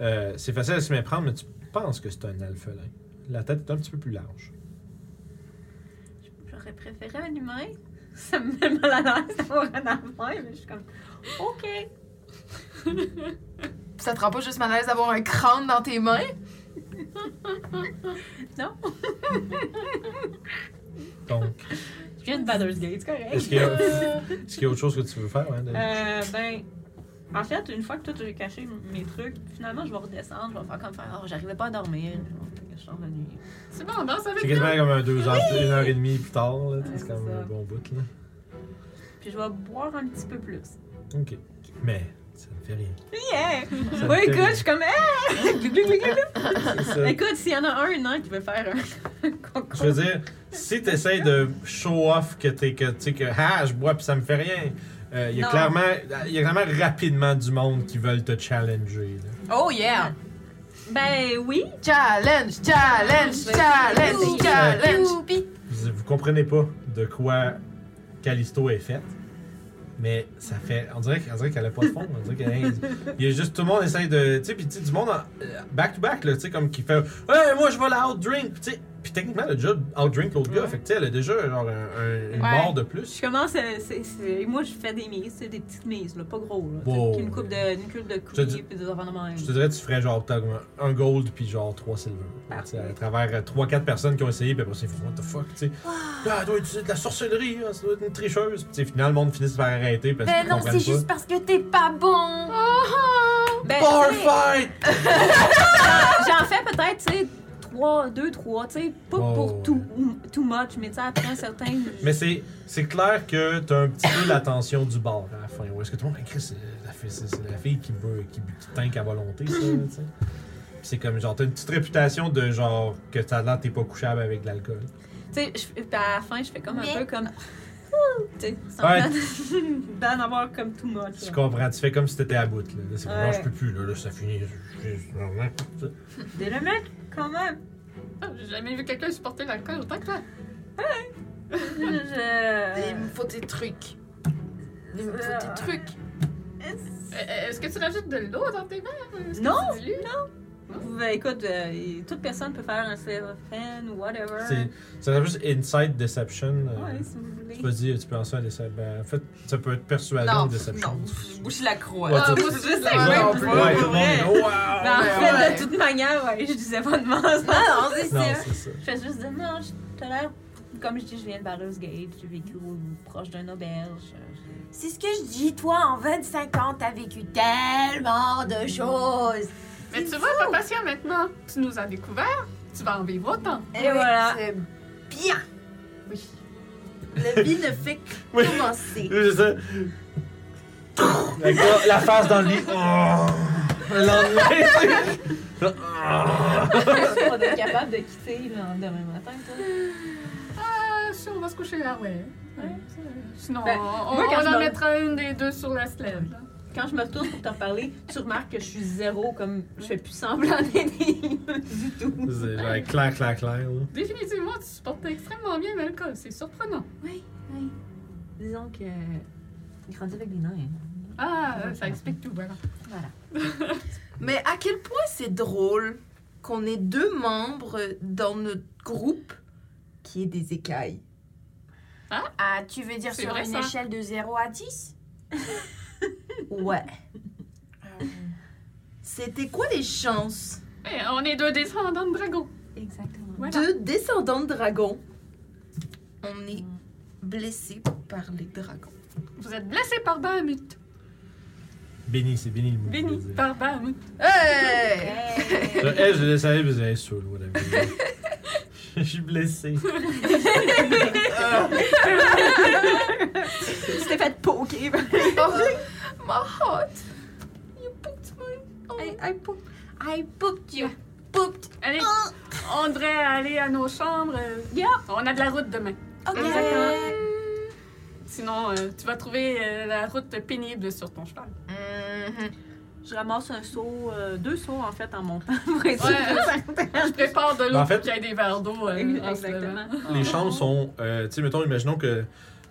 S1: euh, c'est facile à se méprendre, mais tu penses que c'est un alphelin. La tête est un petit peu plus large.
S3: J'aurais préféré un humain. Ça me met mal à l'aise d'avoir un humain, mais je suis comme, OK.
S12: Ça te rend pas juste mal à l'aise d'avoir un crâne dans tes mains?
S1: Donc,
S3: Je viens de Baldur's Gate, c'est correct.
S1: est-ce qu'il y, a- est-ce qu'il y a autre chose que tu veux faire? Hein, de-
S3: Euh, ben, en fait, une fois que tout j'ai caché m- mes trucs, finalement, je vais redescendre, je vais faire comme faire, oh, j'arrivais pas à dormir. Je suis revenue.
S2: C'est bon, on danse avec
S1: C'est
S2: lui.
S1: quasiment comme un deux heures, une heure et demie plus tard. là, tu sais,
S3: Ouais,
S1: c'est quand
S3: c'est
S1: même
S3: ça.
S1: un bon bout. Là.
S3: Puis je vais boire un petit peu plus.
S1: OK. Mais ça ne fait rien.
S3: Yeah!
S1: Ça me
S3: Oui,
S1: fait-
S3: écoute, je suis comme, hey! Glou, glou, glou, glou, glou.
S1: C'est ça.
S3: écoute, s'il y en a un, un qui veut faire un concours.
S1: Je veux dire, si tu essaies de show off que t'es que, tu sais, que ah, je bois puis ça me fait rien, euh, il y a
S3: Non.
S1: clairement il y a clairement rapidement du monde qui veulent te challenger. là.
S4: Oh yeah!
S3: Ben oui,
S12: Challenge, challenge, challenge, challenge.
S1: Vous, vous comprenez pas de quoi Callisto est faite. Mais ça fait. On dirait, on dirait qu'elle a pas de fond. On dirait qu'elle Il y a juste tout le monde essaye de. Tu sais, puis tu sais, du monde en- euh, back to back, là, tu sais, comme qui fait. Hey, moi, je vais la outdrink. Puis tu sais, puis techniquement, elle a déjà outdrink l'autre gars. Fait que tu sais, elle a déjà genre un, un- une
S3: Ouais.
S1: barre de
S3: Je
S1: plus.
S3: commence à. c'est- c'est- moi, je fais des mises, c'est des petites mises, là, pas gros. Là,
S1: Wow.
S3: Puis Une coupe de, une coupe de
S1: Je te dis-
S3: coulis puis des enfants de même.
S1: Je te dirais, tu ferais genre t'as comme un un gold puis genre trois silver. Tu sais, à travers 3-4 personnes qui ont essayé, puis après, c'est what the fuck, tu sais. Ah, elle doit utiliser de la sorcellerie, hein, ça doit être une tricheuse. Puis tu sais, finalement, le monde finit par arrêter parce
S5: Ben
S1: qu'ils
S5: non,
S1: comprennent
S5: c'est
S1: pas.
S5: juste parce que t'es pas bon.
S3: Ben,
S1: Bar
S3: tu sais,
S1: fight!
S3: J'en fais peut-être, tu sais, 3, 2, 3, tu sais, pas
S1: Oh,
S3: pour
S1: ouais.
S3: tout, too much, mais tu sais, après un certain.
S1: Mais c'est, c'est clair que t'as un petit peu l'attention du bar à la fin. Où est-ce que tout le monde Ah, Chris, c'est la fille, c'est, c'est la fille qui, veut, qui, qui tank à volonté, ça, tu sais. Puis c'est comme genre, t'as une petite réputation de genre que t'as l'air t'es pas couchable avec de l'alcool.
S3: Tu sais, je- puis à la fin, je fais comme un
S5: Mais-
S3: peu comme. Tu sais,
S1: Ouais.
S3: d'en avoir comme too much.
S1: Tu
S3: là.
S1: comprends, tu fais comme si t'étais à bout, là. Là, c'est comme,
S3: Ouais.
S1: non, je peux plus, là, là, ça finit. je- je-
S3: Des le mec, quand même.
S2: Ah, J'ai jamais vu quelqu'un supporter l'alcool autant que toi.
S3: Je. je-
S12: Il me faut des trucs. Il me faut des trucs.
S2: Euh, Est-ce que tu rajoutes de l'eau dans tes mains? Est-ce que
S3: Non,
S2: tu dilues?
S3: Vous- ben, écoute, euh, et toute personne peut faire un save fan ou whatever.
S1: C'est- Ça s'appelle juste Inside Deception. euh,
S3: Ouais, si vous voulez.
S1: Tu peux dire, tu peux en faire des ben, En fait, ça peut être persuasion
S4: Non,
S1: ou Deception.
S14: Non, vous- bouchez la croix.
S1: Ouais,
S14: Ah,
S1: tu-
S14: vous-
S3: Je sais
S14: Ouais,
S3: pas,
S4: non
S3: vous
S4: plus.
S1: Ouais,
S3: pouvez,
S4: Ouais,
S3: pour
S1: tout le monde
S3: vrai.
S1: est, Wow!
S3: Ben, en fait,
S4: ouais.
S3: de toute manière, ouais, je disais pas de mensonge.
S5: Non, c'est
S1: Non,
S5: ça.
S1: c'est ça.
S3: Je fais juste dire, non, je- t'as l'air. Comme je dis, je viens de Barrows Gate, j'ai vécu au- proche d'une auberge. je-
S5: C'est ce que je dis. Toi, en 25 ans, t'as vécu tellement de choses.
S2: Mais tu vois, pas patient maintenant. Tu nous as découvert. Tu vas en vivre autant.
S3: Eh
S5: Et
S3: voilà.
S5: C'est bien. Oui. La vie ne fait que
S1: Oui.
S5: commencer.
S1: C'est ça. Avec la, la face dans le lit. Oh! Le lendemain, c'est- Oh!
S3: On est capable de quitter le demain matin, toi.
S2: Ah, si on va se coucher là, ouais. Ouais, c'est vrai. Sinon,
S3: Ben,
S2: on, on-
S3: moi, quand
S2: on
S3: je
S2: en
S3: me-
S2: mettra une des deux sur la sled. là.
S3: Quand je me retourne pour te reparler, tu remarques que je suis zéro, comme je fais plus semblant d'aider du tout.
S1: C'est genre clair, clair, clair. là.
S2: Définitivement, tu supportes extrêmement bien l'alcool. C'est surprenant.
S3: Oui, oui. Disons que. Grandir avec des nains. hein.
S2: Ah, euh, ça explique tout, voilà.
S4: Mais à quel point c'est drôle qu'on ait deux membres dans notre groupe qui est des écailles.
S5: Ah, tu veux dire
S2: C'est
S5: sur
S2: vrai,
S5: une
S2: ça.
S5: échelle de 0 à 10?
S4: Ouais.
S12: Ah
S4: C'était quoi les chances
S2: Eh, on est deux descendants de dragons.
S3: Exactement.
S2: Voilà.
S4: de descendants de dragons On est blessés par les dragons.
S2: Vous êtes blessés par Bahamut.
S1: Béni, c'est béni le mot.
S2: Béni
S1: je veux dire.
S2: par Bahamut.
S4: Hey!
S3: Hey!
S1: Euh, hey, je l'ai savais, vous avez saoul, whatever. Je suis blessé.
S3: tu t'es fait poker.
S4: Oh, my heart!
S3: I, I poop- I pooped you. Pooped.
S2: Allez, on devrait aller à nos chambres. euh,
S3: Yeah.
S2: On a de la route demain.
S3: Ok.
S2: Exactement. Sinon, euh, tu vas trouver euh, la route pénible sur ton cheval.
S4: Mhm.
S3: Je ramasse un seau, euh, deux seaux en fait en montant. Pour être
S2: Ouais.
S3: sûre que ça-
S2: Je prépare de l'eau
S1: Ben, en
S2: pour
S1: fait-
S2: qu'il y ait des verres d'eau. euh, en se levant.
S3: Exactement.
S1: Les chambres sont. euh, tu sais, mettons, imaginons que.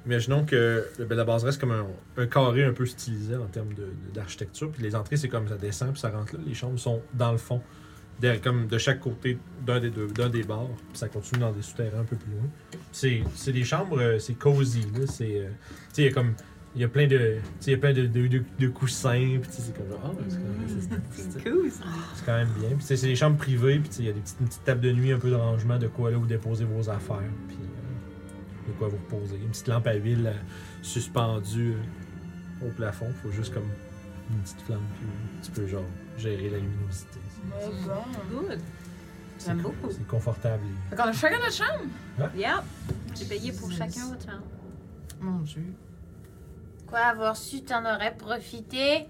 S1: Imaginons que le Bella Base reste comme un, un carré un peu stylisé en termes de- de- d'architecture. puis les entrées, c'est comme ça descend, puis ça rentre là. Les chambres sont dans le fond, derrière- comme de chaque côté d'un des deux, d'un des bars. Puis ça continue dans des souterrains un peu plus loin. Puis C'est c'est des chambres, euh, c'est cosy. là, C'est. euh, tu sais, il y a comme. Il y a plein de, tu sais, il y a plein de, de, de- de coussins, puis tu sais, c'est comme genre, Ah, c'est quand même- c'est- c'est-
S3: Cool. ça.
S1: c'est quand même bien. Puis tu sais, c'est des chambres privées, puis tu sais, il y a des petites, une petite table de nuit, un peu de rangement, de quoi là où déposer vos affaires, puis euh, de quoi vous reposer. Une petite lampe à huile euh, suspendue euh, au plafond. Faut juste comme une petite flamme, puis euh, tu peux genre gérer la luminosité.
S3: Good.
S1: C'est-
S3: J'aime
S1: c'est-
S3: beaucoup.
S1: C'est confortable.
S4: Fait qu'on a chacun notre chambre?
S3: Yep. J'ai payé pour chacun votre chambre.
S4: Mon dieu.
S5: Quoi avoir su, t'en aurais profité?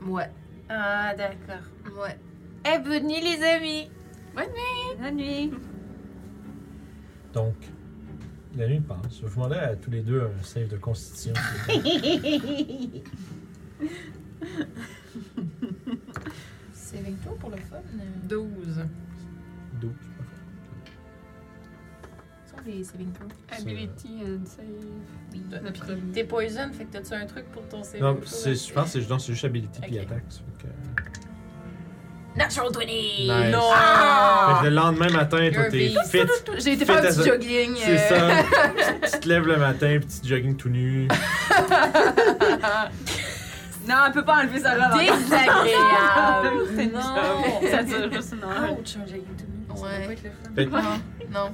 S4: Ouais,
S5: Ah, d'accord.
S4: ouais.
S5: Eh, bonne nuit, les amis.
S3: Bonne nuit.
S1: Donc, la nuit passe. Je vais vous demander à tous les deux un save de constitution.
S4: C'est avec toi pour le fun.
S14: 12.
S1: 12, pas fort.
S4: Sont les saving throws.
S2: Ability and save. Le premier.
S14: T'es poison, fait que t'as-tu un truc pour ton CV?
S1: Non, c'est- je pense que c'est non, c'est juste habilité puis
S14: Ok.
S1: attaque. ça fait que-
S5: Natural 20!
S1: Nice.
S14: Non!
S1: Fait que le lendemain matin, toi,
S14: You're
S1: t'es
S14: beast.
S1: fit.
S4: J'ai été
S1: Fais
S4: faire
S1: ta-
S4: du jogging.
S1: C'est
S4: euh,
S1: ça. tu te lèves le matin, petit jogging tout nu.
S3: Non, elle peut pas enlever sa robe.
S4: Désagréable.
S3: C'est
S4: Non.
S3: non. Ça dure juste une
S5: Ah.
S3: heure.
S14: Ouch, j'ai eu tout nu. Ça
S4: Ouais.
S14: doit pas être le fun.
S1: Fait que
S4: Non, non.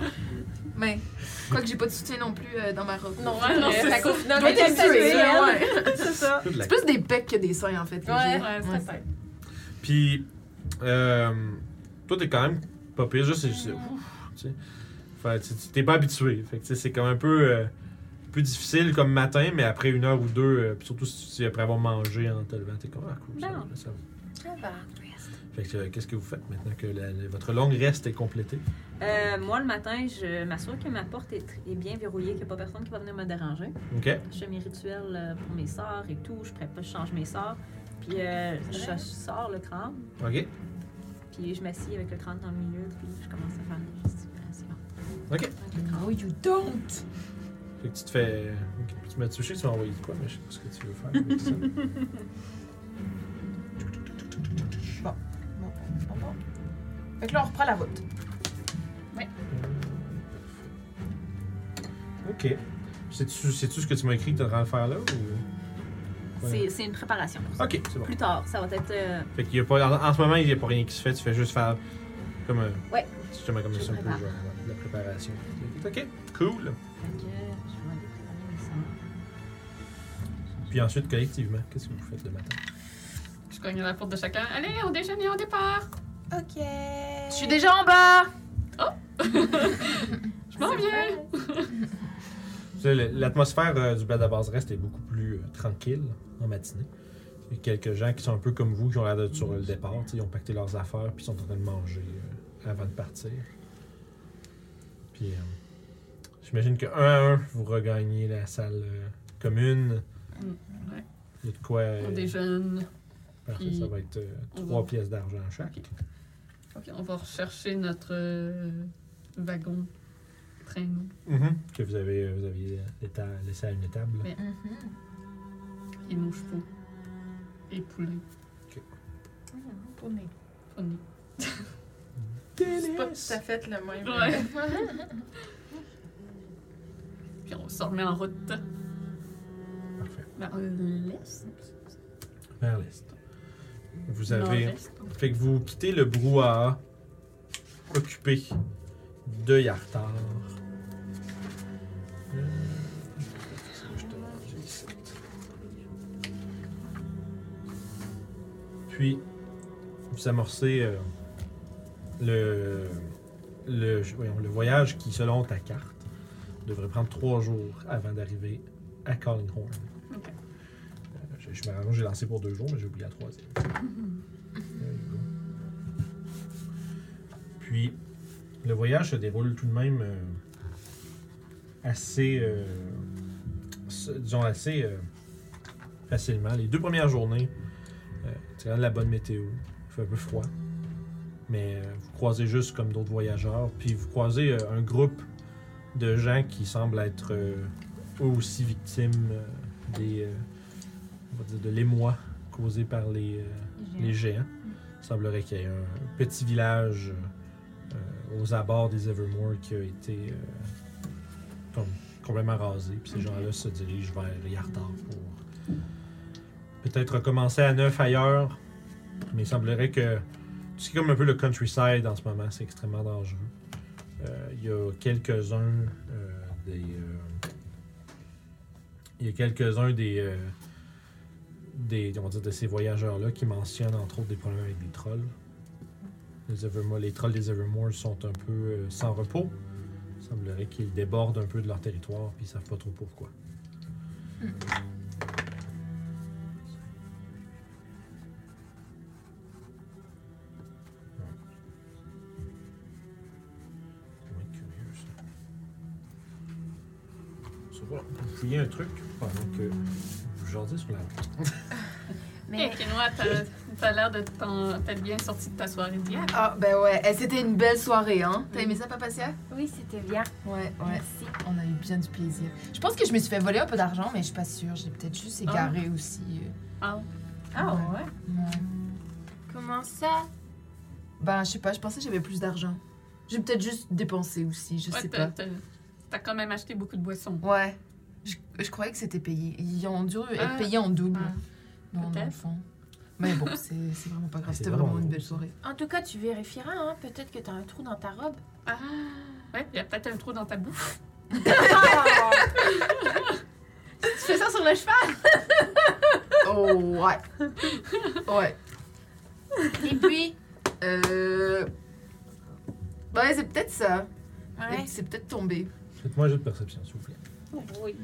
S4: Mais, quoi que j'ai pas de soutien non plus euh, dans ma robe.
S14: Non,
S2: Ouais, non,
S14: ouais,
S2: c'est
S14: ça
S2: ça.
S14: confine
S4: Doit être habitué,
S14: hein?
S4: ça, ouais.
S3: C'est ça.
S1: toute la-
S4: C'est plus des becs que des seins en fait.
S14: Ouais.
S4: les jeux.
S2: Ouais, c'est ça.
S1: Puis, euh, toi, t'es quand même pas pire. Juste, c'est- c'est- ouf, tu sais. Fait que tu- tu- t'es pas habitué. Fait que, tu sais, c'est comme un peu, euh, plus difficile comme matin, mais après une heure ou deux, euh, puis surtout si tu après avoir mangé en te levant, t'es comme, ah, cool, ça,
S3: Non.
S1: va, ça va. Fait que, euh, qu'est-ce que vous faites maintenant que la- la- votre longue reste est complétée?
S3: Euh, moi, le matin, je m'assure que ma porte est, est bien verrouillée, qu'il n'y a pas personne qui va venir me déranger.
S1: OK?
S3: Je fais mes rituels euh, pour mes sorts et tout. Je prépare, je change mes sorts. Puis euh, je sors le crâne.
S1: OK?
S3: Puis je m'assieds avec le crâne dans le milieu. Puis je commence à faire des gesticulations.
S1: Ok.
S3: Avec le crâne.
S14: Oh, you don't!
S1: Fait que tu te fais. ok, Tu m'as touché, tu m'as envoyé de quoi, mais je sais pas ce que tu veux faire avec ça.
S5: Fait que là, on reprend la route.
S1: Ok. C'est-tu c'est-tu ce que tu m'as écrit que tu es en train de faire là ou...
S3: C'est- C'est une préparation pour ça.
S1: Ok, c'est bon.
S3: Plus tard, ça va être. euh,
S1: Fait qu'il y a pas. En, en ce moment, il n'y a pas rien qui se fait, tu fais juste faire comme un.
S15: Ouais.
S1: Justement comme
S15: Je
S1: ça un peu genre
S15: prépare.
S1: ouais, de la préparation. Ok, cool.
S15: Fait que je vais aller préparer mes sangs.
S1: Puis ensuite, collectivement, qu'est-ce que vous faites le matin?
S2: Je cogne à la porte de chacun. Allez, on déjeune et on départ.
S5: Ok.
S4: Je suis déjà en bas!
S2: Je m'en viens.
S1: Tu sais, le- L'atmosphère euh, du bled à base reste est beaucoup plus euh, tranquille en matinée. Il y a quelques gens qui sont un peu comme vous, qui ont l'air d'être sur le départ. tu sais, Ils ont pacté leurs affaires puis ils sont en train de manger euh, avant de partir. Puis euh, j'imagine que un à un, vous regagnez la salle euh, commune.
S2: Mm, ouais.
S1: Il y a de quoi. euh,
S2: On déjeune.
S1: parfait,
S2: puis
S1: ça va être euh,
S2: on
S1: trois
S2: va-
S1: pièces d'argent chaque.
S2: Ok. Ok, on va rechercher notre euh, wagon traîneau.
S1: Mhm. Que vous avez euh, vous aviez éta- laissé à une étable.
S2: Mais- et nos chevaux et poulets. Prenez.
S5: C'est pas tout à fait le même.
S2: Ouais. Puis on se remet en route
S1: Parfait.
S2: vers l'est.
S1: Vers l'est. Vous avez.
S2: Nord-est.
S1: Fait que vous quittez le brouhaha occupé de Yartar. Euh, je te- j'ai ici. Puis, vous amorcez euh, le, le, voyons, le voyage qui, selon ta carte, devrait prendre trois jours avant d'arriver à Callinghorn.
S2: Ok.
S1: Euh, je je m'arrange, j'ai lancé pour deux jours, mais j'ai oublié la troisième. There you go. Puis, le voyage se déroule tout de même euh, assez, euh, s- disons, assez euh, facilement. Les deux premières journées, euh, c'est quand même la bonne météo. Il fait un peu froid. Mais euh, vous croisez juste comme d'autres voyageurs. Puis vous croisez euh, un groupe de gens qui semblent être euh, eux aussi victimes euh, des, euh, on va dire de l'émoi causé par les, euh, les géants. Il semblerait qu'il y ait un petit village euh, euh, aux abords des Evermore qui a été euh, comme complètement rasé. Puis ces gens-là se dirigent vers Yartar pour peut-être recommencer à neuf ailleurs. Mais il semblerait que c'est comme un peu le countryside en ce moment, c'est extrêmement dangereux. Euh, Il y a quelques-uns euh, des. euh, Il y a quelques-uns des. euh, des, on va dire, de ces voyageurs-là qui mentionnent entre autres des problèmes avec des trolls. Les, Evermore- les trolls des Evermore sont un peu euh, sans repos. Il semblerait qu'ils débordent un peu de leur territoire puis ils savent pas trop pourquoi. Ouais, curieux, ça. Ça va. Vous fouillez un truc pendant que vous jasez sur la
S2: Hey, Kenoa, t'as- t'as l'air de t'en- t'être bien sorti de ta soirée d'hier.
S4: Ah, ben ouais, Eh, c'était une belle soirée, hein? T'as aimé ça, Papacia?
S16: Oui, c'était bien.
S4: Ouais, ouais.
S16: Merci.
S4: On a eu bien du plaisir. Je pense que je me suis fait voler un peu d'argent, mais je suis pas sûre. J'ai peut-être juste égaré aussi. euh,
S2: Ah,
S4: Ah
S5: ouais?
S4: Ouais.
S16: Comment ça?
S4: Ben, je sais pas, je pensais que j'avais plus d'argent. J'ai peut-être juste dépensé aussi, je
S2: ouais,
S4: sais
S2: t'as-
S4: pas.
S2: t'as t'as quand même acheté beaucoup de boissons.
S4: Ouais. Je, je croyais que c'était payé. Ils ont dû être
S2: Ah.
S4: payés en double.
S2: Ah.
S4: non, dans le
S2: peut-être.
S4: fond. Mais bon, c'est c'est vraiment pas grave.
S1: C'est
S4: C'était
S1: vraiment
S4: vraiment une
S1: beau.
S4: belle soirée.
S5: En tout cas, tu vérifieras, hein. Peut-être que t'as un trou dans ta robe.
S2: Ah, ouais, il y a peut-être un trou dans ta bouffe.
S5: Ah!
S4: Tu fais ça sur le cheval? oh, ouais. Ouais.
S16: Et puis?
S4: Euh. Ouais, c'est peut-être ça.
S5: Ouais.
S4: C'est peut-être tombé.
S1: Faites-moi un jeu de perception, s'il vous plaît.
S3: Oui.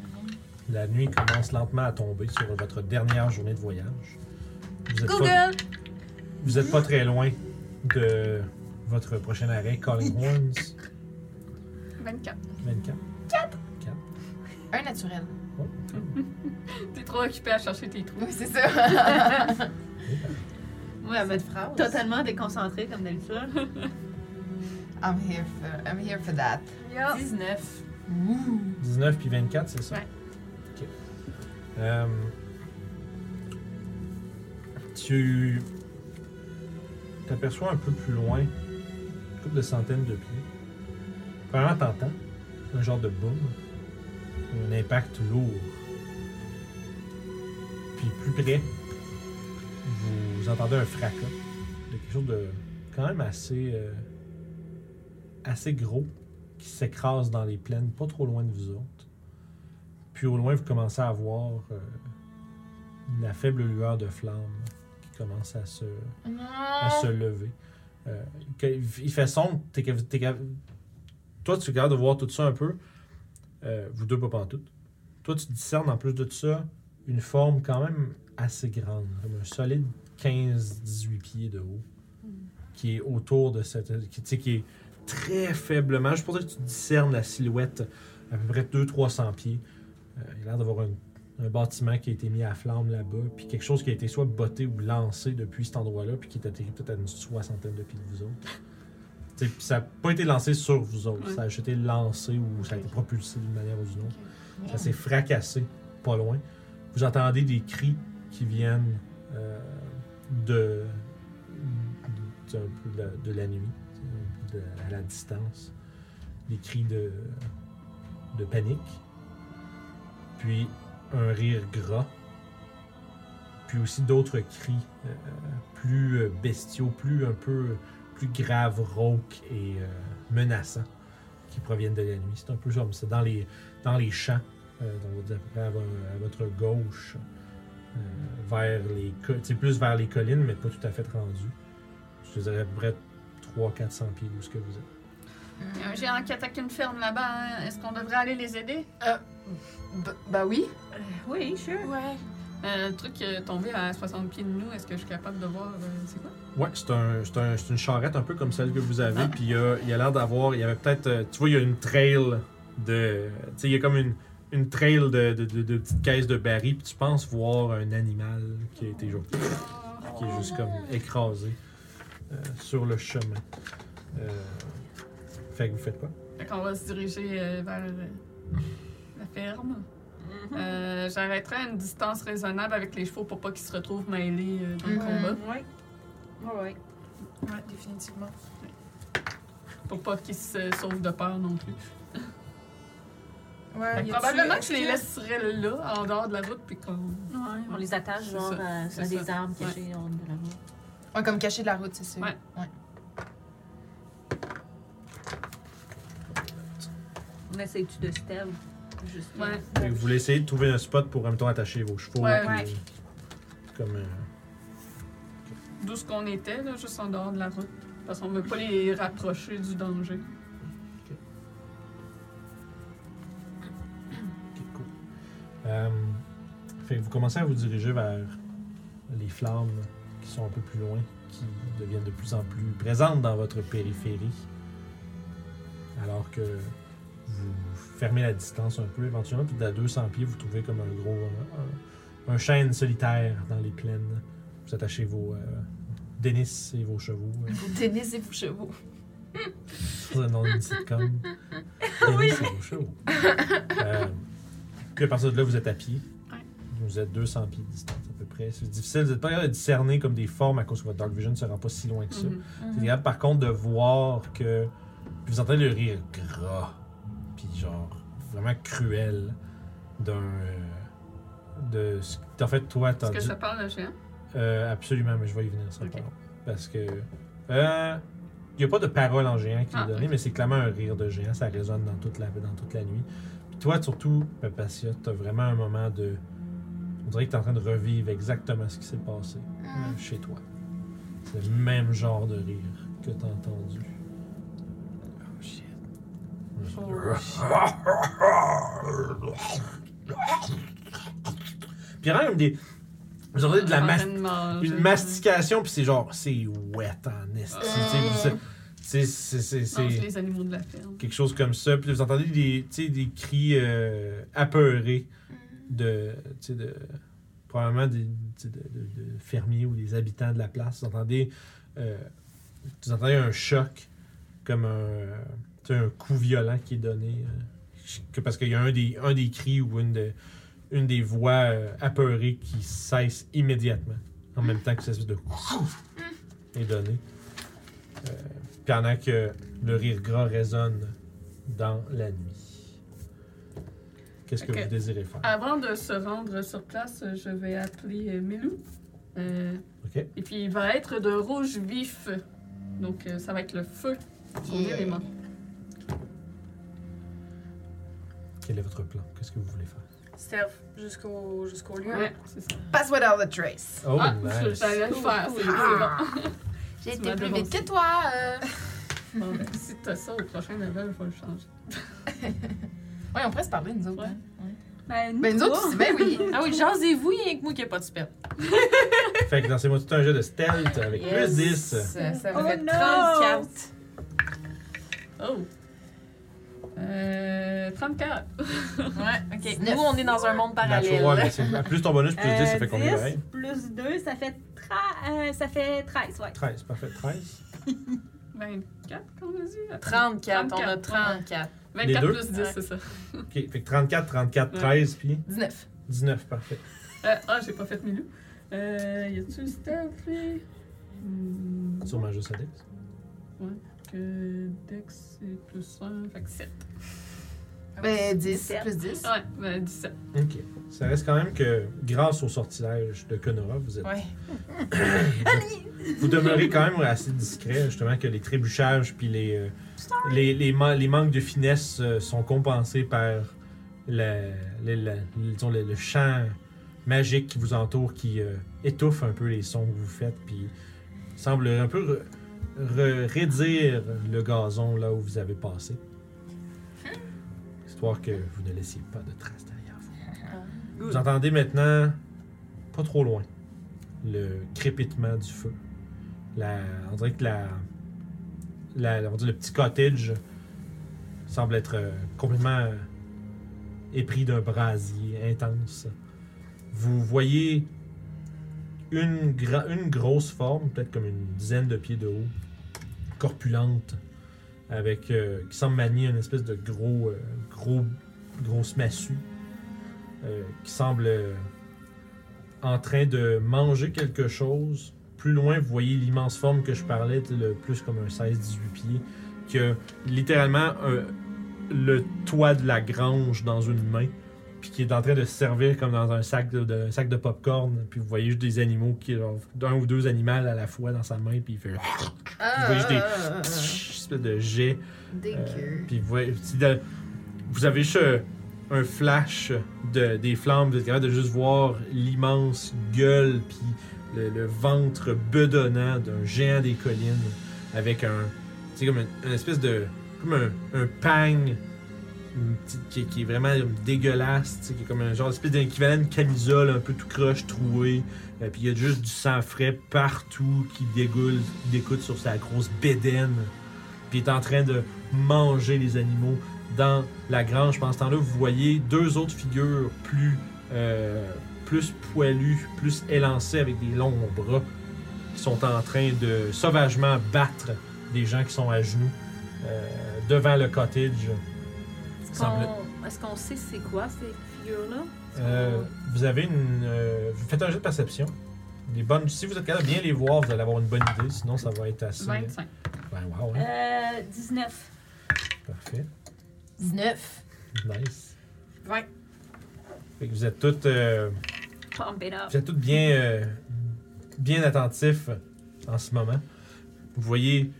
S1: La nuit commence lentement à tomber sur votre dernière journée de voyage. Vous êtes pas,
S5: Google!
S1: vous êtes pas très loin de votre prochain arrêt, Calling Horns
S2: 24.
S1: 24.
S4: Un naturel.
S1: Oh,
S2: T'es trop occupé à chercher tes trous.
S4: Oui, c'est ça.
S3: Moi, elle m'a totalement déconcentrée comme d'habitude.
S4: I'm here for, I'm here for that.
S3: 19.
S1: 19 puis 24, c'est ça?
S2: Ouais.
S1: Ok. Euh, tu t'aperçois un peu plus loin couple de centaines de pieds. Pendant t'entends un genre de boom, un impact lourd. Puis plus près, vous entendez un fracas de quelque chose de quand même assez, euh, assez gros qui s'écrase dans les plaines, pas trop loin de vous autres. Puis au loin, vous commencez à voir euh, la faible lueur de flamme qui commence à se, à se lever. Euh, que- il fait sombre. t'es cav- t'es cav- Toi, tu regardes de voir tout ça un peu. Euh, vous deux, pas pantoute. Toi, tu discernes en plus de tout ça une forme quand même assez grande, comme un solide 15-18 pieds de haut, qui est autour de cette. Qui, tu sais, qui est très faiblement. Je pense que tu discernes la silhouette à peu près 200-300 pieds. Euh, il a l'air d'avoir un, un bâtiment qui a été mis à flamme là-bas, puis quelque chose qui a été soit botté ou lancé depuis cet endroit-là, puis qui est atterri peut-être à une soixantaine de pieds de vous autres. Tu sais, puis ça n'a pas été lancé sur vous autres.
S2: Ouais.
S1: Ça a été lancé ou ça a été propulsé d'une manière ou d'une autre. Ça s'est fracassé pas loin. Vous entendez des cris qui viennent euh, de, d'un peu de, la- de la nuit, un peu de- à la distance. Des cris de, de panique. Puis un rire gras. Puis aussi d'autres cris euh, plus euh, bestiaux, plus un peu plus graves, rauques et euh, menaçants qui proviennent de la nuit. C'est un peu comme ça. Dans les, dans les champs, euh, donc, on va dire à peu près à, vo- à votre gauche, euh, vers les co- tu sais, plus vers les collines, mais pas tout à fait rendu. Je dirais à peu près 300-400 pieds d'où ce que vous êtes.
S2: Il y a Euh, un géant qui attaque une ferme là-bas. hein. Est-ce qu'on devrait aller les aider?
S4: Bah- bah oui.
S6: Euh,
S3: Oui, sure.
S5: Ouais.
S2: Euh, le truc qui est tombé à 60 pieds de nous, est-ce que je suis capable de voir euh, c'est quoi?
S1: Ouais, c'est un, c'est un- c'est une charrette un peu comme celle que vous avez, puis il y a, il y a l'air d'avoir, il y avait peut-être, euh, tu vois, il y a une trail de, tu sais, il y a comme une, une trail de, de, de- de petites caisses de barils, puis tu penses voir un animal qui a été genre,
S2: Oh.
S1: qui est juste comme écrasé euh, sur le chemin. Euh, fait que vous faites quoi?
S2: Fait qu'on va se diriger euh, vers euh, la ferme.
S6: Mm-hmm.
S2: Euh, J'arrêterai à une distance raisonnable avec les chevaux pour pas qu'ils se retrouvent mêlés euh, dans le combat.
S3: Ouais. Ouais.
S5: Ouais, définitivement.
S2: Pour pas qu'ils se sauvent de peur non plus. Fait
S5: Ouais,
S2: que
S5: y a-tu-
S2: probablement que je
S5: est-ce
S2: les laisserais là, en dehors de la route, puis qu'on.
S3: On les attache
S2: C'est
S3: genre
S2: ça,
S6: euh,
S3: à, à
S2: c'est
S3: des
S2: ça.
S3: arbres cachés en de la route.
S5: Ouais, comme caché de la route, c'est sûr.
S2: Ouais.
S3: On essaie-tu de stealth? Juste.
S2: Ouais.
S1: Fait que vous voulez essayer de trouver un spot pour en même temps attacher vos chevaux.
S2: Ouais,
S1: puis,
S2: ouais.
S1: euh, Comme, euh,
S2: D'où ce qu'on était, là, juste en dehors de la route. Parce qu'on veut pas les rapprocher du danger.
S1: ok, cool. Euh, fait que vous commencez à vous diriger vers les flammes qui sont un peu plus loin, qui deviennent de plus en plus présentes dans votre périphérie. Alors que vous fermez la distance un peu éventuellement, puis à 200 pieds, vous trouvez comme un gros. euh, un, un chêne solitaire dans les plaines. Vous attachez vos. euh, Denis et vos chevaux. euh,
S4: Tennis et vos chevaux.
S1: C'est le nom d'une sitcom. oui. C'est vos chevaux. Euh, puis à partir de là, vous êtes à pied.
S2: Ouais.
S1: Vous êtes 200 pieds de distance à peu près. C'est difficile. Vous n'êtes pas capable de discerner comme des formes à cause que votre Dark Vision ne se rend pas si loin que ça.
S2: Mhm.
S1: C'est capable par contre de voir que. puis vous entendez le rire gras. Puis genre, vraiment cruel d'un. euh, de ce En fait, toi, t'as
S2: Est-ce que
S1: dit-
S2: ça parle de géant?
S1: euh, absolument, mais je vais y venir sur
S2: Ok.
S1: Parce que. euh, Il n'y a pas de parole en géant qui
S2: Ah,
S1: est donnée,
S2: ok.
S1: mais c'est clairement un rire de géant. Ça résonne dans toute la, dans toute la nuit. Puis toi, surtout, Papacia, tu as vraiment un moment de. On dirait que tu es en train de revivre exactement ce qui s'est passé
S2: Ah.
S1: euh, chez toi. C'est le même genre de rire que tu as entendu. Oh shit. Puis il y a même des. Vous entendez de la
S2: En train
S1: masse
S2: de manger.
S1: une mastication, puis c'est genre, c'est wet en esti. tu sais, vous- C'est, c'est, c'est,
S2: Mange
S1: c'est
S2: les animaux de la ferme.
S1: quelque chose comme ça. Puis vous entendez des, tu sais, des cris euh, apeurés de, tu sais, de, probablement des, tu sais, de, de- de fermiers ou des habitants de la place. Vous entendez, euh, vous entendez un choc, comme un, tu sais, un coup violent qui est donné. euh, que- parce qu'il y a un des, un des cris ou une, de- une des voix euh, apeurées qui cesse
S2: Mm.
S1: immédiatement, en même temps que ça se de est donné. Euh, pendant que le rire gras résonne dans la nuit. Qu'est-ce que
S2: Ok. Ah.
S1: vous désirez faire?
S2: Avant de se rendre sur place, euh, je vais appeler euh, Milou. Euh,
S1: Ok.
S2: Et puis il va être de rouge vif. Donc euh, ça va être le feu. Son
S4: Yeah.
S2: élément.
S1: Quel est votre plan? Qu'est-ce que vous voulez faire?
S5: Steph, jusqu'au jusqu'au lieu.
S2: Ouais, c'est ça.
S4: Pass without a trace.
S1: Oh,
S2: ah, je-
S1: nice!
S2: j'allais le faire. c'est-
S1: Ah.
S2: C'est
S4: J'ai
S2: Tu
S4: été
S2: m'as
S4: plus vite
S2: devancé.
S4: que toi. euh.
S2: bon. Bon, ben, si t'as ça au prochain level, faut le changer.
S4: Ouais, on pourrait se parler, nous autres.
S2: Ouais.
S4: hein.
S6: Ben, nous,
S4: Ben, nous
S6: trois.
S4: autres, ben oui.
S5: Ah oui, jasez-vous, il y a que moi qui n'ai pas de spell.
S1: Fait que lancez-moi tout un jeu de stealth avec plus 10.
S4: Ça, ça
S6: Oh
S4: va être
S6: non!
S5: 34.
S2: Oh! Euh, 34.
S5: Ouais, ok.
S4: Neuf.
S5: Nous, on est dans un monde parallèle.
S1: Natural, mais c'est- plus ton bonus, plus 10, ça fait
S6: Euh,
S1: combien
S6: 10
S1: pareil?
S6: plus 2, ça fait, tra- euh, ça fait 13, ouais.
S1: 13, parfait, 13.
S2: 24, comme on dit.
S5: 34, on a 34.
S2: 24
S1: deux?
S2: plus 10,
S5: Ouais.
S2: c'est ça.
S1: Ok, fait que 34, 34,
S2: Ouais.
S1: 13, puis
S4: 19.
S1: 19, parfait.
S2: Euh, ah, j'ai pas fait Milou. Euh, y a-tu stealth? lui? Hmm,
S1: Sûrement juste à 10.
S2: que Euh, Dex, c'est plus 1, fait que 7.
S4: Ben, 10,
S6: Sept.
S4: plus 10.
S2: Ouais, ben 17.
S1: Ok. Ça reste quand même que, grâce au sortilège de Konora, vous êtes.
S5: Ouais.
S1: vous demeurez quand même assez discret, justement, que les trébuchages puis les, euh, les, les, man- les manques de finesse euh, sont compensés par la- la- la- disons, le, le champ magique qui vous entoure, qui euh, étouffe un peu les sons que vous faites, puis semble un peu re- re- réduire le gazon là où vous avez passé. Histoire que vous ne laissiez pas de traces derrière vous. Vous entendez maintenant, pas trop loin, le crépitement du feu. La, on dirait que la, la- on va dire le petit cottage semble être euh, complètement euh, épris d'un brasier intense. Vous voyez une, gra- une grosse forme, peut-être comme une dizaine de pieds de haut, corpulente, avec euh, qui semble manier une espèce de gros, euh, gros, grosse massue, euh, qui semble euh, en train de manger quelque chose. Plus loin, vous voyez l'immense forme que je parlais, tu sais, le plus comme un 16-18 pieds, qui a littéralement un- le toit de la grange dans une main, puis qui est en train de se servir comme dans un sac de, de- un sac de popcorn. Puis vous voyez juste des animaux, qui genre, d'un ou deux animaux à la fois dans sa main, puis il fait
S4: Ah,
S1: voyez, je t'ai-
S4: ah, ah,
S1: espèce de jet.
S4: ah.
S1: Euh.
S4: Dégueu.
S1: Puis vous, voyez- si de- vous avez juste euh, un flash de, des flammes, vous êtes capable de juste voir l'immense gueule, puis le, le ventre bedonnant d'un géant des collines, avec un. C'est comme une, une espèce de. Comme un, un pagne une petite- qui, qui est vraiment dégueulasse, tu sais, qui est comme un genre d'espèce d'équivalent d'une camisole un peu tout croche, troué. Euh, puis il y a juste du sang frais partout qui dégoule, qui découle sur sa grosse bédaine. Puis il est en train de manger les animaux dans la grange. Pendant ce temps-là, vous voyez deux autres figures plus, euh, plus poilues, plus élancées avec des longs bras qui sont en train de sauvagement battre des gens qui sont à genoux euh, devant le cottage.
S6: Est-ce
S1: Semble-
S6: qu'on, est-ce qu'on sait c'est quoi ces figures-là?
S1: Euh, vous avez une. euh, vous faites un jeu de perception. Les bonnes, si vous êtes capable de bien les voir, vous allez avoir une bonne idée. Sinon, ça va être assez.
S2: 25.
S1: Ben, wow, hein?
S6: Euh, 19.
S1: Parfait.
S4: 19.
S1: Nice.
S5: Ouais.
S1: Fait que vous êtes toutes. euh,
S6: Pump it up.
S1: Vous êtes tous bien, euh, bien attentifs en ce moment. Vous voyez,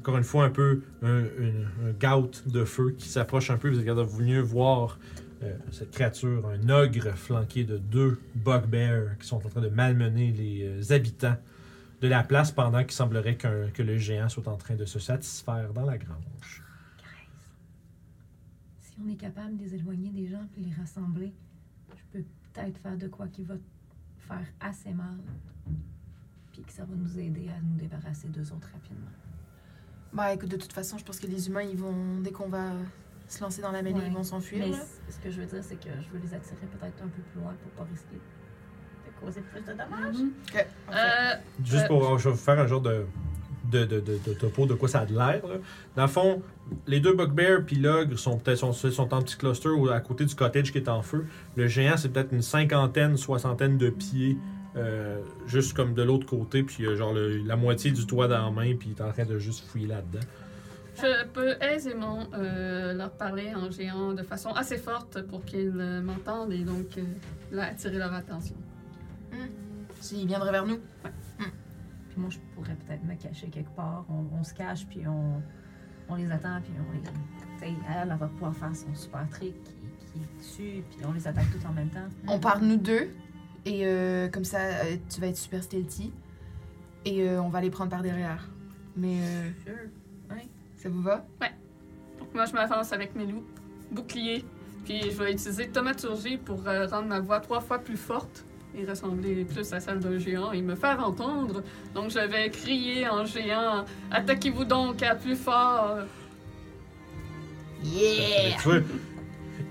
S1: encore une fois, un peu un, une- un gout de feu qui s'approche un peu. Vous êtes capable de mieux voir euh, cette créature, un ogre flanqué de deux bugbears qui sont en train de malmener les euh, habitants de la place pendant qu'il semblerait qu'un- que le géant soit en train de se satisfaire dans la grange.
S6: Si on est capable de les éloigner des gens et les rassembler, je peux peut-être faire de quoi qui va faire assez mal. Puis que ça va nous aider à nous débarrasser d'eux autres rapidement.
S4: Bah écoute, de toute façon, je pense que les humains, ils vont, dès qu'on va se lancer dans la mêlée,
S6: Ouais.
S4: ils vont s'enfuir.
S6: Mais
S4: là.
S6: c- ce que je veux dire, c'est que je veux les attirer peut-être un peu plus loin pour pas risquer de causer plus de dommages.
S4: Ok, parfait.
S2: Euh,
S1: Juste
S2: Euh,
S1: pour je vais vous faire un genre de, de, de, de, de topo de quoi ça a de l'air. là. Dans le fond, les deux bugbears puis l'ogre sont peut-être sont, sont en petit cluster ou à côté du cottage qui est en feu. Le géant, c'est peut-être une cinquantaine, soixantaine de pieds euh, juste comme de l'autre côté, puis il y a genre le- la moitié du toit dans la main, puis il est en train de juste fouiller là-dedans.
S2: Je peux aisément euh, leur parler en géant de façon assez forte pour qu'ils euh, m'entendent et donc euh, là, attirer leur attention.
S4: S'il viendrait vers nous.
S6: Puis moi, je pourrais peut-être me cacher quelque part. On, on se cache, puis on, on les attend, puis on les. Tu sais, elle, elle va pouvoir faire son super trick qui, qui est dessus, puis on les attaque tous en même temps.
S4: On part nous deux, et euh, comme ça, euh, tu vas être super stealthy, et euh, on va les prendre par derrière. Mais euh,
S6: Sure.
S4: ça vous va?
S2: Donc moi, je m'avance avec mes loups, bouclier, puis je vais utiliser thaumaturgie pour euh, rendre ma voix trois fois plus forte et ressembler plus à celle d'un géant et me faire entendre. Donc je vais crier en géant « Attaquez-vous donc à plus fort
S1: Fait que Tu vois,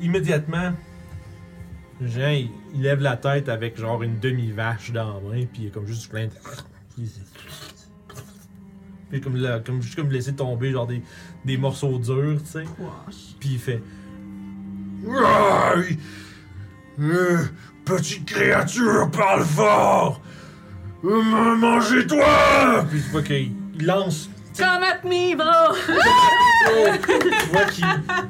S1: immédiatement, le géant, il, il lève la tête avec genre une demi-vache dans la main, puis il est comme juste plein de... Puis, puis comme, la- comme, juste comme laisser tomber genre des, des morceaux durs, tu sais. Puis il fait... Aïe! Euh, petite créature, parle fort! Euh, man- Mangez-toi! Puis tu vois qu'il lance... »
S2: Come at me, bro!
S1: tu vois qu'il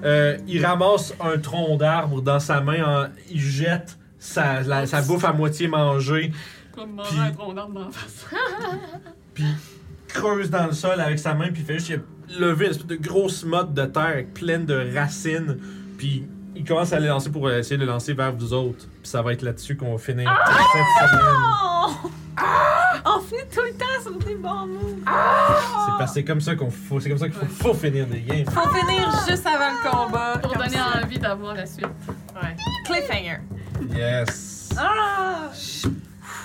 S1: euh, il ramasse un tronc d'arbre dans sa main, en- il jette sa, la- sa bouffe à moitié mangée,
S2: Comme
S1: Puis-
S2: manger un tronc d'arbre dans la face.
S1: puis creuse dans le sol avec sa main, puis il fait juste lever une espèce de grosse motte de terre pleine de racines, puis il commence à les lancer pour essayer de les lancer vers vous autres. Puis ça va être là-dessus qu'on va finir cette semaine.
S3: Oh! Ah! On finit tout le temps sur des bons mots.
S1: C'est parce que c'est comme ça qu'on faut, c'est comme ça qu'il faut, faut finir des games.
S5: Faut finir juste avant le combat.
S2: Pour
S5: comme
S2: donner
S5: ça.
S2: envie d'avoir la suite.
S5: Ouais. Cliffhanger.
S1: Yes.
S5: Ah!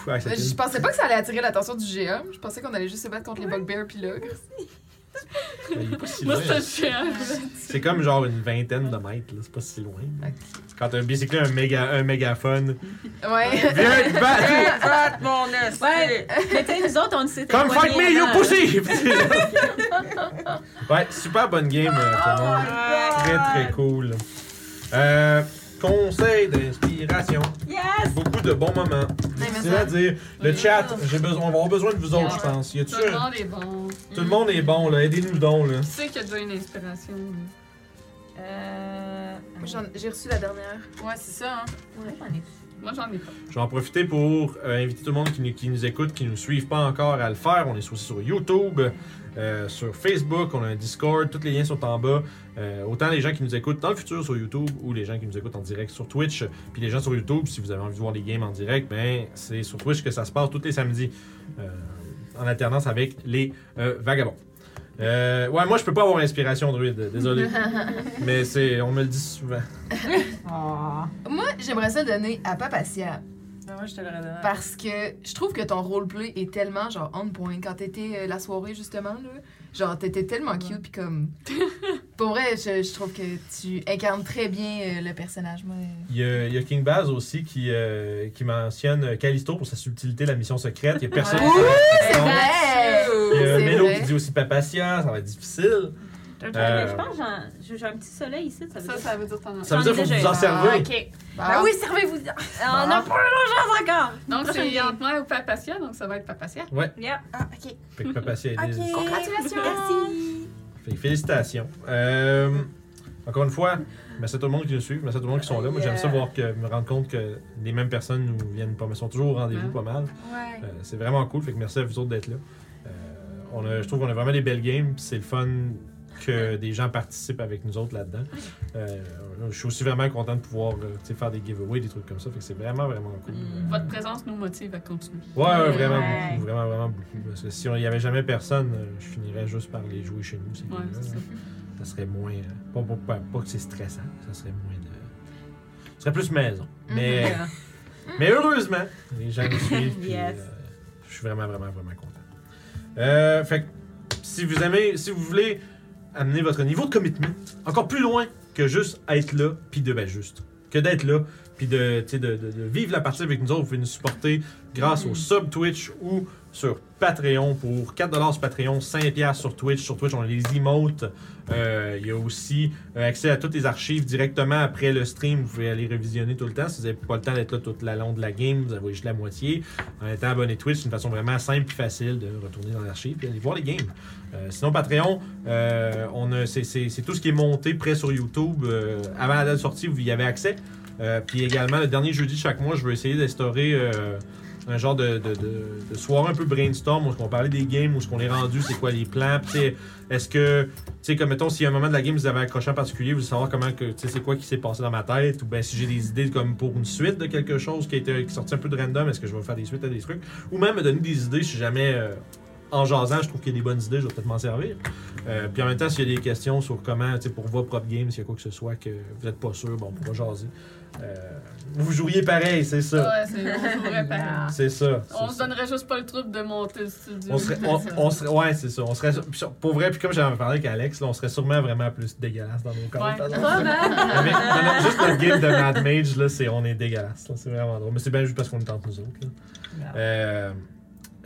S1: Ouais, ça fait
S4: Euh, Je
S1: une-
S4: pensais pas que ça allait attirer l'attention du GM. Je pensais qu'on allait juste se battre contre les bugbears puis l'ogre.
S1: il est pas si
S2: Moi,
S1: loin,
S2: c'est
S1: hein.
S2: le géant.
S1: C'est comme genre une vingtaine de mètres, là, c'est pas si loin. Quand t'as un bicycle, un, méga, un mégaphone.
S4: Ouais.
S1: Viens te battre!
S5: Bat mon œuf.
S3: Ouais. Mais tu sais, nous autres, on s'est
S1: Come fight me,
S3: éloignés
S1: you
S3: avant,
S1: pussy! ouais, super bonne game, euh, tout le monde. Très très cool. Euh, conseil d'inspiration.
S3: Yes!
S1: Beaucoup de bons moments. C'est à dire, le chat, j'ai besoin, on va avoir besoin de vous autres, je pense. Y a-tu
S2: Tout le
S1: un-
S2: monde est bon. Tu
S1: Tout le monde est bon, là. Aidez-nous donc, là.
S2: sais qu'il y a déjà une inspiration.
S5: Euh.
S4: J'en- J'ai reçu la dernière.
S5: Ouais, c'est ça, hein.
S3: euh,
S2: Moi, j'en ai pas.
S1: Je vais en profiter pour euh, inviter tout le monde qui nous, qui nous écoute, qui ne nous suivent pas encore à le faire. On est aussi sur YouTube, euh, sur Facebook, on a un Discord, tous les liens sont en bas. Euh, autant les gens qui nous écoutent dans le futur sur YouTube ou les gens qui nous écoutent en direct sur Twitch. Puis les gens sur YouTube, si vous avez envie de voir les games en direct, ben c'est sur Twitch que ça se passe tous les samedis. euh, en alternance avec les euh, vagabonds. Euh, ouais, moi je peux pas avoir inspiration druide, désolé. Mais c'est. on me le dit souvent.
S4: Moi, j'aimerais ça donner à Papacia
S5: Non, moi, je te l'aurais donné.
S4: parce que je trouve que ton roleplay est tellement genre on point. Quand t'étais euh, la soirée justement là, genre t'étais tellement cute puis comme. Pour vrai, je, je trouve que tu incarnes très bien euh, le personnage. Moi, euh,
S1: Il y, a, il y a King Baz aussi qui, euh, qui mentionne euh, Callisto pour sa subtilité, la mission secrète. Il y a personne.
S4: Ouais.
S1: Non.
S4: vrai!
S1: Il y a
S4: C'est
S1: Mélo
S4: vrai.
S1: qui dit aussi Papacia, ça va être difficile.
S6: Mais je pense que j'en- j'ai j'ai un petit soleil ici, ça veut
S2: Ça,
S6: dire-
S2: ça veut dire t'en as.
S1: Ça veut dire qu'il faut vous en servir.
S5: ok.
S4: Bah,
S5: Ah oui, servez-vous.
S4: bah,
S5: On a pas l'urgence encore.
S2: Donc, c'est Yantelin ou Papacia, donc ça va être Papacia.
S5: Ah, ok.
S1: Fait que Papacia est
S5: Ok.
S1: lise.
S5: Congratulations.
S3: Merci.
S1: Fait que félicitations. Euh, encore une fois, merci à tout le monde qui nous suit, merci à tout le monde qui sont là. Moi, j'aime ça voir que, me rendre compte que les mêmes personnes nous viennent pas, mais sont toujours au rendez-vous
S2: Ouais.
S1: pas mal.
S5: Ouais.
S1: Euh, c'est vraiment cool. Fait que merci à vous autres d'être là. Euh, on a- je trouve qu'on a vraiment des belles games. puis C'est le fun que des gens participent avec nous autres là-dedans. Euh, je suis aussi vraiment content de pouvoir euh, tu sais, faire des giveaways, des trucs comme ça. Fait que c'est vraiment, vraiment cool. Euh,
S2: Votre présence nous motive à continuer.
S1: Ouais, ouais, vraiment
S3: Ouais.
S1: beaucoup, vraiment, vraiment beaucoup. Parce que si on- il n'y avait jamais personne, euh, je finirais juste par les jouer chez nous. ces
S2: Ouais,
S1: games-là,
S2: c'est ça.
S1: là. ça serait moins. euh, Pas, pas- pas- pas que c'est stressant, ça serait moins de. Ce serait plus maison.
S4: Mhm.
S1: Mais,
S2: Mm-hmm.
S1: mais heureusement, les gens nous suivent. puis,
S3: Yes.
S1: euh, je suis vraiment, vraiment, vraiment content. Euh, fait que, si vous aimez, si vous voulez amener votre niveau de commitment encore plus loin que juste être là, puis de ben juste. Que d'être là, puis de, tu sais, de, de- de vivre la partie avec nous autres, vous pouvez nous supporter grâce au sub Twitch ou sur Patreon pour 4$ sur Patreon, 5$ sur Twitch. Sur Twitch, on a les emotes. Euh, Il y a aussi euh, accès à toutes les archives directement après le stream. Vous pouvez aller revisionner tout le temps. Si vous n'avez pas le temps d'être là toute la longue de la game, vous avez juste la moitié. En étant abonné Twitch, c'est une façon vraiment simple et facile de retourner dans l'archive et aller voir les games. Euh, sinon, Patreon, euh, on a- c'est- c'est c'est tout ce qui est monté prêt sur YouTube. Euh, avant la date de sortie, vous y avez accès. Euh, puis également, le dernier jeudi de chaque mois, je veux essayer d'instaurer euh, un genre de, de, de- de soirée un peu brainstorm où on parlait des games, où ce qu'on est rendu, c'est quoi les plans. Puis, tu sais, est-ce que, tu sais, comme mettons, s'il y a un moment de la game, vous avez accroché en particulier, vous voulez savoir comment, que- tu sais, c'est quoi qui s'est passé dans ma tête, ou bien si j'ai des idées comme pour une suite de quelque chose qui a été qui est sorti un peu de random, est-ce que je vais faire des suites à des trucs, ou même me donner des idées si jamais. euh, en jasant, je trouve qu'il y a des bonnes idées, je vais peut-être m'en servir. Euh, puis en même temps, s'il y a des questions sur comment, tu sais, pour votre propre game, s'il y a quoi que ce soit que vous n'êtes pas sûr, bon, on va jaser. Euh, vous joueriez pareil, c'est ça.
S2: Ouais, c'est- on jouerait pareil.
S1: C'est ça.
S2: On
S1: c'est
S2: se
S1: ça.
S2: donnerait juste pas le trouble de monter le studio.
S1: On serait, on, on serait, ouais, c'est ça. On serait, puis sur- pour vrai, puis comme j'avais parlé avec Alex, là, on serait sûrement vraiment plus dégueulasse dans nos corps.
S2: Ouais.
S1: Avec- Ah, non, non, juste notre game de Mad Mage, là, c'est, on est dégueulasse. là, c'est vraiment drôle. Mais c'est bien juste parce qu'on est entre nous autres. là. Euh,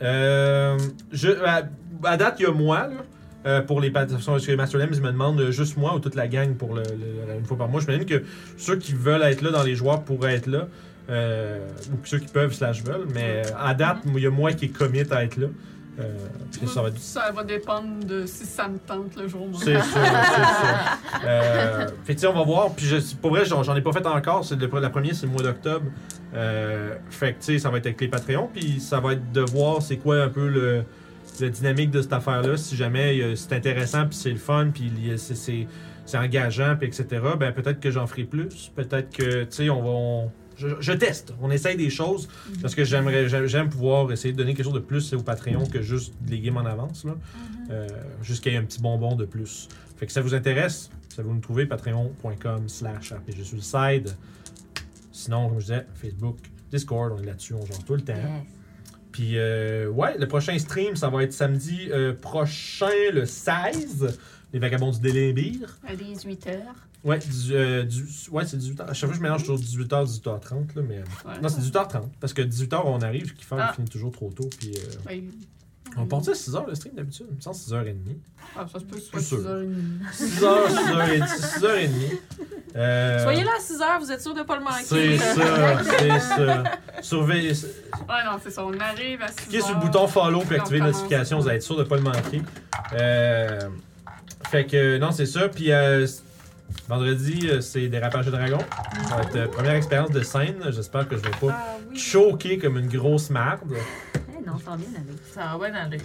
S1: euh, je, à, à date, il y a moi, là, euh, pour les participations sur les Master Lems, ils me demandent euh, juste moi ou toute la gang pour le, le- une fois par mois. Je me dis que ceux qui veulent être là dans les joueurs pourraient être là. euh, ou que ceux qui peuvent slash veulent. Mais euh, à date, il y a moi qui est commit à être là. Euh, puis ça va être
S2: Ça va dépendre de si ça me tente le jour.
S1: c'est sûr, c'est sûr. Euh, fait que, tu sais, on va voir. Puis je- pour vrai, j'en j'en ai pas fait encore. C'est le- la première, c'est le mois d'octobre. Euh, fait que tu sais, ça va être avec les Patreons. Puis ça va être de voir c'est quoi un peu le la dynamique de cette affaire-là. Si jamais euh, c'est intéressant, puis c'est le fun, puis il y a- c'est- c'est c'est engageant, puis etc. Ben peut-être que j'en ferai plus. Peut-être que tu sais, on va on- je, je teste, on essaye des choses parce que j'aimerais j'aime j'aime pouvoir essayer de donner quelque chose de plus au Patreon que juste les games en avance. Là. Euh, juste qu'il y ait un petit bonbon de plus. Fait que ça vous intéresse, ça vous nous trouvez patreon.com slash RPG sur le side. Sinon, comme je disais, Facebook, Discord, on est là-dessus, on genre tout le temps. Puis euh, ouais, le prochain stream, ça va être samedi euh, prochain, le 16. Les vagabonds du Délébire.
S2: À 18h.
S1: Ouais, du, euh, du- ouais c'est 18h. À chaque fois, je mélange toujours 18h, 18h30. Là, mais, euh, Non, c'est 18h30. Parce que 18h, on arrive, ce qui fait,
S2: Ah.
S1: on finit toujours trop tôt. Puis euh,
S2: Ben,
S5: Mm.
S1: on part à 6h le stream d'habitude. Il me semble 6h30.
S2: Ah, ça se peut que ce
S1: Plus sûr.
S2: soit
S1: 6h,
S2: 6h30.
S1: 6h30. Euh,
S5: Soyez là à 6 heures, vous êtes sûr de pas le
S1: C'est
S5: manquer.
S1: ça, c'est ça. Surveillez.
S2: Ouais, non, c'est ça. On arrive à 6h.
S1: Cliquez sur le bouton follow pour
S2: Puis on
S1: activer les
S2: commence.
S1: notifications, vous allez être sûr de ne pas le manquer. Euh, fait que, non, c'est ça. Puis euh, c- vendredi, euh, c'est Dérapage de Dragon. Ça va être euh, première expérience de scène. J'espère que je vais pas
S6: Ah
S1: choquer comme une grosse marde.
S6: Eh non, ça va bien avec.
S17: Ça va bien aller.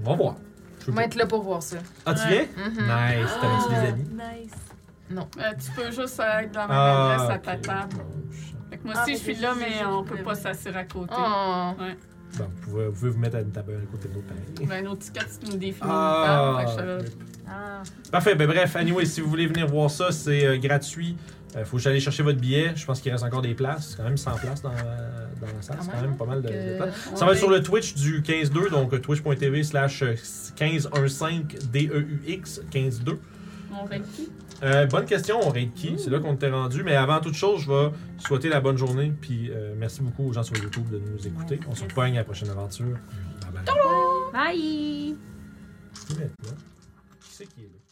S1: On va voir. Je sais
S4: On
S1: pas.
S4: va être là pour voir ça.
S1: Ah, tu viens?
S4: Mhm.
S1: Nice,
S2: Ah.
S1: t'avais-tu des amis?
S6: Ah, Nice.
S2: Euh, tu peux juste être dans la même adresse
S1: Ah,
S2: à ta
S1: ok.
S2: table.
S1: Bon, je-
S2: Fait que moi
S17: Ah,
S2: aussi,
S17: mais
S2: je suis
S17: j'ai-
S2: là,
S17: j'ai-
S2: mais
S17: j'ai-
S2: on peut
S17: j'ai-
S2: pas s'asseoir à côté.
S4: Oh.
S1: bon, vous, pouvez, vous pouvez vous mettre à une table à côté de l'autre pareil.
S2: Ben, nos tickets nous définissent
S1: Ah,
S2: une table. Fait que je suis là.
S6: Ah,
S1: Parfait, ben bref, anyway, si vous voulez venir voir ça, c'est euh, gratuit. Euh, faut que j'aille chercher votre billet. Je pense qu'il reste encore des places. C'est quand même 100 places dans, euh, dans la salle. C'est quand même pas mal de, de places. Ben, Ça va être sur le Twitch du 15-2, donc euh, twitch.tv slash E 1515-DEUX 15-2.
S2: On règle qui?
S1: Euh, bonne question, on raid qui C'est là qu'on t'est rendu. Mais avant toute chose, je vais souhaiter la bonne journée. Puis euh, merci beaucoup aux gens sur YouTube de nous écouter. On se repogne à la prochaine aventure. Bye bye.
S6: bye!
S1: Maintenant, qui c'est qui est là?